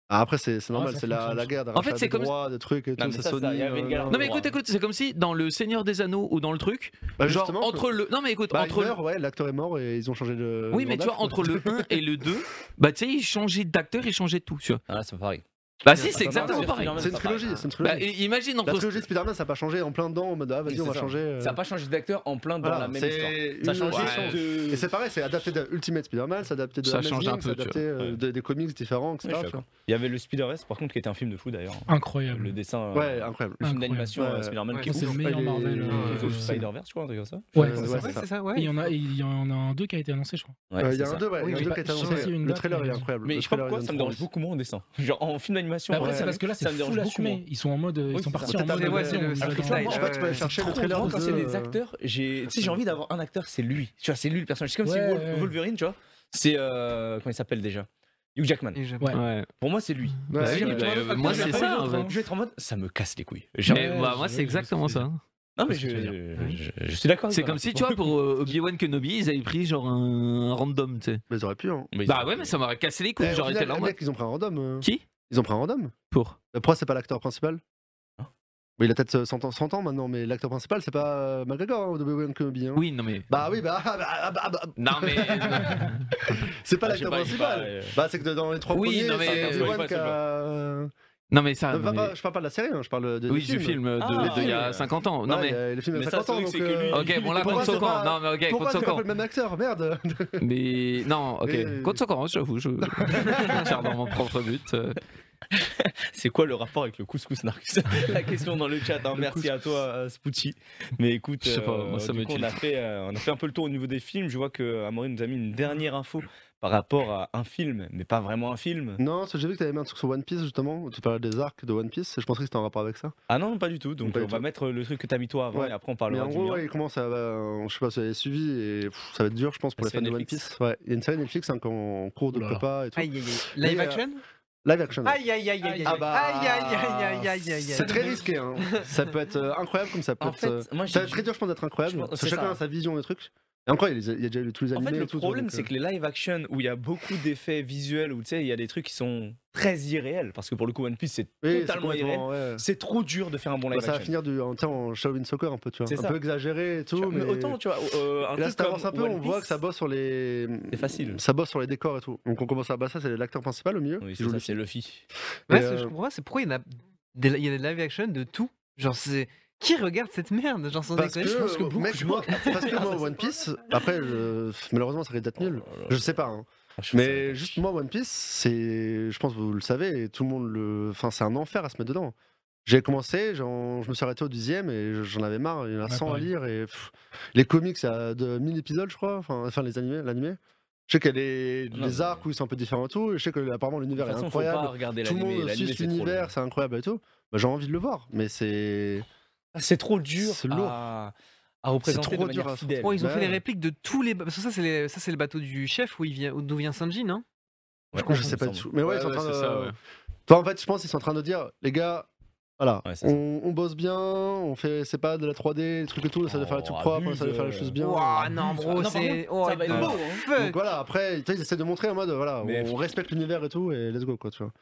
Speaker 2: Ah, Après, c'est c'est normal,
Speaker 3: ça
Speaker 2: c'est la
Speaker 3: fonctionne.
Speaker 2: la guerre.
Speaker 4: En fait, c'est comme-
Speaker 2: droits, des trucs et
Speaker 1: Non,
Speaker 2: tout.
Speaker 1: mais
Speaker 2: c'est
Speaker 1: ça, ça,
Speaker 2: Sony,
Speaker 1: il y avait une
Speaker 2: euh,
Speaker 1: guerre.
Speaker 4: Non, mais
Speaker 1: Ouais.
Speaker 4: écoute, écoute, c'est comme si dans Le Seigneur des Anneaux ou dans le truc,
Speaker 2: Bah,
Speaker 4: genre
Speaker 2: justement,
Speaker 4: entre le. Non, mais écoute,
Speaker 2: Bah,
Speaker 4: entre
Speaker 2: il
Speaker 4: le.
Speaker 2: meurt, ouais, l'acteur est mort et ils ont changé de.
Speaker 4: Oui, mais tu vois, entre le 1 et le 2, bah tu sais, ils changeaient d'acteur, ils changeaient de tout, tu vois.
Speaker 1: Ah, c'est pas pareil.
Speaker 4: Bah si,
Speaker 1: c'est
Speaker 4: c'est exactement
Speaker 1: pas
Speaker 4: pareil.
Speaker 1: grave.
Speaker 2: C'est une trilogie, c'est une
Speaker 4: Bah,
Speaker 2: trilogie.
Speaker 4: et imagine
Speaker 2: La
Speaker 4: entre
Speaker 2: trilogie de Spider-Man, ça n'a pas changé en plein dedans, en mode ah,
Speaker 1: Oui,
Speaker 2: vas-y,
Speaker 1: c'est
Speaker 2: on va
Speaker 1: ça.
Speaker 2: changer. euh,
Speaker 1: Ça n'a pas changé d'acteur en plein dans
Speaker 2: voilà,
Speaker 1: la même
Speaker 2: c'est
Speaker 1: histoire.
Speaker 2: une-
Speaker 1: Ça a changé
Speaker 4: ouais.
Speaker 1: de.
Speaker 2: Et c'est pareil, c'est adapté de Ultimate Spider-Man, c'est adapté de
Speaker 4: Ça
Speaker 2: Amazing,
Speaker 4: change un peu,
Speaker 2: c'est
Speaker 4: tu
Speaker 2: adapté euh,
Speaker 1: Ouais.
Speaker 2: de- des comics différents, etc.
Speaker 1: Ouais, je suis
Speaker 2: tu vois.
Speaker 1: d'accord. Il y avait le Spider-Verse, par contre, qui était un film de fou d'ailleurs.
Speaker 3: Incroyable.
Speaker 1: Le dessin. euh,
Speaker 2: Ouais, incroyable.
Speaker 1: Le film
Speaker 3: Incroyable.
Speaker 1: d'animation euh,
Speaker 2: Ouais.
Speaker 1: Spider-Man
Speaker 5: Ouais,
Speaker 1: qui est
Speaker 3: C'est
Speaker 1: ouf.
Speaker 3: le meilleur
Speaker 2: les-
Speaker 3: Marvel.
Speaker 2: les-
Speaker 1: Into the
Speaker 3: euh,
Speaker 1: Spider-verse, je crois, un truc comme ça.
Speaker 3: Ouais,
Speaker 2: Euh,
Speaker 3: c'est
Speaker 2: ouais,
Speaker 3: ça.
Speaker 5: Ouais, c'est ça, ouais.
Speaker 3: Il y, en a, il y en a un deux qui a été annoncé, je crois.
Speaker 1: Ouais,
Speaker 2: Euh, Il
Speaker 1: c'est
Speaker 2: y a
Speaker 1: ça.
Speaker 2: un 2 ouais, il y a
Speaker 5: Oui,
Speaker 2: un
Speaker 5: j'ai
Speaker 2: deux
Speaker 3: pas-
Speaker 2: qui est
Speaker 3: je
Speaker 2: annoncé.
Speaker 3: sais, il y a une
Speaker 2: Le
Speaker 3: date,
Speaker 2: trailer
Speaker 3: mais-
Speaker 2: est incroyable.
Speaker 1: Mais
Speaker 2: le
Speaker 1: je sais pas
Speaker 2: trailer,
Speaker 1: pourquoi
Speaker 2: il
Speaker 1: ça me
Speaker 2: est
Speaker 1: dérange beaucoup moins en dessin. Genre en film d'animation.
Speaker 3: Après,
Speaker 1: ouais.
Speaker 3: c'est Bah parce que là, c'est
Speaker 1: Ça me dérange
Speaker 3: full
Speaker 1: beaucoup
Speaker 3: assumé. Ils sont en mode.
Speaker 1: Oui,
Speaker 3: Ils
Speaker 1: c'est
Speaker 3: sont partis
Speaker 1: ça.
Speaker 3: en mode.
Speaker 5: C'est- ouais,
Speaker 3: vas-y,
Speaker 5: c'est
Speaker 3: on
Speaker 5: le-
Speaker 1: Alors
Speaker 3: y va
Speaker 5: c'est le
Speaker 1: que tu
Speaker 3: dans-
Speaker 1: vois,
Speaker 5: freestyle.
Speaker 1: moi, je sais pas, tu peux aller chercher
Speaker 2: C'est
Speaker 1: le
Speaker 2: trop
Speaker 1: trailer.
Speaker 2: drôle
Speaker 1: Quand c'est
Speaker 2: de-
Speaker 1: des acteurs, j'ai tu sais, j'ai envie d'avoir un acteur, c'est lui. Tu vois, c'est lui le personnage. C'est comme si
Speaker 3: Ouais,
Speaker 1: Wol-
Speaker 3: ouais.
Speaker 1: Wolverine, tu vois, c'est. euh, Comment il s'appelle déjà Hugh Jackman.
Speaker 5: Et je-
Speaker 3: Ouais.
Speaker 4: Ouais.
Speaker 1: Pour moi, c'est lui.
Speaker 2: Ouais,
Speaker 1: Si
Speaker 2: ouais,
Speaker 1: j'aime
Speaker 2: ouais.
Speaker 1: bien
Speaker 4: bah,
Speaker 3: euh,
Speaker 1: le-
Speaker 4: moi,
Speaker 1: j'aime
Speaker 4: c'est
Speaker 1: pas
Speaker 4: ça,
Speaker 1: les autres,
Speaker 3: en fait.
Speaker 1: hein. Je vais être en mode, ça me casse les couilles. J'ai
Speaker 4: Mais
Speaker 1: envie-
Speaker 4: bah, moi,
Speaker 3: je-
Speaker 4: c'est
Speaker 3: je-
Speaker 4: exactement
Speaker 3: je-
Speaker 4: ça. hein.
Speaker 1: Non, mais
Speaker 3: c'est ce
Speaker 1: je,
Speaker 3: que tu
Speaker 1: je- je- je suis d'accord. avec
Speaker 4: C'est
Speaker 1: toi,
Speaker 2: bah,
Speaker 4: comme
Speaker 1: là.
Speaker 4: si, tu vois, pour euh, Obi-Wan Kenobi, ils avaient pris genre un, un random, tu sais.
Speaker 2: Mais ils auraient pu. hein.
Speaker 1: Mais-
Speaker 4: Bah ouais, mais ça m'aurait cassé les couilles,
Speaker 2: Eh, au
Speaker 4: j'aurais été
Speaker 2: final,
Speaker 4: là en
Speaker 2: les
Speaker 4: mode.
Speaker 2: mecs, ils ont pris un random. euh.
Speaker 4: Qui
Speaker 2: Ils ont pris un random.
Speaker 4: Pour.
Speaker 2: Euh, Pourquoi c'est pas l'acteur principal
Speaker 1: Hein
Speaker 2: Bon, Il a peut-être euh, 100 ans, 100 ans maintenant, mais l'acteur principal, c'est pas euh, McGregor hein, ou Obi-Wan Kenobi. hein.
Speaker 4: Oui, non mais.
Speaker 2: Bah oui, bah, bah, bah, bah, bah,
Speaker 4: Non mais.
Speaker 2: c'est pas
Speaker 1: Ah, je sais
Speaker 2: l'acteur
Speaker 1: pas, il est pas,
Speaker 2: principal.
Speaker 1: euh,
Speaker 2: Bah, c'est que dans les trois
Speaker 4: Oui,
Speaker 2: premiers,
Speaker 4: non, mais-
Speaker 2: c'est
Speaker 1: je vois
Speaker 2: Obi-Wan
Speaker 1: pas,
Speaker 2: qui a-
Speaker 4: non mais ça.
Speaker 2: Non, pas-
Speaker 4: non, Ah, mais-
Speaker 2: pas- Je parle pas de la série, hein, je parle de,
Speaker 4: Oui,
Speaker 2: du
Speaker 4: du film de-
Speaker 1: Ah,
Speaker 4: de- d'il y a
Speaker 2: oui.
Speaker 4: 50 ans. Non
Speaker 2: Ouais,
Speaker 4: mais.
Speaker 2: euh, le film a
Speaker 1: Mais ça,
Speaker 2: 50 ans,
Speaker 1: le
Speaker 2: donc...
Speaker 1: truc, c'est que lui-
Speaker 2: euh,
Speaker 1: il-
Speaker 4: Ok, bon là,
Speaker 2: Pour moi,
Speaker 4: compte
Speaker 2: c'est
Speaker 4: Sokan.
Speaker 2: pas-
Speaker 4: Non mais ok,
Speaker 2: Pourquoi
Speaker 4: compte
Speaker 2: tu
Speaker 4: Sokan.
Speaker 2: rappelles le même acteur Merde
Speaker 4: Mais non, ok.
Speaker 2: Et-
Speaker 4: Compte Sokan, j'avoue, je. je tire dans mon propre but. euh.
Speaker 1: C'est quoi le rapport avec le couscous Narcus La question dans le chat. hein. Merci à toi, euh, Spucci. Mais écoute,
Speaker 4: Je sais pas,
Speaker 1: euh,
Speaker 4: moi, ça
Speaker 1: du
Speaker 4: me
Speaker 1: coup, on
Speaker 4: tue.
Speaker 1: a fait, euh, on a fait un peu le tour au niveau des films. Je vois que Amaury nous a mis une dernière info par rapport à un film, mais pas vraiment un film.
Speaker 2: Non, parce que j'ai vu que t'avais mis un truc sur One Piece, justement, où tu parlais des arcs de One Piece, et je pensais que c'était en rapport avec ça.
Speaker 1: Ah non, pas du tout. Donc
Speaker 2: Pas du
Speaker 1: on va
Speaker 2: tout.
Speaker 1: mettre le truc que t'as mis toi avant
Speaker 2: Ouais.
Speaker 1: et après on
Speaker 2: Mais
Speaker 1: parlera
Speaker 2: en
Speaker 1: du
Speaker 2: gros,
Speaker 1: mien.
Speaker 2: ouais, il commence à. bah, je sais pas si vous avez suivi, et pff, ça va être dur, je pense, pour
Speaker 1: La
Speaker 2: les fans de
Speaker 1: série
Speaker 2: One
Speaker 1: Netflix.
Speaker 2: Piece. Ouais, il y a une série Netflix hein, en cours de
Speaker 3: Oulala.
Speaker 2: prépa et tout.
Speaker 5: Aïe, aïe, aïe.
Speaker 2: Mais,
Speaker 5: Live
Speaker 2: euh,
Speaker 5: action
Speaker 2: Live action.
Speaker 5: Aïe, aïe, aïe, aïe, aïe.
Speaker 2: Ah bah,
Speaker 5: Aïe, aïe, aïe, aïe, aïe, aïe.
Speaker 2: C'est très risqué, hein. ça peut être euh, incroyable comme ça peut
Speaker 1: En
Speaker 2: être.
Speaker 1: fait,
Speaker 2: euh,
Speaker 1: moi,
Speaker 2: ça
Speaker 1: j'ai-
Speaker 2: va être très dur, je pense, d'être incroyable.
Speaker 1: Je pense-
Speaker 2: parce
Speaker 1: c'est
Speaker 2: que chacun
Speaker 1: ça.
Speaker 2: a sa vision des trucs. Et encore, il y a les- il y a déjà eu tous les
Speaker 1: En
Speaker 2: animés
Speaker 1: fait, le
Speaker 2: et tout.
Speaker 1: problème,
Speaker 2: donc, euh,
Speaker 1: c'est que les live action où il y a beaucoup d'effets visuels, où tu sais, il y a des trucs qui sont très irréels, parce que pour le coup, One Piece, c'est
Speaker 2: oui, c'est
Speaker 1: totalement irréel.
Speaker 2: complètement, ouais.
Speaker 1: C'est trop dur de faire un bon live
Speaker 2: Bah, ça va
Speaker 1: action.
Speaker 2: finir du, en, tu sais, en Shaolin Soccer un peu, tu vois.
Speaker 1: C'est
Speaker 2: Un
Speaker 1: ça.
Speaker 2: peu exagéré et
Speaker 1: Tu
Speaker 2: tout.
Speaker 1: vois,
Speaker 2: Mais,
Speaker 1: mais autant, tu vois, euh, un
Speaker 2: Et là,
Speaker 1: truc
Speaker 2: ça avance
Speaker 1: comme
Speaker 2: un peu,
Speaker 1: One
Speaker 2: on voit
Speaker 1: Piece,
Speaker 2: que ça bosse sur les.
Speaker 1: C'est facile.
Speaker 2: Ça bosse sur les décors et tout. Donc on commence à bah ça c'est l'acteur principal au milieu.
Speaker 1: Oui,
Speaker 2: qui
Speaker 1: c'est
Speaker 2: joue
Speaker 1: ça,
Speaker 2: le
Speaker 1: c'est Luffy.
Speaker 5: Ouais,
Speaker 2: Et,
Speaker 5: c'est-
Speaker 2: euh,
Speaker 5: je comprends pas, c'est pourquoi il y en a des, il y a des live action de tout. Genre, c'est. Qui regarde cette merde Genre, sans
Speaker 2: Parce que,
Speaker 5: déconner, je pense que
Speaker 2: euh,
Speaker 5: beaucoup.
Speaker 2: mec, moi, parce que moi, One Piece, après, je- malheureusement, ça risque d'être nul. Je sais pas, hein. mais juste moi, One Piece, c'est, je pense que vous le savez, et tout le monde le, enfin, c'est un enfer à se mettre dedans. J'ai commencé, j'en- je me suis arrêté au dixième et j'en avais marre. Il y en a
Speaker 3: Ouais,
Speaker 2: 100 à
Speaker 3: pareil.
Speaker 2: lire et pff, les comics, ça a de 1000 épisodes, je crois. Enfin, enfin, les animés, l'animé. Je sais qu'il y a les,
Speaker 1: Non,
Speaker 2: les
Speaker 1: mais-
Speaker 2: arcs où ils sont un peu différents et tout. Et je sais que apparemment l'univers est incroyable.
Speaker 1: regarder
Speaker 2: Tout le
Speaker 1: l'animé,
Speaker 2: monde
Speaker 1: l'animé,
Speaker 2: suit
Speaker 1: c'est trop
Speaker 2: l'univers,
Speaker 1: long.
Speaker 2: c'est incroyable et tout. Bah, j'ai envie de le voir, mais c'est.
Speaker 1: Ah, C'est trop dur
Speaker 2: C'est lourd.
Speaker 1: à, Ah, à représenter
Speaker 2: trop
Speaker 1: de manière
Speaker 2: dur à-
Speaker 1: fidèle.
Speaker 5: Oh, ils ont fait
Speaker 2: Ouais.
Speaker 5: les répliques de tous les. Parce que ça, c'est les- ça, c'est le bateau du chef où il vient... d'où vient hein. Sanji, non
Speaker 1: Ouais,
Speaker 2: Je sais pas du tout. Mais ouais, ils sont en train
Speaker 4: c'est
Speaker 2: de-
Speaker 4: ça, ouais.
Speaker 2: Toi, en fait, je pense qu'ils sont en train de dire, les gars, voilà,
Speaker 1: Ouais, c'est ça.
Speaker 2: on, on bosse bien, on fait, c'est pas de la 3D, des trucs et tout, ça doit
Speaker 1: Oh,
Speaker 2: faire la truc propre,
Speaker 1: abuse,
Speaker 2: ça doit faire
Speaker 1: euh.
Speaker 2: les choses bien.
Speaker 5: Ouah, non, bro,
Speaker 1: Ah, non, par
Speaker 5: c'est. Oh,
Speaker 1: ça va être
Speaker 5: euh,
Speaker 1: beau, hein.
Speaker 5: fuck.
Speaker 2: Donc voilà, après, tu sais, ils essaient de montrer en mode, voilà,
Speaker 1: Mais-
Speaker 2: on respecte l'univers et tout, et let's go, quoi, tu vois.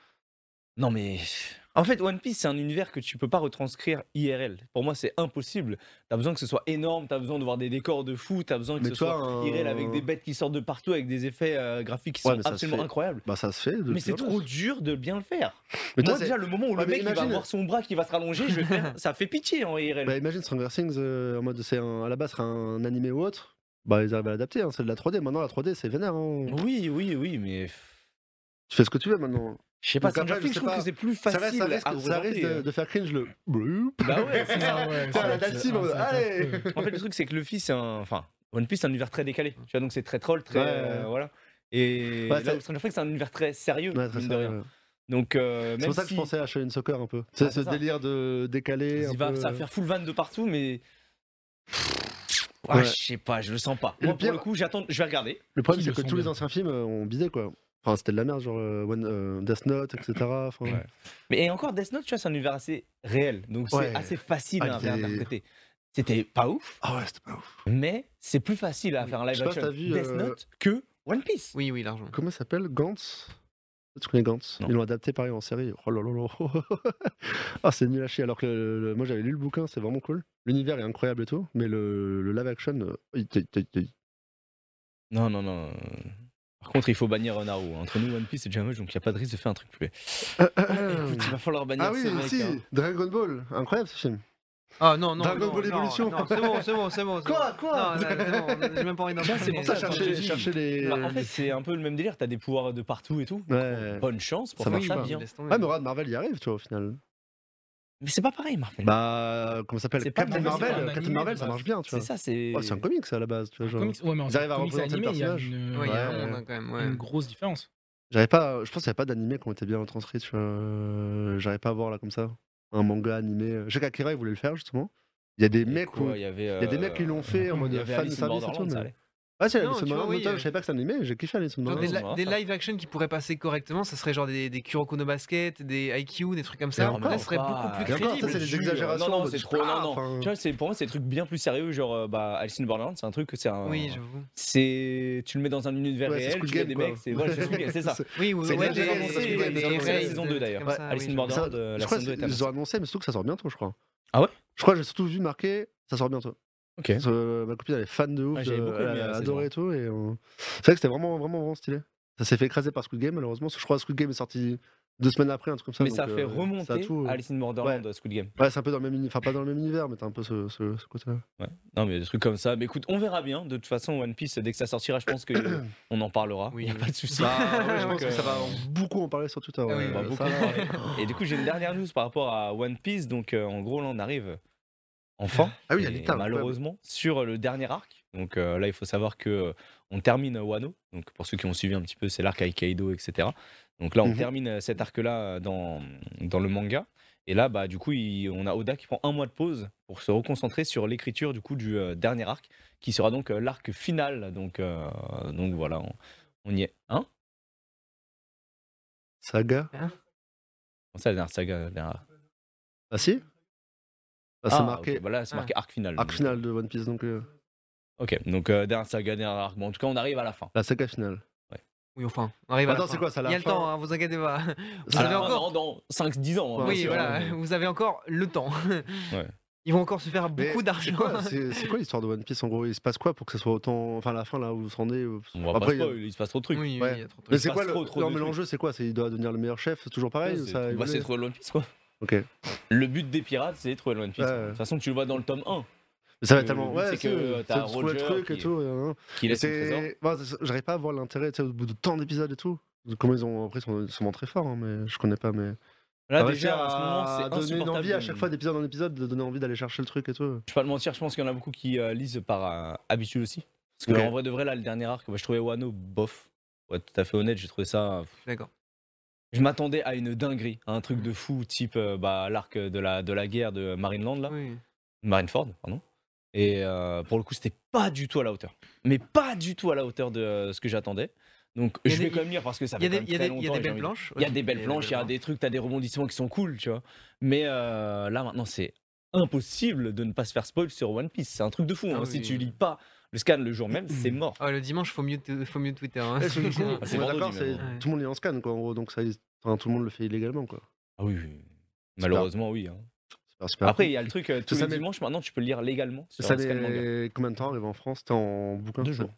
Speaker 1: Non mais En fait, One Piece, c'est un univers que tu peux pas retranscrire IRL. Pour moi, c'est impossible. T'as besoin que ce soit énorme, t'as besoin de voir des décors de fou, t'as besoin que
Speaker 2: Mais
Speaker 1: ce
Speaker 2: toi,
Speaker 1: soit IRL
Speaker 2: un-
Speaker 1: avec des bêtes qui sortent de partout, avec des effets euh, graphiques qui
Speaker 2: Ouais, mais
Speaker 1: sont
Speaker 2: ça se
Speaker 1: absolument
Speaker 2: fait.
Speaker 1: incroyables.
Speaker 2: Bah ça se fait. de
Speaker 1: Mais c'est
Speaker 2: plus en
Speaker 1: trop
Speaker 2: plus.
Speaker 1: dur de bien le faire.
Speaker 2: Mais toi,
Speaker 1: Moi,
Speaker 2: c'est-
Speaker 1: déjà, le moment où
Speaker 2: Ouais,
Speaker 1: le
Speaker 2: mais
Speaker 1: mec il va
Speaker 2: imagine-
Speaker 1: avoir son bras qui va se rallonger, je vais faire... ça fait pitié hein, en IRL.
Speaker 2: Bah, imagine Stranger Things euh, en mode c'est un- à la base c'est un animé ou autre. Bah ils arrivent à l'adapter. hein, c'est de la 3D. Maintenant la 3D c'est vénère. hein.
Speaker 1: Oui, oui, oui, mais.
Speaker 2: Tu fais ce que tu veux maintenant.
Speaker 1: Je sais pas,
Speaker 2: Donc après,
Speaker 1: Stranger
Speaker 2: je
Speaker 1: Things, je
Speaker 2: sais
Speaker 1: trouve
Speaker 2: pas.
Speaker 1: que c'est plus
Speaker 2: Ça reste-
Speaker 1: facile euh.
Speaker 2: ça risque,
Speaker 1: à
Speaker 2: ça risque de,
Speaker 1: représenter. hein.
Speaker 2: de faire cringe le.
Speaker 1: Bah ouais, c'est ça.
Speaker 3: Ah ouais,
Speaker 2: Tiens, la
Speaker 3: c'est-
Speaker 2: date
Speaker 3: c'est-
Speaker 2: cible,
Speaker 3: ah, c'est
Speaker 2: allez
Speaker 3: affreux.
Speaker 1: En fait, le truc, c'est que Luffy, c'est un. Enfin, One Piece, c'est un univers très décalé. Tu vois, donc c'est très troll, très.
Speaker 2: Ouais,
Speaker 1: euh,
Speaker 2: ouais.
Speaker 1: voilà. Et là
Speaker 2: Ouais, c'est-
Speaker 1: où Stranger Things, c'est un univers très sérieux.
Speaker 2: Ouais, très
Speaker 1: mine de
Speaker 2: sérieux,
Speaker 1: rien.
Speaker 2: ouais.
Speaker 1: Donc, euh, même
Speaker 2: C'est pour ça que
Speaker 1: si
Speaker 2: je pensais à Shonen Soccer un peu. C'est
Speaker 1: Ah,
Speaker 2: ce
Speaker 1: c'est ça.
Speaker 2: délire de décaler.
Speaker 1: il
Speaker 2: un
Speaker 1: va,
Speaker 2: peu. euh,
Speaker 1: ça va faire full van de partout, mais. Ah,
Speaker 2: Ouais.
Speaker 1: Je sais pas, je le sens pas.
Speaker 2: Et
Speaker 1: Moi,
Speaker 2: le
Speaker 1: pour
Speaker 2: pire-
Speaker 1: le coup, j'attends, je vais regarder.
Speaker 2: Le problème,
Speaker 3: Qui
Speaker 2: c'est
Speaker 3: le
Speaker 2: que
Speaker 3: sent
Speaker 2: tous les
Speaker 3: bien.
Speaker 2: anciens films, euh, on bidait quoi. Enfin, c'était de la merde, genre euh, One, euh, Death Note, etc. Enfin,
Speaker 1: Ouais. Mais et encore, Death Note, tu vois, c'est un univers assez réel. Donc,
Speaker 2: Ouais.
Speaker 1: c'est assez facile
Speaker 2: Ah,
Speaker 1: à
Speaker 2: il est-
Speaker 1: réinterpréter. C'était pas ouf,
Speaker 2: Ah ouais, c'était pas ouf.
Speaker 1: mais c'est plus facile à faire un
Speaker 2: Je
Speaker 1: live
Speaker 2: sais pas si
Speaker 1: action
Speaker 2: t'as vu,
Speaker 1: Death
Speaker 2: euh,
Speaker 1: Note que One Piece.
Speaker 5: Oui, oui, largement.
Speaker 2: Comment ça s'appelle Gantz Tu connais Gantz
Speaker 1: Non.
Speaker 2: Ils l'ont adapté pareil en série. Oh là là là Ah, c'est nul à chier. Alors que le- le- moi, j'avais lu le bouquin, c'est vraiment cool. L'univers est incroyable et tout, mais le, le live action. euh, il- il- il- il-
Speaker 1: Non, non, non. Par contre, il faut bannir euh, Naruto. Entre nous, One Piece, c'est déjà moche, donc il n'y a pas de risque de faire un truc plus. Ah, Écoute, il va falloir bannir
Speaker 2: Hmm. Ah oui,
Speaker 1: ce mec.
Speaker 2: si
Speaker 1: hein.
Speaker 2: Dragon Ball Incroyable ce film.
Speaker 5: Ah non, non.
Speaker 2: Dragon
Speaker 5: non,
Speaker 2: Ball
Speaker 5: non,
Speaker 2: Evolution.
Speaker 5: non, C'est bon, c'est bon, c'est bon. c'est
Speaker 2: Quoi,
Speaker 5: bon.
Speaker 2: quoi
Speaker 5: Non, non, c'est bon, J'ai même pas envie d'en
Speaker 1: Tiens, c'est pour
Speaker 5: parler.
Speaker 2: Ça,
Speaker 1: ça, quand
Speaker 2: chercher,
Speaker 1: j'ai dit-
Speaker 2: chercher les.
Speaker 1: Bah, en fait, c'est un peu le même délire. T'as des pouvoirs de partout et tout.
Speaker 2: Ouais.
Speaker 1: Bonne chance pour
Speaker 2: Ça
Speaker 1: faire
Speaker 2: marche
Speaker 1: ça
Speaker 2: pas.
Speaker 1: bien.
Speaker 5: Laisse tomber.
Speaker 2: Ah, mais regarde, Marvel y arrive, tu vois, au final.
Speaker 1: Mais c'est pas pareil, Marvel.
Speaker 2: Bah, comment ça
Speaker 1: C'est
Speaker 2: s'appelle
Speaker 1: pas
Speaker 2: Captain
Speaker 1: Marvel,
Speaker 2: Marvel.
Speaker 1: c'est un
Speaker 2: Captain
Speaker 3: animé,
Speaker 2: Marvel,
Speaker 3: de
Speaker 2: ça
Speaker 3: base.
Speaker 2: marche bien, tu
Speaker 1: c'est
Speaker 2: vois.
Speaker 1: ça, c'est.
Speaker 2: Oh, c'est un comics à la base, tu vois. genre.
Speaker 3: Comics, ouais, mais en
Speaker 2: Ils arrivent à
Speaker 3: comics
Speaker 2: représenter le
Speaker 3: animé, il y a
Speaker 2: personnage.
Speaker 3: une,
Speaker 5: Ouais, il y a
Speaker 2: Ouais.
Speaker 5: un monde, hein, quand même. ouais.
Speaker 3: une grosse différence.
Speaker 2: J'avais pas, je pense qu'il n'y avait pas d'animé qui ont été bien retranscrits, tu vois. Euh, J'arrivais pas à voir là comme ça. Un manga animé. Jacques Akira, il voulait le faire justement. Il y a des
Speaker 1: Et
Speaker 2: mecs,
Speaker 1: quoi,
Speaker 2: où-
Speaker 1: Il y avait. euh,
Speaker 2: il y a des mecs qui l'ont fait en
Speaker 1: Il
Speaker 2: mode
Speaker 1: y avait
Speaker 2: fan
Speaker 1: Alice in
Speaker 2: service et tout.
Speaker 1: Borderland, ça
Speaker 2: Mais...
Speaker 1: allait.
Speaker 2: Ah, c'est
Speaker 5: Non,
Speaker 2: Alice in
Speaker 5: tu vois,
Speaker 2: Borderland,
Speaker 5: oui,
Speaker 2: Notable,
Speaker 5: euh,
Speaker 2: je savais pas que c'est animé, j'ai kiffé Alice in
Speaker 5: Genre
Speaker 1: Non,
Speaker 5: des,
Speaker 2: Borderland.
Speaker 1: non, ça va,
Speaker 5: li- des
Speaker 1: ça va.
Speaker 5: live action qui pourraient passer correctement, ça serait genre des, des Kuroko no Basket, des IQ, des trucs comme
Speaker 2: Et
Speaker 5: ça.
Speaker 2: encore,
Speaker 5: Là, ce serait
Speaker 1: pas-
Speaker 5: beaucoup plus
Speaker 2: Et encore, ça,
Speaker 5: crédible.
Speaker 2: c'est
Speaker 1: Le
Speaker 2: des
Speaker 1: jus,
Speaker 2: exagérations.
Speaker 1: euh, non, non,
Speaker 2: bah,
Speaker 1: c'est
Speaker 2: tu-
Speaker 1: trop- non,
Speaker 2: ah,
Speaker 1: non.
Speaker 2: enfin,
Speaker 1: Tu vois, c'est- pour moi, c'est des trucs bien plus sérieux. Genre, euh, bah, Alice in Borderland, c'est un truc que c'est un.
Speaker 5: Oui, j'avoue.
Speaker 1: c'est tu le mets dans un univers
Speaker 2: ouais, c'est
Speaker 1: réel,
Speaker 2: Squid
Speaker 1: tu mets
Speaker 2: Game,
Speaker 1: des
Speaker 2: quoi.
Speaker 1: mecs, c'est voilà, c'est Squid Game, c'est ça.
Speaker 5: Oui, oui,
Speaker 2: C'est
Speaker 5: ouais,
Speaker 2: exagéré,
Speaker 5: des-
Speaker 2: c'est
Speaker 5: des-
Speaker 2: Squid Game,
Speaker 5: des-
Speaker 2: c'est
Speaker 5: des
Speaker 2: la
Speaker 5: raids,
Speaker 2: saison
Speaker 5: des
Speaker 1: deux,
Speaker 5: trucs
Speaker 1: d'ailleurs.
Speaker 5: comme ça,
Speaker 1: Alice
Speaker 5: oui,
Speaker 1: in
Speaker 5: j'avoue.
Speaker 2: Ça-
Speaker 1: Borderland, euh,
Speaker 2: je
Speaker 1: la
Speaker 2: crois
Speaker 1: saison 2 est
Speaker 2: que c'est- ils
Speaker 1: annoncée.
Speaker 2: ont annoncé, mais surtout que ça sort bientôt, je crois.
Speaker 1: Ah ouais
Speaker 2: Je crois que j'ai surtout vu marqué, ça sort bientôt.
Speaker 1: Ok.
Speaker 2: Parce que, euh, ma copine elle est fan de ouf,
Speaker 1: Ouais, j'avais
Speaker 2: euh,
Speaker 1: beaucoup aimé
Speaker 2: elle
Speaker 1: la
Speaker 2: a
Speaker 1: saison.
Speaker 2: adoré et tout. Et, euh, C'est vrai que c'était vraiment, vraiment, vraiment stylé. Ça s'est fait écraser par Squid Game, malheureusement. parce que Je crois que Squid Game est sorti deux semaines après, un truc comme ça.
Speaker 1: Mais
Speaker 2: donc,
Speaker 1: ça
Speaker 2: euh,
Speaker 1: fait
Speaker 2: ça a
Speaker 1: remonter
Speaker 2: tout, euh,
Speaker 1: Alice in Borderland, Squid Game.
Speaker 2: Ouais, c'est un peu dans le même univers, enfin pas dans le même univers, mais t'as un peu ce, ce- ce côté-là.
Speaker 1: Non, mais des trucs comme ça. Mais écoute, on verra bien. De toute façon, One Piece, dès que ça sortira, je pense qu'on en parlera. Il
Speaker 5: Oui,
Speaker 1: n'y a
Speaker 5: oui.
Speaker 1: pas de souci.
Speaker 2: Bah, ouais, je
Speaker 1: Donc,
Speaker 2: pense que ça va
Speaker 1: euh,
Speaker 2: en- beaucoup en parler sur Twitter.
Speaker 5: Ah
Speaker 2: ouais,
Speaker 5: oui,
Speaker 1: on va
Speaker 2: ça,
Speaker 1: bah, beaucoup
Speaker 2: là,
Speaker 1: en parler. Et du coup, j'ai une dernière news par rapport à One Piece. Donc, euh, en gros, là, on arrive enfin.
Speaker 2: Ah oui, il y a
Speaker 1: et
Speaker 2: Lita,
Speaker 1: malheureusement, sur le dernier arc. Donc euh, là, il faut savoir que euh, on termine Wano. Donc pour ceux qui ont suivi un petit peu, c'est l'arc avec Kaido, etc. Donc là, on
Speaker 2: Mhm.
Speaker 1: termine euh, cet arc-là euh, dans, dans le manga. Et là, bah, du coup, il- on a Oda qui prend un mois de pause pour se reconcentrer sur l'écriture du coup du euh, dernier arc, qui sera donc euh, l'arc final. Donc, euh, donc voilà, on, on y est. Hein
Speaker 2: Saga
Speaker 1: Comment ça, la dernière saga la dernière-
Speaker 2: Ah si Ah, c'est
Speaker 1: Ah,
Speaker 2: marqué
Speaker 1: ok, bah là, c'est
Speaker 5: Ah.
Speaker 1: marqué arc final.
Speaker 2: arc
Speaker 1: donc.
Speaker 2: final de One Piece, donc euh,
Speaker 1: Ok, donc euh, dernière saga, dernier arc. Bon, en tout cas, on arrive à la fin.
Speaker 2: la saga finale.
Speaker 5: Oui, enfin, on arrive à la
Speaker 2: Attends,
Speaker 5: fin.
Speaker 2: c'est quoi ça
Speaker 5: Il
Speaker 2: la
Speaker 5: y a le
Speaker 2: fin
Speaker 5: temps, hein, vous inquiétez pas. Vous
Speaker 1: À
Speaker 5: avez
Speaker 1: la fin,
Speaker 5: encore.
Speaker 1: dans, 5-10 ans. hein,
Speaker 2: Ouais,
Speaker 5: Oui,
Speaker 1: c'est
Speaker 5: voilà,
Speaker 1: vraiment-
Speaker 5: vous avez encore le temps. Ils vont encore se faire
Speaker 2: Mais
Speaker 5: beaucoup
Speaker 2: c'est
Speaker 5: d'argent.
Speaker 2: quoi- C'est c'est quoi l'histoire de One Piece en gros Il se passe quoi pour que ce soit autant. Enfin, la fin là où vous en êtes. euh,
Speaker 1: On va
Speaker 2: Après,
Speaker 1: pas spoil, il se passe trop de trucs.
Speaker 5: Oui, oui,
Speaker 2: Ouais.
Speaker 5: il y a trop
Speaker 1: Il
Speaker 2: Mais
Speaker 5: de trucs.
Speaker 1: se
Speaker 2: c'est quoi
Speaker 1: passe trop,
Speaker 2: le.
Speaker 1: trop
Speaker 2: Non,
Speaker 1: de
Speaker 2: mais
Speaker 1: trucs.
Speaker 2: l'enjeu c'est quoi C'est il doit devenir le meilleur chef, c'est toujours pareil
Speaker 1: Ouais,
Speaker 2: ou
Speaker 1: c'est-
Speaker 2: ça a
Speaker 1: bah,
Speaker 2: évolué
Speaker 1: c'est trouver le One Piece quoi.
Speaker 2: Ok. Mais
Speaker 1: Le but des pirates, c'est trouver le One Piece.
Speaker 2: Ouais,
Speaker 1: quoi. De
Speaker 2: ouais.
Speaker 1: toute façon, tu le vois dans le tome 1,
Speaker 2: ça va
Speaker 1: le-
Speaker 2: tellement.
Speaker 1: le but,
Speaker 2: Ouais,
Speaker 1: c'est que
Speaker 2: c'est
Speaker 1: euh,
Speaker 2: c'est
Speaker 1: t'as
Speaker 2: de trouver le
Speaker 1: Roger
Speaker 2: truc et
Speaker 1: qui-
Speaker 2: tout. et, hein.
Speaker 1: qui laisse le trésor.
Speaker 2: C'est- ouais, c'est- J'arrive pas à voir l'intérêt tu sais, au bout de tant d'épisodes et tout. Comment ils ont. Après, ils sont ils sont très forts, hein, mais je connais pas. Mais.
Speaker 1: Là,
Speaker 2: Ah,
Speaker 1: déjà,
Speaker 2: réussir
Speaker 1: à ce moment, c'est
Speaker 2: donner une
Speaker 1: insupportable.
Speaker 2: envie à chaque fois d'épisode en épisode de donner envie d'aller chercher le truc et tout.
Speaker 1: Je vais pas le mentir, je pense qu'il y en a beaucoup qui euh, lisent par euh, habitude aussi. Parce que
Speaker 2: Ouais.
Speaker 1: en vrai de vrai, là, le dernier arc, moi, je trouvais Wano bof. Ouais, tout à fait honnête, j'ai trouvé ça.
Speaker 5: D'accord.
Speaker 1: Je m'attendais à une dinguerie, à un truc de fou, type euh, bah, l'arc de la, de la guerre de Marineland, là.
Speaker 5: Oui.
Speaker 1: Marineford, pardon. Et euh, pour le coup, c'était pas du tout à la hauteur. Mais pas du tout à la hauteur de euh, ce que j'attendais. Donc
Speaker 5: Il y a
Speaker 1: je
Speaker 5: des-
Speaker 1: vais quand même lire parce que ça
Speaker 5: Il
Speaker 1: fait
Speaker 5: y a des,
Speaker 1: quand même
Speaker 5: il y a
Speaker 1: très
Speaker 5: des- il y a
Speaker 1: longtemps. et
Speaker 5: des
Speaker 1: j'ai
Speaker 5: belles
Speaker 1: envie-
Speaker 5: planches.
Speaker 1: Il y a
Speaker 5: aussi.
Speaker 1: des belles planches, il y a des trucs, t'as des rebondissements qui sont cool, tu vois. Mais euh, là maintenant, c'est impossible de ne pas se faire spoil sur One Piece. C'est un truc de fou.
Speaker 5: Ah
Speaker 1: hein.
Speaker 5: oui,
Speaker 1: Si tu
Speaker 5: oui.
Speaker 1: lis pas le scan le jour même, c'est mort.
Speaker 5: Ah, le dimanche, faut mieux, t- faut mieux Twitter. hein.
Speaker 2: Eh, sur le coup,
Speaker 5: Ah,
Speaker 2: on
Speaker 1: c'est
Speaker 2: est
Speaker 1: vendredi, hein.
Speaker 2: d'accord,
Speaker 1: mais
Speaker 2: c'est-
Speaker 1: bon.
Speaker 5: Ouais.
Speaker 2: tout le monde est en scan quoi en gros, donc ça, enfin, tout le monde le fait illégalement quoi.
Speaker 1: Ah oui, oui. Malheureusement, oui. hein.
Speaker 2: Super, super.
Speaker 1: Après, il y a le truc, euh, tous
Speaker 2: Ça
Speaker 1: les
Speaker 2: met-
Speaker 1: dimanches, maintenant, tu peux le lire légalement sur
Speaker 2: ça
Speaker 1: un scan manga.
Speaker 2: met combien de temps arrivé en France C'était en bouquin
Speaker 1: hein. Deux jours.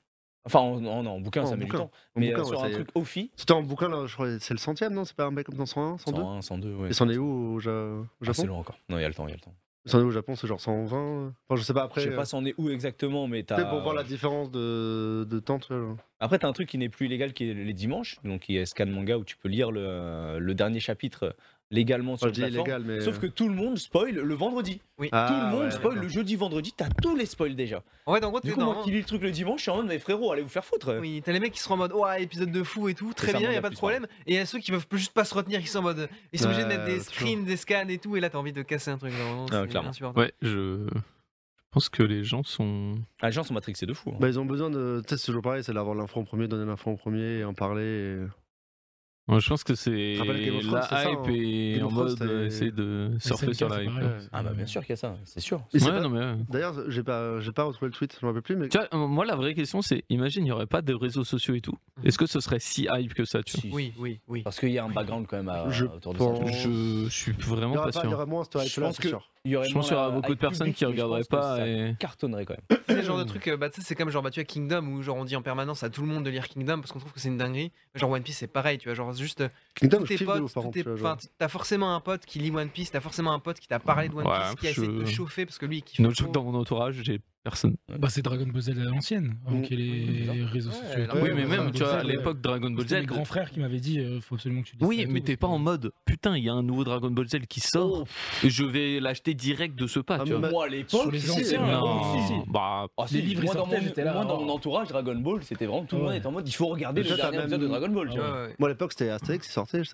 Speaker 1: Enfin, en, en- en bouquin,
Speaker 2: Ah, en
Speaker 1: ça met
Speaker 2: bouquin.
Speaker 1: du temps.
Speaker 2: En
Speaker 1: Mais
Speaker 2: bouquin,
Speaker 1: euh,
Speaker 2: ouais,
Speaker 1: sur
Speaker 2: ça
Speaker 1: un
Speaker 2: y est.
Speaker 1: truc Ophi,
Speaker 2: C'était en bouquin, là, je crois c'est le centième, non C'est pas un mec comme dans 101, 102
Speaker 1: 101, 102, ouais.
Speaker 2: Et c'en est où au, Ja- au
Speaker 1: Ah, c'est
Speaker 2: Japon
Speaker 1: long encore. Non, il y a le temps, il y a le temps.
Speaker 2: C'en est où au Japon C'est genre 120 euh Enfin, je sais pas après.
Speaker 1: je sais
Speaker 2: euh,
Speaker 1: pas c'en est où exactement, mais t'as.
Speaker 2: Peut-être pour voir la différence de, de temps, euh, tu vois. genre.
Speaker 1: Après, t'as un truc qui n'est plus illégal qui est les dimanches, donc qui est scan manga où tu peux lire le, euh, le dernier chapitre légalement sur
Speaker 2: Enfin, je
Speaker 1: le
Speaker 2: dis illégal, mais.
Speaker 1: Sauf que tout le monde spoil le vendredi.
Speaker 2: Ah,
Speaker 1: tout le monde
Speaker 2: ouais,
Speaker 1: spoil
Speaker 2: d'accord.
Speaker 1: le jeudi, vendredi, t'as tous les spoils déjà.
Speaker 5: En fait, en gros, t'es
Speaker 1: Du coup, moi
Speaker 5: dans. hein.
Speaker 1: qui lis le truc le dimanche, je suis en mode, mais frérot, allez vous faire foutre.
Speaker 5: Oui, t'as les mecs qui sont en mode, ouais, épisode de fou et tout, très
Speaker 1: ça,
Speaker 5: bien, y
Speaker 1: manga
Speaker 5: a pas de
Speaker 1: plus, hein.
Speaker 5: problème. Et y a ceux qui peuvent juste pas se retenir, qui sont en mode, ils sont obligés de
Speaker 2: Ouais,
Speaker 5: mettre des
Speaker 2: toujours.
Speaker 5: screens, des scans et tout, et là t'as envie de casser un truc. genre, Vraiment,
Speaker 1: Euh, Ah,
Speaker 5: c'est
Speaker 1: clairement.
Speaker 5: insupportable.
Speaker 4: Ouais, je pense que les gens sont.
Speaker 1: Ah, les gens sont matrixés de fou. hein.
Speaker 2: Bah, ils ont besoin de. Tu sais, c'est toujours pareil, c'est d'avoir l'info en premier, donner l'info en premier et en parler. et-
Speaker 4: Moi, je pense que c'est
Speaker 2: Je rappelle Game
Speaker 4: la
Speaker 2: of Thrones, c'est ça,
Speaker 4: hype
Speaker 2: hein.
Speaker 4: et
Speaker 2: Game
Speaker 4: en
Speaker 2: of Thrones,
Speaker 4: mode euh,
Speaker 2: c'est-
Speaker 4: essayer de surfer
Speaker 3: SNK,
Speaker 4: sur la
Speaker 3: c'est
Speaker 4: hype.
Speaker 3: pareil,
Speaker 4: ouais.
Speaker 3: ouais.
Speaker 1: Ah, bah bien sûr qu'il y a ça, c'est sûr.
Speaker 2: Et c'est
Speaker 4: Ouais,
Speaker 2: pas-
Speaker 4: non, mais, ouais.
Speaker 2: D'ailleurs, j'ai pas, j'ai pas retrouvé le tweet, je m'en rappelle plus, mais.
Speaker 4: Tu vois, euh, moi, la vraie question, c'est imagine, il n'y aurait pas de réseaux sociaux et tout.
Speaker 5: Mhm.
Speaker 4: Est-ce que ce serait si hype que ça, tu vois
Speaker 1: Si,
Speaker 5: Oui, oui, oui.
Speaker 1: Parce qu'il y a un background quand même à-
Speaker 2: Je
Speaker 1: autour de
Speaker 2: pense-
Speaker 1: ça.
Speaker 4: Je suis
Speaker 2: Il
Speaker 4: vraiment
Speaker 2: y aura
Speaker 4: pas
Speaker 2: pas- il y
Speaker 4: sûr.
Speaker 2: aura moins cette
Speaker 1: Je
Speaker 2: hype-là,
Speaker 1: pense
Speaker 2: c'est
Speaker 1: que-
Speaker 2: sûr.
Speaker 1: Il y aurait
Speaker 4: Je pense
Speaker 1: moins
Speaker 4: qu'il y aura
Speaker 1: la-
Speaker 4: beaucoup de
Speaker 1: avec public,
Speaker 4: personnes qui
Speaker 1: mais je pense
Speaker 4: regarderaient
Speaker 1: que
Speaker 4: pas.
Speaker 1: ça
Speaker 4: Et...
Speaker 1: cartonnerait quand même.
Speaker 5: C'est le genre de truc, euh, bah, tu sais, c'est comme genre, bah, tu vois, Kingdom, où genre on dit en permanence à tout le monde de lire Kingdom parce qu'on trouve que c'est une dinguerie. Genre One Piece, c'est pareil, tu vois, genre juste euh,
Speaker 2: Kingdom,
Speaker 5: tous
Speaker 2: je
Speaker 5: tes
Speaker 2: kiffe de ouf,
Speaker 5: potes,
Speaker 2: par
Speaker 5: tous
Speaker 2: contre,
Speaker 5: tes-
Speaker 2: tu vois, genre.
Speaker 5: enfin, t'as forcément un pote qui lit One Piece, t'as forcément un pote qui t'a parlé de One
Speaker 4: Ouais,
Speaker 5: Piece, qui a essayé de te
Speaker 4: je-
Speaker 5: chauffer parce que lui, qui
Speaker 4: No joke dans mon entourage, j'ai personne.
Speaker 3: Bah, c'est Dragon Ball Z à l'ancienne, avant
Speaker 2: Mm.
Speaker 3: qu'il y ait les
Speaker 5: Ouais,
Speaker 3: réseaux
Speaker 5: ouais,
Speaker 3: sociaux. et
Speaker 5: la-
Speaker 3: tout.
Speaker 4: oui, mais
Speaker 2: ouais,
Speaker 4: même,
Speaker 2: Dragon
Speaker 4: tu vois,
Speaker 2: Ball
Speaker 4: à
Speaker 2: Z,
Speaker 4: l'époque, Dragon Ball
Speaker 3: C'était
Speaker 4: Z.
Speaker 3: mes grands frères qui m'avaient dit euh, faut absolument que tu lises ça
Speaker 4: Oui,
Speaker 3: et
Speaker 4: mais
Speaker 3: tout,
Speaker 4: t'es pas
Speaker 3: parce
Speaker 4: en
Speaker 3: que-
Speaker 4: mode putain, il y a un nouveau Dragon Ball Z qui sort, et je vais l'acheter direct de ce pas,
Speaker 2: Oh. Ah,
Speaker 4: tu vois.
Speaker 2: mais-
Speaker 1: Moi à
Speaker 3: Sur
Speaker 1: l'époque,
Speaker 3: les
Speaker 1: si,
Speaker 3: anciens,
Speaker 1: si,
Speaker 4: Non,
Speaker 1: si, si.
Speaker 4: bah,
Speaker 1: Ah,
Speaker 3: Les
Speaker 1: si, moi,
Speaker 3: livres, ils
Speaker 1: dans
Speaker 3: sortaient,
Speaker 1: mon,
Speaker 3: j'étais là,
Speaker 1: moi, dans
Speaker 3: oh.
Speaker 1: mon entourage, Dragon Ball, c'était vraiment tout le
Speaker 3: Ouais.
Speaker 1: monde était en mode il faut regarder
Speaker 2: Mais
Speaker 1: le
Speaker 2: toi, t'as
Speaker 1: dernier
Speaker 2: même-
Speaker 1: épisode de Dragon Ball. tu
Speaker 3: Ah
Speaker 1: vois.
Speaker 5: Ouais, ouais.
Speaker 2: Moi, à l'époque, c'était Astérix qui sortait. je-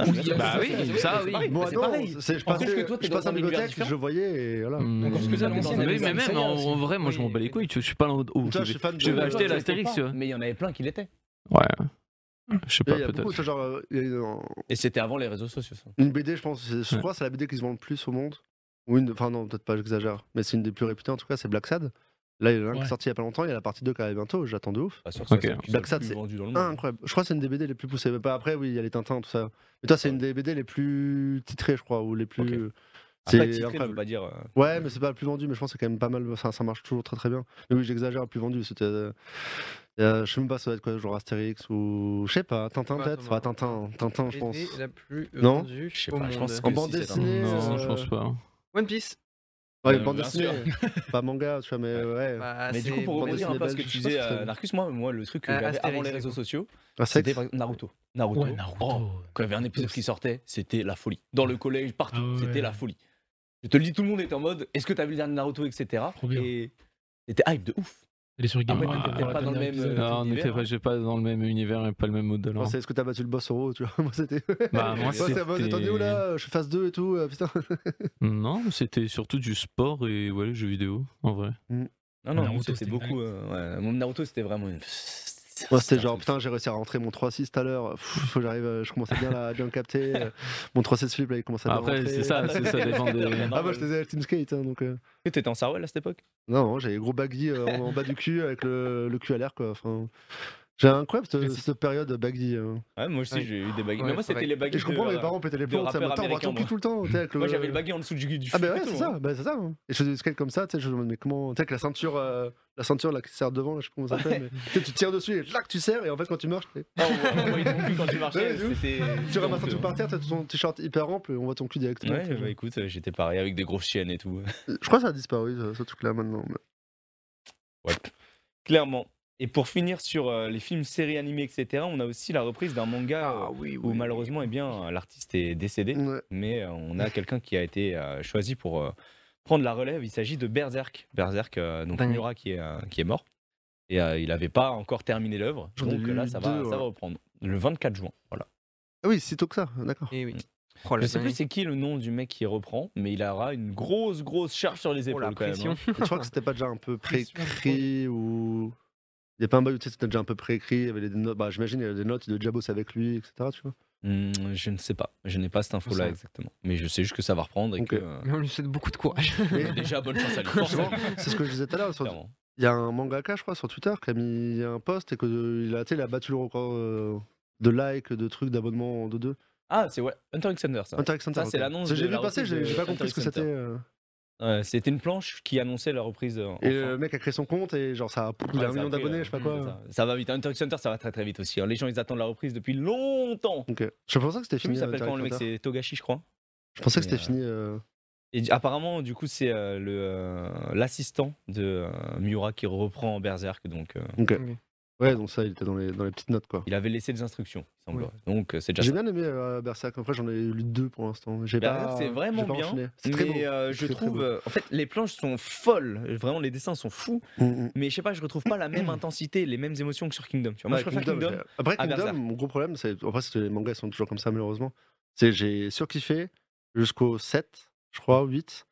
Speaker 3: Oui, il y a
Speaker 4: bah
Speaker 3: ça,
Speaker 4: oui,
Speaker 3: c'est-
Speaker 1: c'est-
Speaker 4: ça
Speaker 1: c'est
Speaker 4: oui.
Speaker 1: pareil.
Speaker 2: Moi,
Speaker 1: c'est
Speaker 2: non,
Speaker 1: pareil.
Speaker 2: c'est- je
Speaker 1: Parce
Speaker 2: passais,
Speaker 1: que toi, t'es
Speaker 2: je
Speaker 1: dans
Speaker 2: passais en
Speaker 1: un univers
Speaker 2: bibliothèque, je
Speaker 1: différent.
Speaker 2: voyais et voilà.
Speaker 4: Hum,
Speaker 3: Encore ce que ça, l'ancienne,
Speaker 4: mais,
Speaker 3: elle
Speaker 4: mais
Speaker 3: avait
Speaker 4: même,
Speaker 3: Saga
Speaker 4: en,
Speaker 3: aussi.
Speaker 4: en vrai, moi je m'en bats les couilles, tu vois, je suis pas là en mode, oh,
Speaker 2: Toi,
Speaker 4: je
Speaker 2: je suis
Speaker 4: vais-
Speaker 2: fan de.
Speaker 4: je vais acheter
Speaker 1: Toi, tu
Speaker 2: la.
Speaker 1: l'étais
Speaker 4: l'Astérix,
Speaker 1: pas,
Speaker 4: tu vois.
Speaker 1: Mais il y en avait plein qui l'étaient.
Speaker 4: Ouais. Je sais pas,
Speaker 2: Il y a beaucoup,
Speaker 4: peut-être.
Speaker 2: tu vois, genre, euh, il y a une-
Speaker 1: Et c'était avant les réseaux sociaux. ça.
Speaker 2: une BD, je pense, c'est- je
Speaker 4: Ouais.
Speaker 2: crois, que c'est la BD qui se vend le plus au monde. Ou une, enfin non, peut-être pas, j'exagère, mais c'est une des plus réputées en tout cas, c'est Black Sad. Là, il y en a un qui
Speaker 3: Ouais.
Speaker 2: est sorti il y a pas longtemps, il y a la partie 2 qui arrive bientôt, j'attends de ouf.
Speaker 1: Pas sûr que ça,
Speaker 4: Ok.
Speaker 1: c'est l'épisode
Speaker 2: Black Sad,
Speaker 1: le plus
Speaker 2: Bah, c'est
Speaker 1: vendu dans le monde.
Speaker 2: Incroyable. Je crois que c'est une des BD les plus poussées, mais pas après, oui, il y a les Tintins, tout ça. Mais toi, c'est une des BD les plus titrées, je crois, ou les plus.
Speaker 1: Ok.
Speaker 2: C'est
Speaker 1: Après, titré, je veux
Speaker 2: incroyable.
Speaker 1: pas dire. euh,
Speaker 2: Ouais, mais c'est pas le plus vendu, mais je pense que c'est quand même pas mal. Ça, ça marche toujours très très bien. Mais oui, j'exagère, le plus vendu, c'était. euh, euh, je sais même pas, ça doit être quoi, genre Astérix ou. Je sais pas, Tintin
Speaker 5: Ouais, euh,
Speaker 2: peut-être
Speaker 5: attends,
Speaker 2: Ça va, Tintin, Tintin, je pense.
Speaker 5: BD la plus
Speaker 2: Non
Speaker 5: vendue
Speaker 1: Je sais
Speaker 5: au
Speaker 1: pas, je
Speaker 5: monde.
Speaker 1: pense que
Speaker 2: En bande
Speaker 1: si, c'est hein. dans-
Speaker 2: dessinée,
Speaker 4: Non, je
Speaker 2: euh,
Speaker 4: pense pas.
Speaker 5: One Piece.
Speaker 2: Ouais,
Speaker 1: Euh,
Speaker 2: bande
Speaker 1: bien
Speaker 2: dessinée, pas manga, tu vois, mais ouais.
Speaker 5: bah,
Speaker 1: Mais du
Speaker 5: c'est
Speaker 1: coup, pour
Speaker 2: bande
Speaker 1: rebondir un peu à ce que
Speaker 2: dessinée
Speaker 1: tu
Speaker 2: belge, je
Speaker 1: disais,
Speaker 2: sais pas si
Speaker 1: euh,
Speaker 2: c'est-
Speaker 1: Narcus, moi, moi, le truc que
Speaker 5: Ah,
Speaker 1: j'avais avant
Speaker 5: Astérix,
Speaker 1: les
Speaker 5: c'est
Speaker 1: réseaux
Speaker 5: quoi
Speaker 1: sociaux,
Speaker 2: Astérix.
Speaker 1: c'était par exemple Naruto. Naruto.
Speaker 3: Ouais, Naruto.
Speaker 1: Oh, quand il y avait un épisode qui sortait, c'était la folie. Dans le collège, partout,
Speaker 3: Ah ouais.
Speaker 1: c'était la folie. Je te le dis, tout le monde était en mode est-ce que t'as vu le dernier Naruto, etc.
Speaker 3: Trop bien.
Speaker 1: Et c'était hype de ouf.
Speaker 3: Elle est sur Game
Speaker 4: Ah ouais,
Speaker 3: Boy,
Speaker 4: t'étais
Speaker 3: t'as voir
Speaker 1: pas
Speaker 3: la
Speaker 1: dans le
Speaker 3: dernière
Speaker 1: même,
Speaker 3: épisode.
Speaker 1: euh,
Speaker 4: Non, on
Speaker 1: univers,
Speaker 4: n'était
Speaker 1: hein.
Speaker 4: pas, j'ai pas dans le même univers et pas le même modèle.
Speaker 2: Moi, c'est est-ce que t'as battu le boss Oro, tu vois Moi, c'était.
Speaker 4: Bah, moi,
Speaker 2: Moi, c'est en mode, attendez où
Speaker 4: c'était.
Speaker 2: là Je suis phase 2 et tout, euh, putain.
Speaker 4: Non, c'était surtout du sport et ouais, les jeux vidéo, en vrai.
Speaker 1: Non, non,
Speaker 3: Naruto,
Speaker 1: Naruto, c'était
Speaker 3: c'était
Speaker 1: beaucoup. euh, ouais. Mon Naruto, c'était vraiment une.
Speaker 2: Moi, c'était genre, putain, j'ai réussi à rentrer mon 3-6 tout à l'heure. Pff, Faut que j'arrive, euh, je commençais bien là, à bien le capter. euh, Mon 3-6 flip, là, il commençait à bien
Speaker 4: Après,
Speaker 2: rentrer.
Speaker 4: c'est ça, c'est ça dépend des.
Speaker 2: Ah, moi, je faisais Team Skate, hein, donc. euh,
Speaker 1: T'étais en Sarwell à cette époque
Speaker 2: Non, non, j'avais gros baggy euh, en, en bas du cul avec le, le cul à l'air, quoi. Enfin, j'ai incroyable cette,
Speaker 3: Classique.
Speaker 2: cette période baggy. euh.
Speaker 1: Ouais, moi
Speaker 5: Ouais.
Speaker 1: aussi, j'ai eu des baguilles.
Speaker 5: Ouais,
Speaker 1: Mais moi, c'était
Speaker 5: pareil.
Speaker 1: les baguilles.
Speaker 2: Et je comprends,
Speaker 1: de-
Speaker 2: mes parents pétaient les
Speaker 1: de
Speaker 2: plombs, tu sais, mais
Speaker 1: rappeur
Speaker 2: attends, on va
Speaker 1: américain,
Speaker 2: ton cul
Speaker 1: moi.
Speaker 2: tout le temps. tu sais, avec
Speaker 1: Moi,
Speaker 2: le-
Speaker 1: j'avais le baguille en dessous du. du
Speaker 2: Ah bah
Speaker 1: flip et
Speaker 2: ouais,
Speaker 1: tout,
Speaker 2: c'est
Speaker 1: hein.
Speaker 2: ça, bah c'est ça. hein. Et je faisais du skate comme ça, tu sais, je me demandais mais comment, tu sais, avec la ceinture, euh, la ceinture là qui sert devant, là, je sais pas comment ça s'appelle, mais tu sais, tu tires dessus et là que tu serres, et en fait quand tu marches, tu sais,
Speaker 1: Oh, ouais, moi, ils m'ont vu quand tu
Speaker 2: Ouais,
Speaker 1: marchais,
Speaker 2: de ouf.
Speaker 1: c'était.
Speaker 2: tu remets ma
Speaker 1: Donc,
Speaker 2: ceinture par terre, t'as ton t-shirt hyper ample, et on voit ton cul directement.
Speaker 1: Ouais,
Speaker 2: tu sais,
Speaker 1: bah écoute, euh, j'étais pareil avec des grosses chiennes et tout.
Speaker 2: Je je crois que ça a disparu ce, ce truc là maintenant. mais-
Speaker 1: Clairement. Et pour finir sur euh, les films, séries animées, etc., on a aussi la reprise d'un manga euh,
Speaker 5: Ah oui,
Speaker 1: où malheureusement, eh bien, l'artiste est décédé,
Speaker 2: Ouais.
Speaker 1: mais euh, on a quelqu'un qui a été euh, choisi pour euh, prendre la relève. Il s'agit de Berserk. Berserk, euh, donc
Speaker 5: Dingue.
Speaker 1: Miura qui est, euh, qui est mort. Et euh, il n'avait pas encore terminé l'œuvre.
Speaker 2: J'en ai
Speaker 1: Donc
Speaker 2: lu
Speaker 1: là, ça va,
Speaker 2: deux,
Speaker 1: ça
Speaker 2: ouais.
Speaker 1: va reprendre. Le 24 juin. Voilà.
Speaker 2: Ah oui, si tôt que ça, d'accord.
Speaker 5: Et oui. Oh, la
Speaker 1: Je sais plus
Speaker 5: dinguerie.
Speaker 1: c'est qui le nom du mec qui reprend, mais il aura une grosse, grosse charge sur les
Speaker 5: Oh,
Speaker 1: épaules
Speaker 5: la
Speaker 1: quand même, hein.
Speaker 5: pression.
Speaker 2: Je crois que c'était pas déjà un peu préécrit ou. Il y a pas un bail où tu sais, c'était déjà un peu préécrit, il y avait des notes, bah j'imagine il y avait des notes, il devait déjà bosser avec lui, etc. Tu vois.
Speaker 1: Hmm, je ne sais pas. Je n'ai pas cette
Speaker 5: Ça.
Speaker 1: info-là exactement. Mais je sais juste que ça va reprendre et
Speaker 2: Ok.
Speaker 1: que. euh,
Speaker 5: Mais on lui souhaite beaucoup de courage.
Speaker 2: Mais-
Speaker 1: Déjà, bonne chance à lui.
Speaker 2: Tu vois, c'est ce que je disais tout à l'heure sur,
Speaker 1: Clairement.
Speaker 2: Il y a un mangaka, je crois, sur Twitter qui a mis un post et que euh, il a, tu sais, il a battu le record euh, de likes, de trucs, d'abonnements de deux.
Speaker 1: Ah, c'est ouais, Hunter x Hunter, ça.
Speaker 2: Hunter x
Speaker 1: Ça,
Speaker 2: Hunter,
Speaker 1: c'est
Speaker 2: ok.
Speaker 1: l'annonce de
Speaker 2: J'ai vu
Speaker 1: la
Speaker 2: passer,
Speaker 1: reprise de
Speaker 2: j'ai j'ai pas
Speaker 1: Hunter
Speaker 2: compris
Speaker 1: x
Speaker 2: ce que c'était.
Speaker 1: Hunter.
Speaker 2: euh,
Speaker 1: Ouais, C'était une planche qui annonçait la reprise. euh,
Speaker 2: Et
Speaker 1: enfin.
Speaker 2: le mec a créé son compte et genre ça a, il
Speaker 1: Ouais, ça
Speaker 2: a un million
Speaker 1: pris,
Speaker 2: d'abonnés,
Speaker 1: euh,
Speaker 2: je sais pas quoi.
Speaker 1: c'est Ça. Ça va vite. Hunter x Hunter, ça va très très vite aussi. hein. Les gens, ils attendent la reprise depuis longtemps.
Speaker 2: Ok. Je pensais que c'était
Speaker 1: Je sais plus,
Speaker 2: fini.
Speaker 1: il s'appelle
Speaker 2: Hunter
Speaker 1: comment le
Speaker 2: x
Speaker 1: mec
Speaker 2: Hunter.
Speaker 1: C'est Togashi, je crois.
Speaker 2: Je pensais que
Speaker 1: Mais,
Speaker 2: c'était
Speaker 1: euh,
Speaker 2: fini. euh,
Speaker 1: Et d- apparemment, du coup, c'est euh, le, euh, l'assistant de euh, Miura qui reprend Berserk. Donc, euh,
Speaker 2: Ok.
Speaker 5: Ok.
Speaker 2: Ouais, donc ça, il était dans les, dans les petites notes quoi.
Speaker 1: il avait laissé des instructions, il semblerait. Donc, euh, c'est déjà
Speaker 2: J'ai
Speaker 1: ça.
Speaker 2: bien aimé euh, Berserk. Après, j'en ai lu deux pour l'instant. J'ai
Speaker 1: Berserk,
Speaker 2: pas.
Speaker 1: c'est
Speaker 2: j'ai
Speaker 1: vraiment
Speaker 2: pas
Speaker 1: bien,
Speaker 2: enchaîné. C'est
Speaker 1: Mais
Speaker 2: très beau.
Speaker 1: euh, je
Speaker 2: Très, très
Speaker 1: trouve,
Speaker 2: beau.
Speaker 1: euh, en fait, les planches sont folles. Vraiment, les dessins sont fous.
Speaker 2: Mm, mm.
Speaker 1: Mais je sais pas, je retrouve pas la même intensité, les mêmes émotions que sur Kingdom. tu vois. Moi,
Speaker 2: Ouais,
Speaker 1: je préfère Kingdom. euh,
Speaker 2: j'ai- Après,
Speaker 1: à
Speaker 2: Kingdom,
Speaker 1: Berserk.
Speaker 2: mon gros problème, c'est. En vrai, c'est que les mangas ils sont toujours comme ça, malheureusement. C'est j'ai surkiffé jusqu'au 7, je crois, 8.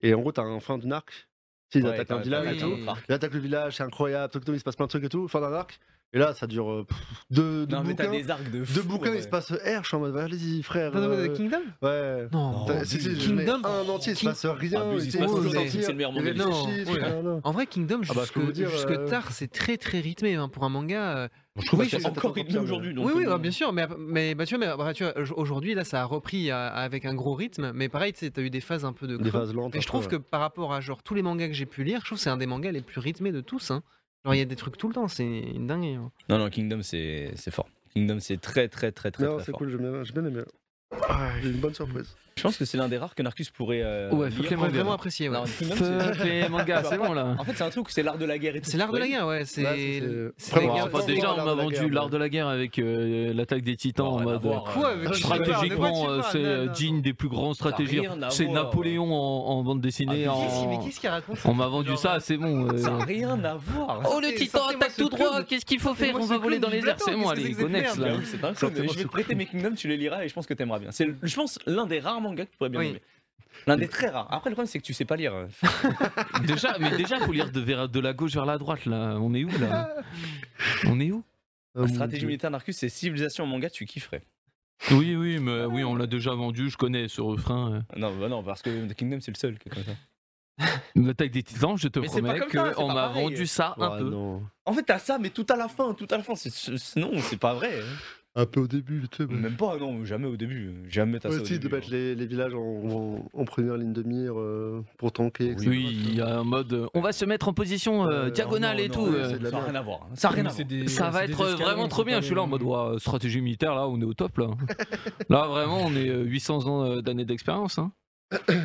Speaker 2: Et en gros, t'as un fin d'un arc. Si, il
Speaker 1: Ouais,
Speaker 2: attaque
Speaker 1: t'as-
Speaker 2: un village
Speaker 1: t'as-
Speaker 2: et
Speaker 1: t'as
Speaker 2: tout.
Speaker 1: un autre arc.
Speaker 2: Il attaque le village, c'est incroyable, Tokyo, il se passe plein de trucs et tout, fin d'un arc. Et là, ça dure euh, pff, deux, deux
Speaker 1: Non, mais t'as
Speaker 2: bouquins.
Speaker 1: des arcs de fou.
Speaker 2: Deux bouquins,
Speaker 1: ouais.
Speaker 2: il se passe R, je suis en mode, allez-y, frère.
Speaker 5: Attends,
Speaker 2: euh,
Speaker 5: euh, Kingdom
Speaker 2: Ouais.
Speaker 5: Non.
Speaker 1: Non.
Speaker 2: T'as- si, si, je l'ai
Speaker 5: Kingdom
Speaker 2: un entier, il se
Speaker 5: King-
Speaker 2: passe rien.
Speaker 1: Ah, mais il se
Speaker 2: était
Speaker 1: passe
Speaker 2: où,
Speaker 5: toujours
Speaker 2: sortir,
Speaker 5: entier,
Speaker 1: c'est le meilleur
Speaker 2: il
Speaker 1: manga du
Speaker 5: monde.
Speaker 2: réfléchit,
Speaker 5: Non, ouais.
Speaker 2: frère, non.
Speaker 5: En vrai, Kingdom,
Speaker 2: Ah bah, je peux vous
Speaker 5: jusque,
Speaker 2: dire,
Speaker 5: jusque
Speaker 2: euh,
Speaker 5: tard, c'est très très rythmé hein, pour un manga. euh,
Speaker 1: Je trouve
Speaker 5: Oui,
Speaker 1: que
Speaker 5: je-
Speaker 1: c'est encore rythmé aujourd'hui. donc,
Speaker 5: oui, oui,
Speaker 1: euh,
Speaker 5: bah, bien sûr, mais, mais, bah, tu vois, mais bah, tu vois, au- aujourd'hui, là, ça a repris euh, avec un gros rythme, mais pareil, tu as eu des phases un peu de
Speaker 2: Des
Speaker 5: creux.
Speaker 2: phases lentes.
Speaker 5: Et je trouve que par rapport à genre tous les mangas que j'ai pu lire, je trouve que c'est un des mangas les plus rythmés de tous. Hein. Genre, il y a des trucs tout le temps, c'est une dinguerie. hein.
Speaker 1: Non, non, Kingdom, c'est c'est fort. Kingdom, c'est très, très, très, très,
Speaker 2: Non,
Speaker 1: très
Speaker 2: c'est
Speaker 1: fort.
Speaker 2: cool, j'ai bien j'ai bien aimé.
Speaker 1: Ah,
Speaker 2: J'ai eu une bonne surprise.
Speaker 1: Je pense que c'est l'un des rares que Narcus pourrait. euh,
Speaker 4: Ouais,
Speaker 1: lire.
Speaker 4: faut que les
Speaker 5: J'ai
Speaker 4: mangas-
Speaker 5: vraiment apprécié. ouais.
Speaker 1: Non, Kingdom, c'est-
Speaker 4: Fuck les mangas, c'est bon là.
Speaker 1: En fait, c'est un truc où c'est l'art de la guerre et tout.
Speaker 5: C'est l'art de la guerre, ouais.
Speaker 2: Bah,
Speaker 5: C'est
Speaker 2: c'est-
Speaker 5: c'est
Speaker 2: Après,
Speaker 5: la
Speaker 2: bon,
Speaker 5: guerre-
Speaker 4: Enfin,
Speaker 2: c'est
Speaker 4: déjà,
Speaker 2: vraiment
Speaker 4: on
Speaker 2: l'art
Speaker 4: m'a
Speaker 2: de la
Speaker 4: vendu
Speaker 2: guerre,
Speaker 4: l'art
Speaker 2: mais-
Speaker 4: de la guerre avec euh, l'attaque des titans
Speaker 1: Non,
Speaker 4: en
Speaker 1: rien à
Speaker 4: mode. euh,
Speaker 1: voir,
Speaker 5: Quoi,
Speaker 1: euh,
Speaker 5: avec-
Speaker 1: stratégie.
Speaker 4: Stratégiquement, euh, c'est
Speaker 5: Non, non,
Speaker 4: euh,
Speaker 5: non.
Speaker 4: digne des plus grandes stratégies.
Speaker 1: rien à
Speaker 4: C'est
Speaker 1: voir.
Speaker 4: Napoléon en, en bande dessinée.
Speaker 5: Ah, Mais
Speaker 4: en-
Speaker 5: qu'est-ce- mais qu'est-ce qu'il raconte
Speaker 4: On m'a vendu
Speaker 5: Genre,
Speaker 4: ça,
Speaker 5: euh,
Speaker 4: c'est bon. euh.
Speaker 1: Ça n'a rien à voir.
Speaker 4: Oh, le titan
Speaker 5: sortez-moi
Speaker 4: attaque
Speaker 5: ce
Speaker 4: tout droit,
Speaker 5: clown.
Speaker 4: qu'est-ce qu'il faut faire On
Speaker 5: Sortez-moi
Speaker 4: va
Speaker 5: ce
Speaker 4: voler dans
Speaker 5: clown
Speaker 4: les
Speaker 5: du
Speaker 4: airs, c'est
Speaker 5: plateau,
Speaker 4: bon,
Speaker 5: qu'est-ce
Speaker 4: allez,
Speaker 5: que c'est que cette
Speaker 4: Gonex là.
Speaker 5: merde
Speaker 1: J'avoue, c'est pas un
Speaker 2: Sortez-moi
Speaker 1: con, mais je vais
Speaker 2: ce
Speaker 1: te prêter
Speaker 2: con.
Speaker 1: mes Kingdom, tu les liras et je pense que t'aimeras bien. C'est, le- je pense, l'un des rares mangas que tu pourrais bien
Speaker 5: Oui.
Speaker 1: aimer. L'un des très rares. Après, le problème, c'est que tu sais pas lire.
Speaker 4: Déjà, mais déjà, faut lire de, vers- de la gauche vers la droite là. On est où là On est où
Speaker 2: Ah, mon
Speaker 1: stratégie
Speaker 2: Dieu.
Speaker 1: militaire Narcus, c'est civilisation en manga, tu kifferais.
Speaker 4: Oui, oui, mais oui, on l'a déjà vendu. Je connais ce refrain. euh.
Speaker 1: Non, bah non, parce que The Kingdom, c'est le seul qui est comme ça.
Speaker 4: L'attaque des titans, je te
Speaker 1: Mais c'est pas
Speaker 4: promets
Speaker 1: comme ça, c'est
Speaker 4: qu'on
Speaker 1: pas
Speaker 4: m'a
Speaker 1: pareil.
Speaker 4: vendu ça
Speaker 2: Ouais,
Speaker 4: un peu.
Speaker 2: non.
Speaker 1: En fait, t'as ça, mais tout à la fin, tout à la fin. C'est, c'est- non, c'est pas vrai. hein.
Speaker 2: Un peu au début, tu sais. mais-
Speaker 1: Même pas, non, jamais au début. Jamais t'as
Speaker 2: Ouais,
Speaker 1: ça. au
Speaker 2: si, de
Speaker 1: début. hein.
Speaker 2: mettre les, les villages en, en- en première ligne de mire euh, pour tanker. etc.
Speaker 4: Oui, il y a un mode. euh, On va se mettre en position euh,
Speaker 2: Euh,
Speaker 4: diagonale
Speaker 1: Non,
Speaker 4: et
Speaker 1: non,
Speaker 4: tout.
Speaker 1: non,
Speaker 4: euh.
Speaker 1: Ça n'a rien à voir. hein. Ça n'a rien à voir.
Speaker 4: Ça va être euh, vraiment trop bien. Je suis là en mode ouah, euh, stratégie militaire. Là, on est au top. Là, là vraiment, on est euh, 800 ans euh, d'années d'expérience. hein.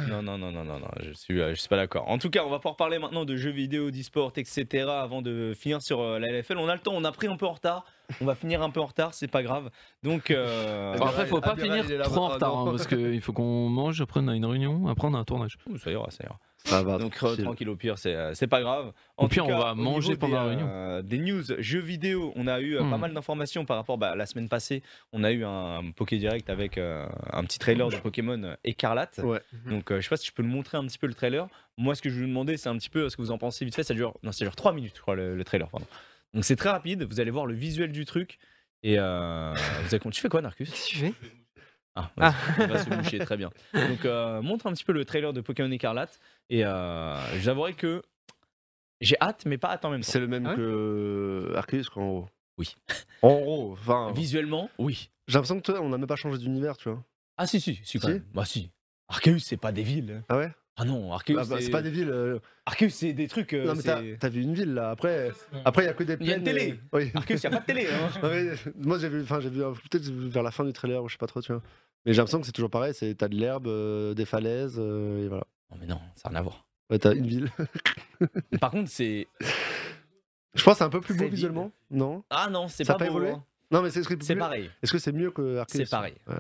Speaker 1: Non, non, non, non, non, non, je suis, euh, je suis pas d'accord. En tout cas, on va pouvoir parler maintenant de jeux vidéo, d'e-sport, etc. avant de finir sur euh, la LFL. On a le temps, on a pris un peu en retard. On va finir un peu en retard, c'est pas grave. Donc, euh,
Speaker 2: Bah,
Speaker 4: Bon, après, faut pas
Speaker 2: Amiral, il est
Speaker 4: finir
Speaker 2: là-
Speaker 4: trop en
Speaker 2: ah,
Speaker 4: retard
Speaker 2: non.
Speaker 4: hein, parce qu'il faut qu'on mange. Après, on a une réunion. Après, on a un tournage.
Speaker 1: ouh, ça ira, ça ira.
Speaker 2: Ça va.
Speaker 1: Donc, euh,
Speaker 2: tranquille.
Speaker 1: tranquille, au pire, c'est euh, c'est pas grave.
Speaker 4: Au pire,
Speaker 1: tout
Speaker 4: on va
Speaker 1: au
Speaker 4: manger
Speaker 1: niveau
Speaker 4: pendant la
Speaker 1: des, euh, des news, jeux vidéo, on a eu euh, pas
Speaker 4: Hmm.
Speaker 1: mal d'informations par rapport. Bah, la semaine passée, on a eu un Poké Direct avec euh, un petit trailer de Pokémon euh, Écarlate.
Speaker 2: Ouais.
Speaker 1: Donc, euh, je sais pas si je peux le montrer un petit peu le trailer. Moi, ce que je vais vous demander, c'est un petit peu euh, ce que vous en pensez vite fait. Ça dure, non, ça dure 3 minutes, je crois, le, le trailer. Pardon. Donc, c'est très rapide. Vous allez voir le visuel du truc. Et euh, vous avez... tu fais quoi, Narcus
Speaker 5: Qu'est-ce que tu fais
Speaker 1: ah, vas-y, il va se moucher, très bien. Donc, euh, montre un petit peu le trailer de Pokémon Écarlate. Et euh, j'avouerai que j'ai hâte, mais pas hâte en même temps.
Speaker 2: C'est le même
Speaker 5: Ah ouais
Speaker 2: que Arceus, quoi, en gros.
Speaker 1: Hein Oui.
Speaker 2: En gros, enfin.
Speaker 1: Visuellement, oui.
Speaker 2: J'ai l'impression que toi, on n'a même pas changé d'univers, tu vois.
Speaker 1: Ah, si, si, si, quand
Speaker 2: Si
Speaker 1: même. Bah, si. Arceus, c'est pas des villes.
Speaker 2: Ah ouais
Speaker 1: Ah non, Arceus,
Speaker 2: Ah bah,
Speaker 1: c'est
Speaker 2: C'est pas des villes. euh,
Speaker 1: Arceus, c'est des trucs. euh,
Speaker 2: non, mais
Speaker 1: c'est-
Speaker 2: t'as t'as vu une ville là. Après, après, il y a que des
Speaker 1: Il y a une
Speaker 2: plaines.
Speaker 1: télé.
Speaker 2: euh, Oui.
Speaker 1: Arceus, y a pas de télé. Hein.
Speaker 2: Non, mais, moi j'ai vu, enfin j'ai vu euh, peut-être vers la fin du trailer, ou je sais pas trop, tu vois. Mais j'ai l'impression que c'est toujours pareil, c'est t'as de l'herbe, euh, des falaises, euh, et voilà.
Speaker 1: non, mais non, ça n'a rien à voir.
Speaker 2: Ouais, t'as une ville.
Speaker 1: Mais Par contre, c'est.
Speaker 2: Je pense que c'est un peu plus
Speaker 1: C'est
Speaker 2: beau
Speaker 1: vide.
Speaker 2: visuellement, non
Speaker 1: Ah non, c'est
Speaker 2: Ça
Speaker 1: pas,
Speaker 2: a pas
Speaker 1: beau,
Speaker 2: évolué
Speaker 1: hein.
Speaker 2: Non, mais c'est est-ce que
Speaker 1: C'est
Speaker 2: mieux-
Speaker 1: pareil.
Speaker 2: Est-ce que c'est mieux que Arceus
Speaker 1: C'est pareil.
Speaker 2: Ouais.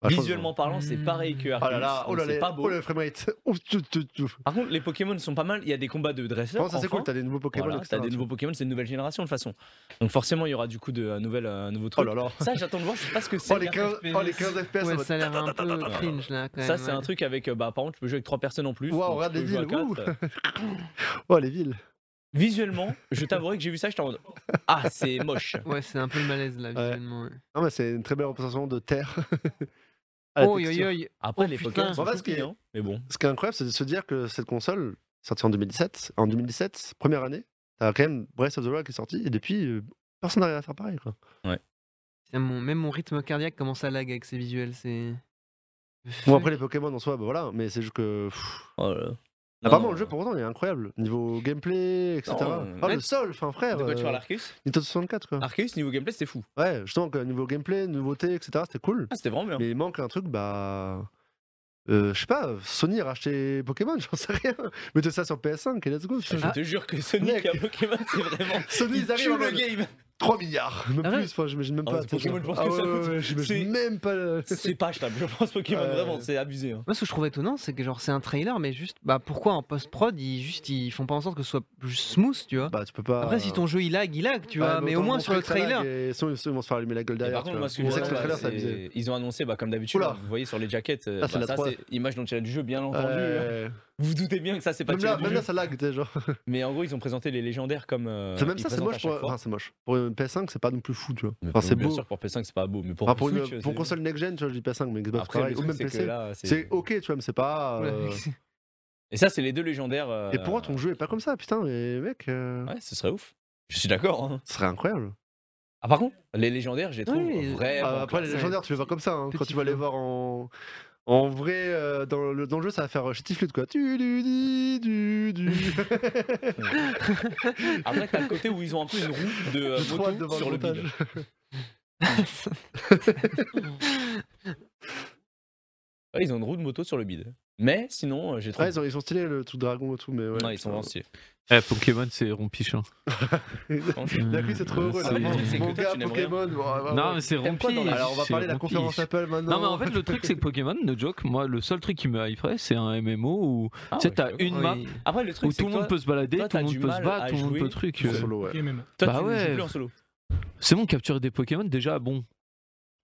Speaker 2: Bah, je pense que-
Speaker 1: Visuellement parlant, c'est pareil que
Speaker 2: Oh
Speaker 1: Arceus.
Speaker 2: là là, oh là
Speaker 1: donc c'est
Speaker 2: là,
Speaker 1: pas beau.
Speaker 2: oh le framerate. Ouf, tout, tout, tout.
Speaker 1: Par contre, les Pokémon sont pas mal. Il y a des combats de dresseurs.
Speaker 2: Non, ça c'est
Speaker 1: enfin.
Speaker 2: cool, t'as des nouveaux Pokémon,
Speaker 1: Voilà,
Speaker 2: etc.
Speaker 1: t'as des nouveaux Pokémon, c'est une nouvelle génération de toute façon. Donc forcément, il y aura du coup de, un, nouvel, un nouveau
Speaker 2: Oh
Speaker 1: truc.
Speaker 2: là là.
Speaker 1: Ça, j'attends de voir, je sais pas ce que c'est.
Speaker 2: Oh les 15, oh, les 15 FPS, ça
Speaker 5: Ouais,
Speaker 2: va-
Speaker 5: ça a l'air un peu cringe là quand même. hein.
Speaker 1: ça, c'est un
Speaker 5: ouais.
Speaker 1: truc avec. euh, Bah, par contre, tu peux jouer avec trois personnes en plus.
Speaker 2: Waouh,
Speaker 1: donc
Speaker 2: regarde
Speaker 1: tu peux
Speaker 2: les
Speaker 1: jouer à
Speaker 2: villes,
Speaker 1: quatre.
Speaker 2: oh les villes.
Speaker 1: Visuellement, je t'avouerai que j'ai vu ça, j'étais en mode. Ah, c'est moche.
Speaker 5: Ouais, c'est un peu le malaise là,
Speaker 2: Ouais.
Speaker 5: visuellement. ouais.
Speaker 2: Non, mais c'est une très belle représentation de terre.
Speaker 4: Ah,
Speaker 2: À la
Speaker 5: Oh, yo,
Speaker 2: texture.
Speaker 5: yo, yo.
Speaker 1: Après,
Speaker 5: Oh,
Speaker 1: les
Speaker 5: putain.
Speaker 1: Pokémon
Speaker 2: Bon,
Speaker 1: sont
Speaker 2: parce que-
Speaker 1: choqués, hein. Mais bon.
Speaker 2: Ce qui est incroyable, c'est de se dire que cette console, sortie en 2017, en 2017, première année, t'as quand même Breath of the Wild qui est sorti, et depuis, euh, personne n'arrive à faire pareil. Quoi.
Speaker 5: Putain, mon- même mon rythme cardiaque commence à lag avec ces visuels. C'est.
Speaker 2: Bon, après, les Pokémon en soi, bah voilà, mais c'est juste que. pff,
Speaker 1: Oh là là.
Speaker 2: apparemment, le jeu pour autant il est incroyable. Niveau gameplay, etc.
Speaker 1: Non,
Speaker 2: ah,
Speaker 1: mais-
Speaker 2: le sol, enfin frère.
Speaker 1: De quoi tu
Speaker 2: euh,
Speaker 1: parles, Ah. Arceus
Speaker 2: Nintendo 64, quoi.
Speaker 1: Arceus, niveau gameplay, c'était fou.
Speaker 2: Ouais, justement, que niveau gameplay, nouveauté, etc., c'était cool.
Speaker 1: Ah, c'était vraiment bien.
Speaker 2: Mais il manque un truc, bah. euh, je sais pas, Sony a racheté Pokémon, j'en sais rien. Mettez ça sur PS5 et let's go.
Speaker 1: Je
Speaker 2: tu vois.
Speaker 1: te jure que Sonic
Speaker 2: ah. Mec.
Speaker 1: à Pokémon, c'est vraiment.
Speaker 2: Sony, ils
Speaker 1: Ils
Speaker 2: arrivent
Speaker 1: tuent
Speaker 2: en
Speaker 1: Ah. le
Speaker 2: mode
Speaker 1: game
Speaker 2: 3 milliards, même
Speaker 5: Ah ouais.
Speaker 2: plus, enfin, j'imagine même
Speaker 1: Ah
Speaker 2: pas.
Speaker 1: ouais, Pokémon,
Speaker 2: t'es
Speaker 1: je pense
Speaker 2: genre,
Speaker 1: que ça
Speaker 2: ouais,
Speaker 1: coûte-
Speaker 2: ouais,
Speaker 1: c'est-
Speaker 2: J'imagine même pas. le-
Speaker 1: C'est pas achetable, je pense Pokémon,
Speaker 2: Ouais.
Speaker 1: vraiment, c'est abusé. hein.
Speaker 5: Moi, ce que je trouve étonnant, c'est que genre c'est un trailer, mais juste, bah pourquoi en post-prod, ils, juste, ils font pas en sorte que ce soit juste smooth, tu vois
Speaker 2: Bah, tu peux pas.
Speaker 5: Après, si ton jeu il lag, il lag, tu
Speaker 2: Ouais,
Speaker 5: vois, mais au
Speaker 2: autant
Speaker 5: moins sur le
Speaker 2: montrer que ça
Speaker 5: trailer.
Speaker 2: lag et Sinon, ils vont se faire allumer la gueule
Speaker 1: Et
Speaker 2: derrière.
Speaker 1: par
Speaker 2: tu
Speaker 1: contre,
Speaker 2: vois.
Speaker 1: moi, ce que
Speaker 2: On
Speaker 1: je
Speaker 2: sait
Speaker 1: vois,
Speaker 2: que le
Speaker 1: là,
Speaker 2: trailer, ça
Speaker 1: c'est-
Speaker 2: abusé.
Speaker 1: ils ont annoncé, bah, comme d'habitude,
Speaker 2: Oula.
Speaker 1: hein, vous voyez sur les jaquettes, euh,
Speaker 2: Ah, c'est
Speaker 1: bah,
Speaker 2: la
Speaker 1: ça
Speaker 2: 3.
Speaker 1: c'est image non tirée du jeu, bien entendu. hein.
Speaker 2: Ouais.
Speaker 1: Vous vous doutez bien que ça, c'est pas
Speaker 2: Même
Speaker 1: tiré
Speaker 2: là,
Speaker 1: du
Speaker 2: même
Speaker 1: jeu.
Speaker 2: là, ça lag, tu sais, genre.
Speaker 1: Mais en gros, ils ont présenté les légendaires comme. euh,
Speaker 2: C'est même
Speaker 1: ils
Speaker 2: ça, c'est
Speaker 1: présentent à
Speaker 2: moche.
Speaker 1: chaque
Speaker 2: Pour...
Speaker 1: fois.
Speaker 2: Enfin, c'est moche. Pour une PS5, c'est pas non plus fou, tu vois.
Speaker 1: Mais
Speaker 2: Enfin, c'est
Speaker 1: bien
Speaker 2: beau.
Speaker 1: sûr, pour PS5, c'est pas beau, mais pour,
Speaker 2: Enfin, pour, une-
Speaker 1: Switch,
Speaker 2: pour
Speaker 1: c'est-
Speaker 2: console next-gen, tu vois, je dis PS5, mais Xbox,
Speaker 1: Après,
Speaker 2: pareil,
Speaker 1: le
Speaker 2: ou
Speaker 1: truc,
Speaker 2: même
Speaker 1: c'est que
Speaker 2: PC.
Speaker 1: là, c'est-
Speaker 2: C'est ok, tu vois, mais c'est pas.
Speaker 5: Ouais,
Speaker 2: euh,
Speaker 1: Et ça, c'est les deux légendaires. euh,
Speaker 2: Et pourquoi ton jeu est pas comme ça, putain, mais mec, euh,
Speaker 1: Ouais, ce serait ouf. Je suis d'accord. hein.
Speaker 2: ce serait incroyable.
Speaker 1: Ah, par contre, les légendaires, je les trouve
Speaker 5: Oui,
Speaker 1: vraiment.
Speaker 2: Ah, après,
Speaker 1: classe.
Speaker 2: les légendaires, tu les vois comme ça, hein. quand
Speaker 5: Petit
Speaker 2: tu vas les
Speaker 5: flow.
Speaker 2: voir en. En vrai, euh, dans, le, dans le jeu, ça va faire euh, Shitty Flute, quoi. Tu, du, di, du, du.
Speaker 1: Après, t'as le côté où ils ont un peu une roue de euh,
Speaker 2: J'ai trop hâte de
Speaker 1: moto
Speaker 2: voir le
Speaker 1: sur le bide.
Speaker 2: montage.
Speaker 1: Ouais, ils ont une roue de moto sur le bide. Mais sinon, euh, j'ai trouvé.
Speaker 2: Ouais, ils, ont, ils sont stylés, le truc dragon et tout, mais ouais.
Speaker 1: Non, ils sont
Speaker 2: putain.
Speaker 1: lancés.
Speaker 4: Eh, Pokémon, c'est rompiche. hein.
Speaker 2: La c'est trop heureux, là.
Speaker 4: Euh,
Speaker 1: Le truc, c'est
Speaker 4: C'est-
Speaker 1: que
Speaker 2: Mon
Speaker 1: toi,
Speaker 2: gars,
Speaker 1: tu n'aimes rien.
Speaker 2: Pokémon. ouais, ouais,
Speaker 4: Non,
Speaker 2: ouais.
Speaker 4: mais c'est
Speaker 1: Ah T'aimes quoi
Speaker 4: rompiche.
Speaker 1: dans la-
Speaker 2: Alors, on va
Speaker 4: c'est
Speaker 2: parler de la
Speaker 4: rompiche.
Speaker 2: conférence Apple maintenant.
Speaker 4: Non, mais en fait, le truc, c'est que Pokémon, no joke, moi, le seul truc qui me hyperait, c'est un MMO où
Speaker 1: Ah,
Speaker 4: tu sais,
Speaker 1: ouais,
Speaker 4: t'as
Speaker 1: je-
Speaker 4: une map
Speaker 5: Oui.
Speaker 1: Après, le
Speaker 4: où
Speaker 1: truc, c'est
Speaker 4: tout
Speaker 1: que
Speaker 4: le
Speaker 1: toi,
Speaker 4: monde peut se balader,
Speaker 1: toi,
Speaker 4: tout le
Speaker 1: t'as
Speaker 4: monde
Speaker 1: du
Speaker 4: peut se
Speaker 1: mal
Speaker 4: battre,
Speaker 1: à
Speaker 4: tout le monde
Speaker 1: jouer
Speaker 4: peut truc.
Speaker 2: En
Speaker 4: euh.
Speaker 2: solo, ouais.
Speaker 3: Ok, même.
Speaker 1: toi,
Speaker 4: Bah
Speaker 1: tu ne
Speaker 4: ouais.
Speaker 1: joues plus en solo.
Speaker 4: C'est bon, capturer des Pokémon, déjà, bon.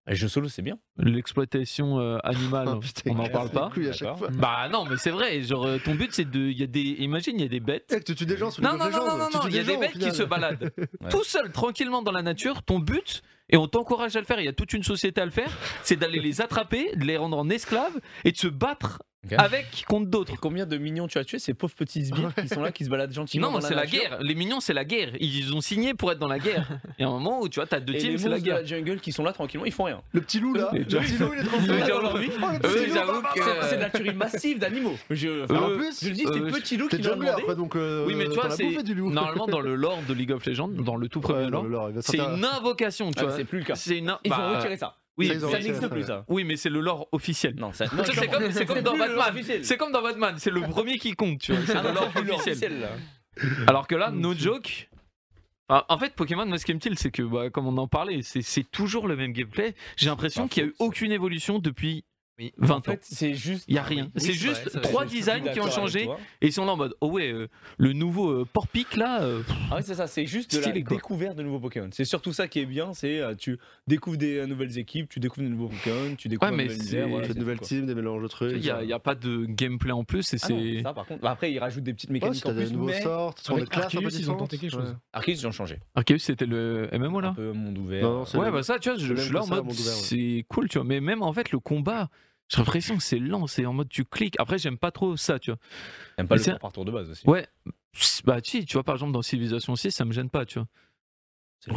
Speaker 1: Les jeux solo, c'est bien.
Speaker 4: L'exploitation euh, animale,
Speaker 1: Oh,
Speaker 2: Ah, putain,
Speaker 4: on n'en
Speaker 2: casse
Speaker 4: parle
Speaker 2: les
Speaker 4: pas.
Speaker 2: couilles à chaque
Speaker 1: D'accord.
Speaker 2: fois.
Speaker 4: Bah non, mais c'est vrai, genre euh, ton but c'est de. il Y a des, imagine, il y a des bêtes.
Speaker 2: Eh, que tu tues des gens sur
Speaker 4: Non,
Speaker 2: League
Speaker 4: non,
Speaker 2: of
Speaker 4: non, non,
Speaker 1: euh,
Speaker 2: Legends,
Speaker 4: non,
Speaker 2: tu
Speaker 4: non,
Speaker 2: tues
Speaker 4: il y a
Speaker 2: gens,
Speaker 4: des
Speaker 2: au
Speaker 4: bêtes qui
Speaker 2: final.
Speaker 4: se baladent. Tout seul, tranquillement dans la nature, ton but, et on t'encourage à le faire, il y a toute une société à le faire, c'est d'aller les attraper, de les rendre en esclaves et de se battre
Speaker 1: Ok.
Speaker 4: avec contre d'autres.
Speaker 1: Et combien de mignons tu as tué ces pauvres petits sbires qui sont là, qui se baladent gentiment
Speaker 4: Non, mais
Speaker 1: dans
Speaker 4: c'est la
Speaker 1: nature
Speaker 4: guerre. Les mignons, c'est la guerre. Ils ont signé pour être dans la guerre. Et à un moment où tu vois, t'as deux
Speaker 1: Et les
Speaker 4: teams,
Speaker 1: monstres
Speaker 4: c'est la
Speaker 1: de
Speaker 4: guerre.
Speaker 1: la jungle qui sont là tranquillement, ils font rien.
Speaker 2: Le petit loup là,
Speaker 4: Et
Speaker 2: le
Speaker 4: Jack-
Speaker 2: petit loup il est trop
Speaker 4: Jack-
Speaker 2: fort.
Speaker 1: Jack-
Speaker 2: Oh, le
Speaker 4: Eux,
Speaker 2: petit loup,
Speaker 4: j'avoue
Speaker 2: bah,
Speaker 4: que-
Speaker 2: bah,
Speaker 1: C'est c'est de la tuerie massive d'animaux. Je,
Speaker 2: bah.
Speaker 1: enfin,
Speaker 2: En
Speaker 4: eux,
Speaker 1: je
Speaker 2: plus,
Speaker 1: le dis, c'est
Speaker 4: euh,
Speaker 1: petit loup qui
Speaker 2: t'es
Speaker 1: nous a
Speaker 2: jungle
Speaker 1: demandé.
Speaker 2: après donc. euh,
Speaker 4: Oui, mais tu
Speaker 2: t'en
Speaker 4: vois,
Speaker 2: as
Speaker 4: c'est-
Speaker 2: bouffé du loup.
Speaker 4: Normalement, dans le lore de League of Legends, dans le tout
Speaker 2: Ouais,
Speaker 4: premier
Speaker 2: non,
Speaker 4: lore,
Speaker 2: le lore, il va
Speaker 4: c'est
Speaker 2: sortir-
Speaker 4: une invocation, tu
Speaker 1: Ah, mais
Speaker 4: vois.
Speaker 1: c'est plus le cas.
Speaker 4: C'est une.
Speaker 1: Ils
Speaker 4: bah,
Speaker 1: ont retiré ça.
Speaker 4: Oui,
Speaker 2: Ils ont
Speaker 1: ça
Speaker 2: retiré
Speaker 1: n'existe
Speaker 2: ça,
Speaker 1: plus
Speaker 2: ouais.
Speaker 1: ça.
Speaker 4: oui, mais c'est le lore officiel.
Speaker 1: Non, ça.
Speaker 4: Tu sais, C'est comme, c'est comme dans Batman.
Speaker 1: C'est Ah
Speaker 4: C'est comme dans Batman. C'est le premier qui compte, tu vois. Ah C'est le lore officiel. Alors que là, no joke. Ah, En fait, Pokémon, moi, ce qui me tile, c'est que, bah, comme on en parlait, c'est- c'est toujours le même gameplay. J'ai l'impression
Speaker 1: Pas
Speaker 4: qu'il n'y a eu
Speaker 1: faux, ça.
Speaker 4: aucune évolution depuis
Speaker 5: Oui.
Speaker 4: 20
Speaker 1: En
Speaker 4: ans.
Speaker 1: fait, c'est juste. Ah,
Speaker 4: Il n'y a rien.
Speaker 5: Oui,
Speaker 4: c'est
Speaker 5: c'est
Speaker 4: juste
Speaker 5: vrai, ça,
Speaker 4: trois
Speaker 5: je suis
Speaker 4: designs qui ont
Speaker 1: D'accord avec
Speaker 4: changé
Speaker 1: toi.
Speaker 4: et ils sont là en mode oh ouais, euh, le nouveau euh, Porpic là. euh, pff,
Speaker 1: Ah ouais, c'est ça, c'est juste de la
Speaker 4: Stylé, quoi.
Speaker 1: découverte de nouveaux Pokémon. C'est surtout ça qui est bien, c'est euh, tu découvres des euh, nouvelles équipes, tu découvres de nouveaux Pokémon, tu découvres
Speaker 4: Ouais,
Speaker 1: un
Speaker 4: mais
Speaker 1: nouvel
Speaker 4: c'est-
Speaker 1: univers, voilà,
Speaker 2: Des
Speaker 1: c'est
Speaker 2: nouvelles
Speaker 1: tout, quoi.
Speaker 2: teams, des mélanges de trucs.
Speaker 4: Il n'y a, il y a pas de gameplay en plus et
Speaker 1: Ah non,
Speaker 4: c'est.
Speaker 1: ça par contre. Bah, après, ils rajoutent des petites
Speaker 2: Ouais,
Speaker 1: mécaniques
Speaker 2: t'as
Speaker 1: en
Speaker 2: des
Speaker 1: plus,
Speaker 2: nouveaux
Speaker 1: mais
Speaker 2: sorts, tu prends des
Speaker 3: Avec
Speaker 2: classes un peu
Speaker 3: Arceus, ils ont
Speaker 2: différentes.
Speaker 3: tenté quelque chose.
Speaker 1: Arceus, ils ont changé.
Speaker 4: Arceus Ah, c'était le MMO
Speaker 1: Un
Speaker 4: là.
Speaker 1: peu monde ouvert.
Speaker 2: Non, non, c'est-
Speaker 4: Ouais
Speaker 2: le-
Speaker 4: bah ça tu vois je,
Speaker 2: le
Speaker 4: je
Speaker 2: même
Speaker 4: suis là en
Speaker 2: concept,
Speaker 4: mode
Speaker 2: monde ouvert, ouais.
Speaker 4: c'est cool tu vois mais même en fait le combat j'ai l'impression que c'est lent c'est en mode tu cliques après j'aime pas trop ça tu vois.
Speaker 1: J'aime pas
Speaker 4: Mais
Speaker 1: le
Speaker 4: c'est-
Speaker 1: tour par tour de base aussi.
Speaker 4: Ouais bah si tu vois par exemple dans Civilization 6 ça me gêne pas tu vois.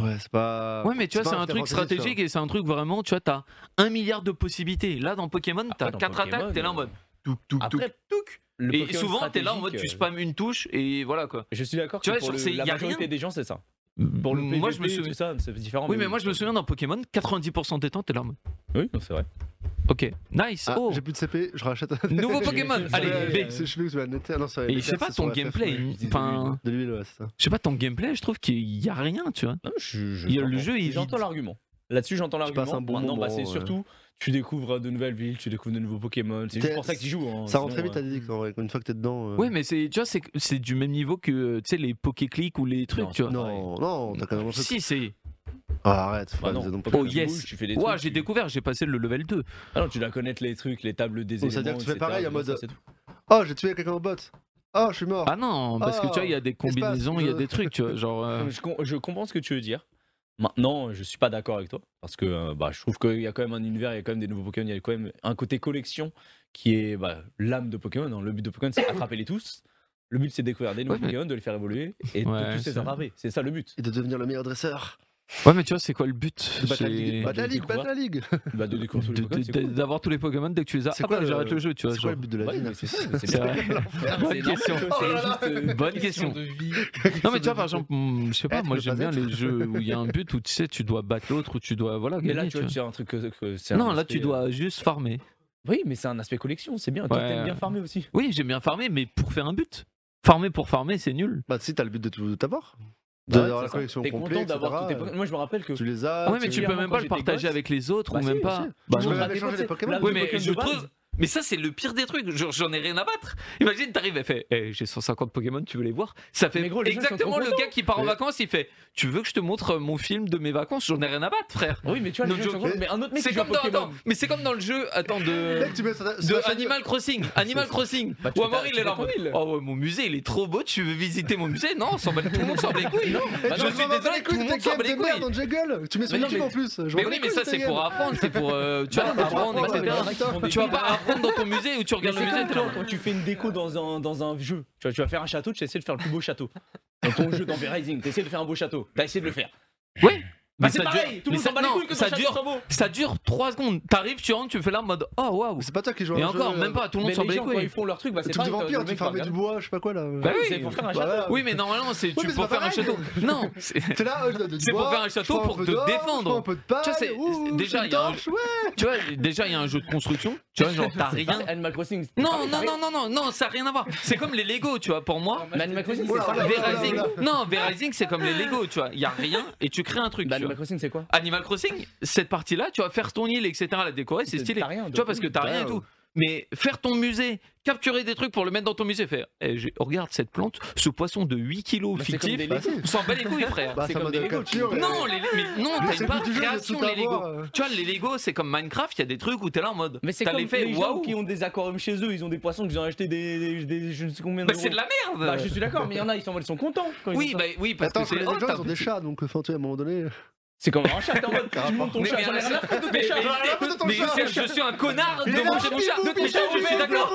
Speaker 2: Ouais, Ouais, Ah, c'est pas.
Speaker 4: Ouais mais tu vois
Speaker 2: pas
Speaker 4: c'est un
Speaker 2: Final
Speaker 4: truc
Speaker 2: Fantasy, tu vois.
Speaker 4: stratégique et c'est un truc vraiment tu vois t'as un milliard de possibilités là dans Pokémon t'as
Speaker 1: Après, dans
Speaker 4: quatre
Speaker 1: Pokémon, euh,
Speaker 4: attaques t'es là en mode touc touc touc
Speaker 1: Après,
Speaker 4: touc
Speaker 1: le
Speaker 4: et
Speaker 1: Pokémon
Speaker 4: souvent t'es là en mode tu
Speaker 1: stratégique, euh,
Speaker 4: spammes une touche et voilà quoi.
Speaker 1: Je suis d'accord
Speaker 4: Tu
Speaker 1: que
Speaker 4: vois,
Speaker 1: pour
Speaker 4: genre,
Speaker 1: le-
Speaker 4: c'est-
Speaker 1: la
Speaker 4: y a
Speaker 1: majorité
Speaker 4: rien.
Speaker 1: des gens, c'est ça. Pour le
Speaker 4: moi je me
Speaker 1: PvP, tout
Speaker 4: souviens.
Speaker 1: ça, euh, c'est différent.
Speaker 4: Oui, mais moi je me souviens dans Pokémon, 90% des temps t'es là. en mode,
Speaker 1: Oui, non, c'est vrai.
Speaker 4: Ok, nice.
Speaker 2: Ah,
Speaker 4: oh,
Speaker 2: J'ai plus de CP, je rachète.
Speaker 4: nouveau Pokémon.
Speaker 1: j'ai-
Speaker 4: Allez,
Speaker 1: j'ai-
Speaker 4: B.
Speaker 2: Je sais plus que c'est la Nether. Non, c'est la
Speaker 4: Et je
Speaker 2: Nether,
Speaker 4: sais pas
Speaker 2: c'est
Speaker 4: ton
Speaker 2: sur la FF,
Speaker 4: gameplay.
Speaker 2: ouais.
Speaker 1: disais
Speaker 4: Enfin,
Speaker 2: De l'huile, ouais, c'est ça.
Speaker 4: je sais pas ton gameplay. Je trouve qu'il y a rien, tu vois.
Speaker 1: Non, je- je-
Speaker 4: Il y a le
Speaker 1: j'entends.
Speaker 4: jeu, il est
Speaker 1: J'entends
Speaker 4: vide.
Speaker 1: l'argument. Là-dessus, j'entends
Speaker 2: Tu passes
Speaker 1: l'argument.
Speaker 2: un bon
Speaker 1: Maintenant, bah,
Speaker 2: moment,
Speaker 1: c'est
Speaker 2: ouais.
Speaker 1: surtout, tu découvres de nouvelles villes, tu découvres de nouveaux Pokémon. C'est
Speaker 2: T'es-
Speaker 1: juste pour ça qu'ils jouent. hein,
Speaker 2: Ça
Speaker 1: sinon,
Speaker 2: rentre très vite
Speaker 1: euh,
Speaker 2: à Didix en vrai. Une fois que t'es dedans. euh,
Speaker 4: Ouais, mais c'est, tu vois, c'est, c'est du même niveau que euh, tu sais les Pokéclics ou les trucs,
Speaker 1: Non,
Speaker 4: tu vois.
Speaker 2: Non, non, t'as quand même un truc.
Speaker 4: Si c'est.
Speaker 2: Ah, arrête, faut
Speaker 1: bah
Speaker 2: pas
Speaker 1: non,
Speaker 2: abuser non plus.
Speaker 1: Pokémon
Speaker 4: Oh, yes.
Speaker 1: Rouge, tu fais des
Speaker 4: Ouah,
Speaker 1: trucs,
Speaker 4: j'ai
Speaker 1: tu-
Speaker 4: découvert, j'ai passé le level 2.
Speaker 1: Ah non, tu dois connaître les trucs, les tables des
Speaker 2: Donc,
Speaker 1: éléments.
Speaker 2: ça veut dire Oh, que tu fais
Speaker 1: etc.,
Speaker 2: pareil, en
Speaker 1: tout ça,
Speaker 2: mode-
Speaker 1: c'est tout.
Speaker 2: Oh, j'ai tué quelqu'un en bot. Oh, je suis mort.
Speaker 4: Ah non, parce que tu vois, il y a des
Speaker 2: Espace,
Speaker 4: combinaisons, il y a
Speaker 2: je-
Speaker 4: des trucs, tu vois. Genre, euh,
Speaker 1: Je, com- je comprends ce que tu veux dire. Maintenant, je suis pas d'accord avec toi parce que euh, bah, je trouve qu'il y a quand même un univers, il y a quand même des nouveaux Pokémon, il y a quand même un côté collection qui est bah, l'âme de Pokémon. hein. Le but de Pokémon, c'est attraper les tous. Le but, c'est de découvrir des nouveaux
Speaker 4: Ouais, mais-
Speaker 1: Pokémon, de les faire évoluer et
Speaker 4: Ouais,
Speaker 1: de tous
Speaker 4: c'est
Speaker 1: les
Speaker 4: vrai.
Speaker 1: attraper. C'est ça le but.
Speaker 2: Et de devenir le meilleur dresseur.
Speaker 4: Ouais, mais tu vois, c'est quoi le but
Speaker 1: De Battle
Speaker 4: C'est-
Speaker 1: League,
Speaker 2: Bah, de la
Speaker 1: de
Speaker 2: ligue, bah, de la ligue
Speaker 1: Bah, de découvrir tous les
Speaker 4: de-
Speaker 1: Pokémon,
Speaker 4: de-
Speaker 1: c'est cool.
Speaker 4: de- D'avoir tous les Pokémon dès que tu les as.
Speaker 2: C'est
Speaker 4: ah
Speaker 2: quoi
Speaker 4: bah,
Speaker 2: le-
Speaker 4: j'arrête le jeu, tu vois.
Speaker 2: C'est
Speaker 4: genre.
Speaker 2: quoi le but de la
Speaker 1: Ouais,
Speaker 2: ligue
Speaker 1: mais c'est ça, c'est Oh
Speaker 4: C'est
Speaker 1: ça.
Speaker 4: vrai. Bonne question. euh, Bonne question.
Speaker 3: de vie.
Speaker 4: Non mais tu vois par exemple, hmm, je sais pas,
Speaker 2: Être
Speaker 4: moi
Speaker 2: ne
Speaker 4: j'aime bien
Speaker 2: pas être.
Speaker 4: les jeux où il y a un but où tu sais tu dois battre l'autre ou tu dois voilà
Speaker 1: Mais là,
Speaker 4: gagner,
Speaker 1: tu
Speaker 4: tu
Speaker 1: vois,
Speaker 4: vois.
Speaker 1: tu as un truc que. que c'est un
Speaker 4: Non là
Speaker 1: aspect,
Speaker 4: tu dois juste farmer.
Speaker 1: euh, Oui, mais c'est un aspect collection, c'est bien. Toi,
Speaker 4: Ouais.
Speaker 1: t'aimes bien farmer aussi.
Speaker 4: Oui j'aime bien farmer mais pour faire un but. Farmer pour farmer c'est nul.
Speaker 2: Bah si, t'as le but de tout avoir.
Speaker 1: Bah ouais,
Speaker 2: D'avoir
Speaker 1: c'est
Speaker 2: la
Speaker 1: ça.
Speaker 2: collection
Speaker 1: T'es
Speaker 2: complète,
Speaker 1: content d'avoir tous tes
Speaker 2: etc.,
Speaker 1: Pokémon. Moi, je me rappelle que.
Speaker 2: Tu les
Speaker 1: Ah,
Speaker 2: as.
Speaker 4: ouais mais tu peux
Speaker 1: clairement,
Speaker 4: même
Speaker 1: quand
Speaker 4: pas le
Speaker 1: j'étais
Speaker 4: partager
Speaker 1: gosse-
Speaker 4: avec les autres
Speaker 1: Bah
Speaker 4: ou
Speaker 1: si,
Speaker 4: même
Speaker 1: bah
Speaker 4: pas.
Speaker 1: si.
Speaker 4: Bah,
Speaker 1: Tu
Speaker 4: non.
Speaker 1: peux
Speaker 2: mais
Speaker 1: même
Speaker 2: échanger
Speaker 1: pas,
Speaker 2: les
Speaker 1: tu sais,
Speaker 2: Pokémon.
Speaker 1: là,
Speaker 4: Oui,
Speaker 1: le
Speaker 4: mais
Speaker 1: Pokémon
Speaker 4: je
Speaker 1: de base,
Speaker 4: trouve. Mais ça, c'est le pire des trucs. Genre, j'en ai rien à battre. Imagine, t'arrives et fait Eh, J'ai 150 Pokémon, tu veux les voir Ça fait
Speaker 1: Mais gros, les gens, ils sont
Speaker 4: exactement
Speaker 1: trop
Speaker 4: le
Speaker 1: contents.
Speaker 4: gars qui part en
Speaker 2: Mais-
Speaker 4: vacances. Il fait Tu veux que je te montre euh, mon film de mes vacances J'en ai rien à battre, frère.
Speaker 1: Oui, mais tu vois,
Speaker 4: No
Speaker 1: les gens sont
Speaker 4: joke.
Speaker 1: contents, mais un autre mec
Speaker 4: C'est
Speaker 1: qui joue à
Speaker 4: comme, dans, attends,
Speaker 1: Pokémon.
Speaker 4: mais c'est comme dans le jeu attends, de,
Speaker 2: Mec, tu mets ça-
Speaker 4: de
Speaker 2: ça- ça-
Speaker 4: Animal Crossing. Animal Crossing.
Speaker 1: Bah, tu
Speaker 4: Ou
Speaker 1: fais ta-
Speaker 4: Amaury, il
Speaker 1: tu
Speaker 4: est
Speaker 1: fais
Speaker 4: là.
Speaker 1: ton île.
Speaker 4: Oh, ouais, mon musée, il est trop beau. Tu veux visiter mon musée Non, on s'en bat- tout le monde s'en bat les couilles.
Speaker 2: Eh,
Speaker 1: Bah
Speaker 4: je
Speaker 2: tu
Speaker 1: non,
Speaker 4: suis
Speaker 2: m'en
Speaker 4: désolé,
Speaker 2: bats les
Speaker 4: tout le
Speaker 2: couilles de
Speaker 4: monde
Speaker 2: ta
Speaker 4: s'en bat
Speaker 2: game
Speaker 4: les
Speaker 2: de
Speaker 4: couilles.
Speaker 2: merde, Jungle Tu mets sur
Speaker 4: Mais non,
Speaker 2: YouTube
Speaker 4: mais-
Speaker 2: en plus
Speaker 4: Mais oui, mais ça, c'est pour apprendre. C'est pour. euh, Tu vois,
Speaker 1: Bah, non,
Speaker 4: apprendre,
Speaker 1: mais
Speaker 4: etc.
Speaker 1: apprendre, ouais, mais
Speaker 4: Tu vas
Speaker 1: apprendre.
Speaker 4: pas apprendre dans ton musée où tu
Speaker 1: Mais
Speaker 4: regardes le
Speaker 1: c'est
Speaker 4: musée.
Speaker 1: comme
Speaker 4: t'es là,
Speaker 1: toi, quand tu fais une déco dans un, dans un jeu. Tu, vois, tu vas faire un château, tu essaies de faire le plus beau château. Dans ton jeu, dans V-Rising, tu essaies de faire un beau château. T'as essayé de le faire. Bah, c'est
Speaker 4: ça
Speaker 1: pareil,
Speaker 4: dure-
Speaker 1: tout
Speaker 4: mais
Speaker 1: le monde s'en
Speaker 4: ça-
Speaker 1: bat les
Speaker 4: non,
Speaker 1: couilles que ton
Speaker 4: ça
Speaker 1: château
Speaker 4: dure-
Speaker 1: soit beau.
Speaker 4: Ça dure 3 secondes. T'arrives, tu rentres, tu fais là en mode oh waouh.
Speaker 2: C'est pas toi qui joues à un
Speaker 4: Et
Speaker 2: jeu,
Speaker 4: encore,
Speaker 2: euh,
Speaker 4: même pas, tout le monde
Speaker 1: Mais
Speaker 4: s'en
Speaker 1: les
Speaker 4: bat les
Speaker 1: gens, quand ils
Speaker 4: couilles.
Speaker 1: font leur truc, bah c'est
Speaker 2: Truc de
Speaker 1: pareil.
Speaker 2: vampire,
Speaker 1: t'as-
Speaker 2: tu farmais du bois, je sais pas quoi là
Speaker 4: Bah oui.
Speaker 1: C'est pour faire un
Speaker 2: Bah,
Speaker 1: château.
Speaker 2: voilà.
Speaker 4: Oui, mais normalement, c'est
Speaker 2: mais
Speaker 4: tu
Speaker 2: c'est
Speaker 4: pour
Speaker 2: pas
Speaker 4: faire un
Speaker 2: pareil.
Speaker 4: château. Non, c'est-
Speaker 2: T'es là, euh, je donne du
Speaker 4: C'est pour
Speaker 2: bois,
Speaker 4: faire un château
Speaker 2: je prends
Speaker 4: pour
Speaker 2: un peu
Speaker 4: te
Speaker 2: d'or,
Speaker 4: défendre.
Speaker 2: Je prends un peu de paille,
Speaker 4: Tu vois, c'est-
Speaker 2: ouh,
Speaker 4: déjà,
Speaker 2: j'ai une
Speaker 4: il y a un-
Speaker 2: torche, ouais.
Speaker 4: tu vois, déjà il y a un jeu de construction. Tu vois, genre t'as rien.
Speaker 1: Animal Crossing. c'est
Speaker 4: Non,
Speaker 1: pareil,
Speaker 4: non,
Speaker 1: pareil.
Speaker 4: non, non, non, non, ça a rien à voir. C'est comme les Lego, tu vois, pour moi.
Speaker 1: Mais Animal Crossing,
Speaker 2: Oula,
Speaker 1: c'est ça.
Speaker 2: oula, oula,
Speaker 4: V-Rising,
Speaker 2: oula.
Speaker 4: non, V-Rising, c'est comme les Lego, tu vois. Il y a rien et tu crées un truc.
Speaker 1: Bah,
Speaker 4: tu vois.
Speaker 1: Animal Crossing, c'est quoi
Speaker 4: Animal Crossing, cette partie-là, tu vas faire ton île, etc. La décorer, c'est stylé.
Speaker 1: T'as rien.
Speaker 4: Tu vois, parce que t'as rien et
Speaker 2: Ouais.
Speaker 4: tout. Mais faire ton musée, capturer des trucs pour le mettre dans ton musée, faire Eh, j'ai- regarde cette plante, ce poisson de 8 kilos
Speaker 1: Bah, c'est comme
Speaker 4: fictif,
Speaker 1: des
Speaker 2: Bah si,
Speaker 4: on s'en bat les couilles, frère.
Speaker 2: bah
Speaker 1: c'est
Speaker 2: ça
Speaker 1: comme
Speaker 2: m'a
Speaker 1: des
Speaker 2: donné
Speaker 1: Lego,
Speaker 2: capture.
Speaker 1: tu-
Speaker 2: et-
Speaker 4: non, les, mais non,
Speaker 2: Mais
Speaker 4: t'as
Speaker 2: c'est
Speaker 4: pas
Speaker 2: le but du jeu de
Speaker 4: création
Speaker 2: tout
Speaker 4: les Lego.
Speaker 2: avoir, euh.
Speaker 4: Tu vois, les Lego, c'est comme Minecraft, il y a des trucs où t'es là en mode.
Speaker 1: Mais c'est
Speaker 4: t'as
Speaker 1: comme
Speaker 4: l'effet
Speaker 1: les gens
Speaker 4: waouh.
Speaker 1: qui ont des aquariums chez eux, ils ont des poissons qu'ils ont acheté des, des, des- je ne sais combien
Speaker 4: Bah,
Speaker 1: d'euros.
Speaker 4: c'est de la merde.
Speaker 1: Bah, je suis d'accord, mais il y en a, ils sont, ils sont contents quand ils
Speaker 4: oui,
Speaker 1: ont
Speaker 4: bah,
Speaker 1: ça.
Speaker 4: oui, parce
Speaker 2: Attends,
Speaker 4: que c'est.
Speaker 2: les
Speaker 4: oh,
Speaker 2: gens
Speaker 4: t'as-
Speaker 2: ils ont des chats donc enfin tu vois, à un moment donné.
Speaker 1: C'est comme un chat, t'es en mode, tu montes ton
Speaker 4: Mais-
Speaker 1: chat,
Speaker 4: mais-
Speaker 1: j'en ai rien à foutre de
Speaker 4: mais-
Speaker 1: ton chat.
Speaker 4: mais- Mais Serge, je suis un connard de
Speaker 2: Il est là,
Speaker 4: manger mon
Speaker 2: bibou,
Speaker 4: chat.
Speaker 2: bibou,
Speaker 4: Mais Je suis
Speaker 2: bibou,
Speaker 4: d'accord.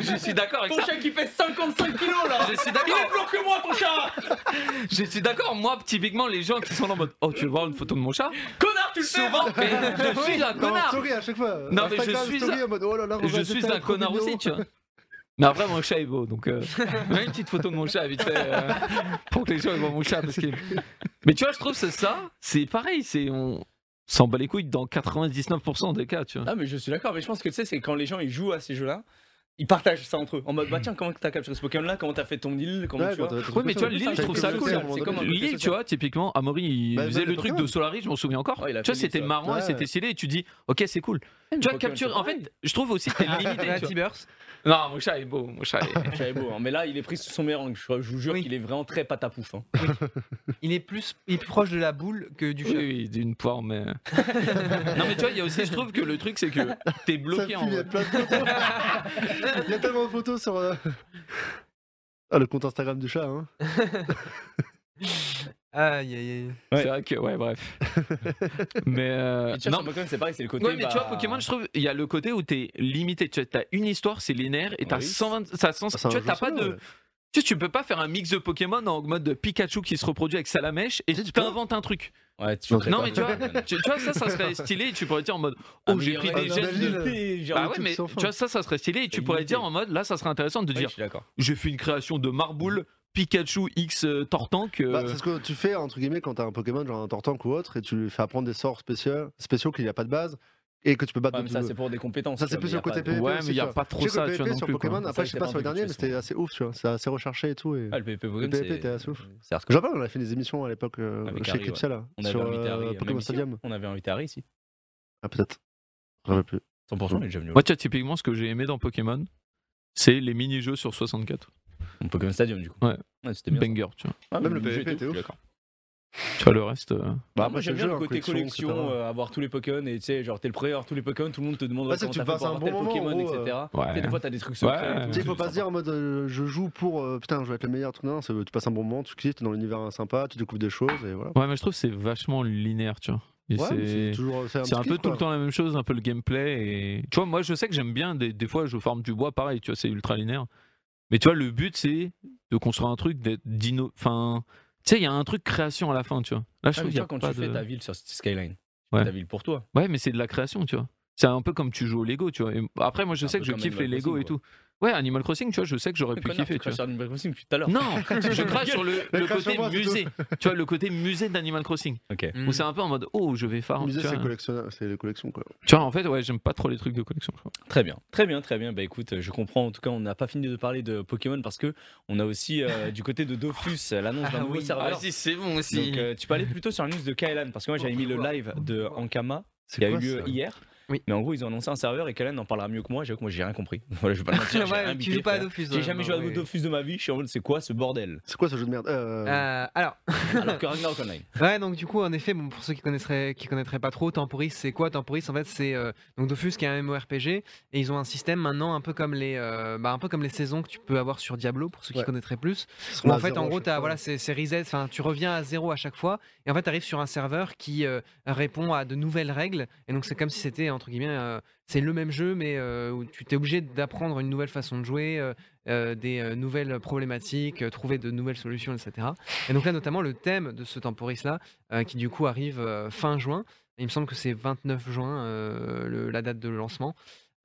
Speaker 4: Je suis d'accord avec
Speaker 1: Ton
Speaker 4: ça.
Speaker 1: chat qui fait 55 kilos là
Speaker 4: Je suis
Speaker 1: Il
Speaker 4: d'accord.
Speaker 1: est plus long que moi ton chat
Speaker 4: Je suis d'accord, moi, typiquement, les gens qui sont là en mode Oh, tu veux voir une photo de mon chat
Speaker 1: Connard, tu le sais
Speaker 4: Souvent, mais je suis un
Speaker 2: Non,
Speaker 4: connard
Speaker 2: Story à chaque fois.
Speaker 4: Non, mais je
Speaker 2: Instagram,
Speaker 4: suis
Speaker 2: story en mode, oh là là,
Speaker 4: Je
Speaker 2: regarde,
Speaker 4: suis
Speaker 2: t'as
Speaker 4: un
Speaker 2: trop
Speaker 4: connard
Speaker 2: mignon.
Speaker 4: aussi, tu vois. Mais après, mon chat est beau, donc euh, mets une petite photo de mon chat vite fait euh, pour que les gens ils voient mon chat. Parce que... Mais tu vois, je trouve que c'est ça, c'est pareil, c'est on s'en bat les couilles dans 99% des cas, tu vois.
Speaker 1: Ah mais je suis d'accord, mais je pense que tu sais, c'est quand les gens ils jouent à ces jeux là, ils partagent ça entre eux. En mode, bah tiens, comment t'as capturé ce Pokémon là, comment t'as fait ton île, comment
Speaker 2: Ouais,
Speaker 1: tu vois.
Speaker 2: quand t'as-
Speaker 4: Oui, mais tu vois,
Speaker 1: Plus
Speaker 4: l'île, je
Speaker 1: un
Speaker 4: trouve
Speaker 1: truc
Speaker 4: ça
Speaker 1: social,
Speaker 4: cool.
Speaker 2: à un moment
Speaker 1: C'est comme un
Speaker 2: donné.
Speaker 1: côté
Speaker 4: Lille, tu
Speaker 1: social.
Speaker 4: vois, typiquement, Amaury, il
Speaker 2: Bah,
Speaker 4: faisait
Speaker 2: bah,
Speaker 4: le
Speaker 2: bah,
Speaker 4: truc
Speaker 2: quand
Speaker 4: de
Speaker 2: même.
Speaker 4: Solaris, je m'en souviens encore.
Speaker 1: Ouais, il a
Speaker 4: tu vois,
Speaker 1: fait
Speaker 4: c'était
Speaker 1: des-
Speaker 4: marrant et
Speaker 2: ouais.
Speaker 4: c'était stylé. Et tu dis, ok, c'est cool.
Speaker 1: mais
Speaker 4: Tu vois,
Speaker 1: Pokémon,
Speaker 4: capturer.
Speaker 1: c'est
Speaker 4: En fait, je trouve aussi que t'es limité. tu vois.
Speaker 5: Rebirth.
Speaker 4: Non, mon chat est beau. Mon chat est-
Speaker 1: Le chat est beau, hein. mais là il est pris sous son meilleur angle. Je je vous jure
Speaker 5: Oui.
Speaker 1: qu'il est vraiment très patapouf. Hein.
Speaker 5: Il est plus il est plus proche de la boule que du
Speaker 4: Oui,
Speaker 5: chat.
Speaker 4: oui, d'une poire, mais. euh. non, mais tu vois, il y a aussi, je trouve que le truc, c'est que t'es
Speaker 2: Ça
Speaker 4: bloqué en
Speaker 2: pue, il y a
Speaker 4: mode.
Speaker 2: plein de photos. Il y a tellement de photos sur. euh, Ah, le compte Instagram du chat, hein.
Speaker 5: Aïe aïe aïe.
Speaker 1: Ouais.
Speaker 4: C'est vrai que, ouais, bref. mais. euh,
Speaker 1: Et tu vois,
Speaker 4: non,
Speaker 1: sur Pokémon c'est pareil, c'est le côté.
Speaker 4: Ouais, mais tu vois,
Speaker 1: bah,
Speaker 4: Pokémon, je trouve, il y a le côté où t'es limité. Tu as une histoire, c'est linéaire, et t'as
Speaker 1: Oui.
Speaker 4: 120. Ça, sens-
Speaker 2: C'est
Speaker 4: tu
Speaker 2: un
Speaker 4: vois,
Speaker 2: jeu
Speaker 4: t'as pas
Speaker 2: solo,
Speaker 4: de.
Speaker 2: ouais.
Speaker 4: Tu sais, tu peux pas faire un mix de Pokémon en mode Pikachu qui se reproduit avec sa lamèche et
Speaker 2: Si, tu
Speaker 4: t'inventes un truc.
Speaker 1: Ouais, tu
Speaker 2: Non,
Speaker 1: crées
Speaker 4: non,
Speaker 1: pas
Speaker 4: mais
Speaker 1: de
Speaker 4: tu vois,
Speaker 1: Pokémon.
Speaker 4: Tu, tu vois, ça, ça serait stylé et tu pourrais dire en mode Oh, j'ai pris
Speaker 2: Améliorer
Speaker 4: des gestes de.
Speaker 2: l'analyse.
Speaker 1: Genre,
Speaker 4: Bah ouais,
Speaker 2: truc
Speaker 4: mais
Speaker 2: sans
Speaker 4: tu
Speaker 2: fin.
Speaker 4: vois, ça, ça serait stylé et tu
Speaker 1: C'est
Speaker 4: pourrais
Speaker 1: limité.
Speaker 4: dire en mode Là, ça serait intéressant de
Speaker 1: ouais,
Speaker 4: dire
Speaker 1: je suis d'accord.
Speaker 4: J'ai fait une création de Marboule, Pikachu X euh, Tortank. euh,
Speaker 2: Bah, c'est ce que tu fais entre guillemets quand t'as un Pokémon genre un Tortank ou autre et tu lui fais apprendre des sorts spéciaux, spéciaux qu'il n'y a pas de base et que tu peux battre
Speaker 1: Ouais,
Speaker 2: de
Speaker 1: mais
Speaker 2: tout
Speaker 1: ça
Speaker 2: le-
Speaker 1: c'est pour des compétences.
Speaker 2: Ça,
Speaker 1: tu
Speaker 2: c'est
Speaker 1: vois,
Speaker 2: plus
Speaker 1: mais
Speaker 2: le
Speaker 1: y a
Speaker 2: côté
Speaker 1: pas de-
Speaker 2: PvP
Speaker 4: ouais,
Speaker 2: aussi,
Speaker 4: mais il n'y a
Speaker 2: tu vois.
Speaker 4: pas trop
Speaker 2: Je sais que
Speaker 4: ça,
Speaker 2: le
Speaker 4: tu vois,
Speaker 2: PvP
Speaker 4: non
Speaker 2: sur
Speaker 4: plus. quoi.
Speaker 2: Pokémon,
Speaker 1: C'est
Speaker 2: après
Speaker 1: vrai que
Speaker 2: je sais
Speaker 1: c'est
Speaker 2: pas
Speaker 1: pas
Speaker 2: sur les
Speaker 1: un truc
Speaker 2: derniers, mais
Speaker 1: de
Speaker 2: c'était assez ouf, tu vois. C'est assez recherché et tout. Et...
Speaker 1: Ah, le PvP Pokémon,
Speaker 2: Le PvP,
Speaker 1: c'est-
Speaker 2: t'es assez ouf.
Speaker 1: c'est hardcore.
Speaker 2: Je rappelle, on a fait des émissions à l'époque euh,
Speaker 1: Avec
Speaker 2: chez
Speaker 1: Harry, ouais.
Speaker 2: Kipsia là,
Speaker 1: On avait
Speaker 2: sur
Speaker 1: invité
Speaker 2: euh,
Speaker 1: Harry, même
Speaker 2: Pokémon
Speaker 1: ici.
Speaker 2: Stadium.
Speaker 1: On avait invité Harry ici.
Speaker 2: Ah, peut-être. J'en veux plus.
Speaker 1: 100% il est déjà venu.
Speaker 4: Moi, tu vois, typiquement, ce que j'ai aimé dans Pokémon, c'est les mini-jeux sur 64.
Speaker 1: Mon Pokémon Stadium du coup.
Speaker 4: Ouais.
Speaker 1: c'était bien.
Speaker 4: Banger, tu vois.
Speaker 1: Ah,
Speaker 2: Même le
Speaker 1: jeu
Speaker 2: PvP,
Speaker 1: était
Speaker 2: t'es
Speaker 1: ouf,
Speaker 2: ouf.
Speaker 1: je suis d'accord.
Speaker 4: Tu vois, le reste. euh,
Speaker 1: Bah,
Speaker 2: après,
Speaker 1: moi
Speaker 2: c'est
Speaker 1: j'aime
Speaker 2: le
Speaker 1: bien
Speaker 2: jeu,
Speaker 1: le
Speaker 2: hein,
Speaker 1: côté collection,
Speaker 2: etc.
Speaker 1: euh, avoir tous les Pokémon et tu sais, genre t'es le premier, tous les Pokémon, tout le monde te demande
Speaker 2: Ouais, c'est
Speaker 1: comment
Speaker 2: que tu
Speaker 1: t'as fait
Speaker 2: passes
Speaker 1: pour
Speaker 2: un
Speaker 1: avoir
Speaker 2: bon
Speaker 1: tel
Speaker 2: moment,
Speaker 1: Pokémon,
Speaker 2: en gros,
Speaker 1: etc. Tu sais,
Speaker 4: Ouais.
Speaker 1: des fois t'as des trucs secrets.
Speaker 4: Ouais.
Speaker 1: et tout,
Speaker 2: Tu sais, il faut
Speaker 1: c'est
Speaker 2: pas se dire
Speaker 1: sympa.
Speaker 2: en mode euh, je joue pour euh, putain, je vais être le meilleur, tout non, c'est- tu passes un bon moment, tu kiffes, t'es dans l'univers euh, sympa, tu découvres des choses et voilà.
Speaker 4: Ouais, mais je trouve que c'est vachement linéaire, tu vois. Et
Speaker 2: Ouais, mais
Speaker 4: c'est-
Speaker 2: c'est toujours c'est un,
Speaker 4: c'est un
Speaker 2: petit
Speaker 4: peu
Speaker 2: kiff,
Speaker 4: tout le
Speaker 2: quoi.
Speaker 4: temps la même chose, un peu le gameplay. Et... Tu vois, moi, je sais que j'aime bien, des, des fois, je farme du bois, pareil, tu vois, c'est ultra linéaire. Mais tu vois, le but, c'est de construire un truc, d'être d'inno- enfin, sais, il y a un truc création à la fin, tu vois. Là, je trouve qu'il y a
Speaker 1: quand
Speaker 4: pas
Speaker 1: Ah, tu
Speaker 4: de-
Speaker 1: fais ta ville sur Skyline, tu
Speaker 4: Ouais.
Speaker 1: fais ta ville pour toi.
Speaker 4: Ouais, mais c'est de la création, tu vois. C'est un peu comme tu joues au Lego, tu vois. Et après, moi, je
Speaker 1: Un
Speaker 4: sais
Speaker 1: peu
Speaker 4: que je
Speaker 1: comme
Speaker 4: kiffe les
Speaker 1: Animal
Speaker 4: Lego et
Speaker 1: Crossing,
Speaker 4: tout. Ouais, Animal Crossing, tu vois, je sais que j'aurais pu
Speaker 1: Connard,
Speaker 4: kiffer,
Speaker 1: tu
Speaker 4: tu
Speaker 1: craches
Speaker 4: vois.
Speaker 1: sur Animal Crossing depuis tout à l'heure.
Speaker 4: Non, je crache sur le, le
Speaker 2: crache sur
Speaker 4: côté
Speaker 2: moi, c'est tout.
Speaker 4: musée, tu vois, le côté musée d'Animal Crossing,
Speaker 1: Ok.
Speaker 5: Mm.
Speaker 4: où c'est un peu en mode oh, je vais faire.
Speaker 2: Le
Speaker 4: Tu
Speaker 2: musée, c'est
Speaker 4: vois,
Speaker 2: collectionneur- c'est les collections quoi.
Speaker 4: Tu vois, en fait, ouais, j'aime pas trop les trucs de collection. je crois.
Speaker 1: Très bien, très bien, très bien. Bah écoute, je comprends. En tout cas, on n'a pas fini de parler de Pokémon parce que on a aussi euh, du côté de Dofus euh, l'annonce d'un
Speaker 5: Ah
Speaker 1: nouveau
Speaker 5: oui.
Speaker 1: serveur.
Speaker 4: c'est bon
Speaker 1: Donc, euh, tu parlais plutôt sur la news de Kaelan parce que moi j'avais mis le live de Ankama qui a eu
Speaker 2: quoi,
Speaker 1: lieu
Speaker 2: ça
Speaker 1: hier.
Speaker 5: Oui.
Speaker 1: Mais en gros, ils ont annoncé un serveur et Kaelan en parlera mieux que moi. J'avoue que moi j'ai rien compris. voilà, je vais pas le mentir. j'ai
Speaker 5: Ouais,
Speaker 1: rien
Speaker 5: tu
Speaker 1: bité,
Speaker 5: joues pas à
Speaker 1: frère.
Speaker 5: Dofus.
Speaker 1: J'ai
Speaker 5: ouais,
Speaker 1: jamais
Speaker 5: non,
Speaker 1: joué à
Speaker 5: oui, oui.
Speaker 1: Dofus de ma vie. Je suis en mode, c'est quoi ce bordel
Speaker 2: C'est quoi ce jeu de merde Euh,
Speaker 5: Euh, alors,
Speaker 1: Alors que Ragnarok Online.
Speaker 5: ouais, donc du coup, en effet, bon, pour ceux qui connaîtraient, qui connaîtraient pas trop, Temporis, c'est quoi Temporis, en fait, c'est euh, donc Dofus qui est un MMORPG et ils ont un système maintenant un peu comme les, euh, bah, un peu comme les saisons que tu peux avoir sur Diablo pour ceux qui
Speaker 2: Ouais.
Speaker 5: connaîtraient plus.
Speaker 2: ils sont
Speaker 5: Où
Speaker 2: à
Speaker 5: en fait,
Speaker 2: Bah, zéro
Speaker 5: en
Speaker 2: à
Speaker 5: gros,
Speaker 2: chaque
Speaker 5: t'as-
Speaker 2: fois.
Speaker 5: voilà, c'est c'est reset, enfin, tu reviens à zéro à chaque fois, et en fait, tu arrives sur un serveur qui euh, répond à de nouvelles règles, et donc c'est comme si c'était, entre guillemets, euh, c'est le même jeu, mais euh, où tu t'es obligé d'apprendre une nouvelle façon de jouer, euh, euh, des euh, nouvelles problématiques, euh, trouver de nouvelles solutions, etc. Et donc là, notamment, le thème de ce temporis-là, euh, qui du coup arrive euh, fin juin, il me semble que c'est 29 juin, euh, le- la date de lancement.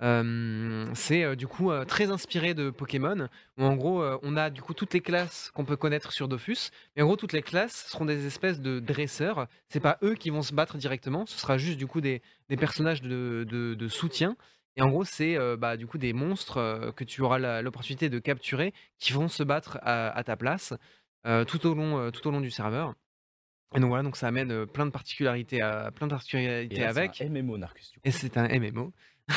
Speaker 5: Euh, c'est euh, du coup euh, très inspiré de Pokémon où en gros euh, on a du coup toutes les classes qu'on peut connaître sur Dofus, mais en gros toutes les classes seront des espèces de dresseurs, c'est pas eux qui vont se battre directement, ce sera juste du coup des, des personnages de, de- de soutien, et en gros c'est euh, bah, du coup des monstres euh, que tu auras la- l'opportunité de capturer qui vont se battre à, à ta place euh, tout, au long, euh, tout au long du serveur. Et donc voilà, donc ça amène euh, plein de particularités, à, plein de particularités
Speaker 1: là, c'est
Speaker 5: avec.
Speaker 1: un MMO Narcus. Du coup.
Speaker 5: Et c'est un MMO.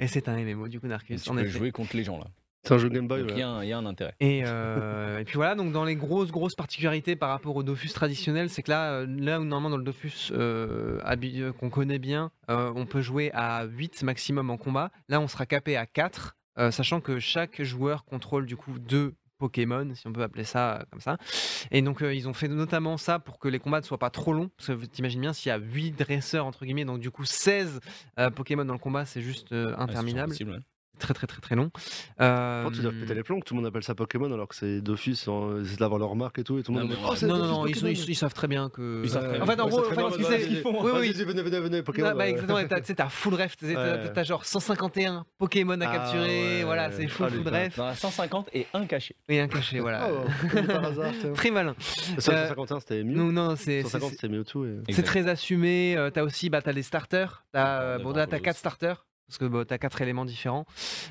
Speaker 5: et c'est un MMO du coup,
Speaker 1: Et
Speaker 5: Narcus.
Speaker 1: tu
Speaker 5: en
Speaker 1: peux
Speaker 5: effet.
Speaker 1: jouer contre les gens là.
Speaker 2: C'est un jeu Game Boy.
Speaker 1: Donc il y,
Speaker 2: ouais.
Speaker 1: a un- il y a un intérêt.
Speaker 5: Et, euh, et puis voilà, donc dans les grosses, grosses particularités par rapport au Dofus traditionnel, c'est que là, euh, là où normalement dans le Dofus euh, habi- euh, qu'on connaît bien, euh, on peut jouer à 8 maximum en combat. Là, on sera capé à 4, euh, sachant que chaque joueur contrôle du coup deux Pokémon, si on peut appeler ça euh, comme ça. Et donc, euh, ils ont fait notamment ça pour que les combats ne soient pas trop longs. Parce que vous t'imagines bien, s'il y a 8 dresseurs, entre guillemets, donc du coup 16 euh, Pokémon dans le combat, c'est juste euh,
Speaker 1: Ouais, Ah, c'est
Speaker 5: interminable.
Speaker 1: possible, ouais.
Speaker 5: très, très, très, très long. Euh,
Speaker 2: Par contre, ils doivent péter les plombs, que tout le monde appelle ça Pokémon alors que c'est Dofus, hein, ils essaient d'avoir leur marque et tout, et tout le
Speaker 1: Non,
Speaker 2: monde est en
Speaker 1: mais
Speaker 2: mode,
Speaker 1: ouais.
Speaker 2: Oh, c'est
Speaker 5: non, non,
Speaker 2: Dofus
Speaker 5: non, ils,
Speaker 2: Pokémon
Speaker 5: sont- ils sont- ils savent très bien que. euh,
Speaker 1: Ils savent très
Speaker 5: en
Speaker 1: bien.
Speaker 5: fait, en
Speaker 1: Ouais,
Speaker 5: gros,
Speaker 1: ça fait
Speaker 5: en fait,
Speaker 1: mal,
Speaker 5: ils
Speaker 1: ouais,
Speaker 5: savent-
Speaker 1: ouais,
Speaker 5: ils
Speaker 1: ouais.
Speaker 5: font-
Speaker 2: Vas-y,
Speaker 5: Oui, oui.
Speaker 2: oh, vas-y, venez, venez, venez, Pokémon.
Speaker 5: Non, bah,
Speaker 2: euh.
Speaker 5: exactement, et t'as tu sais, t'as full ref, t'as- t'as
Speaker 2: Ouais.
Speaker 5: t'as genre 151 Pokémon à
Speaker 2: Ah
Speaker 5: capturer,
Speaker 2: ouais.
Speaker 5: voilà, c'est full,
Speaker 2: Ah, les
Speaker 5: full
Speaker 2: gars.
Speaker 5: ref,
Speaker 1: Dans la 150 et un cachet.
Speaker 5: et un cachet, voilà.
Speaker 2: Oh, comme par hasard, tiens.
Speaker 5: Très malin.
Speaker 2: 151, c'était Mew.
Speaker 5: Non, non, c'est. c'est-
Speaker 2: 150,
Speaker 5: c'est-
Speaker 2: c'était Mewtwo. et-
Speaker 5: C'est très assumé. euh, t'as aussi, bah, t'as les starters. T'as, euh,
Speaker 1: Ouais,
Speaker 5: bon,
Speaker 1: on
Speaker 5: là,
Speaker 1: adore
Speaker 5: t'as
Speaker 1: les
Speaker 5: 4 starters. Parce que bah, t'as 4 éléments différents.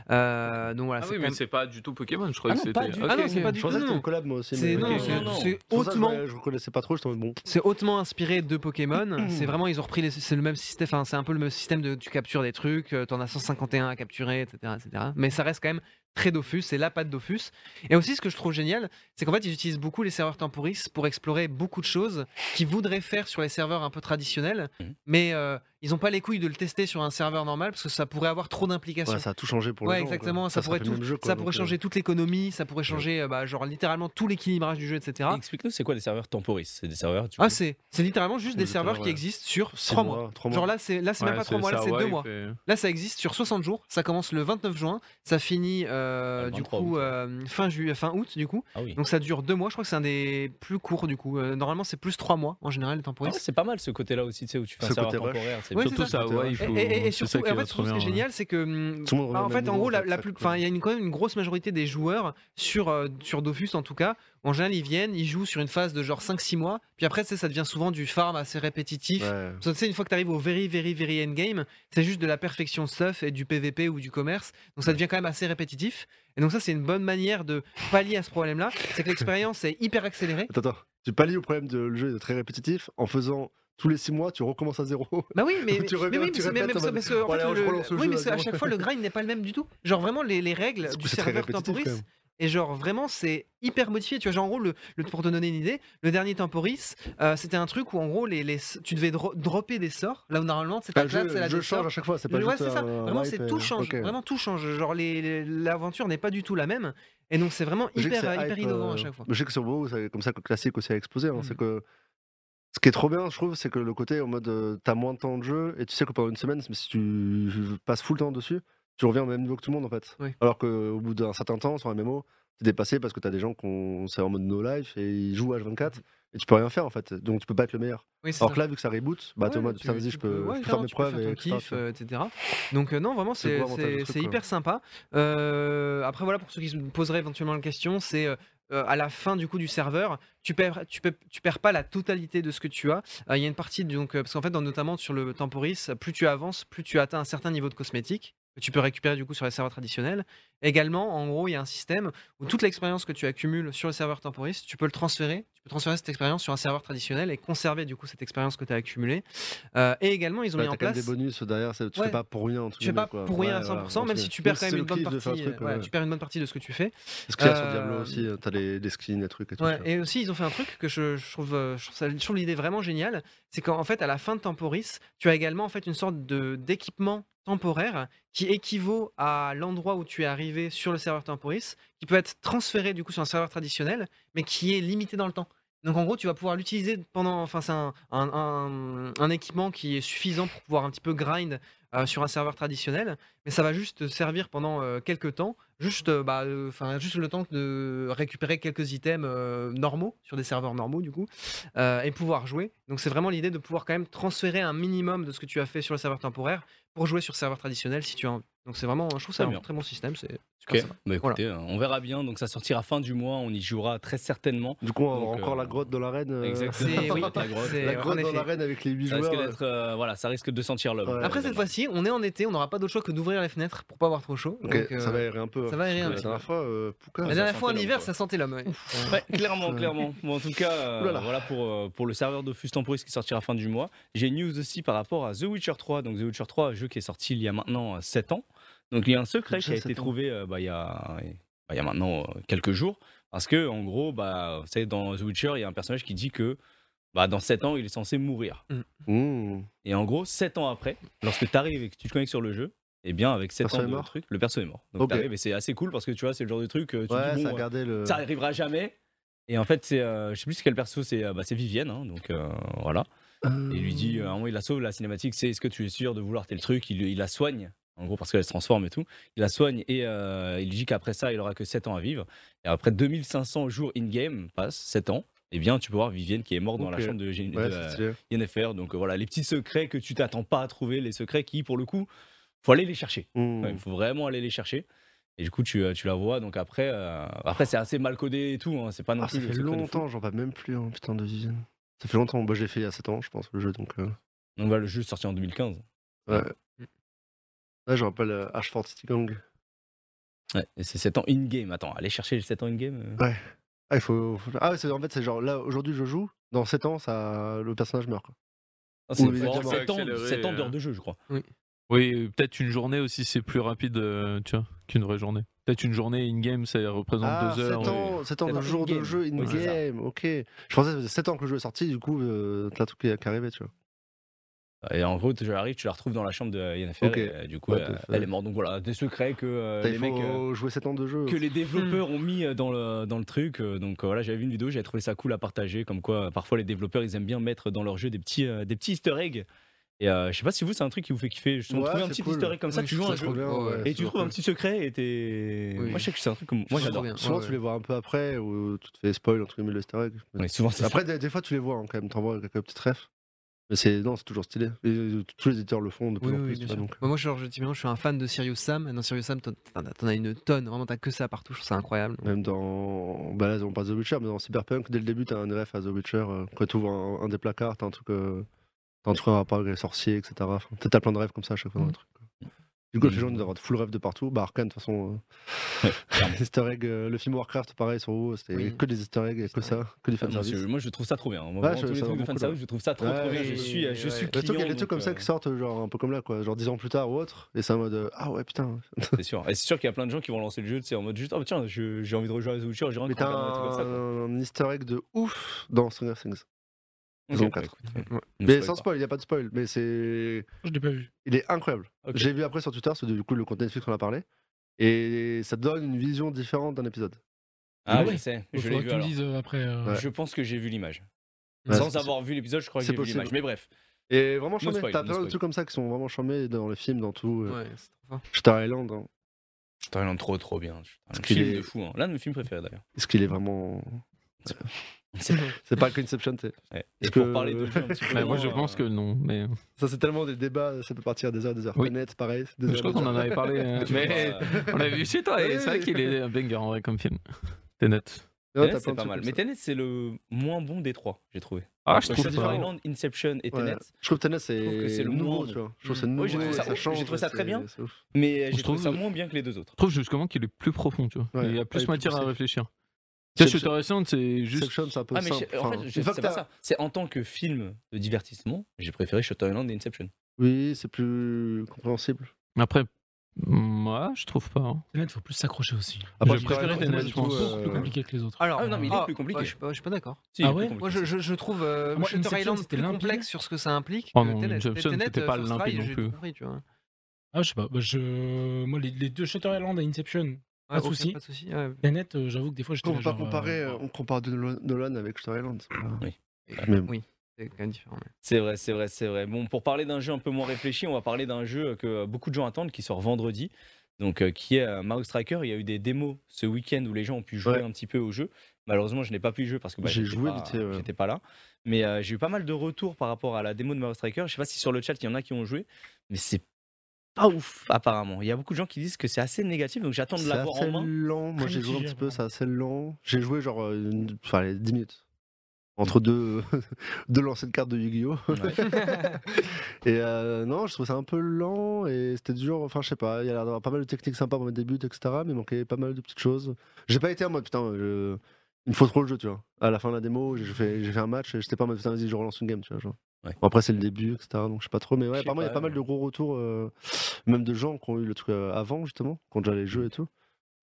Speaker 5: Euh, donc voilà,
Speaker 4: Ah
Speaker 5: c'est
Speaker 4: oui,
Speaker 5: quand
Speaker 4: mais
Speaker 5: même-
Speaker 4: c'est pas du tout Pokémon, je crois
Speaker 1: Ah
Speaker 4: que
Speaker 1: non,
Speaker 4: c'était.
Speaker 1: pas du-
Speaker 4: Ok,
Speaker 5: Ah non,
Speaker 4: ok.
Speaker 5: c'est pas du
Speaker 2: Je
Speaker 5: tout.
Speaker 2: pensais que
Speaker 5: non,
Speaker 2: c'était une
Speaker 5: non.
Speaker 2: collab, moi aussi. mais-
Speaker 5: C'est- non,
Speaker 2: Ok.
Speaker 1: c'est- non, non.
Speaker 5: c'est
Speaker 2: C'est pour ça que
Speaker 5: hautement
Speaker 2: Je je reconnaissais pas trop, j'étais en mode bon.
Speaker 5: C'est hautement inspiré de Pokémon. c'est vraiment, ils ont repris, les- c'est le même système, enfin, c'est un peu le même système de tu captures des trucs, euh, t'en as 151 à capturer, etc., etc. Mais ça reste quand même très Dofus, c'est la patte Dofus. Et aussi, ce que je trouve génial, c'est qu'en fait, ils utilisent beaucoup les serveurs temporis pour explorer beaucoup de choses qu'ils voudraient faire sur les serveurs un peu traditionnels,
Speaker 2: Mm.
Speaker 1: Mhm.
Speaker 5: mais euh, ils ont pas les couilles de le tester sur un serveur normal parce que ça pourrait avoir trop d'implications.
Speaker 2: Ouais, ça a tout changé pour
Speaker 5: Ouais,
Speaker 2: les gens. quoi.
Speaker 5: exactement, ça,
Speaker 2: sera
Speaker 5: pourrait
Speaker 2: plus le
Speaker 5: tout,
Speaker 2: même jeu, quoi,
Speaker 5: ça
Speaker 2: donc,
Speaker 5: pourrait
Speaker 2: euh,
Speaker 5: changer toute l'économie, ça pourrait changer, euh, bah, genre littéralement tout l'équilibrage du jeu, etc.
Speaker 1: Explique-nous, c'est quoi les serveurs temporis C'est des serveurs. du
Speaker 5: Ah,
Speaker 1: coup-
Speaker 5: c'est c'est littéralement juste des
Speaker 2: Des
Speaker 5: serveurs
Speaker 2: serveurs,
Speaker 5: qui
Speaker 2: ouais.
Speaker 5: existent sur
Speaker 2: six
Speaker 5: 3 mois.
Speaker 2: trois
Speaker 5: Genre
Speaker 2: mois.
Speaker 5: là, c'est là c'est
Speaker 4: Ouais,
Speaker 5: même pas 3 mois, là
Speaker 4: ça,
Speaker 5: c'est
Speaker 4: ouais,
Speaker 5: 2
Speaker 4: il
Speaker 5: mois.
Speaker 4: fait-
Speaker 5: Là ça existe sur 60 jours, ça commence le 29 juin, ça finit euh,
Speaker 1: Ah, le
Speaker 5: du
Speaker 1: 23
Speaker 5: coup
Speaker 1: août.
Speaker 5: euh, fin juillet fin août du coup.
Speaker 1: Ah oui.
Speaker 5: Donc ça dure 2 mois, je crois que c'est un des plus courts du coup. Euh, normalement c'est plus 3 mois en général les
Speaker 1: Ah ouais,
Speaker 5: temporaires.
Speaker 1: c'est pas mal ce côté-là aussi, tu sais, où tu fais un
Speaker 2: Ce
Speaker 1: serveur
Speaker 2: côté rush.
Speaker 1: temporaire. c'est
Speaker 5: Ouais,
Speaker 1: bien.
Speaker 4: Surtout
Speaker 5: c'est ça.
Speaker 4: ça, ouais, il faut.
Speaker 5: et, et- et
Speaker 4: Ah, c'est
Speaker 5: surtout,
Speaker 4: ça qui hein.
Speaker 5: et en
Speaker 4: va
Speaker 5: fait,
Speaker 4: être
Speaker 5: surtout, ce qui
Speaker 4: bien,
Speaker 5: est
Speaker 4: ouais.
Speaker 5: génial, c'est que hum,
Speaker 2: Tout le monde revient
Speaker 5: Bah,
Speaker 2: au
Speaker 5: en
Speaker 2: même
Speaker 5: fait, en
Speaker 2: niveau,
Speaker 5: gros, la, la
Speaker 2: ça,
Speaker 5: plus,
Speaker 2: c'est cool.
Speaker 5: enfin, il y a une, quand même une grosse majorité des joueurs sur, euh, sur Dofus, en tout cas. En général, ils viennent, ils jouent sur une phase de genre 5-6 mois. Puis après, tu sais, ça devient souvent du farm assez répétitif.
Speaker 2: Ouais.
Speaker 5: Parce que, tu sais, une fois que tu arrives au very, very, very endgame, c'est juste de la perfection stuff et du PVP ou du commerce. Donc ça devient quand même assez répétitif. Et donc, ça, c'est une bonne manière de pallier à ce problème-là. C'est que l'expérience est hyper accélérée.
Speaker 2: Attends, attends. Tu pallies au problème de le jeu est très répétitif en faisant tous les 6 mois, tu recommences à zéro.
Speaker 5: Bah oui, mais,
Speaker 2: Tu
Speaker 5: mais
Speaker 2: reviens,
Speaker 5: oui,
Speaker 2: tu
Speaker 5: mais- mais-
Speaker 2: répètes,
Speaker 5: mais-
Speaker 2: ça va-
Speaker 5: parce que, en
Speaker 2: Bon, allez,
Speaker 5: fait,
Speaker 2: je
Speaker 5: le-
Speaker 2: relance le
Speaker 5: oui,
Speaker 2: jeu,
Speaker 5: mais c'est- à
Speaker 2: c'est
Speaker 5: chaque
Speaker 2: bon.
Speaker 5: fois, le grind n'est pas le même du tout. Genre, vraiment, les, les règles
Speaker 2: C'est
Speaker 5: du
Speaker 2: c'est très
Speaker 5: serveur
Speaker 2: répétitif, quand
Speaker 5: temporis,
Speaker 2: même.
Speaker 5: et genre vraiment c'est hyper modifié tu vois genre en gros le, le- pour te donner une idée le dernier temporis euh, c'était un truc où en gros les, les- tu devais dro- dropper des sorts Bah, là où normalement c'est ta
Speaker 2: Le
Speaker 5: classe
Speaker 2: jeu-
Speaker 5: elle a
Speaker 2: le jeu
Speaker 5: des
Speaker 2: Bah,
Speaker 5: sorts.
Speaker 2: change à chaque fois, c'est pas
Speaker 5: Ouais,
Speaker 2: juste
Speaker 5: c'est ça.
Speaker 2: un
Speaker 5: vraiment
Speaker 2: wipe
Speaker 5: c'est
Speaker 2: et-
Speaker 5: tout change
Speaker 2: ok.
Speaker 5: vraiment tout change genre les- les- l'aventure n'est pas du tout la même et donc c'est vraiment
Speaker 2: Je sais que
Speaker 5: hyper
Speaker 2: c'est
Speaker 5: hyper
Speaker 2: hype,
Speaker 5: innovant à
Speaker 2: euh,
Speaker 5: chaque fois
Speaker 2: Je sais que sur WoW, c'est comme ça que le classique aussi a explosé. hein,
Speaker 5: Mm.
Speaker 2: C'est que ce qui est trop bien, je trouve, c'est que le côté en mode euh, t'as moins de temps de jeu et tu sais que pendant une semaine, si tu passes full temps dessus, tu reviens au même niveau que tout le monde en fait.
Speaker 5: Oui.
Speaker 2: Alors qu'au bout d'un certain temps, sur un MMO, t'es dépassé parce que t'as des gens qui ont- c'est en mode no life et ils jouent H24 et tu peux rien faire en fait. Donc tu peux pas être le meilleur.
Speaker 5: Oui, Mmh. c'est
Speaker 2: Alors
Speaker 5: ça.
Speaker 2: que là, vu que ça reboot, bah t'es en
Speaker 5: Ouais,
Speaker 2: mode
Speaker 5: tu-
Speaker 2: putain, vas-y,
Speaker 5: tu
Speaker 2: je peux,
Speaker 5: ouais,
Speaker 2: je peux faire
Speaker 5: clairement,
Speaker 2: mes
Speaker 5: tu peux
Speaker 2: preuves et
Speaker 5: ton
Speaker 2: etc., tu
Speaker 5: kiff,
Speaker 2: vois.
Speaker 5: euh, etc. Donc, euh, non, vraiment,
Speaker 2: C'est
Speaker 5: c'est
Speaker 2: quoi, avantage,
Speaker 5: c'est-
Speaker 2: le truc,
Speaker 5: c'est
Speaker 2: quoi.
Speaker 5: hyper sympa. Euh, après, voilà, pour ceux qui se poseraient éventuellement la question, c'est. euh, euh, à la fin du coup du serveur, tu perds, tu, peux- tu perds pas la totalité de ce que tu as. Euh, Il y a une partie donc euh, parce qu'en fait dans- notamment sur le temporis, plus tu avances, plus tu atteins un certain niveau de cosmétique que tu peux récupérer du coup sur les serveurs traditionnels. Également, en gros, il y a un système où toute l'expérience que tu accumules sur le serveur temporis, tu peux le transférer, tu peux transférer cette expérience sur un serveur traditionnel et conserver du coup cette expérience que tu as accumulée. Euh, et également, ils ont
Speaker 2: Ouais,
Speaker 5: mis en
Speaker 2: t'as quand même
Speaker 5: place
Speaker 2: des bonus derrière, ça- tu
Speaker 5: Ouais.
Speaker 2: fais pas pour rien. entre
Speaker 5: tu fais pas
Speaker 2: guillemets, quoi.
Speaker 5: pour rien à
Speaker 2: Ouais,
Speaker 5: 100%,
Speaker 2: voilà,
Speaker 5: même
Speaker 2: parce
Speaker 5: si tu
Speaker 2: que
Speaker 5: perds
Speaker 2: c'est
Speaker 5: quand même
Speaker 2: le
Speaker 5: une bonne
Speaker 2: kiff de
Speaker 5: partie.
Speaker 2: faire ce
Speaker 5: euh,
Speaker 2: truc,
Speaker 5: ouais,
Speaker 2: ouais.
Speaker 5: Tu perds une bonne partie de ce que tu fais.
Speaker 2: Parce qu'il y a sur Diablo
Speaker 5: Euh,
Speaker 2: aussi, euh, t'as les, les skins, les trucs et tout.
Speaker 5: Ouais,
Speaker 2: tu vois.
Speaker 5: et aussi, ils ont fait un truc que je, je trouve, euh, je trouve, ça- je trouve l'idée vraiment géniale. C'est qu'en en fait, à la fin de Temporis, tu as également en fait une sorte de d'équipement temporaire qui équivaut à l'endroit où tu es arrivé sur le serveur Temporis, qui peut être transféré du coup sur un serveur traditionnel, mais qui est limité dans le temps. Donc en gros, tu vas pouvoir l'utiliser pendant. Enfin, c'est un, un, un- un équipement qui est suffisant pour pouvoir un petit peu grind euh, sur un serveur traditionnel, mais ça va juste te servir pendant euh, quelques temps, juste, euh, bah, euh, 'fin, juste le temps de récupérer quelques items euh, normaux sur des serveurs normaux du coup, euh, et pouvoir jouer. Donc c'est vraiment l'idée de pouvoir quand même transférer un minimum de ce que tu as fait sur le serveur temporaire pour jouer sur serveur traditionnel si tu as envie. Donc c'est vraiment, je trouve ça
Speaker 1: Très
Speaker 5: un
Speaker 1: bien.
Speaker 5: très bon système. C'est super
Speaker 1: Ok,
Speaker 5: sympa.
Speaker 1: bah écoutez, euh, on verra bien. Donc ça sortira fin du mois, on y jouera très certainement.
Speaker 2: Du coup, on va avoir
Speaker 1: Donc, euh,
Speaker 2: encore la grotte dans l'arène. euh,
Speaker 1: Exactement.
Speaker 5: C'est- oui,
Speaker 1: la grotte.
Speaker 5: c'est-
Speaker 2: La
Speaker 5: en
Speaker 2: grotte dans
Speaker 5: effet.
Speaker 2: l'arène avec les 8
Speaker 1: Ça risque
Speaker 2: joueurs.
Speaker 1: d'être, euh, voilà, ça risque de sentir l'homme.
Speaker 2: Ouais.
Speaker 5: Après cette fois-ci, on est en été, on n'aura pas d'autre choix que d'ouvrir les fenêtres pour pas avoir trop chaud.
Speaker 2: Ok,
Speaker 5: Donc, euh,
Speaker 2: ça va errer un peu.
Speaker 5: ça va errer un
Speaker 2: La
Speaker 5: petit
Speaker 2: dernière fois, euh, Puka,
Speaker 5: la
Speaker 1: ça
Speaker 5: dernière fois en
Speaker 1: sentait
Speaker 5: hiver,
Speaker 1: l'homme,
Speaker 5: ça sentait l'homme. ouais.
Speaker 1: Ouais, clairement, clairement. Bon, en tout cas, euh,
Speaker 2: Euh. Oulala.
Speaker 1: voilà pour, euh, pour le serveur Dofus Temporis qui sortira fin du mois. J'ai une news aussi par rapport à The Witcher 3. Donc, The Witcher 3, un jeu qui est sorti il y a maintenant euh, 7 ans. Donc, il y a un secret
Speaker 2: Déjà
Speaker 1: qui a
Speaker 2: 7
Speaker 1: été
Speaker 2: ans.
Speaker 1: trouvé euh, bah, il, y a, bah, il y a maintenant euh, quelques jours. Parce que, en gros, bah, vous savez, dans The Witcher, il y a un personnage qui dit que bah, dans 7 ans, il est censé mourir.
Speaker 2: Mmh.
Speaker 1: Et en gros, 7 ans après, lorsque tu arrives et que tu te connectes sur le jeu, eh bien, avec 7
Speaker 2: Perso
Speaker 1: ans
Speaker 2: est
Speaker 1: de
Speaker 2: mort
Speaker 1: truc, le perso est mort. Donc,
Speaker 2: Ok.
Speaker 1: t'arrives et c'est assez cool parce que tu vois, c'est le genre de truc. euh, Tu
Speaker 2: Ouais,
Speaker 1: dis, bon,
Speaker 2: ça
Speaker 1: euh,
Speaker 2: gardait le.
Speaker 1: ça arrivera jamais. Et en fait, c'est, euh, je sais plus c'est quel perso, c'est euh, bah, c'est Vivienne, hein, donc euh, voilà. Et il lui dit, euh, à un moment, il la sauve, la cinématique, c'est est-ce que tu es sûr de vouloir tel truc il, il la soigne, en gros, parce qu'elle se transforme et tout. Il la soigne et euh, il dit qu'après ça, il aura que 7 ans à vivre. Et après 2500 jours in-game, passent 7 ans, et bien tu peux voir Vivienne qui est morte dans la
Speaker 2: Ok.
Speaker 1: chambre de, Gén-
Speaker 2: Ouais,
Speaker 1: de,
Speaker 2: c'est
Speaker 1: euh,
Speaker 2: stylé.
Speaker 1: Yennefer. Donc euh, voilà, les petits secrets que tu t'attends pas à trouver, les secrets qui, pour le coup, faut aller les chercher.
Speaker 2: Mmh.
Speaker 1: Ouais, Il faut vraiment aller les chercher. Et du coup, tu, euh, tu la vois. Donc après, euh, après c'est assez mal codé et tout. hein, C'est pas non
Speaker 2: Ah,
Speaker 1: plus
Speaker 2: ça
Speaker 1: le
Speaker 2: fait
Speaker 1: secret de fou.
Speaker 2: longtemps, j'en parle même plus, hein, putain de Vivienne. Ça fait longtemps, bah, je l'ai fait il y a 7 ans, je pense, le jeu, donc. euh,
Speaker 1: Donc voilà, le jeu est sorti en 2015.
Speaker 2: Là, je rappelle euh, Ashford City Gang.
Speaker 1: Ouais, et c'est 7 ans in-game. Attends, aller chercher les 7 ans in-game. euh.
Speaker 2: Ah, il faut. faut- Ah, ouais, c'est- en fait, c'est genre, là, aujourd'hui, je joue, dans 7 ans, ça... le personnage meurt. quoi.
Speaker 1: Non, C'est
Speaker 2: Oui,
Speaker 1: fort,
Speaker 2: évidemment.
Speaker 1: 7 ans,
Speaker 4: Accéléré,
Speaker 1: 7 ans
Speaker 4: euh.
Speaker 1: d'heures de jeu, je crois.
Speaker 4: Oui, euh, peut-être une journée aussi, c'est plus rapide euh, tu vois, qu'une vraie journée. Peut-être une journée in-game, ça représente
Speaker 2: Ah,
Speaker 4: deux heures.
Speaker 2: 7 ans, 7 ans
Speaker 1: Sept
Speaker 2: de
Speaker 1: ans
Speaker 2: jour de
Speaker 1: in-game.
Speaker 2: jeu
Speaker 1: Oui, c'est ça.
Speaker 2: in-game, ok. Je pensais que ça faisait 7 ans que le jeu est sorti, du coup, euh, t'as tout qui est qui arrivait, tu vois.
Speaker 1: Et en gros, tu arrives, tu la retrouves dans la chambre de Yennefer.
Speaker 2: Ok.
Speaker 1: et, euh, du coup,
Speaker 2: What
Speaker 1: euh,
Speaker 2: the fuck.
Speaker 1: elle est morte. Donc voilà, des secrets que euh,
Speaker 2: Putain,
Speaker 1: les
Speaker 2: il
Speaker 1: mecs.
Speaker 2: faut
Speaker 1: euh,
Speaker 2: jouer 7 ans de jeu.
Speaker 1: que les développeurs ont mis euh, dans le, dans le truc. Euh, Donc euh, voilà, j'avais vu une vidéo, j'avais trouvé ça cool à partager, comme quoi euh, parfois les développeurs ils aiment bien mettre dans leur jeu des petits, euh, des petits easter eggs. Et euh, je sais pas si vous, c'est un truc qui vous fait kiffer. Je
Speaker 2: Ouais,
Speaker 1: trouve un
Speaker 2: c'est
Speaker 1: petit
Speaker 2: cool. Ah
Speaker 1: easter egg comme ça,
Speaker 5: Oui,
Speaker 1: tu
Speaker 5: je
Speaker 1: joues à
Speaker 5: trouve
Speaker 1: un
Speaker 5: ça
Speaker 1: jeu
Speaker 5: trop bien, ouais,
Speaker 1: et tu trouves un petit secret et t'es.
Speaker 5: Oui.
Speaker 1: Moi je sais que c'est un truc que moi
Speaker 5: C'est trop
Speaker 1: j'adore.
Speaker 5: bien,
Speaker 2: Souvent,
Speaker 5: ouais,
Speaker 2: tu les vois un peu après, ou tu te fais spoil, entre guillemets, le easter egg.
Speaker 1: Ouais, souvent c'est
Speaker 2: Après, des, des fois, tu les vois hein, quand même, t'envoies quelques petites refs. Mais c'est, non, c'est toujours stylé. Et, euh, tous les éditeurs le font de plus
Speaker 5: Oui,
Speaker 2: en
Speaker 5: oui,
Speaker 2: plus.
Speaker 5: bien
Speaker 2: tu vois,
Speaker 5: sûr.
Speaker 2: donc.
Speaker 5: Bah, moi, je, genre, je- typiquement, je suis un fan de Sirius Sam. Dans Sirius Sam, t'en t'en as- t'en as une tonne. Vraiment, t'as que ça partout. Je trouve ça incroyable.
Speaker 2: Même dans. Bah là, on parle de The Witcher, mais dans Cyberpunk, dès le début, t'as un ref à The Witcher. euh, quand tu ouvres un, un des placards, t'as un truc. euh, t'as un truc en rapport avec les sorciers, etc. Enfin, t'as- t'as plein de rêves comme ça à chaque fois dans
Speaker 1: Mm.
Speaker 2: le truc. quoi. Du coup,
Speaker 1: Mhm.
Speaker 2: les gens d'avoir de full rêve de partout. Bah, Arkane, de toute façon. euh, Easter egg, euh, le film Warcraft, pareil, sur WoW, c'était
Speaker 5: Oui.
Speaker 2: que des Easter eggs et que
Speaker 5: Easter
Speaker 2: ça, que du
Speaker 1: Ah, moi,
Speaker 2: fanservice.
Speaker 1: c'est- moi, je trouve ça trop bien. Moi,
Speaker 2: Ouais,
Speaker 1: vraiment,
Speaker 2: je-
Speaker 1: tous les
Speaker 2: ça
Speaker 1: trucs
Speaker 2: vaut
Speaker 1: de
Speaker 2: beaucoup,
Speaker 1: fanservice,
Speaker 2: là.
Speaker 1: je trouve ça trop,
Speaker 2: Ouais,
Speaker 1: trop
Speaker 2: oui,
Speaker 1: bien.
Speaker 2: oui,
Speaker 1: Je suis,
Speaker 5: oui,
Speaker 1: je suis
Speaker 5: ouais.
Speaker 2: Le truc, il y a
Speaker 1: client,
Speaker 2: des trucs
Speaker 1: donc,
Speaker 2: comme ça
Speaker 1: euh,
Speaker 2: qui sortent, genre un peu comme là, quoi. Genre 10 ans plus tard ou autre, et c'est en mode euh, Ah ouais, putain.
Speaker 1: C'est sûr. Et c'est sûr qu'il y a plein de gens qui vont lancer le jeu, tu sais, en mode juste, oh tiens, je- j'ai envie de rejouer à The Witcher, j'ai rien
Speaker 2: Mais t'as
Speaker 1: regardant un truc comme ça, quoi.
Speaker 2: un, un Easter egg de ouf dans Stranger Things.
Speaker 1: Ok,
Speaker 2: Saison
Speaker 1: bah,
Speaker 2: quatre.
Speaker 1: écoute, ouais. Ne
Speaker 2: Mais
Speaker 1: spoil
Speaker 2: sans
Speaker 1: pas.
Speaker 2: spoil, il a pas de spoil, mais c'est.
Speaker 3: Je l'ai pas vu.
Speaker 2: Il est incroyable.
Speaker 1: Ok.
Speaker 2: J'ai vu après sur Twitter, c'est du coup le contenu Netflix qu'on a parlé. Et ça donne une vision différente d'un épisode.
Speaker 1: Ah
Speaker 3: Ah
Speaker 1: oui,
Speaker 3: oui.
Speaker 1: c'est.
Speaker 3: Il
Speaker 1: Je l'ai
Speaker 3: faudra que
Speaker 1: vu
Speaker 3: tu me
Speaker 1: alors.
Speaker 3: dises euh, après. euh,
Speaker 2: Ouais.
Speaker 1: Je pense que j'ai vu l'image.
Speaker 2: Ouais,
Speaker 1: Sans
Speaker 2: c'est
Speaker 1: avoir vu l'épisode, je crois que
Speaker 2: C'est
Speaker 1: j'ai vu
Speaker 2: possible.
Speaker 1: l'image. Mais bref.
Speaker 2: Et vraiment charmé.
Speaker 1: spoil,
Speaker 2: T'as
Speaker 1: no
Speaker 2: plein de
Speaker 1: spoil.
Speaker 2: trucs comme ça qui sont vraiment charmés dans le film, dans tout. euh,
Speaker 5: Ouais, c'est trop fort.
Speaker 2: Shutter Island. hein.
Speaker 1: Storyland trop trop bien. Un
Speaker 2: qu'il
Speaker 1: film
Speaker 2: est-
Speaker 1: de fou. hein. L'un de mes films préférés d'ailleurs.
Speaker 2: Est-ce qu'il est vraiment.
Speaker 1: C'est-
Speaker 2: C'est pas Conception, tu sais.
Speaker 1: Ouais. Et
Speaker 2: Parce
Speaker 1: pour
Speaker 2: que-
Speaker 1: parler de jeu un petit peu,
Speaker 4: Bah, moi,
Speaker 1: non,
Speaker 4: je pense
Speaker 1: euh,
Speaker 4: que non, mais
Speaker 2: Ça, c'est tellement des débats, ça peut partir à des heures, des heures.
Speaker 4: Oui.
Speaker 2: Planète, pareil. c'est des
Speaker 4: je
Speaker 2: heures,
Speaker 4: crois
Speaker 2: des
Speaker 4: qu'on
Speaker 2: heures.
Speaker 4: en avait parlé. euh, mais
Speaker 1: euh,
Speaker 4: on l'avait vu chez toi, et c'est vrai qu'il est un banger en vrai comme film. T'es net.
Speaker 2: Non, t'as
Speaker 1: Tenet,
Speaker 2: plein
Speaker 1: c'est
Speaker 2: de
Speaker 1: pas
Speaker 2: trucs
Speaker 1: mal.
Speaker 2: comme
Speaker 1: Mais
Speaker 2: ça.
Speaker 1: Tenet, c'est le moins bon des trois, j'ai trouvé.
Speaker 4: Ah, je
Speaker 3: Bah,
Speaker 1: Entre
Speaker 4: trouve
Speaker 1: Shutter
Speaker 4: pas.
Speaker 1: Island, Inception et
Speaker 2: Ouais.
Speaker 1: Tenet.
Speaker 2: Je trouve que Tenet,
Speaker 1: trouve que
Speaker 2: c'est
Speaker 1: c'est le
Speaker 2: nouveau,
Speaker 1: moins,
Speaker 2: tu vois. Je trouve que c'est
Speaker 5: Mm.
Speaker 2: nouveau,
Speaker 1: Mmh. Oui, j'ai trouvé
Speaker 2: ça,
Speaker 1: ça ouf,
Speaker 2: change.
Speaker 1: j'ai trouvé ça
Speaker 2: c'est-
Speaker 1: très bien. Ah,
Speaker 2: c'est ouf.
Speaker 1: Mais
Speaker 4: Je
Speaker 1: j'ai trouvé ça
Speaker 4: trouve-
Speaker 1: moins bien que les deux autres.
Speaker 4: Je trouve justement qu'il est plus profond, tu vois.
Speaker 2: Ouais.
Speaker 4: Il y a plus
Speaker 2: Ouais,
Speaker 4: matière
Speaker 2: plus
Speaker 4: à
Speaker 2: safe.
Speaker 4: réfléchir. Tu vois,
Speaker 2: Safe-
Speaker 4: Shutter Island, c'est juste.
Speaker 2: Inception, c'est un peu
Speaker 1: Ah mais
Speaker 2: simple.
Speaker 1: j'ai- en
Speaker 2: enfin,
Speaker 1: fait, je-
Speaker 2: une fois que
Speaker 1: c'est pas
Speaker 2: t'as-
Speaker 1: ça. C'est en tant que film de divertissement, j'ai préféré Shutter Island et Inception.
Speaker 2: Oui, c'est plus compréhensible.
Speaker 4: Mais Après, moi, je trouve pas. hein.
Speaker 3: Tenet, faut plus s'accrocher aussi.
Speaker 4: Après,
Speaker 2: je
Speaker 4: préférais
Speaker 2: préfère
Speaker 4: Tenet,
Speaker 2: Tenet,
Speaker 4: je
Speaker 2: du coup,
Speaker 4: pense.
Speaker 2: euh,
Speaker 3: Beaucoup plus compliqué que les autres.
Speaker 5: Alors,
Speaker 1: Ah non, mais il est
Speaker 5: ah,
Speaker 1: plus compliqué.
Speaker 5: ouais, je suis pas- je suis pas d'accord.
Speaker 1: Si, il est
Speaker 3: Ah
Speaker 1: plus
Speaker 3: ouais
Speaker 1: compliqué.
Speaker 5: Moi, je, je- je trouve euh,
Speaker 3: Moi,
Speaker 5: Shutter
Speaker 3: Inception,
Speaker 5: Island
Speaker 3: c'était
Speaker 5: plus
Speaker 3: limpide.
Speaker 5: complexe sur ce que ça implique.
Speaker 4: Oh
Speaker 5: que
Speaker 4: non,
Speaker 5: Tenet.
Speaker 4: Inception,
Speaker 5: Tenet,
Speaker 4: c'était pas
Speaker 5: euh, sur ce
Speaker 4: limpide
Speaker 5: travail,
Speaker 4: non
Speaker 5: j'ai
Speaker 4: plus.
Speaker 5: compris, tu vois.
Speaker 3: Ah, je sais pas. bah, je... Moi, les, les deux Shutter Island et Inception,
Speaker 5: Ouais,
Speaker 3: de
Speaker 5: ok,
Speaker 3: souci.
Speaker 5: Pas de souci. ouais.
Speaker 3: Tenet, euh, j'avoue que des fois, j'étais
Speaker 2: On
Speaker 3: là,
Speaker 2: peut pas
Speaker 3: genre, euh,
Speaker 2: comparer, euh, on compare de Nolan- Nolan avec Shutter Island. c'est pas-
Speaker 1: Oui.
Speaker 2: Mais bon.
Speaker 5: Oui, c'est quand même différent. mais-
Speaker 1: C'est vrai, c'est vrai, c'est vrai. Bon, pour parler d'un jeu un peu moins réfléchi, on va parler d'un jeu euh, que beaucoup de gens attendent, qui sort vendredi, donc euh, qui est euh, Mario Striker. Il y a eu des démos ce week-end où les gens ont pu jouer
Speaker 2: Ouais.
Speaker 1: un petit peu au jeu. Malheureusement, je n'ai pas pu y jouer parce que bah,
Speaker 2: J'ai
Speaker 1: j'étais
Speaker 2: joué
Speaker 1: pas-
Speaker 2: vite fait, ouais.
Speaker 1: j'étais pas là. Mais euh, j'ai eu pas mal de retours par rapport à la démo de Mario Striker. Je sais pas si sur le chat il y en a qui ont joué, mais c'est pas ouf apparemment. Il y a beaucoup de gens qui disent que c'est assez négatif, donc j'attends de
Speaker 2: C'est
Speaker 1: l'avoir en
Speaker 2: assez
Speaker 1: main.
Speaker 2: lent. Moi,
Speaker 3: Très
Speaker 2: j'ai joué un
Speaker 3: mitigé,
Speaker 2: petit peu,
Speaker 3: apparemment.
Speaker 2: c'est assez lent. J'ai joué genre euh, une- enfin, les 10 minutes. Entre deux, deux lancers de cartes de Yu-Gi-Oh! et euh, non, je trouve ça un peu lent et c'était dur. Enfin, je sais pas, il y a l'air d'avoir pas mal de techniques sympas pour mes débuts, etc. Mais il manquait pas mal de petites choses. J'ai pas été en mode putain, euh, il me faut trop le jeu, tu vois. À la fin de la démo, j'ai fait, j'ai fait un match et j'étais pas en mode putain, vas-y, je relance une game, tu vois. genre.
Speaker 1: Ouais.
Speaker 2: Bon, après, c'est le début, etc. Donc, je sais pas trop. Mais ouais,
Speaker 1: Je sais
Speaker 2: apparemment, il y a
Speaker 1: pas,
Speaker 2: pas mal
Speaker 1: ouais.
Speaker 2: de gros retours, euh, même de gens qui ont eu le truc euh, avant, justement, qui ont déjà les jeux et tout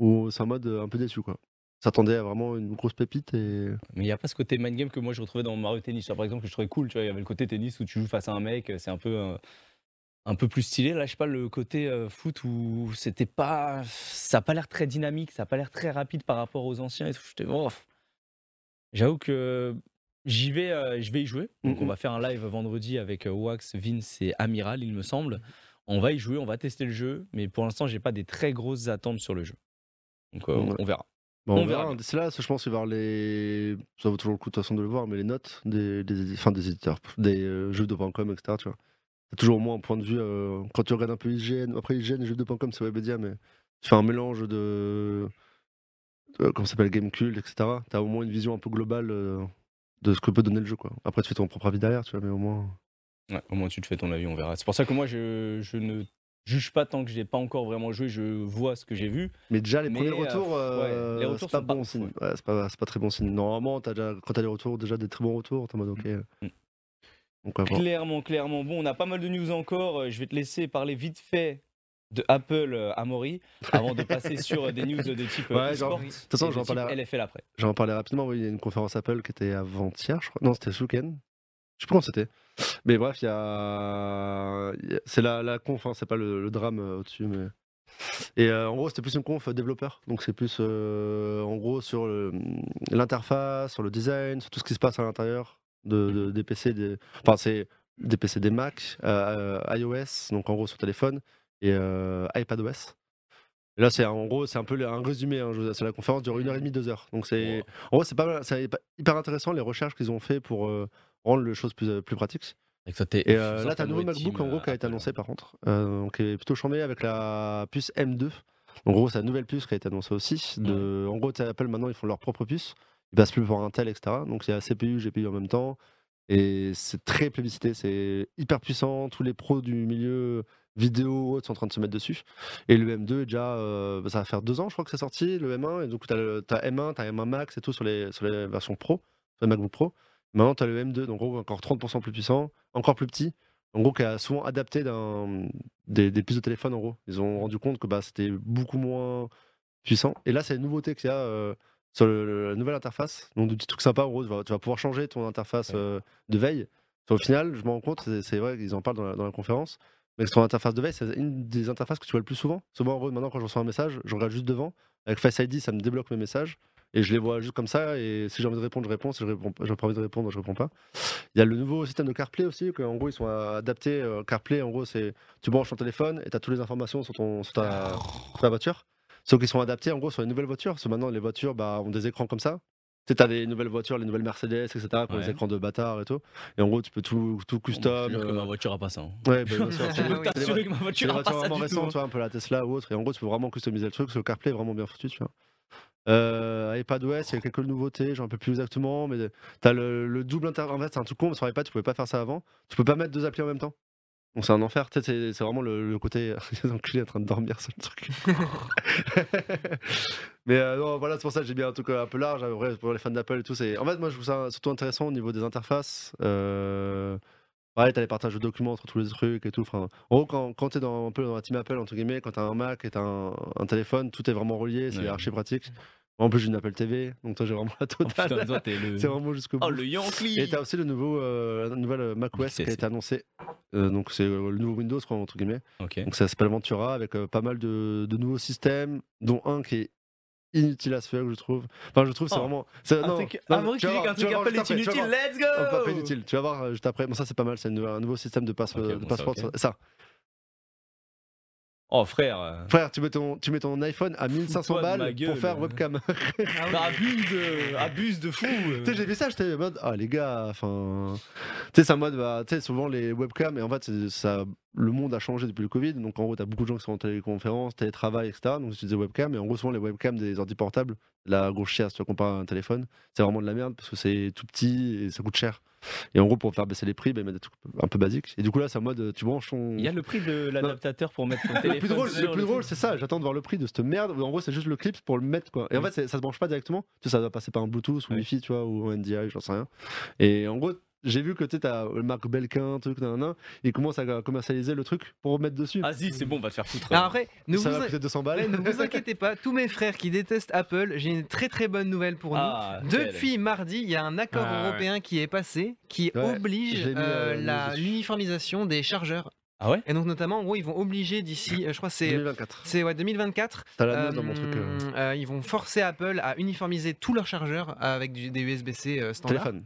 Speaker 2: où c'est un mode euh, un peu déçu quoi. S'attendait à vraiment une grosse pépite et
Speaker 1: Mais il n'y a pas ce côté mind game que moi je retrouvais dans Mario Tennis. Ça, par exemple, que je trouvais cool, tu vois, il y avait le côté tennis où tu joues face à un mec, c'est un peu euh, un peu plus stylé. Là, je sais pas, le côté euh, foot où c'était pas. Ça a pas l'air très dynamique, ça a pas l'air très rapide par rapport aux anciens et tout. J'étais. oh, pff. J'avoue que j'y vais, euh, je vais y jouer. Donc,
Speaker 2: Mhm.
Speaker 1: on va faire un live vendredi avec euh, Wax, Vince et Amiral, il me semble. On va y jouer, on va tester le jeu, mais pour l'instant, j'ai pas des très grosses attentes sur le jeu. Donc, euh, on-
Speaker 2: Ouais.
Speaker 1: on verra.
Speaker 2: Bon,
Speaker 1: On
Speaker 2: on verra.
Speaker 1: verra bien.
Speaker 2: D'ici là, je pense qu'il va y avoir les. Ça vaut toujours le coup de toute façon de le voir, mais les notes des, des, édi- enfin, des éditeurs, des euh, jeux de .com, etc. Tu vois. T'as toujours au moins un point de vue euh, quand tu regardes un peu IGN. Après IGN, et jeux de .com, c'est Webedia, mais tu fais un mélange de. de- comment ça s'appelle Gamecult, etc. T'as au moins une vision un peu globale euh, de ce que peut donner le jeu quoi. Après, tu fais ton propre avis derrière, tu vois, mais au moins.
Speaker 1: Ouais, au moins tu te fais ton avis, on verra. C'est pour ça que moi je, je ne juge pas tant que j'ai pas encore vraiment joué, je vois ce que j'ai vu.
Speaker 2: Mais déjà, les
Speaker 1: Mais,
Speaker 2: premiers
Speaker 1: euh,
Speaker 2: retours, euh,
Speaker 1: ouais, les retours
Speaker 2: c'est pas
Speaker 1: sont pas
Speaker 2: bon
Speaker 1: ouf,
Speaker 2: signe. Ouais, c'est pas, c'est pas très bon signe. Normalement, as déjà, quand t'as des retours, déjà des très bons retours, t'es en mode ok.
Speaker 1: Mm.
Speaker 2: Donc, à voir.
Speaker 1: Clairement, clairement. Bon, on a pas mal de news encore. Euh, Je vais te laisser parler vite fait de Apple euh, à Maury avant de passer sur euh, des news de type euh,
Speaker 2: Ouais, genre,
Speaker 1: e-sport
Speaker 5: de
Speaker 2: toute façon,
Speaker 1: et
Speaker 2: j'en
Speaker 1: type
Speaker 2: parlais à-
Speaker 1: LFL après.
Speaker 2: J'en parlais rapidement, oui, il y a une conférence Apple qui était avant-hier, je crois. Non, c'était ce week-end. Je sais plus quand c'était. Mais bref, il y a. il y a- C'est la, la conf, hein, c'est pas le, le drame euh, au-dessus, mais. Et euh, en gros, c'était plus une conf développeur. Donc, c'est plus euh, en gros sur le- l'interface, sur le design, sur tout ce qui se passe à l'intérieur de, de- des PC. Des... Enfin, c'est des PC, des Mac, euh, euh, iOS, donc en gros sur téléphone, et euh, iPadOS. Et là, c'est en gros, c'est un peu le- un résumé. hein, je vous- c'est la conférence dure une heure et demie, deux heures. Donc, c'est.
Speaker 1: Bon,
Speaker 2: En gros, c'est pas mal- c'est hyper- hyper intéressant les recherches qu'ils ont fait pour euh, rendre les choses plus, euh, plus pratiques.
Speaker 1: avec toi, t'es-
Speaker 2: Et
Speaker 1: je
Speaker 2: euh,
Speaker 1: sens
Speaker 2: là, t'as un
Speaker 1: ta
Speaker 2: nouveau
Speaker 1: Maury team,
Speaker 2: MacBook en gros
Speaker 1: euh,
Speaker 2: qui a été
Speaker 1: Apple.
Speaker 2: annoncé par contre, euh, donc, qui est plutôt chambé avec la puce M2. En gros, c'est la nouvelle puce qui a été annoncée aussi. De, En gros, t'as Apple maintenant, ils font leur propre puce. Ils passent plus par Intel, etc. Donc il y a CPU, GPU en même temps. Et c'est très plébiscité, c'est hyper puissant. Tous les pros du milieu vidéo autres sont en train de se mettre dessus. Et le M2 est déjà, euh, bah, ça va faire deux ans, je crois que c'est sorti, le M1. Et donc t'as le- t'as M1, t'as M1 Max et tout sur les, sur les versions Pro, sur les MacBook Pro. Maintenant, t'as le M2, donc en gros, encore 30% plus puissant, encore plus petit. En gros, qui a souvent adapté d'un- des, des puces de téléphone, en gros. Ils ont rendu compte que bah, c'était beaucoup moins puissant. Et là, c'est une nouveauté qu'il y a euh, sur le- le- la nouvelle interface. Donc, des petits trucs sympas, en gros. Tu vas, tu vas pouvoir changer ton interface
Speaker 1: Ouais.
Speaker 2: euh, de veille. Enfin, au final, je me rends compte, c'est- c'est vrai qu'ils en parlent dans la, dans la conférence, mais que ton interface de veille, c'est une des interfaces que tu vois le plus souvent. Parce que moi, en gros, maintenant, quand je reçois un message, je regarde juste devant. Avec Face ID, ça me débloque mes messages. Et je les vois juste comme ça. Et si j'ai envie de répondre, je réponds. Si je réponds, pas- j'ai pas envie de répondre, je réponds pas. Il y a le nouveau système de CarPlay aussi, que, en gros ils sont euh, adaptés. euh, CarPlay, en gros, c'est tu branches ton téléphone et tu as toutes les informations sur, ton, sur ta, sur ta voiture. Sauf qu'ils sont adaptés en gros sur les nouvelles voitures. Parce que maintenant, les voitures bah, ont des écrans comme ça. Tu sais, t'as les nouvelles voitures, les nouvelles Mercedes, etc., qui ont des
Speaker 1: Ouais.
Speaker 2: écrans de bâtard et tout. Et en gros, tu peux tout, tout custom.
Speaker 1: Mieux que
Speaker 2: euh,
Speaker 1: ma voiture a pas ça. hein.
Speaker 2: Ouais, bah, bien sûr.
Speaker 5: Ah
Speaker 2: c'est- c'est
Speaker 5: oui.
Speaker 2: des
Speaker 1: T'assurer que ma
Speaker 2: c'est des
Speaker 1: voiture a pas
Speaker 2: voitures
Speaker 1: ça
Speaker 2: vraiment
Speaker 1: du tout.
Speaker 2: récentes,
Speaker 1: hein.
Speaker 2: tu vois, un peu la Tesla ou autre. Et en gros, tu peux vraiment customiser le truc. Le CarPlay est vraiment bien foutu, tu vois. Euh, iPadOS, il y a quelques nouveautés, j'en peux plus exactement, mais t'as le, le double inter. En fait, c'est un truc con, parce que sur iPad, tu pouvais pas faire ça avant. Tu peux pas mettre deux applis en même temps. Donc c'est un enfer, tu sais, c'est c'est vraiment le, le côté. Les enculés en train de dormir sur le truc. mais euh, non, voilà, c'est pour ça que j'ai bien un truc euh, un peu large, en vrai, pour les fans d'Apple et tout. c'est- En fait, moi, je trouve ça surtout intéressant au niveau des interfaces. Euh... Pareil, t'as les partages de documents entre tous les trucs et tout. Enfin, en gros, quand, quand t'es dans, un peu dans la team Apple, entre guillemets, quand t'as un Mac et t'as un, un téléphone, tout est vraiment relié, c'est
Speaker 1: Ouais.
Speaker 2: archi pratique. En plus, j'ai une Apple TV, donc toi, j'ai vraiment la
Speaker 1: Oh, putain,
Speaker 2: totale.
Speaker 1: toi, t'es le.
Speaker 2: hein. c'est vraiment jusqu'au bout.
Speaker 1: Oh, le Yankee
Speaker 2: Et t'as aussi le nouveau, euh, la nouvelle euh, macOS qui a
Speaker 1: c'est-
Speaker 2: été annoncée. Euh, donc c'est euh, le nouveau Windows, quoi, entre guillemets.
Speaker 1: Ok.
Speaker 2: Donc ça s'appelle Ventura avec euh, pas mal de, de nouveaux systèmes, dont un qui est inutile à ce fuck, je trouve. Enfin, je trouve c'est
Speaker 1: Oh.
Speaker 2: vraiment. c'est-
Speaker 1: Un
Speaker 2: non,
Speaker 1: truc,
Speaker 2: non,
Speaker 1: un vrai
Speaker 2: tu
Speaker 1: qui
Speaker 2: vas
Speaker 1: dit
Speaker 2: voir,
Speaker 1: qu'un
Speaker 2: tu
Speaker 1: truc
Speaker 2: vas voir
Speaker 1: Apple
Speaker 2: juste
Speaker 1: est
Speaker 2: après, tu vas
Speaker 1: inutile, let's
Speaker 2: voir. Oh, pas, pas
Speaker 1: go
Speaker 2: inutile. Tu vas voir euh, juste après. Bon, ça c'est pas mal, c'est une- un nouveau système de passe, euh,
Speaker 1: Ok,
Speaker 2: de
Speaker 1: bon, ça,
Speaker 2: passeport.
Speaker 1: ok.
Speaker 2: Ça,
Speaker 1: Oh, frère euh,
Speaker 2: frère, tu mets ton, tu mets ton iPhone à 1500
Speaker 1: de ma
Speaker 2: balles pour
Speaker 1: gueule.
Speaker 2: faire webcam.
Speaker 1: bah, abuse, de, abuse de fou euh.
Speaker 2: tu sais, j'ai vu ça, j'étais en mode, ah les gars, enfin. Tu sais, c'est un mode, bah, tu sais, souvent les webcams, et en fait, c'est- ça, le monde a changé depuis le Covid, donc en gros, t'as beaucoup de gens qui sont en téléconférence, télétravail, etc. Donc, tu des webcams, et en gros, souvent les webcams des ordi portables, la grosse chiasse, tu vois, comparé à un téléphone, c'est vraiment de la merde parce que c'est tout petit et ça coûte cher. Et en gros, pour faire baisser les prix, bah, ils mettent des trucs un peu basiques. Et du coup, là, c'est en mode, tu branches ton.
Speaker 1: Il y a le prix de l'adaptateur pour mettre ton téléphone.
Speaker 2: Le plus drôle,
Speaker 1: sur
Speaker 2: le plus drôle,
Speaker 1: truc.
Speaker 2: c'est ça. J'attends de voir le prix de cette merde. où En gros, c'est juste le clip pour le mettre quoi. Et en fait, c'est- ça se branche pas directement. Tu sais, ça doit passer par un Bluetooth ou
Speaker 1: Ouais.
Speaker 2: Wi-Fi, tu vois, ou un NDI, j'en sais rien. Et en gros, j'ai vu que tu sais, t'as le Marc Belkin, truc, nan, ils commencent à commercialiser le truc pour mettre dessus.
Speaker 1: Vas-y, c'est bon, va te faire foutre.
Speaker 5: Alors après, ne vous,
Speaker 2: ça va
Speaker 5: in-
Speaker 2: coûter 200 balles.
Speaker 5: ouais, ne vous inquiétez pas, tous mes frères qui détestent Apple, j'ai une très très bonne nouvelle pour nous.
Speaker 1: Ah, quel-
Speaker 5: Depuis mardi, il y a un accord
Speaker 4: Ah, ouais.
Speaker 5: européen qui est passé qui
Speaker 2: Ouais,
Speaker 5: oblige
Speaker 2: j'ai mis,
Speaker 5: euh,
Speaker 2: euh, le
Speaker 5: la-
Speaker 2: nom dessus.
Speaker 5: l'uniformisation des chargeurs.
Speaker 1: Ah ouais
Speaker 5: Et donc notamment, en gros, ils vont obliger d'ici, euh, je crois que c'est
Speaker 2: 2024.
Speaker 5: c'est, ouais, 2024,
Speaker 2: T'as la
Speaker 5: euh,
Speaker 2: news dans mon truc. euh,
Speaker 5: euh, ils vont forcer Apple à uniformiser tous leurs chargeurs avec du- des USB-C euh, standard.
Speaker 2: Téléphone.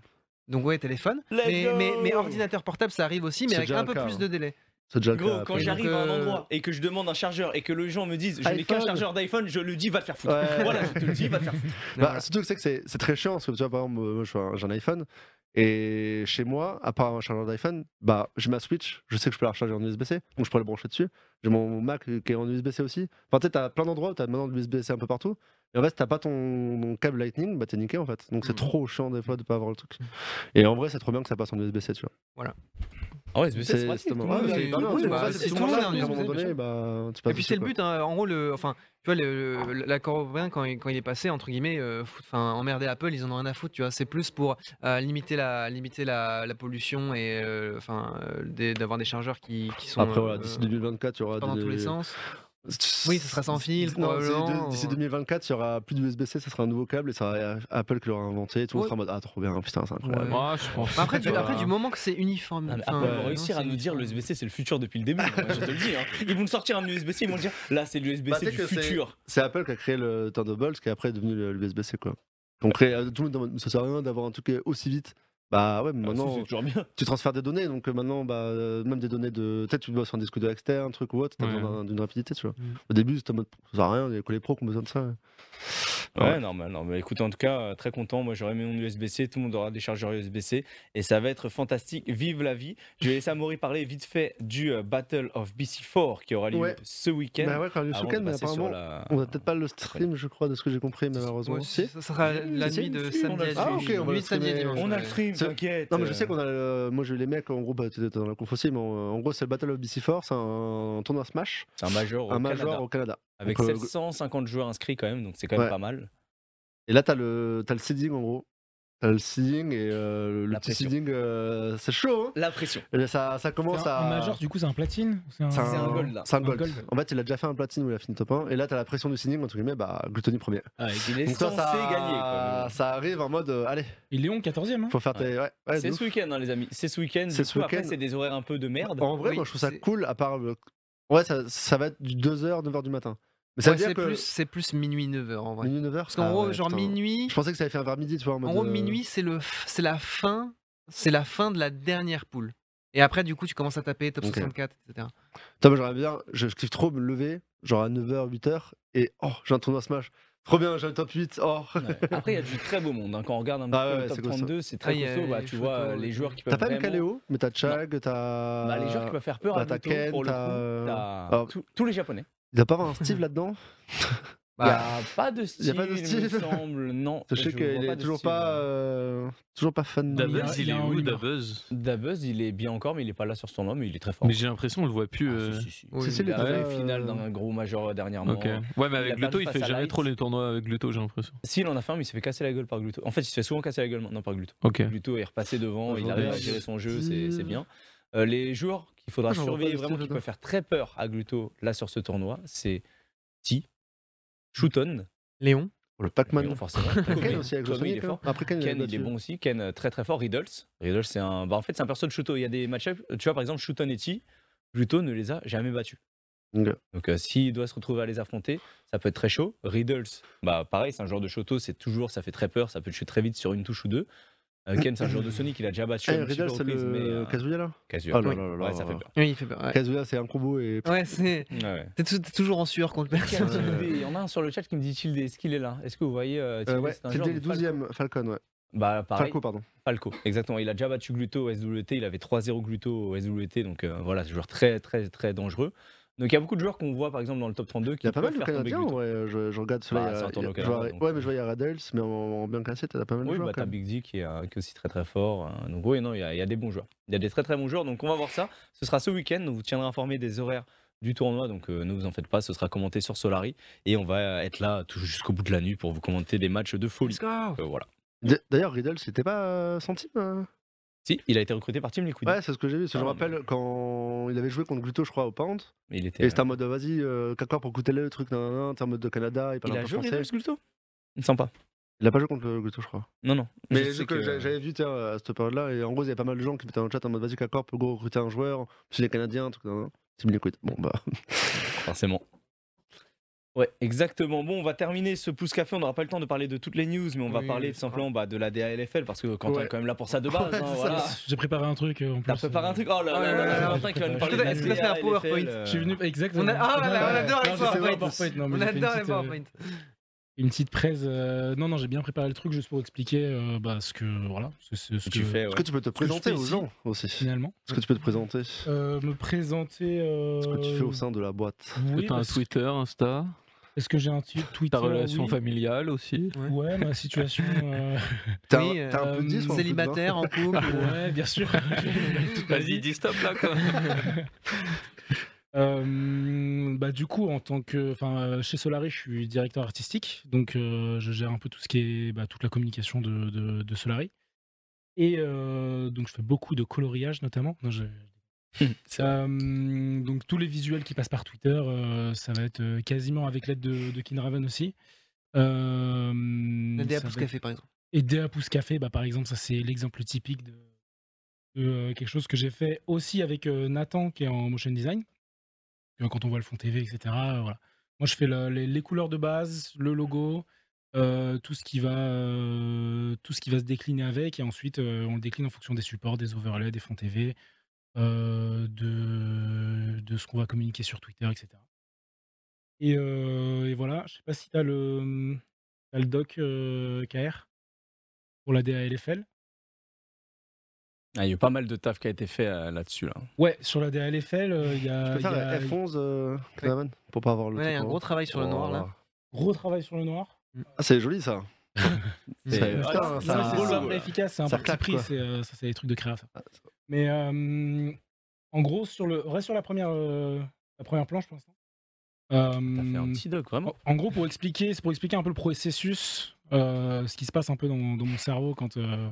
Speaker 5: Donc ouais, téléphone.
Speaker 1: Let's
Speaker 5: Mais,
Speaker 1: go
Speaker 5: mais, mais ordinateur portable, ça arrive aussi, mais
Speaker 2: C'est
Speaker 5: avec
Speaker 2: déjà
Speaker 5: un
Speaker 2: le
Speaker 5: peu
Speaker 2: cas,
Speaker 5: plus
Speaker 2: hein.
Speaker 5: de délai.
Speaker 2: C'est déjà le cas,
Speaker 1: Gros,
Speaker 2: après.
Speaker 1: quand j'arrive à un
Speaker 5: euh,
Speaker 1: endroit et que je demande un chargeur et que les gens me disent je n'ai qu'un
Speaker 2: iPhone.
Speaker 1: chargeur d'iPhone, je le dis, va te faire foutre.
Speaker 2: Ouais.
Speaker 1: Voilà, je te le dis, va te faire foutre.
Speaker 2: Bah,
Speaker 5: Voilà.
Speaker 2: Surtout que c'est que c'est c'est très chiant parce que tu vois, par exemple, moi je suis un- j'ai un iPhone et chez moi, à part un chargeur d'iPhone, bah j'ai ma Switch, je sais que je peux la recharger en USB-C, donc je pourrais le brancher dessus. J'ai mon mon Mac qui est en USB-C aussi. Enfin, tu sais, t'as plein d'endroits où t'as maintenant de l'USB-C un peu partout. Et en fait, si t'as pas ton, ton câble Lightning, bah t'es niqué en fait. Donc c'est
Speaker 5: Mm.
Speaker 2: trop chiant des fois de pas avoir le truc. Et en vrai, c'est trop bien que ça passe en USB-C, tu vois.
Speaker 1: Ah ouais,
Speaker 2: C'est c'est- ouais,
Speaker 5: monde
Speaker 2: c'est-
Speaker 5: a eu-
Speaker 2: bah non,
Speaker 5: oui,
Speaker 2: c'est-
Speaker 5: bah,
Speaker 2: bah,
Speaker 5: si
Speaker 2: c'est
Speaker 5: tout
Speaker 2: tout
Speaker 5: le monde
Speaker 2: là,
Speaker 5: a un
Speaker 2: à un moment
Speaker 5: USB-C, bien
Speaker 2: donné,
Speaker 5: sûr.
Speaker 2: bah tu
Speaker 5: Et
Speaker 2: passes
Speaker 5: puis
Speaker 2: dessus,
Speaker 5: c'est le
Speaker 2: quoi.
Speaker 5: but, hein. en gros, le, enfin, tu vois, le- le- l'accord européen quand il, quand il est passé, entre guillemets, euh, fout- enfin, emmerder Apple, ils en ont rien à foutre, tu vois. C'est plus pour euh, limiter la, limiter la, la pollution et, euh, enfin, euh, des- d'avoir des chargeurs qui, qui sont
Speaker 2: Après,
Speaker 5: euh,
Speaker 2: voilà, d'ici 2024, tu auras
Speaker 5: pas dans tous les
Speaker 2: des-
Speaker 5: sens. Oui, ce sera sans fil,
Speaker 2: Non, c'est-
Speaker 5: probablement.
Speaker 2: de- D'ici 2024, il y aura plus d'USB-C, ça sera un nouveau câble et ça sera Apple qui l'aura inventé. Tout le monde
Speaker 5: Ouais.
Speaker 2: sera en mode Ah, trop bien, putain, c'est incroyable.
Speaker 5: Ouais.
Speaker 4: Moi, je pense.
Speaker 5: Bah, Après, du,
Speaker 4: pas.
Speaker 5: après, du moment que c'est uniforme,
Speaker 1: Ah, mais
Speaker 5: enfin,
Speaker 1: Apple va
Speaker 5: euh,
Speaker 1: réussir
Speaker 5: non,
Speaker 1: à
Speaker 5: c'est
Speaker 1: nous dire le
Speaker 5: uniforme.
Speaker 1: USB-C c'est le futur depuis le début, moi, je te le dis. hein. Ils vont nous sortir un USB-C, ils vont dire là c'est
Speaker 2: Bah,
Speaker 1: l'USB-C
Speaker 2: c'est
Speaker 1: du
Speaker 2: que c'est-
Speaker 1: futur.
Speaker 2: C'est Apple qui a créé le Thunderbolt, qui est après devenu le- l'USB-C, quoi. Donc, crée- euh, tout le monde est en mode, ça sert à rien d'avoir un truc euh, aussi vite. Bah ouais, mais
Speaker 1: Ah, si,
Speaker 2: maintenant
Speaker 1: c'est toujours bien.
Speaker 2: tu transfères des données, donc euh, maintenant, bah, euh, même des données de. Peut-être tu dois sur un disque de externe, un truc ou autre, t'as
Speaker 4: Ouais.
Speaker 2: besoin d'un- d'une rapidité, tu vois.
Speaker 5: Mm.
Speaker 2: Au début, c'était en mode, ça sert à rien, il y a que les pros qui ont besoin de ça.
Speaker 1: Ouais,
Speaker 2: Ouais.
Speaker 1: normal. Non, mais écoute, en tout cas, euh, très content. Moi, j'aurai mon USB-C. Tout le monde aura des chargeurs USB-C. Et ça va être fantastique. Vive la vie. Je vais laisser Amaury parler vite fait du euh, Battle of BC4 qui aura lieu
Speaker 2: Ouais.
Speaker 1: ce week-end.
Speaker 2: Bah ouais, quand le
Speaker 1: Avant de
Speaker 2: week-end, mais
Speaker 1: passer sur
Speaker 2: apparemment,
Speaker 1: la- Ah,
Speaker 2: on a peut-être pas le stream, je crois, de ce que j'ai compris, malheureusement.
Speaker 5: Ouais,
Speaker 2: Si
Speaker 5: ça ça sera la
Speaker 1: Si,
Speaker 5: nuit de
Speaker 1: si, on
Speaker 5: samedi
Speaker 1: l'a
Speaker 5: à
Speaker 1: fait. Ah,
Speaker 5: dimanche.
Speaker 1: ok, on va
Speaker 5: Nuit
Speaker 2: le
Speaker 5: de samedi à
Speaker 2: streamer.
Speaker 5: dimanche,
Speaker 1: On a le
Speaker 5: ouais.
Speaker 1: stream,
Speaker 2: C'est-
Speaker 1: t'inquiète.
Speaker 2: Non, mais je sais
Speaker 1: euh,
Speaker 2: qu'on a. le- Moi, j'ai eu les mecs, en gros, bah, t'étais dans la conf aussi, mais en, en gros, c'est le Battle of BC4, c'est un, tournoi Smash,
Speaker 1: C'est un major au
Speaker 2: un
Speaker 1: Canada,
Speaker 2: major au Canada.
Speaker 1: avec
Speaker 2: on peut-
Speaker 1: 750 joueurs inscrits quand même, donc c'est quand même
Speaker 2: Ouais.
Speaker 1: pas mal.
Speaker 2: Et là, t'as le, t'as le seeding, en gros. T'as le seeding et euh, le
Speaker 1: La
Speaker 2: petit
Speaker 1: pression.
Speaker 2: seeding, euh, c'est chaud, hein
Speaker 1: La pression.
Speaker 2: Et Ça, ça commence
Speaker 3: C'est un-
Speaker 2: à.
Speaker 3: un major, du coup, c'est un platine ou
Speaker 2: C'est
Speaker 1: un
Speaker 2: un
Speaker 1: gold, là.
Speaker 2: C'est un
Speaker 3: Un
Speaker 2: gold.
Speaker 3: gold.
Speaker 2: En fait, il a déjà fait un platine où il a fini top 1. Et là, t'as la pression du seeding, entre guillemets, bah, Gluttony premier.
Speaker 1: il est
Speaker 2: Donc, toi,
Speaker 1: censé
Speaker 2: ça,
Speaker 1: gagner. quoi.
Speaker 2: ça arrive en mode, euh, allez,
Speaker 3: Il est on 14ème. hein.
Speaker 2: faut faire tes. Ouais, ouais, de
Speaker 1: C'est
Speaker 2: ouf.
Speaker 1: ce week-end, hein, les amis. C'est ce week-end.
Speaker 2: C'est
Speaker 1: Du
Speaker 2: ce
Speaker 1: coup, après,
Speaker 2: week-end.
Speaker 1: c'est des horaires un peu de merde.
Speaker 2: En vrai,
Speaker 5: Oui,
Speaker 2: moi, je trouve ça
Speaker 5: c'est-
Speaker 2: cool, à part. le- Ouais, ça, ça va être du 2h, 9h du matin. Mais ça
Speaker 5: Ouais,
Speaker 2: veut
Speaker 5: C'est
Speaker 2: dire que. Ah
Speaker 5: plus, c'est plus minuit 9h en vrai.
Speaker 2: Minuit 9h
Speaker 5: Parce qu'en gros, genre minuit,
Speaker 2: Je pensais que ça allait
Speaker 3: euh,
Speaker 2: faire vers midi, tu vois. En, mode,
Speaker 5: En gros,
Speaker 2: euh,
Speaker 5: minuit, c'est le, f- c'est la fin, c'est la fin de la dernière poule. Et après, du coup, tu commences à taper top
Speaker 2: Ok.
Speaker 5: 64, etc.
Speaker 2: Putain, moi, j'aimerais bien, je, je kiffe trop me lever, genre à 9h, 8h, et oh, j'ai un tournoi Smash. Trop bien, j'ai le top 8. Oh.
Speaker 1: Bah, Après, il y a du très beau monde. hein. Quand on regarde un petit
Speaker 2: Ah ouais,
Speaker 1: peu
Speaker 2: ouais,
Speaker 1: le
Speaker 2: c'est
Speaker 1: top
Speaker 2: costaud.
Speaker 1: 32, c'est très
Speaker 5: Ah, il y a
Speaker 1: costaud. Bah,
Speaker 5: les
Speaker 1: tu vois
Speaker 5: photos,
Speaker 1: les
Speaker 5: ouais.
Speaker 1: joueurs qui peuvent
Speaker 2: T'as pas même
Speaker 1: vraiment-
Speaker 2: Kaleo, mais t'as Chag, t'as.
Speaker 1: Bah, les joueurs qui peuvent faire peur
Speaker 2: Bah,
Speaker 1: à
Speaker 2: t'as
Speaker 1: Naruto,
Speaker 2: Ken,
Speaker 1: pour le coup,
Speaker 2: t'as- euh, oh.
Speaker 1: t'as
Speaker 2: Alors-
Speaker 1: tous- tous les japonais.
Speaker 2: Il a pas avoir un Steve là-dedans
Speaker 1: Il
Speaker 5: Bah,
Speaker 1: n'y a pas de style,
Speaker 2: y a pas de
Speaker 1: il me
Speaker 2: style.
Speaker 1: semble, non.
Speaker 2: Je sais
Speaker 1: Bah, Je
Speaker 2: qu'il
Speaker 1: vois
Speaker 2: est
Speaker 1: de hein.
Speaker 2: toujours
Speaker 1: style.
Speaker 2: pas, euh, toujours pas fan de.
Speaker 3: il y a-
Speaker 4: Dabuzz,
Speaker 3: il
Speaker 4: il
Speaker 3: y
Speaker 4: est
Speaker 3: a un
Speaker 4: où
Speaker 3: Oliver.
Speaker 4: Dabuzz
Speaker 1: Dabuzz, il est bien encore, mais il est pas là sur son nom, mais il est très fort.
Speaker 4: Mais j'ai l'impression on le voit plus.
Speaker 1: Ah,
Speaker 4: euh,
Speaker 1: si, si, si.
Speaker 5: oui,
Speaker 2: c'est- c'est
Speaker 1: Il
Speaker 2: les
Speaker 1: a fait
Speaker 2: deux, euh,
Speaker 1: bah finale dans un gros major euh, dernièrement.
Speaker 4: Ok. Ouais, mais
Speaker 1: Il a
Speaker 4: avec Gluto,
Speaker 1: perdu
Speaker 4: il
Speaker 1: face
Speaker 4: fait
Speaker 1: à
Speaker 4: jamais
Speaker 1: Light.
Speaker 4: trop les tournois avec Gluto, j'ai l'impression.
Speaker 1: S'il en a fait un, mais il s'est fait casser la gueule par Gluto. En fait, il se fait souvent casser la gueule maintenant par Gluto.
Speaker 4: Ok.
Speaker 1: Gluto est repassé devant, il
Speaker 2: Aujourd'hui,
Speaker 1: arrive à gérer son jeu,
Speaker 2: c'est-
Speaker 1: c'est c'est bien. Euh, les joueurs qu'il faudra
Speaker 2: Ah, j'en vois pas
Speaker 1: surveiller
Speaker 2: le
Speaker 1: vraiment,
Speaker 2: style
Speaker 1: qui
Speaker 2: dedans.
Speaker 1: peuvent faire très peur à Gluto là sur ce tournoi, c'est T, Shooton,
Speaker 5: Léon.
Speaker 2: Le
Speaker 1: Léon,
Speaker 2: Pac-Man. Ah,
Speaker 1: forcément.
Speaker 2: Ken
Speaker 1: Kobe.
Speaker 2: aussi avec le
Speaker 1: Kobe, il est
Speaker 2: Sonic.
Speaker 1: fort.
Speaker 2: hein. Après Ken,
Speaker 1: Ken, il est
Speaker 2: là-dessus.
Speaker 1: bon aussi. Ken, euh, très très fort. Riddles. Riddles, c'est un. Bah, en fait, c'est un perso de Shuto. Il y a des match-ups. Tu vois, par exemple, Shuton et T, Pluto ne les a jamais battus.
Speaker 2: Ok.
Speaker 1: Donc, euh, s'il doit se retrouver à les affronter, ça peut être très chaud. Riddles, bah, pareil, c'est un joueur de Shoto. C'est toujours, ça fait très peur. Ça peut te tuer très vite sur une touche ou deux. Euh, Ken, c'est un joueur de Sonic. Il a déjà battu.
Speaker 2: Eh,
Speaker 1: à une
Speaker 2: Riddle,
Speaker 1: super
Speaker 2: c'est
Speaker 1: reprise, mais,
Speaker 2: le
Speaker 1: euh,
Speaker 2: Kazuya là
Speaker 1: Kazuya.
Speaker 2: Ah là
Speaker 1: Oui.
Speaker 2: là là
Speaker 1: Ouais,
Speaker 2: là.
Speaker 1: ça fait peur.
Speaker 5: Oui, il fait peur. Ouais,
Speaker 2: Kazuya, c'est un combo et.
Speaker 5: Ouais, c'est.
Speaker 1: Ouais.
Speaker 5: T'es tou- t'es toujours en sueur contre personne.
Speaker 1: Tilde, Il y en a un sur le chat qui me dit Tilde, est-ce qu'il est là Est-ce que vous voyez euh,
Speaker 2: Euh,
Speaker 1: Tilde,
Speaker 2: ouais,
Speaker 1: c'est un
Speaker 2: c'est
Speaker 1: joueur
Speaker 2: le
Speaker 1: de Falco.
Speaker 2: 12ème, Falcon, ouais.
Speaker 1: Bah, pareil,
Speaker 2: Falco, pardon.
Speaker 1: Falco, exactement. Il a déjà battu Gluto au SWT, il avait 3-0 Gluto au SWT, donc euh, voilà, c'est un joueur très, très, très dangereux. Donc il y a beaucoup de joueurs qu'on voit par exemple dans le top 32 qui
Speaker 2: Il y a pas
Speaker 1: peuvent
Speaker 2: mal de
Speaker 1: faire tomber
Speaker 2: Canadiens,
Speaker 1: Gluto.
Speaker 2: ouais. Je, je regarde cela.
Speaker 1: Bah,
Speaker 2: il y a-
Speaker 1: c'est un
Speaker 2: il y a-
Speaker 1: tournoi
Speaker 2: je vois-
Speaker 1: canadien, donc, euh.
Speaker 2: ouais, mais je vois, il y a Radels, mais en, en bien cassé, t'as pas mal de
Speaker 1: Oui,
Speaker 2: joueurs.
Speaker 1: bah,
Speaker 2: quand
Speaker 1: t'as
Speaker 2: même.
Speaker 1: Big D qui est, euh, qui est aussi très très fort. hein. Donc oui, non, il y, a- il y a des bons joueurs. Il y a des très très bons joueurs. Donc on va voir ça. Ce sera ce week-end. On vous tiendra informé des horaires du tournoi. Donc euh, ne vous en faites pas. Ce sera commenté sur Solari. Et on va euh, être là tout jusqu'au bout de la nuit pour vous commenter des matchs de folie.
Speaker 5: Let's go
Speaker 1: Euh, voilà.
Speaker 2: D- D'ailleurs, Riddle, c'était pas euh, centime hein
Speaker 1: Si, il a été recruté par Team Liquid.
Speaker 2: Ouais, c'est ce que j'ai vu. parce que je me
Speaker 1: Ah,
Speaker 2: rappelle quand il avait joué contre Gluto, je crois, au Pound.
Speaker 1: Mais il était.
Speaker 2: Et c'était en mode, vas-y, euh, Kakar pour goûter le truc, nanana, t'es en mode de Canada, il parle
Speaker 1: il
Speaker 2: un
Speaker 1: a
Speaker 2: peu
Speaker 1: joué
Speaker 2: français.
Speaker 1: Riddle Gluto Sympa.
Speaker 2: Il a pas joué contre le Gluto, je crois.
Speaker 1: Non, non.
Speaker 2: Mais
Speaker 1: Je
Speaker 2: je
Speaker 1: sais
Speaker 2: que, j'a- j'avais vu, tiens, à cette période-là, et en gros, il y a pas mal de gens qui étaient dans le chat en mode, vas-y, Kakar pour go recruter un joueur, si les Canadiens, un truc, nanana. Team Liquid. Bon, bah.
Speaker 1: Forcément. Ouais, exactement. Bon, on va terminer ce pouce café. On n'aura pas le temps de parler de toutes les news, mais on va
Speaker 5: Oui,
Speaker 1: parler
Speaker 5: oui,
Speaker 1: tout
Speaker 5: c'est
Speaker 1: simplement bah, de la DALFL parce que Quentin
Speaker 2: Ouais.
Speaker 1: est quand même là pour ça de base.
Speaker 2: Ouais,
Speaker 1: hein,
Speaker 2: c'est ça.
Speaker 1: voilà.
Speaker 3: J'ai préparé un truc euh, en plus.
Speaker 1: T'as préparé un truc Oh là là
Speaker 5: Oh
Speaker 1: là là,
Speaker 5: là là.
Speaker 1: Quentin qui va nous parler de la
Speaker 5: Est-ce que t'as fait un PowerPoint
Speaker 1: euh,
Speaker 3: Je suis venu exactement.
Speaker 5: On a- Ah, là, là, on adore les
Speaker 3: Non, j'ai fait
Speaker 5: PowerPoints.
Speaker 3: un PowerPoint, non, mais
Speaker 5: On
Speaker 3: j'ai fait une
Speaker 5: adore les
Speaker 3: petite, euh,
Speaker 5: PowerPoints.
Speaker 3: Une petite presse. euh, Non, non, j'ai bien préparé le truc juste pour expliquer euh, bah, ce que voilà, ce, ce- ce
Speaker 1: que tu
Speaker 3: que-
Speaker 1: fais.
Speaker 2: Est-ce
Speaker 1: ouais.
Speaker 2: que tu peux te
Speaker 3: que je
Speaker 2: présenter
Speaker 3: fais
Speaker 2: aux
Speaker 3: ici
Speaker 2: gens aussi Est-ce
Speaker 3: finalement.
Speaker 2: que tu peux te présenter
Speaker 3: Euh, me présenter. euh,
Speaker 2: Ce que tu fais au sein de la boîte.
Speaker 3: oui,
Speaker 4: T'as un
Speaker 3: parce-
Speaker 4: Twitter, Insta,
Speaker 3: Est-ce que j'ai un tu- Twitter
Speaker 4: ta relation
Speaker 3: oui.
Speaker 4: familiale aussi.
Speaker 3: Ouais, ma situation. euh,
Speaker 2: T'as
Speaker 5: Oui,
Speaker 2: un- t'as un peu de
Speaker 3: euh,
Speaker 2: 10 ou un peu de 20?
Speaker 5: Célibataire, en couple. euh,
Speaker 3: Ah ouais, bien sûr.
Speaker 4: Vas-y, dis stop là quoi.
Speaker 3: Euh, bah, du coup, en tant que, enfin, euh, chez Solari, je suis directeur artistique, donc euh, je gère un peu tout ce qui est bah, toute la communication de, de, de Solari. Et euh, donc, je fais beaucoup de coloriage, notamment. Non, je- Euh, donc, tous les visuels qui passent par Twitter, euh, ça va être euh, quasiment avec l'aide de, de Kinraven aussi. Euh,
Speaker 5: La DA
Speaker 3: ça
Speaker 5: Pouce
Speaker 3: va être-
Speaker 5: Café, par exemple.
Speaker 3: et DA Pouce Café, bah, par exemple, ça c'est l'exemple typique de, de, euh, quelque chose que j'ai fait aussi avec euh, Nathan qui est en motion design. Euh, Quand on voit le fond TV, etc. euh, voilà. Moi je fais le- les, les couleurs de base, le logo, euh, tout, ce qui va, euh, tout ce qui va se décliner avec et ensuite euh, on le décline en fonction des supports, des overlays, des fonds TV, euh, de, de ce qu'on va communiquer sur Twitter, etc. Et, euh, et voilà, je sais pas si tu as le, t'as le doc euh, KR pour la DALFL.
Speaker 1: Ah, Il y a eu pas mal de taf qui a été fait euh, là-dessus. Là.
Speaker 3: Ouais, sur la DALFL, euh, il y a,
Speaker 2: Tu peux
Speaker 3: il y a
Speaker 2: faire F11, euh, Knaven, pour pas avoir le.
Speaker 5: Ouais, il y a un
Speaker 2: truc en
Speaker 5: gros
Speaker 2: haut.
Speaker 5: travail sur le
Speaker 2: Oh
Speaker 5: noir,
Speaker 2: là
Speaker 5: là.
Speaker 2: là.
Speaker 3: gros travail sur le noir.
Speaker 2: Ah, c'est joli ça.
Speaker 1: C'est-
Speaker 2: C'est-
Speaker 1: ouais,
Speaker 2: putain,
Speaker 1: c'est-
Speaker 2: Ah, ça-
Speaker 3: Non, mais c'est
Speaker 2: ça-
Speaker 3: simple et efficace, c'est un
Speaker 2: ça
Speaker 3: parti
Speaker 2: claque,
Speaker 3: pris,
Speaker 2: quoi.
Speaker 3: c'est euh, ça, c'est les trucs de créa. ça.
Speaker 2: Ah,
Speaker 3: Mais euh, en gros, sur le, reste sur la première, euh, la première planche pour l'instant.
Speaker 1: T'as fait un
Speaker 3: Euh,
Speaker 1: petit doc, vraiment.
Speaker 3: En gros, pour expliquer, c'est pour expliquer un peu le processus, euh, ce qui se passe un peu dans, mon- dans mon cerveau quand, euh,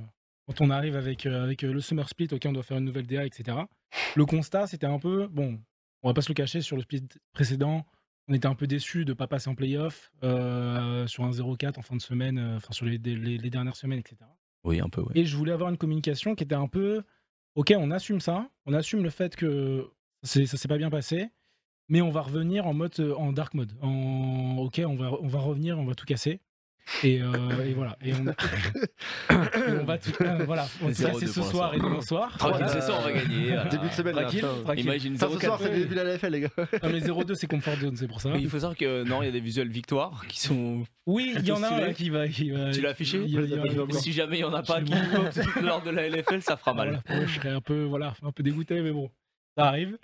Speaker 3: quand on arrive avec, euh, avec euh, le summer split, ok, on doit faire une nouvelle DA, etc. Le constat, c'était un peu, bon, on va pas se le cacher, sur le split précédent, on était un peu déçus de pas passer en playoff, euh, sur un 0-4 en fin de semaine, euh, enfin sur les, les- les dernières semaines, etc.
Speaker 1: Oui, un peu, ouais.
Speaker 3: Et je voulais avoir une communication qui était un peu, ok, on assume ça, on assume le fait que c'est- ça s'est pas bien passé, mais on va revenir en mode euh, en dark mode. En ok, on va on va revenir, on va tout casser. Et, euh, et voilà. Et on, et on va tout. euh, voilà. En tout
Speaker 6: Zéro
Speaker 3: cas, c'est
Speaker 6: deux
Speaker 3: ce
Speaker 6: pour
Speaker 3: soir et demain soir.
Speaker 6: Tranquille,
Speaker 3: Voilà.
Speaker 6: c'est ça, on va gagner. voilà.
Speaker 2: Début de semaine, là,
Speaker 6: Tranquille,
Speaker 2: putain.
Speaker 3: tranquille.
Speaker 6: Imagine
Speaker 2: Ça, ce soir,
Speaker 6: 0-4.
Speaker 2: c'est le début de la LFL, les gars.
Speaker 3: Non, mais 0-2, c'est Comfort Zone, c'est pour ça.
Speaker 6: Mais il faut savoir que euh, non, il y a des visuels victoires qui sont.
Speaker 3: Oui, il y en a un
Speaker 6: Postulé.
Speaker 3: là, qui va. Qui va
Speaker 6: Tu l'as affiché
Speaker 3: il y a- il y a- il y a-
Speaker 6: Si jamais il n'y en a pas
Speaker 3: Je Ah,
Speaker 6: qui
Speaker 3: sais
Speaker 6: pop lors de la LFL, ça fera mal.
Speaker 3: Voilà, pour eux, je serais un peu, voilà, un peu dégoûté, mais bon, ça arrive.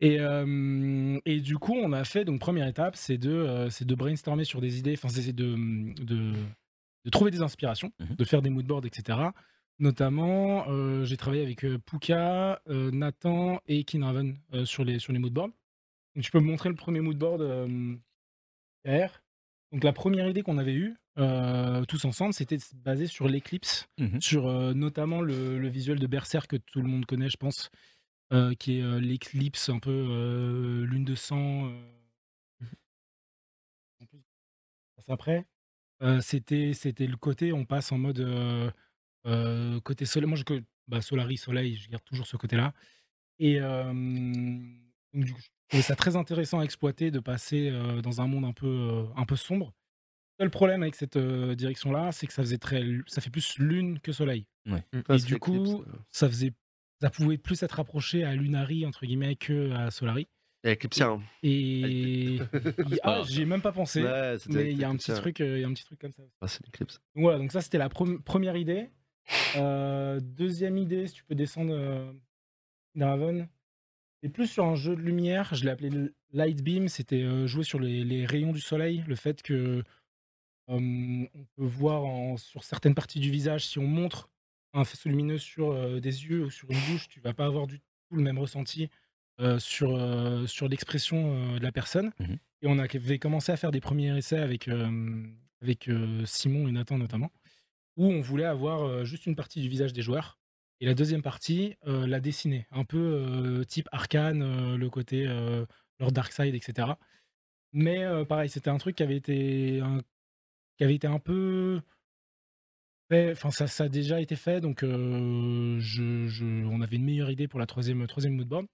Speaker 3: Et, euh, et du coup, on a fait, donc première étape, c'est de, euh, c'est de brainstormer sur des idées, enfin, c'est de, de, de trouver des inspirations,
Speaker 6: Mhm.
Speaker 3: de faire des moodboards, etc. Notamment, euh, j'ai travaillé avec euh, Puka, euh, Nathan et Kinraven euh, sur les, sur les moodboards. Donc, je peux me montrer le premier moodboard euh, derrière. Donc la première idée qu'on avait eue euh, tous ensemble, c'était basé sur l'éclipse,
Speaker 6: Mhm.
Speaker 3: sur euh, notamment le, le visuel de Berserk que tout le monde connaît, je pense, euh, qui est euh, l'éclipse un peu euh, lune de sang.
Speaker 2: Mmh
Speaker 3: euh. Passe Après, Euh, c'était c'était le côté on passe en mode euh, euh, côté soleil. Moi, je co- bah, Solari, soleil, je garde toujours ce côté-là. Et euh, donc, du coup, je trouvais ça très intéressant à exploiter de passer euh, dans un monde un peu, euh, un peu sombre. Le seul problème avec cette euh, direction-là, c'est que ça faisait très, lu- ça fait plus lune que soleil.
Speaker 2: Ah,
Speaker 3: Et
Speaker 2: c'est
Speaker 3: du coup,
Speaker 2: l'éclipse.
Speaker 3: ça faisait, ça pouvait plus être rapproché à Lunari entre guillemets que à Solari.
Speaker 2: Il y a l'éclipsien.
Speaker 3: Et ah, j'y ai même pas pensé.
Speaker 2: Ouais, c'était
Speaker 3: mais il y a un petit
Speaker 2: l'éclipsien.
Speaker 3: truc, euh, il y a un petit truc comme ça.
Speaker 2: Ah, c'est l'éclipse.
Speaker 3: Donc voilà, donc ça c'était la prom- première idée. Euh, deuxième idée, si tu peux descendre euh, Draven. Et plus sur un jeu de lumière, je l'ai appelé le Light Beam, c'était euh, jouer sur les, les rayons du soleil, le fait que euh, on peut voir en- sur certaines parties du visage, si on montre un faisceau lumineux sur euh, des yeux ou sur une bouche, tu vas pas avoir du tout le même ressenti euh, sur, euh, sur l'expression euh, de la personne.
Speaker 6: Mhm.
Speaker 3: Et on avait commencé à faire des premiers essais avec, euh, avec euh, Simon et Nathan notamment, où on voulait avoir euh, juste une partie du visage des joueurs et la deuxième partie euh, la dessiner, un peu euh, type Arcane, euh, le côté euh, Lord Darkseid, etc. Mais euh, pareil, c'était un truc qui avait été un, qui avait été un peu fait, enfin ça, ça a déjà été fait, donc euh, je, je- on avait une meilleure idée pour la troisième, troisième moodboard.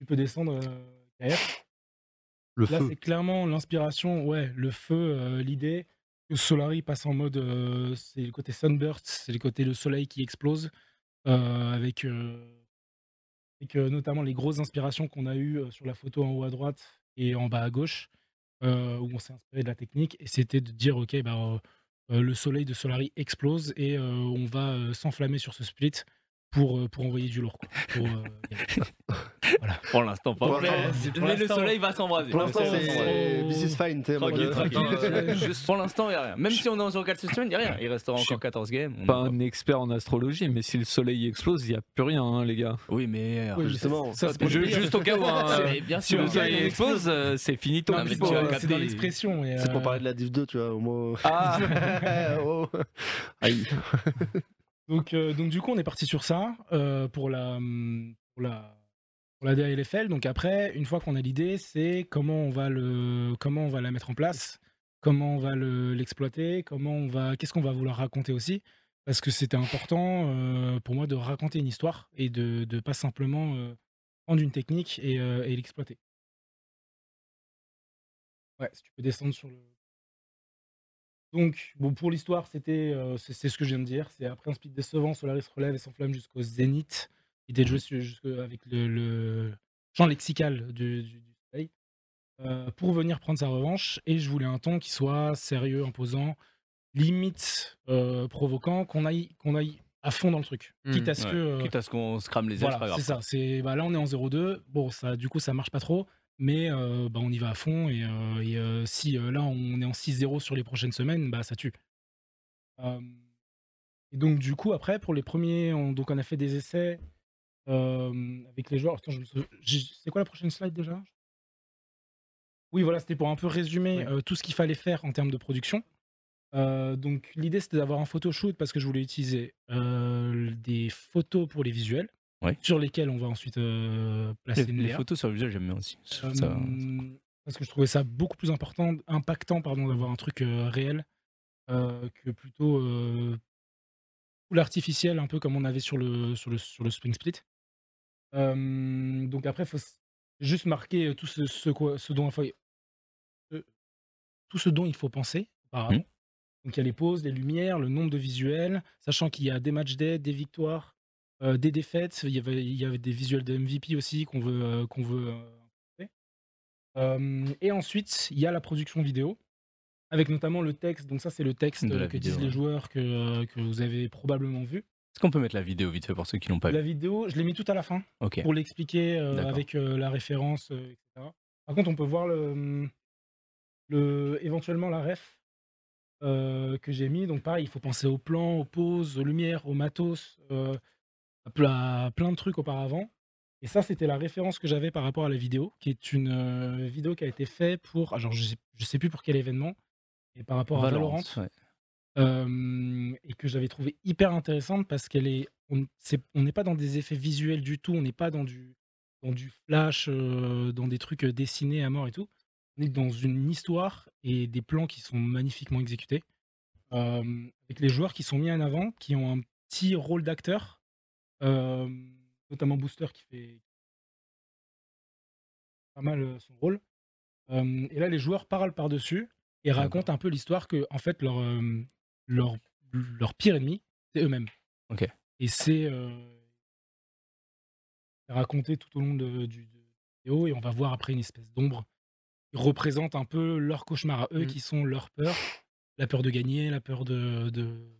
Speaker 3: Tu peux descendre euh, derrière.
Speaker 2: Le
Speaker 3: Là,
Speaker 2: feu.
Speaker 3: c'est clairement l'inspiration, ouais, le feu, euh, l'idée que Solari passe en mode, euh, c'est le côté sunburst, c'est le côté le soleil qui explose, euh, avec, euh, avec, euh, notamment les grosses inspirations qu'on a eues euh, sur la photo en haut à droite et en bas à gauche, euh, où on s'est inspiré de la technique, et c'était de dire, ok, bah, euh, euh, le soleil de Solari explose et euh, on va euh, s'enflammer sur ce split pour, euh, pour envoyer du lourd. quoi, pour, euh, gagner.
Speaker 6: Pour l'instant, pas
Speaker 2: Pour
Speaker 6: vrai.
Speaker 2: l'instant,
Speaker 3: pour
Speaker 6: Mais le
Speaker 3: l'instant-
Speaker 6: soleil va s'embraser.
Speaker 2: Pour l'instant,
Speaker 6: Le soleil va s'embraser.
Speaker 2: c'est
Speaker 3: Oh.
Speaker 2: This is fine, t'es en mode-
Speaker 6: Tranquille, tranquille.
Speaker 3: Attends, euh,
Speaker 6: Juste pour l'instant, il n'y a rien. Même si on est en 0-4 cette semaine, il n'y a rien. Il restera
Speaker 4: Je
Speaker 6: encore
Speaker 4: suis
Speaker 6: 14 games. on
Speaker 4: Pas
Speaker 6: est-
Speaker 4: un expert en astrologie, mais si le soleil explose, il n'y a plus rien, hein, les gars.
Speaker 6: Oui, mais. euh,
Speaker 3: Oui,
Speaker 2: Bah, Justement.
Speaker 3: ça, c'est pour
Speaker 4: Je-
Speaker 3: le pire.
Speaker 4: juste au cas où, hein,
Speaker 6: c'est- Bien
Speaker 4: si
Speaker 6: sûr.
Speaker 4: le soleil explose, euh, c'est finito.
Speaker 3: Non,
Speaker 6: Ah,
Speaker 3: mais
Speaker 6: mais
Speaker 3: c'est pour-
Speaker 6: tu as
Speaker 3: c'est dans
Speaker 6: capté.
Speaker 3: l'expression. et,
Speaker 2: C'est pour
Speaker 3: euh,
Speaker 2: parler de la Div 2, tu vois, au moins.
Speaker 4: Ah,
Speaker 2: Oh. Aïe.
Speaker 3: Donc, euh, donc du coup, on est parti sur ça euh, pour la hum, pour la pour la DALFL. Donc après, une fois qu'on a l'idée, c'est comment on va le comment on va la mettre en place, comment on va le- l'exploiter, comment on va qu'est-ce qu'on va vouloir raconter aussi, parce que c'était important euh, pour moi de raconter une histoire et de de pas simplement euh, prendre une technique et, euh, et l'exploiter. Ouais, si tu peux descendre sur le donc, bon, pour l'histoire, c'était, euh, c'est c'est ce que je viens de dire. C'est après un split décevant, Solaris se relève et s'enflamme jusqu'au zénith. Il était joué su- jusque- avec le, le champ lexical du, du- du soleil euh, pour venir prendre sa revanche. Et je voulais un ton qui soit sérieux, imposant, limite euh, provoquant, qu'on aille, qu'on aille à fond dans le truc.
Speaker 5: Mhm,
Speaker 3: quitte à ce
Speaker 6: ouais.
Speaker 3: que euh,
Speaker 6: Quitte à ce qu'on se crame les ailes, c'est pas
Speaker 3: voilà,
Speaker 6: grave.
Speaker 3: c'est ça. C'est bah, là on est en 0-2. Bon, ça du coup ça marche pas trop, mais euh, bah, on y va à fond et, euh, et, euh, si euh, là on est en 6-0 sur les prochaines semaines, bah ça tue. Euh, et donc du coup après pour les premiers, on, donc on a fait des essais euh, avec les joueurs. Attends, je me souviens- j'ai- c'est quoi la prochaine slide déjà Oui, voilà, c'était pour un peu résumer euh, tout ce qu'il fallait faire en termes de production. Euh, donc l'idée c'était d'avoir un photoshoot parce que je voulais utiliser euh, des photos pour les visuels
Speaker 6: Ouais.
Speaker 3: sur lesquels on va ensuite euh, placer
Speaker 6: Les,
Speaker 3: une
Speaker 6: les
Speaker 3: layer.
Speaker 6: photos sur le visuel, j'aime bien aussi. Je trouve
Speaker 3: Euh,
Speaker 6: ça-
Speaker 3: parce que je trouvais ça beaucoup plus important, impactant pardon, d'avoir un truc euh, réel euh, que plutôt euh, tout l'artificiel, un peu comme on avait sur le, sur le, sur le Spring Split. Euh, donc après, il faut s- juste marquer tout ce, ce quoi- ce dont, il faut- euh, tout ce dont il faut penser auparavant.
Speaker 6: Mmh.
Speaker 3: Donc il y a les pauses, les lumières, le nombre de visuels, sachant qu'il y a des match days, des victoires, euh, des défaites. Il y, avait, il y avait des visuels de MVP aussi qu'on veut. euh, qu'on veut euh, apporter. Euh, et ensuite, il y a la production vidéo, avec notamment le texte. Donc ça, c'est le texte
Speaker 6: De la
Speaker 3: euh, que
Speaker 6: vidéo,
Speaker 3: disent
Speaker 6: ouais.
Speaker 3: les joueurs que, euh, que vous avez probablement vu.
Speaker 6: Est-ce qu'on peut mettre la vidéo vite fait pour ceux qui l'ont pas
Speaker 3: La
Speaker 6: vu
Speaker 3: vidéo, je l'ai mis tout à la fin
Speaker 6: Ok.
Speaker 3: pour l'expliquer euh,
Speaker 6: D'accord.
Speaker 3: avec euh, la référence, euh, etc. Par contre, on peut voir le, hum, le- éventuellement la ref euh, que j'ai mis. Donc pareil, il faut penser aux plans, aux pauses, aux lumières, aux matos, euh, à ple- à plein de trucs auparavant. Et ça, c'était la référence que j'avais par rapport à la vidéo, qui est une euh, vidéo qui a été faite pour, alors je sais, je sais plus pour quel événement, et par rapport à Valorant,
Speaker 6: ouais.
Speaker 3: euh, et que j'avais trouvé hyper intéressante parce qu'elle est on c'est- on n'est pas dans des effets visuels du tout on n'est pas dans du dans du flash euh, dans des trucs euh, dessinés à mort et tout on est dans une histoire et des plans qui sont magnifiquement exécutés euh, avec les joueurs qui sont mis en avant qui ont un petit rôle d'acteur euh, notamment Booster qui fait pas mal euh, son rôle Euh, et là les joueurs parlent par dessus et racontent un peu l'histoire que en fait leur euh, leur, leur pire ennemi, c'est eux-mêmes.
Speaker 6: Ok.
Speaker 3: Et c'est euh, raconté tout au long de, du de la vidéo et on va voir après une espèce d'ombre qui représente un peu leur cauchemar à eux,
Speaker 5: Mm.
Speaker 3: qui sont leurs peurs, la peur de gagner, la peur de... de-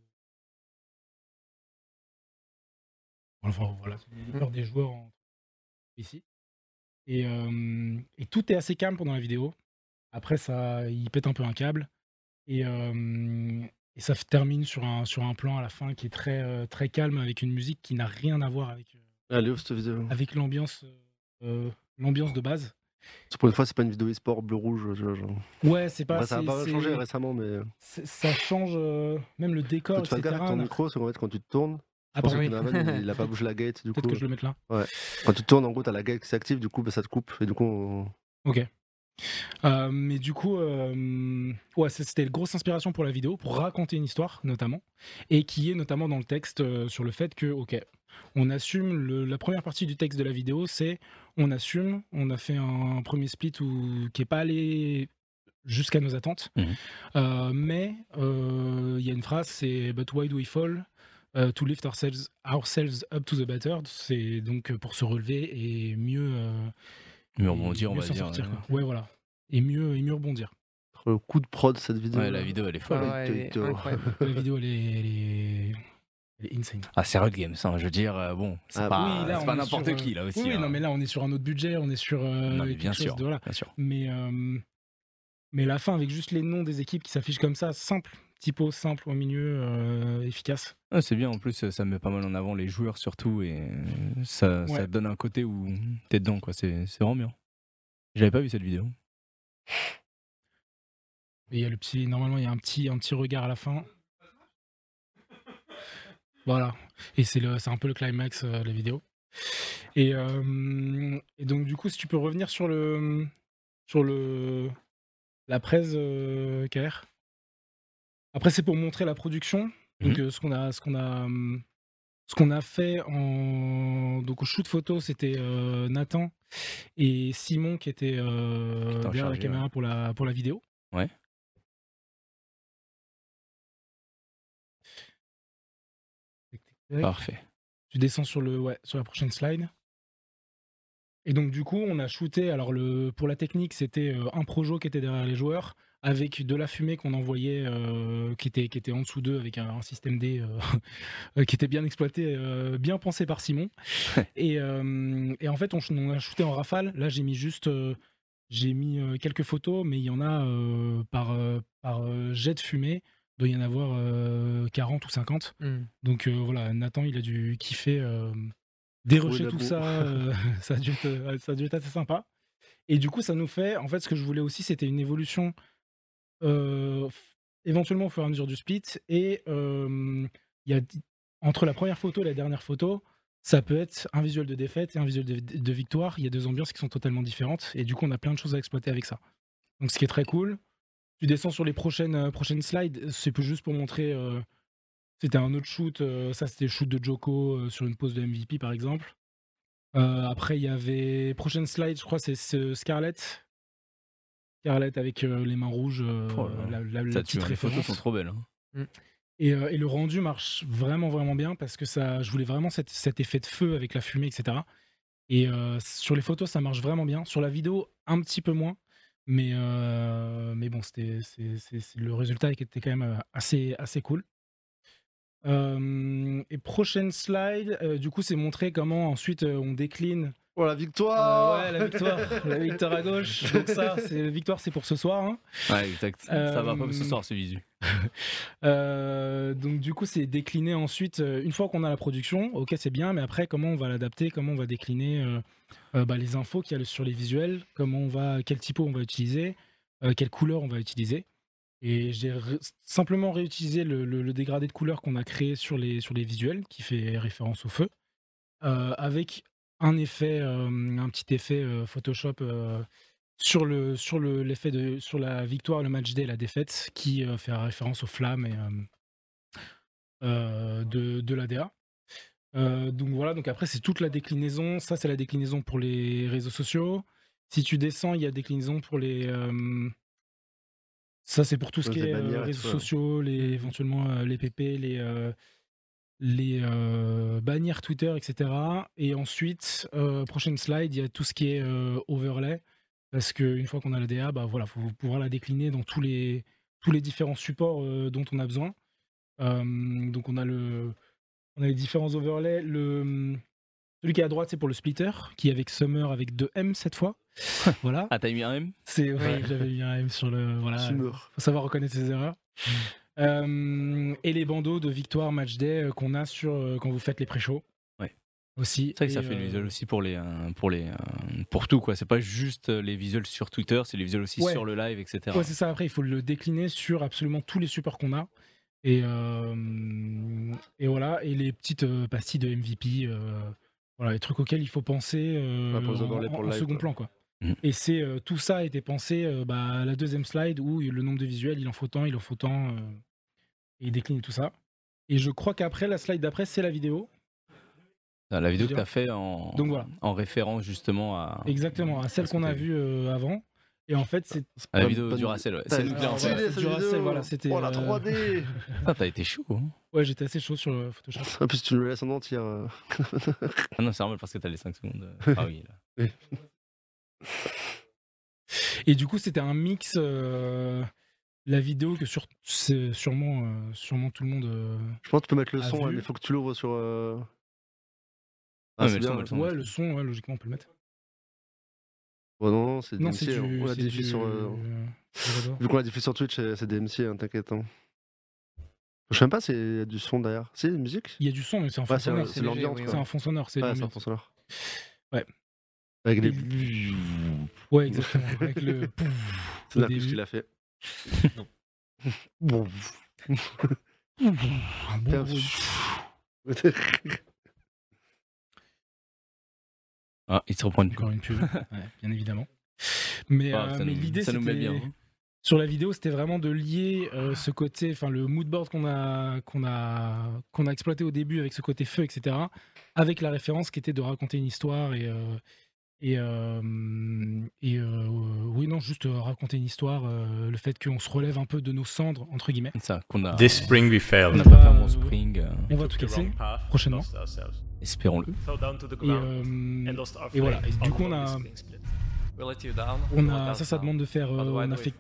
Speaker 3: Enfin, voilà, c'est les peurs des joueurs en- ici. Et, euh, et tout est assez calme pendant la vidéo. Après, ça, il pète un peu un câble. Et, euh, et ça se termine sur un, sur un plan à la fin qui est très, euh, très calme avec une musique qui n'a rien à voir avec, euh,
Speaker 2: Allez, off cette vidéo.
Speaker 3: avec l'ambiance euh, l'ambiance de base.
Speaker 2: Pour une fois, c'est pas une vidéo e-sport bleu-rouge. je- je-
Speaker 3: Ouais, c'est pas.
Speaker 2: Enfin, ça a
Speaker 3: Bah, c'est-
Speaker 2: pas
Speaker 3: c'est-
Speaker 2: changé récemment, mais
Speaker 3: c'est- Ça change euh, même le décor,
Speaker 2: faut que tu
Speaker 3: etc.
Speaker 2: fasses gaffe avec ton micro, c'est qu'en fait, quand tu te tournes,
Speaker 3: Ah,
Speaker 2: je pense
Speaker 3: pardon,
Speaker 2: que
Speaker 5: oui.
Speaker 2: Donovan, il a pas bougé la gate, du coup. euh.
Speaker 3: Peut-être que je le mette là.
Speaker 2: Quand tu te tournes, en gros, t'as la gate qui s'active, du coup, bah, ça te coupe. Et du coup, on-
Speaker 3: Euh, mais du coup, euh, ouais, c'est- c'était une grosse inspiration pour la vidéo, pour raconter une histoire notamment, et qui est notamment dans le texte euh, sur le fait que, ok, on assume, le- la première partie du texte de la vidéo, c'est on assume, on a fait un, premier split où, qui n'est pas allé jusqu'à nos attentes,
Speaker 6: Mhm.
Speaker 3: Euh, mais euh, il y a une phrase, c'est But why do we fall Euh, to lift ourselves, ourselves up to the batter, c'est donc euh, pour se relever et mieux, euh,
Speaker 6: Mais
Speaker 3: et
Speaker 6: on va dire, on
Speaker 3: mieux
Speaker 6: va
Speaker 3: s'en
Speaker 6: dire. euh.
Speaker 3: sortir,
Speaker 6: ouais.
Speaker 3: quoi. ouais. voilà. Et mieux, et mieux rebondir.
Speaker 2: le coup de prod de cette vidéo.
Speaker 6: Ouais, la vidéo elle est
Speaker 5: Ah
Speaker 6: folle.
Speaker 5: ouais, elle est incroyable.
Speaker 3: La vidéo, elle est, elle est- elle est insane.
Speaker 6: Ah, c'est Riot Games, hein, je veux dire, euh, bon, c'est
Speaker 2: Ah,
Speaker 6: pas,
Speaker 3: oui, là,
Speaker 6: c'est
Speaker 3: on
Speaker 6: pas
Speaker 3: est
Speaker 6: n'importe
Speaker 3: sur, euh,
Speaker 6: qui là aussi.
Speaker 3: oui, oui,
Speaker 6: hein.
Speaker 3: non, mais là, on est sur un autre budget, on est sur euh,
Speaker 6: Non, mais
Speaker 3: quelque
Speaker 6: bien
Speaker 3: chose
Speaker 6: sûr.
Speaker 3: de- voilà.
Speaker 6: Bien sûr.
Speaker 3: Mais, euh, mais la fin, avec juste les noms des équipes qui s'affichent comme ça, simple, typo, simple au milieu, euh, efficace.
Speaker 6: Ah, c'est bien, en plus, ça met pas mal en avant les joueurs surtout, et euh, ça, ça
Speaker 3: Ouais.
Speaker 6: donne un côté où t'es dedans, quoi. C'est c'est vraiment bien. J'avais pas vu cette vidéo.
Speaker 3: Et il y a le petit, normalement, il y a un petit, un petit regard à la fin. Voilà. Et c'est le- c'est un peu le climax euh, de la vidéo. Et, euh, et donc, du coup, si tu peux revenir sur le, sur le, la presse euh, KR. Après, c'est pour montrer la production.
Speaker 6: Mhm.
Speaker 3: Donc, euh, ce qu'on a, ce qu'on a, hum, ce qu'on a fait en, donc au shoot photo, c'était euh, Nathan et Simon qui étaient euh,
Speaker 6: Qui étaient en
Speaker 3: derrière la
Speaker 6: charge,
Speaker 3: caméra pour la, pour la vidéo.
Speaker 6: Ouais.
Speaker 3: Tac, tac, tac.
Speaker 6: Parfait.
Speaker 3: Tu descends sur, le, ouais, sur la prochaine slide. Et donc, du coup, on a shooté. Alors, le, pour la technique, c'était euh, un projo qui était derrière les joueurs, avec de la fumée qu'on envoyait, euh, qui, était, qui était en dessous d'eux, avec un, un système D euh, qui était bien exploité, euh, bien pensé par Simon. et, euh, et en fait, on, ch- on a shooté en rafale. Là, j'ai mis juste. euh, j'ai mis euh, quelques photos, mais il y en a euh, par, euh, par euh, jet de fumée. Il doit y en avoir euh, 40 ou 50.
Speaker 5: Mm.
Speaker 3: Donc euh, voilà, Nathan, il a dû kiffer, euh, dérocher
Speaker 2: Oui,
Speaker 3: tout
Speaker 2: d'abord.
Speaker 3: ça. euh, ça, a dû être, euh, ça a dû être assez sympa. Et du coup, ça nous fait. En fait, ce que je voulais aussi, c'était une évolution euh, f- éventuellement au fur et à mesure du split. Et euh, il y a, di- entre la première photo et la dernière photo, ça peut être un visuel de défaite et un visuel de, de victoire. Il y a deux ambiances qui sont totalement différentes. Et du coup, on a plein de choses à exploiter avec ça. Donc, ce qui est très cool. Tu descends sur les prochaines, euh, prochaines slides. C'est plus juste pour montrer. euh, c'était un autre shoot. euh, ça, c'était le shoot de Joko euh, sur une pose de MVP, par exemple. Euh, après, il y avait. Prochaine slide, je crois, c'est ce Scarlett. Scarlett avec euh, les mains rouges. euh,
Speaker 6: Oh
Speaker 3: la,
Speaker 6: là là.
Speaker 3: la- la
Speaker 6: Ça tue,
Speaker 3: petite
Speaker 6: hein, les photos
Speaker 3: référence.
Speaker 6: sont trop belles. hein.
Speaker 5: Mm.
Speaker 3: Et, euh, et le rendu marche vraiment, vraiment bien parce que ça, je voulais vraiment cette- cet effet de feu avec la fumée, etc. Et euh, sur les photos, ça marche vraiment bien. Sur la vidéo, un petit peu moins. Mais, euh, mais bon, c'était, c'est, c'est- c'est- le résultat était quand même euh, assez, assez cool. Euh, et prochaine slide, euh, du coup, c'est montrer comment ensuite euh, on décline
Speaker 2: Oh la victoire
Speaker 3: euh, ouais, la victoire, la victoire à gauche. Donc ça, c'est la victoire, c'est pour ce soir. hein.
Speaker 6: Ouais, exact. Ça va pas ce
Speaker 3: Euh,
Speaker 6: soir, ce visu.
Speaker 3: Euh, donc du coup, c'est décliné ensuite. euh, Une fois qu'on a la production, ok, c'est bien, mais après, comment on va l'adapter Comment on va décliner euh, euh, bah, les infos qu'il y a sur les visuels Comment on va, quel typo on va utiliser euh, Quelle couleur on va utiliser Et j'ai ré- simplement réutilisé le, le- le dégradé de couleur qu'on a créé sur les sur les visuels, qui fait référence au feu, euh, avec un effet, euh, un petit effet euh, Photoshop. euh, sur le sur le l'effet de sur la victoire, le match day, la défaite, qui euh, fait référence aux flammes et, euh, euh, de de l'ADA. Euh, donc voilà. Donc après c'est toute la déclinaison. Ça c'est la déclinaison pour les réseaux sociaux. Si tu descends, il y a déclinaison pour les euh, ça c'est pour tout ce
Speaker 2: Ouais,
Speaker 3: qui
Speaker 2: les
Speaker 3: est euh,
Speaker 2: bannières et
Speaker 3: réseaux
Speaker 2: tout, ouais.
Speaker 3: sociaux, les éventuellement euh, les PP, les euh, les euh, bannières Twitter, etc. Et ensuite, euh, prochaine slide, il y a tout ce qui est euh, overlay. Parce qu'une fois qu'on a la DA, bah voilà, faut pouvoir la décliner dans tous les, tous les différents supports euh, dont on a besoin. Euh, donc on a le, on a les différents overlays. Le, mmh, celui qui est à droite, c'est pour le splitter, qui est avec Summer avec 2 M cette fois. voilà.
Speaker 6: Ah, t'as mis un M
Speaker 3: C'est ouais, j'avais mis un M sur le. Voilà.
Speaker 2: Ah, Tu meurs.
Speaker 3: faut savoir reconnaître ses erreurs.
Speaker 6: Mmh.
Speaker 3: Euh, et les bandeaux de victoire match day euh, qu'on a sur euh, quand vous faites les pré-shows.
Speaker 6: Ouais.
Speaker 3: Aussi.
Speaker 6: C'est vrai que ça
Speaker 3: Et,
Speaker 6: fait le
Speaker 3: euh,
Speaker 6: visual aussi pour les euh, pour les euh, pour tout quoi. C'est pas juste euh, les visuals sur Twitter, c'est les visuals aussi
Speaker 3: Ouais.
Speaker 6: sur le live, etc.
Speaker 3: Ouais, c'est ça. Après, il faut le décliner sur absolument tous les supports qu'on a. Et, euh, et voilà. Et les petites euh, pastilles de MVP, euh, voilà, les trucs auxquels il faut penser euh,
Speaker 2: Ouais, pour les
Speaker 3: en,
Speaker 2: overlays,
Speaker 3: en-
Speaker 2: pour le
Speaker 3: en
Speaker 2: live,
Speaker 3: second
Speaker 2: quoi.
Speaker 3: plan, quoi.
Speaker 6: Mhm.
Speaker 3: Et c'est euh, tout ça a été pensé euh, bah, à la deuxième slide où le nombre de visuels, il en faut tant, il en faut tant, euh, et il décline tout ça. Et je crois qu'après la slide d'après, c'est la vidéo.
Speaker 6: Ah, La vidéo que
Speaker 3: Bien.
Speaker 6: t'as fait en
Speaker 3: Donc voilà,
Speaker 6: en référence justement à
Speaker 1: Ah,
Speaker 3: exactement, à celle
Speaker 6: Parce que
Speaker 3: qu'on a
Speaker 6: t'as-
Speaker 3: vue euh, avant. Et en fait, c'est
Speaker 6: à la
Speaker 2: Bonne-
Speaker 6: vidéo
Speaker 2: bonne-
Speaker 6: du Racel. Ouais.
Speaker 2: Putain,
Speaker 6: S'il vous
Speaker 2: elle
Speaker 6: plaît,
Speaker 2: est
Speaker 6: en
Speaker 3: stylée,
Speaker 6: vrai.
Speaker 2: stylée, cette
Speaker 3: Duracell,
Speaker 2: vidéo.
Speaker 3: voilà, c'était,
Speaker 2: Oh la
Speaker 3: euh,
Speaker 2: 3D
Speaker 6: Ah, t'as été chaud. hein.
Speaker 3: ouais, j'étais assez chaud sur euh, Photoshop.
Speaker 2: En plus, tu nous le laisses en entier. euh.
Speaker 6: Ah non, c'est normal parce que t'as les 5 secondes. Ah oui. là.
Speaker 3: Et du coup, c'était un mix. euh, la vidéo que sur, c'est sûrement, euh, sûrement tout le monde. euh,
Speaker 2: Je pense que tu peux mettre le
Speaker 3: Ah,
Speaker 2: son, hein,
Speaker 3: vu.
Speaker 2: mais il faut que tu l'ouvres sur. euh, Ah,
Speaker 6: Ouais, mais
Speaker 2: c'est
Speaker 6: le son,
Speaker 2: bien.
Speaker 6: on le sent.
Speaker 3: ouais, le son, ouais, logiquement, on peut le mettre.
Speaker 2: Bon, non, non, c'est
Speaker 3: Non, c'est
Speaker 2: DMC.
Speaker 3: du.
Speaker 2: hein. On l'a
Speaker 3: c'est
Speaker 2: diffusé
Speaker 3: du-
Speaker 2: sur. euh,
Speaker 3: euh, du Redor.
Speaker 2: Vu qu'on l'a diffusé sur Twitch, euh, c'est DMC, hein, t'inquiète. hein. Je sais même pas s'il y a du son derrière. C'est une musique
Speaker 3: Il y a du son, mais c'est en fond
Speaker 2: Ouais, c'est un-
Speaker 3: sonore.
Speaker 2: c'est
Speaker 5: c'est léger,
Speaker 2: l'ambiance.
Speaker 5: oui,
Speaker 3: C'est
Speaker 2: quoi.
Speaker 3: un fond sonore. C'est
Speaker 2: Ouais,
Speaker 3: du
Speaker 2: c'est un
Speaker 3: mix.
Speaker 2: fond sonore.
Speaker 3: Ouais.
Speaker 2: Avec les.
Speaker 3: Ouais, exactement. avec le. pouf
Speaker 2: C'est
Speaker 3: au
Speaker 2: Narcus
Speaker 3: début.
Speaker 2: qui l'a fait. Bon.
Speaker 3: Un bon gros-
Speaker 6: Ah, il se reprend une
Speaker 3: Encore une pub, ouais, bien évidemment. Mais,
Speaker 6: Ah,
Speaker 3: euh,
Speaker 6: ça
Speaker 3: mais
Speaker 6: nous-
Speaker 3: l'idée,
Speaker 6: ça nous met
Speaker 3: c'était-
Speaker 6: bien, hein.
Speaker 3: Sur la vidéo, c'était vraiment de lier euh, ce côté, enfin le mood board qu'on a, qu'on a, qu'on a exploité au début avec ce côté feu, etc., avec la référence qui était de raconter une histoire et. euh, et, euh, et, euh, oui, non, juste euh, raconter une histoire, euh, le fait qu'on se relève un peu de nos cendres, entre guillemets.
Speaker 6: Ça qu'on a.
Speaker 7: Euh, This spring we
Speaker 6: On
Speaker 7: failed.
Speaker 3: On
Speaker 6: a pas fait un
Speaker 3: va-
Speaker 6: bon spring. euh,
Speaker 3: On va tout casser, prochainement.
Speaker 6: Espérons-le.
Speaker 3: et, euh, et voilà. Et du coup, on a, on a, ça, ça demande de faire, euh, on a fait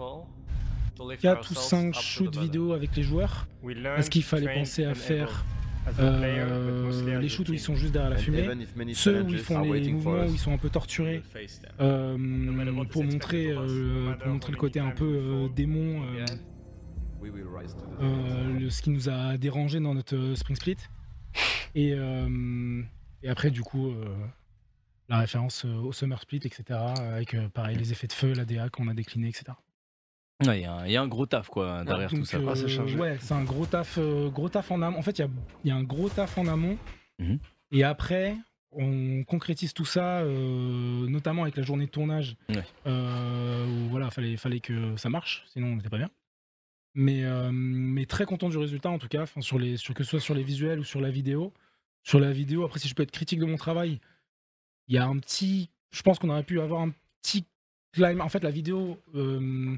Speaker 3: 4 ou 5 shoots vidéo avec les joueurs.
Speaker 8: Est-ce
Speaker 3: Est-ce qu'il fallait penser à faire euh, les shoots où ils sont juste derrière la fumée Ceux où ils font les mouvements, où ils sont un peu torturés, euh, pour, montrer, euh, pour montrer le côté un peu euh, démon, euh, euh, le- ce qui nous a dérangé dans notre euh, Spring Split. Et, euh, et après, du coup, euh, la référence euh, au Summer Split, etc. Avec, euh, pareil, les effets de feu, la DA qu'on a décliné, etc.
Speaker 6: Ouais, Il y, a un- il y a un gros taf quoi derrière tout
Speaker 3: Donc,
Speaker 6: ça.
Speaker 3: euh,
Speaker 2: Ah, c'est chargé.
Speaker 3: Ouais, c'est un gros taf, euh, gros taf en amont. En fait, il y a, il y a un gros taf en amont.
Speaker 6: Mhm.
Speaker 3: Et après, on concrétise tout ça, euh, notamment avec la journée de tournage,
Speaker 6: Ouais.
Speaker 3: euh, où voilà, fallait, fallait que ça marche, sinon on n'était pas bien. Mais, euh, mais très content du résultat en tout cas, enfin, sur les, sur, que ce soit sur les visuels ou sur la vidéo. Sur la vidéo, après, si je peux être critique de mon travail, il y a un petit. Je pense qu'on aurait pu avoir un petit climb. En fait, la vidéo euh,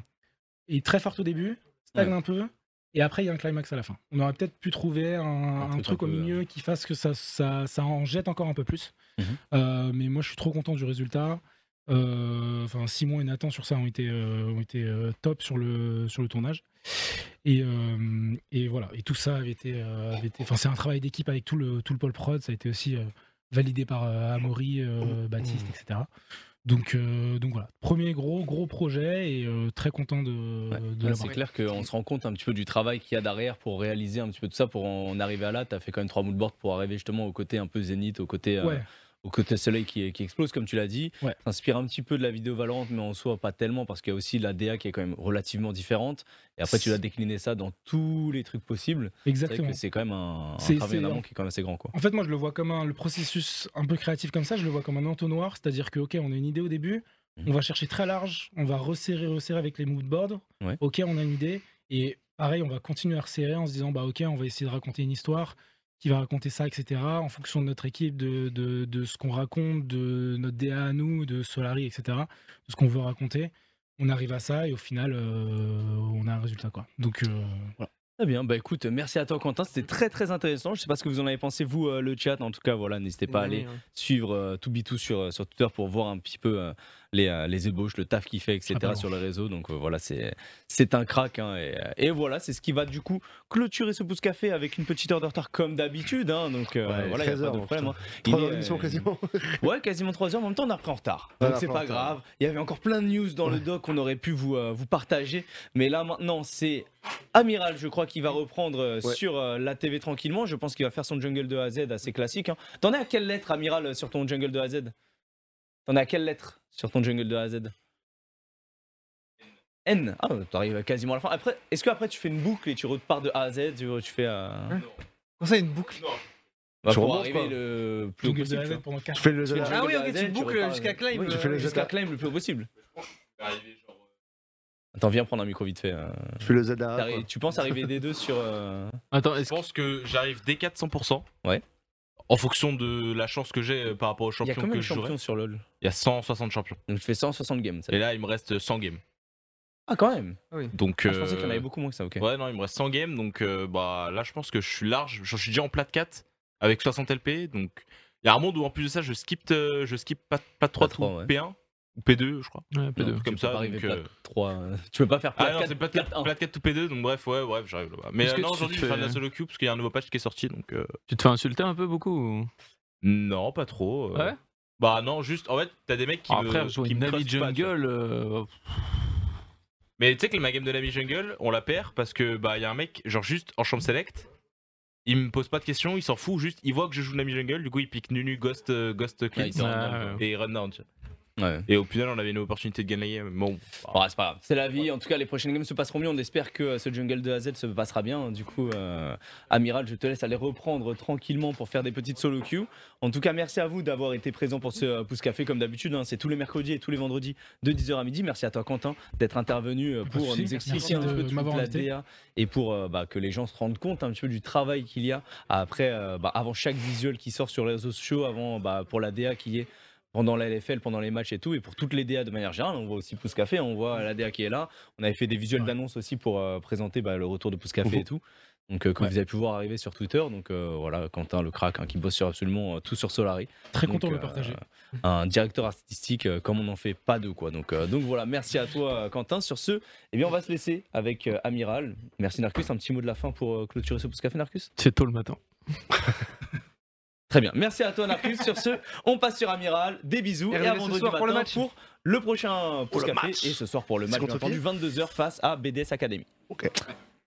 Speaker 3: est très forte au début, stagne
Speaker 6: Ouais.
Speaker 3: un peu, Et après, il y a un climax à la fin. On aurait peut-être pu trouver un, un
Speaker 1: truc un
Speaker 3: truc, au
Speaker 1: peu, euh,
Speaker 3: milieu qui fasse que ça, ça, ça en jette encore un peu plus.
Speaker 1: Mhm.
Speaker 3: Euh, mais moi, je suis trop content du résultat. Euh, Enfin, Simon et Nathan sur ça ont été, euh, ont été euh, top sur le, sur le tournage. Et, euh, et voilà. Et tout ça avait été. euh, avait été- Enfin, c'est un travail d'équipe avec tout le, tout le pôle prod. Ça a été aussi euh, validé par euh, Amaury, euh,
Speaker 1: Mmh.
Speaker 3: Baptiste, etc. Donc, euh, donc voilà, premier gros gros projet et euh, très content de,
Speaker 1: Ouais.
Speaker 3: de
Speaker 1: Ouais,
Speaker 3: l'avoir.
Speaker 1: c'est clair qu'on se rend compte un petit peu du travail qu'il y a derrière pour réaliser un petit peu tout ça, pour en arriver à là. Tu as fait quand même trois moodboards pour arriver justement au côté un peu zénith, au côté, euh,
Speaker 3: Ouais.
Speaker 1: au côté soleil qui, qui explose, comme tu l'as dit.
Speaker 3: Ouais.
Speaker 1: T'inspires un petit peu de la vidéo Valorant, mais en soi pas tellement, parce qu'il y a aussi la DA qui est quand même relativement différente. Et après, tu dois décliner ça dans tous les trucs possibles. C'est vrai
Speaker 3: Exactement.
Speaker 1: que c'est quand même un, un
Speaker 3: C'est-
Speaker 1: travail en
Speaker 3: c'est-
Speaker 1: amont qui est quand même assez grand. Quoi.
Speaker 3: En fait, moi, je le vois comme un, le processus un peu créatif comme ça, je le vois comme un entonnoir, c'est-à-dire que, ok, on a une idée au début,
Speaker 1: Mhm.
Speaker 3: on va chercher très large, on va resserrer, resserrer avec les mood boards,
Speaker 1: Ouais.
Speaker 3: ok, on a une idée, et pareil, on va continuer à resserrer en se disant, bah ok, on va essayer de raconter une histoire qui va raconter ça, etc., en fonction de notre équipe, de, de, de ce qu'on raconte, de notre DA à nous, de Solari, etc., de ce qu'on veut raconter. On arrive à ça et au final, euh, on a un résultat, quoi. Donc, euh, voilà.
Speaker 1: Très bien, bah écoute, merci à toi Quentin, c'était très très intéressant. Je sais pas ce que vous en avez pensé, vous, euh, le chat. En tout cas, voilà, n'hésitez pas à aller
Speaker 5: hein.
Speaker 1: suivre euh, 2B2 sur, euh, sur Twitter pour voir un petit peu euh, les, euh, les ébauches, le taf qu'il fait, etc.
Speaker 3: Ah, pardon.
Speaker 1: sur le réseau. Donc euh, voilà, c'est c'est un crack. hein, et, euh, et voilà, c'est ce qui va du coup clôturer ce pouce café avec une petite heure de retard comme d'habitude. hein, donc euh,
Speaker 2: Ouais,
Speaker 1: voilà, il y a
Speaker 2: 13
Speaker 1: pas de
Speaker 2: heures,
Speaker 1: problème. hein. Il
Speaker 2: Trois
Speaker 1: est,
Speaker 2: heures d'émission
Speaker 1: euh,
Speaker 2: quasiment.
Speaker 1: Ouais, quasiment 3 heures, mais en même temps on a pris en retard.
Speaker 2: On a
Speaker 1: Donc c'est
Speaker 2: pris en
Speaker 1: pas
Speaker 2: retard.
Speaker 1: grave. Il y avait encore plein de news dans le doc qu'on aurait pu vous, euh, vous partager. Mais là maintenant c'est Amiral, je crois, qui va reprendre euh,
Speaker 2: Ouais.
Speaker 1: sur euh, la TV tranquillement. Je pense qu'il va faire son jungle de A à Z assez classique. hein. T'en es à quelle lettre, Amiral, euh, sur ton jungle de A à Z T'en es à quelle lettre sur ton jungle de A à Z N. Ah, t'arrives quasiment à la fin. Après, est-ce que après tu fais une boucle et tu repars de A à Z Tu, tu fais. euh,
Speaker 5: Comment ça, une boucle
Speaker 1: bah,
Speaker 2: Hein Tu
Speaker 1: pour
Speaker 2: remontes,
Speaker 1: arriver
Speaker 2: quoi.
Speaker 1: le plus haut
Speaker 3: Donc,
Speaker 1: possible.
Speaker 3: de
Speaker 1: tu
Speaker 3: la
Speaker 1: vois.
Speaker 3: Z pendant
Speaker 2: Tu
Speaker 3: quatre
Speaker 2: fais le
Speaker 1: Tu fais
Speaker 2: jeu
Speaker 1: le
Speaker 5: Ah oui,
Speaker 1: jungle de A
Speaker 5: ok,
Speaker 1: à
Speaker 5: tu
Speaker 1: Z,
Speaker 5: boucles
Speaker 1: repars-
Speaker 5: jusqu'à climb,
Speaker 1: Oui, tu
Speaker 5: euh,
Speaker 1: fais le
Speaker 2: jusqu'à-
Speaker 1: jusqu'à climb le plus haut possible. Attends, viens prendre un micro vite fait. euh.
Speaker 2: Tu fais le Z à
Speaker 1: T'arri- Tu penses arriver des deux sur. euh,
Speaker 4: Attends,
Speaker 7: Je
Speaker 4: est-ce
Speaker 7: pense que j'arrive dès 400%.
Speaker 1: Ouais.
Speaker 7: En fonction de la chance que j'ai euh, par rapport aux
Speaker 1: Il y a
Speaker 7: champions
Speaker 1: combien
Speaker 7: que
Speaker 1: de
Speaker 7: je jouerai.
Speaker 1: champions sur LoL
Speaker 7: Il y a 160 champions.
Speaker 1: Donc tu fais 160 games. ça
Speaker 7: Et
Speaker 1: fait-
Speaker 7: là, il me reste 100 games.
Speaker 1: Ah, quand même
Speaker 7: Donc,
Speaker 1: Ah, Je pensais qu'il y en
Speaker 7: euh,
Speaker 1: avait beaucoup moins que ça, ok.
Speaker 7: Ouais, non, il me reste 100 games. Donc, euh, bah, là, je pense que je suis large. Je suis déjà en plat de 4 avec 60 LP. Donc, il y a un monde où, en plus de ça, je skip, euh, je skip pas, pas 3
Speaker 1: trois, ouais.
Speaker 7: P1 ou P2, je crois.
Speaker 4: Ouais, P2.
Speaker 7: comme
Speaker 1: tu
Speaker 7: ça,
Speaker 1: Peux pas arriver
Speaker 7: donc,
Speaker 1: plat
Speaker 7: euh,
Speaker 1: 3, euh, Tu peux pas faire plat
Speaker 7: Ah non,
Speaker 1: 4.
Speaker 7: c'est plat de 4,
Speaker 1: plat un.
Speaker 7: plat de 4 ou P2. Donc, bref, ouais, bref, j'arrive là-bas. Mais
Speaker 4: Est-ce
Speaker 7: euh,
Speaker 4: que
Speaker 7: non,
Speaker 4: tu te
Speaker 7: aujourd'hui, je vais faire de la
Speaker 4: fais-
Speaker 7: solo queue parce qu'il y a un nouveau patch qui est sorti. Donc, euh,
Speaker 4: Tu te fais insulter un peu beaucoup ou-
Speaker 7: non, pas trop. euh.
Speaker 4: Ouais
Speaker 7: Bah, non, juste, en fait, t'as des mecs qui.
Speaker 4: Ah,
Speaker 7: me-
Speaker 4: frère, jouer
Speaker 7: qui
Speaker 4: une
Speaker 7: me
Speaker 4: Navi
Speaker 7: trustent pas, tu vois.
Speaker 4: Jungle. euh,
Speaker 7: Mais tu sais que ma game de la mi-jungle, on la perd parce que bah y a un mec, genre juste en chambre select, il me pose pas de questions, il s'en fout, juste il voit que je joue de la mi-jungle, du coup il pique Nunu, Ghost, euh, Ghost Clint,
Speaker 1: Ouais, il te rend
Speaker 4: down,
Speaker 7: et il run down. tu vois.
Speaker 1: Ouais.
Speaker 7: Et au final, on avait une opportunité de gagner la game. Bon, ah.
Speaker 1: Bon, c'est pas grave. C'est la vie. En tout cas, les prochaines games se passeront bien. On espère que euh, ce jungle de AZ se passera bien. Du coup, euh, Amiral, je te laisse aller reprendre tranquillement pour faire des petites solo queues. En tout cas, merci à vous d'avoir été présent pour ce euh, Pouce Café comme d'habitude. hein. C'est tous les mercredis et tous les vendredis de 10h à midi. Merci à toi, Quentin, d'être intervenu euh,
Speaker 3: Pas de
Speaker 1: pour
Speaker 3: souci.
Speaker 1: nous expliquer
Speaker 3: Merci
Speaker 1: un
Speaker 3: de
Speaker 1: petit peu toute
Speaker 3: m'avoir
Speaker 1: la
Speaker 3: invité.
Speaker 1: DA et pour euh, bah, que les gens se rendent compte un petit peu du travail qu'il y a après, euh, bah, avant chaque visuel qui sort sur les réseaux sociaux, avant bah, pour la DA qui est pendant la LFL, pendant les matchs et tout, et pour toutes les DA de manière générale, on voit aussi Pouce Café, on voit la DA qui est là, on avait fait des visuels
Speaker 3: Ouais.
Speaker 1: d'annonce aussi pour euh, présenter bah, le retour de Pouce Café
Speaker 2: Mhm.
Speaker 1: et tout. Donc, euh, comme
Speaker 3: Ouais.
Speaker 1: vous avez pu voir arriver sur Twitter, donc euh, voilà, Quentin le crack hein, qui bosse sur absolument euh, tout sur Solari.
Speaker 3: Très
Speaker 1: Donc,
Speaker 3: content de
Speaker 1: euh,
Speaker 3: le partager.
Speaker 1: Un directeur artistique euh, comme on n'en fait pas deux, quoi. Donc, euh, donc voilà, merci à toi, euh, Quentin. Sur ce, eh bien, on va se laisser avec euh, Amiral. Merci, Narcus. Un petit mot de la fin pour euh, clôturer ce Pouce Café, Narcus
Speaker 4: C'est tôt le matin.
Speaker 1: Très bien. Merci à toi, Narcus. sur ce, on passe sur Amiral. Des bisous.
Speaker 5: Et
Speaker 1: Et, à
Speaker 5: revenez
Speaker 1: vendredi
Speaker 5: ce soir
Speaker 1: matin
Speaker 5: pour le match.
Speaker 1: pour le prochain Pouce
Speaker 2: le
Speaker 1: Café.
Speaker 2: match.
Speaker 1: Et ce soir pour le
Speaker 2: C'est
Speaker 1: match, bien
Speaker 2: contre
Speaker 1: entendu, 22h face à BDS Academy.
Speaker 2: Ok.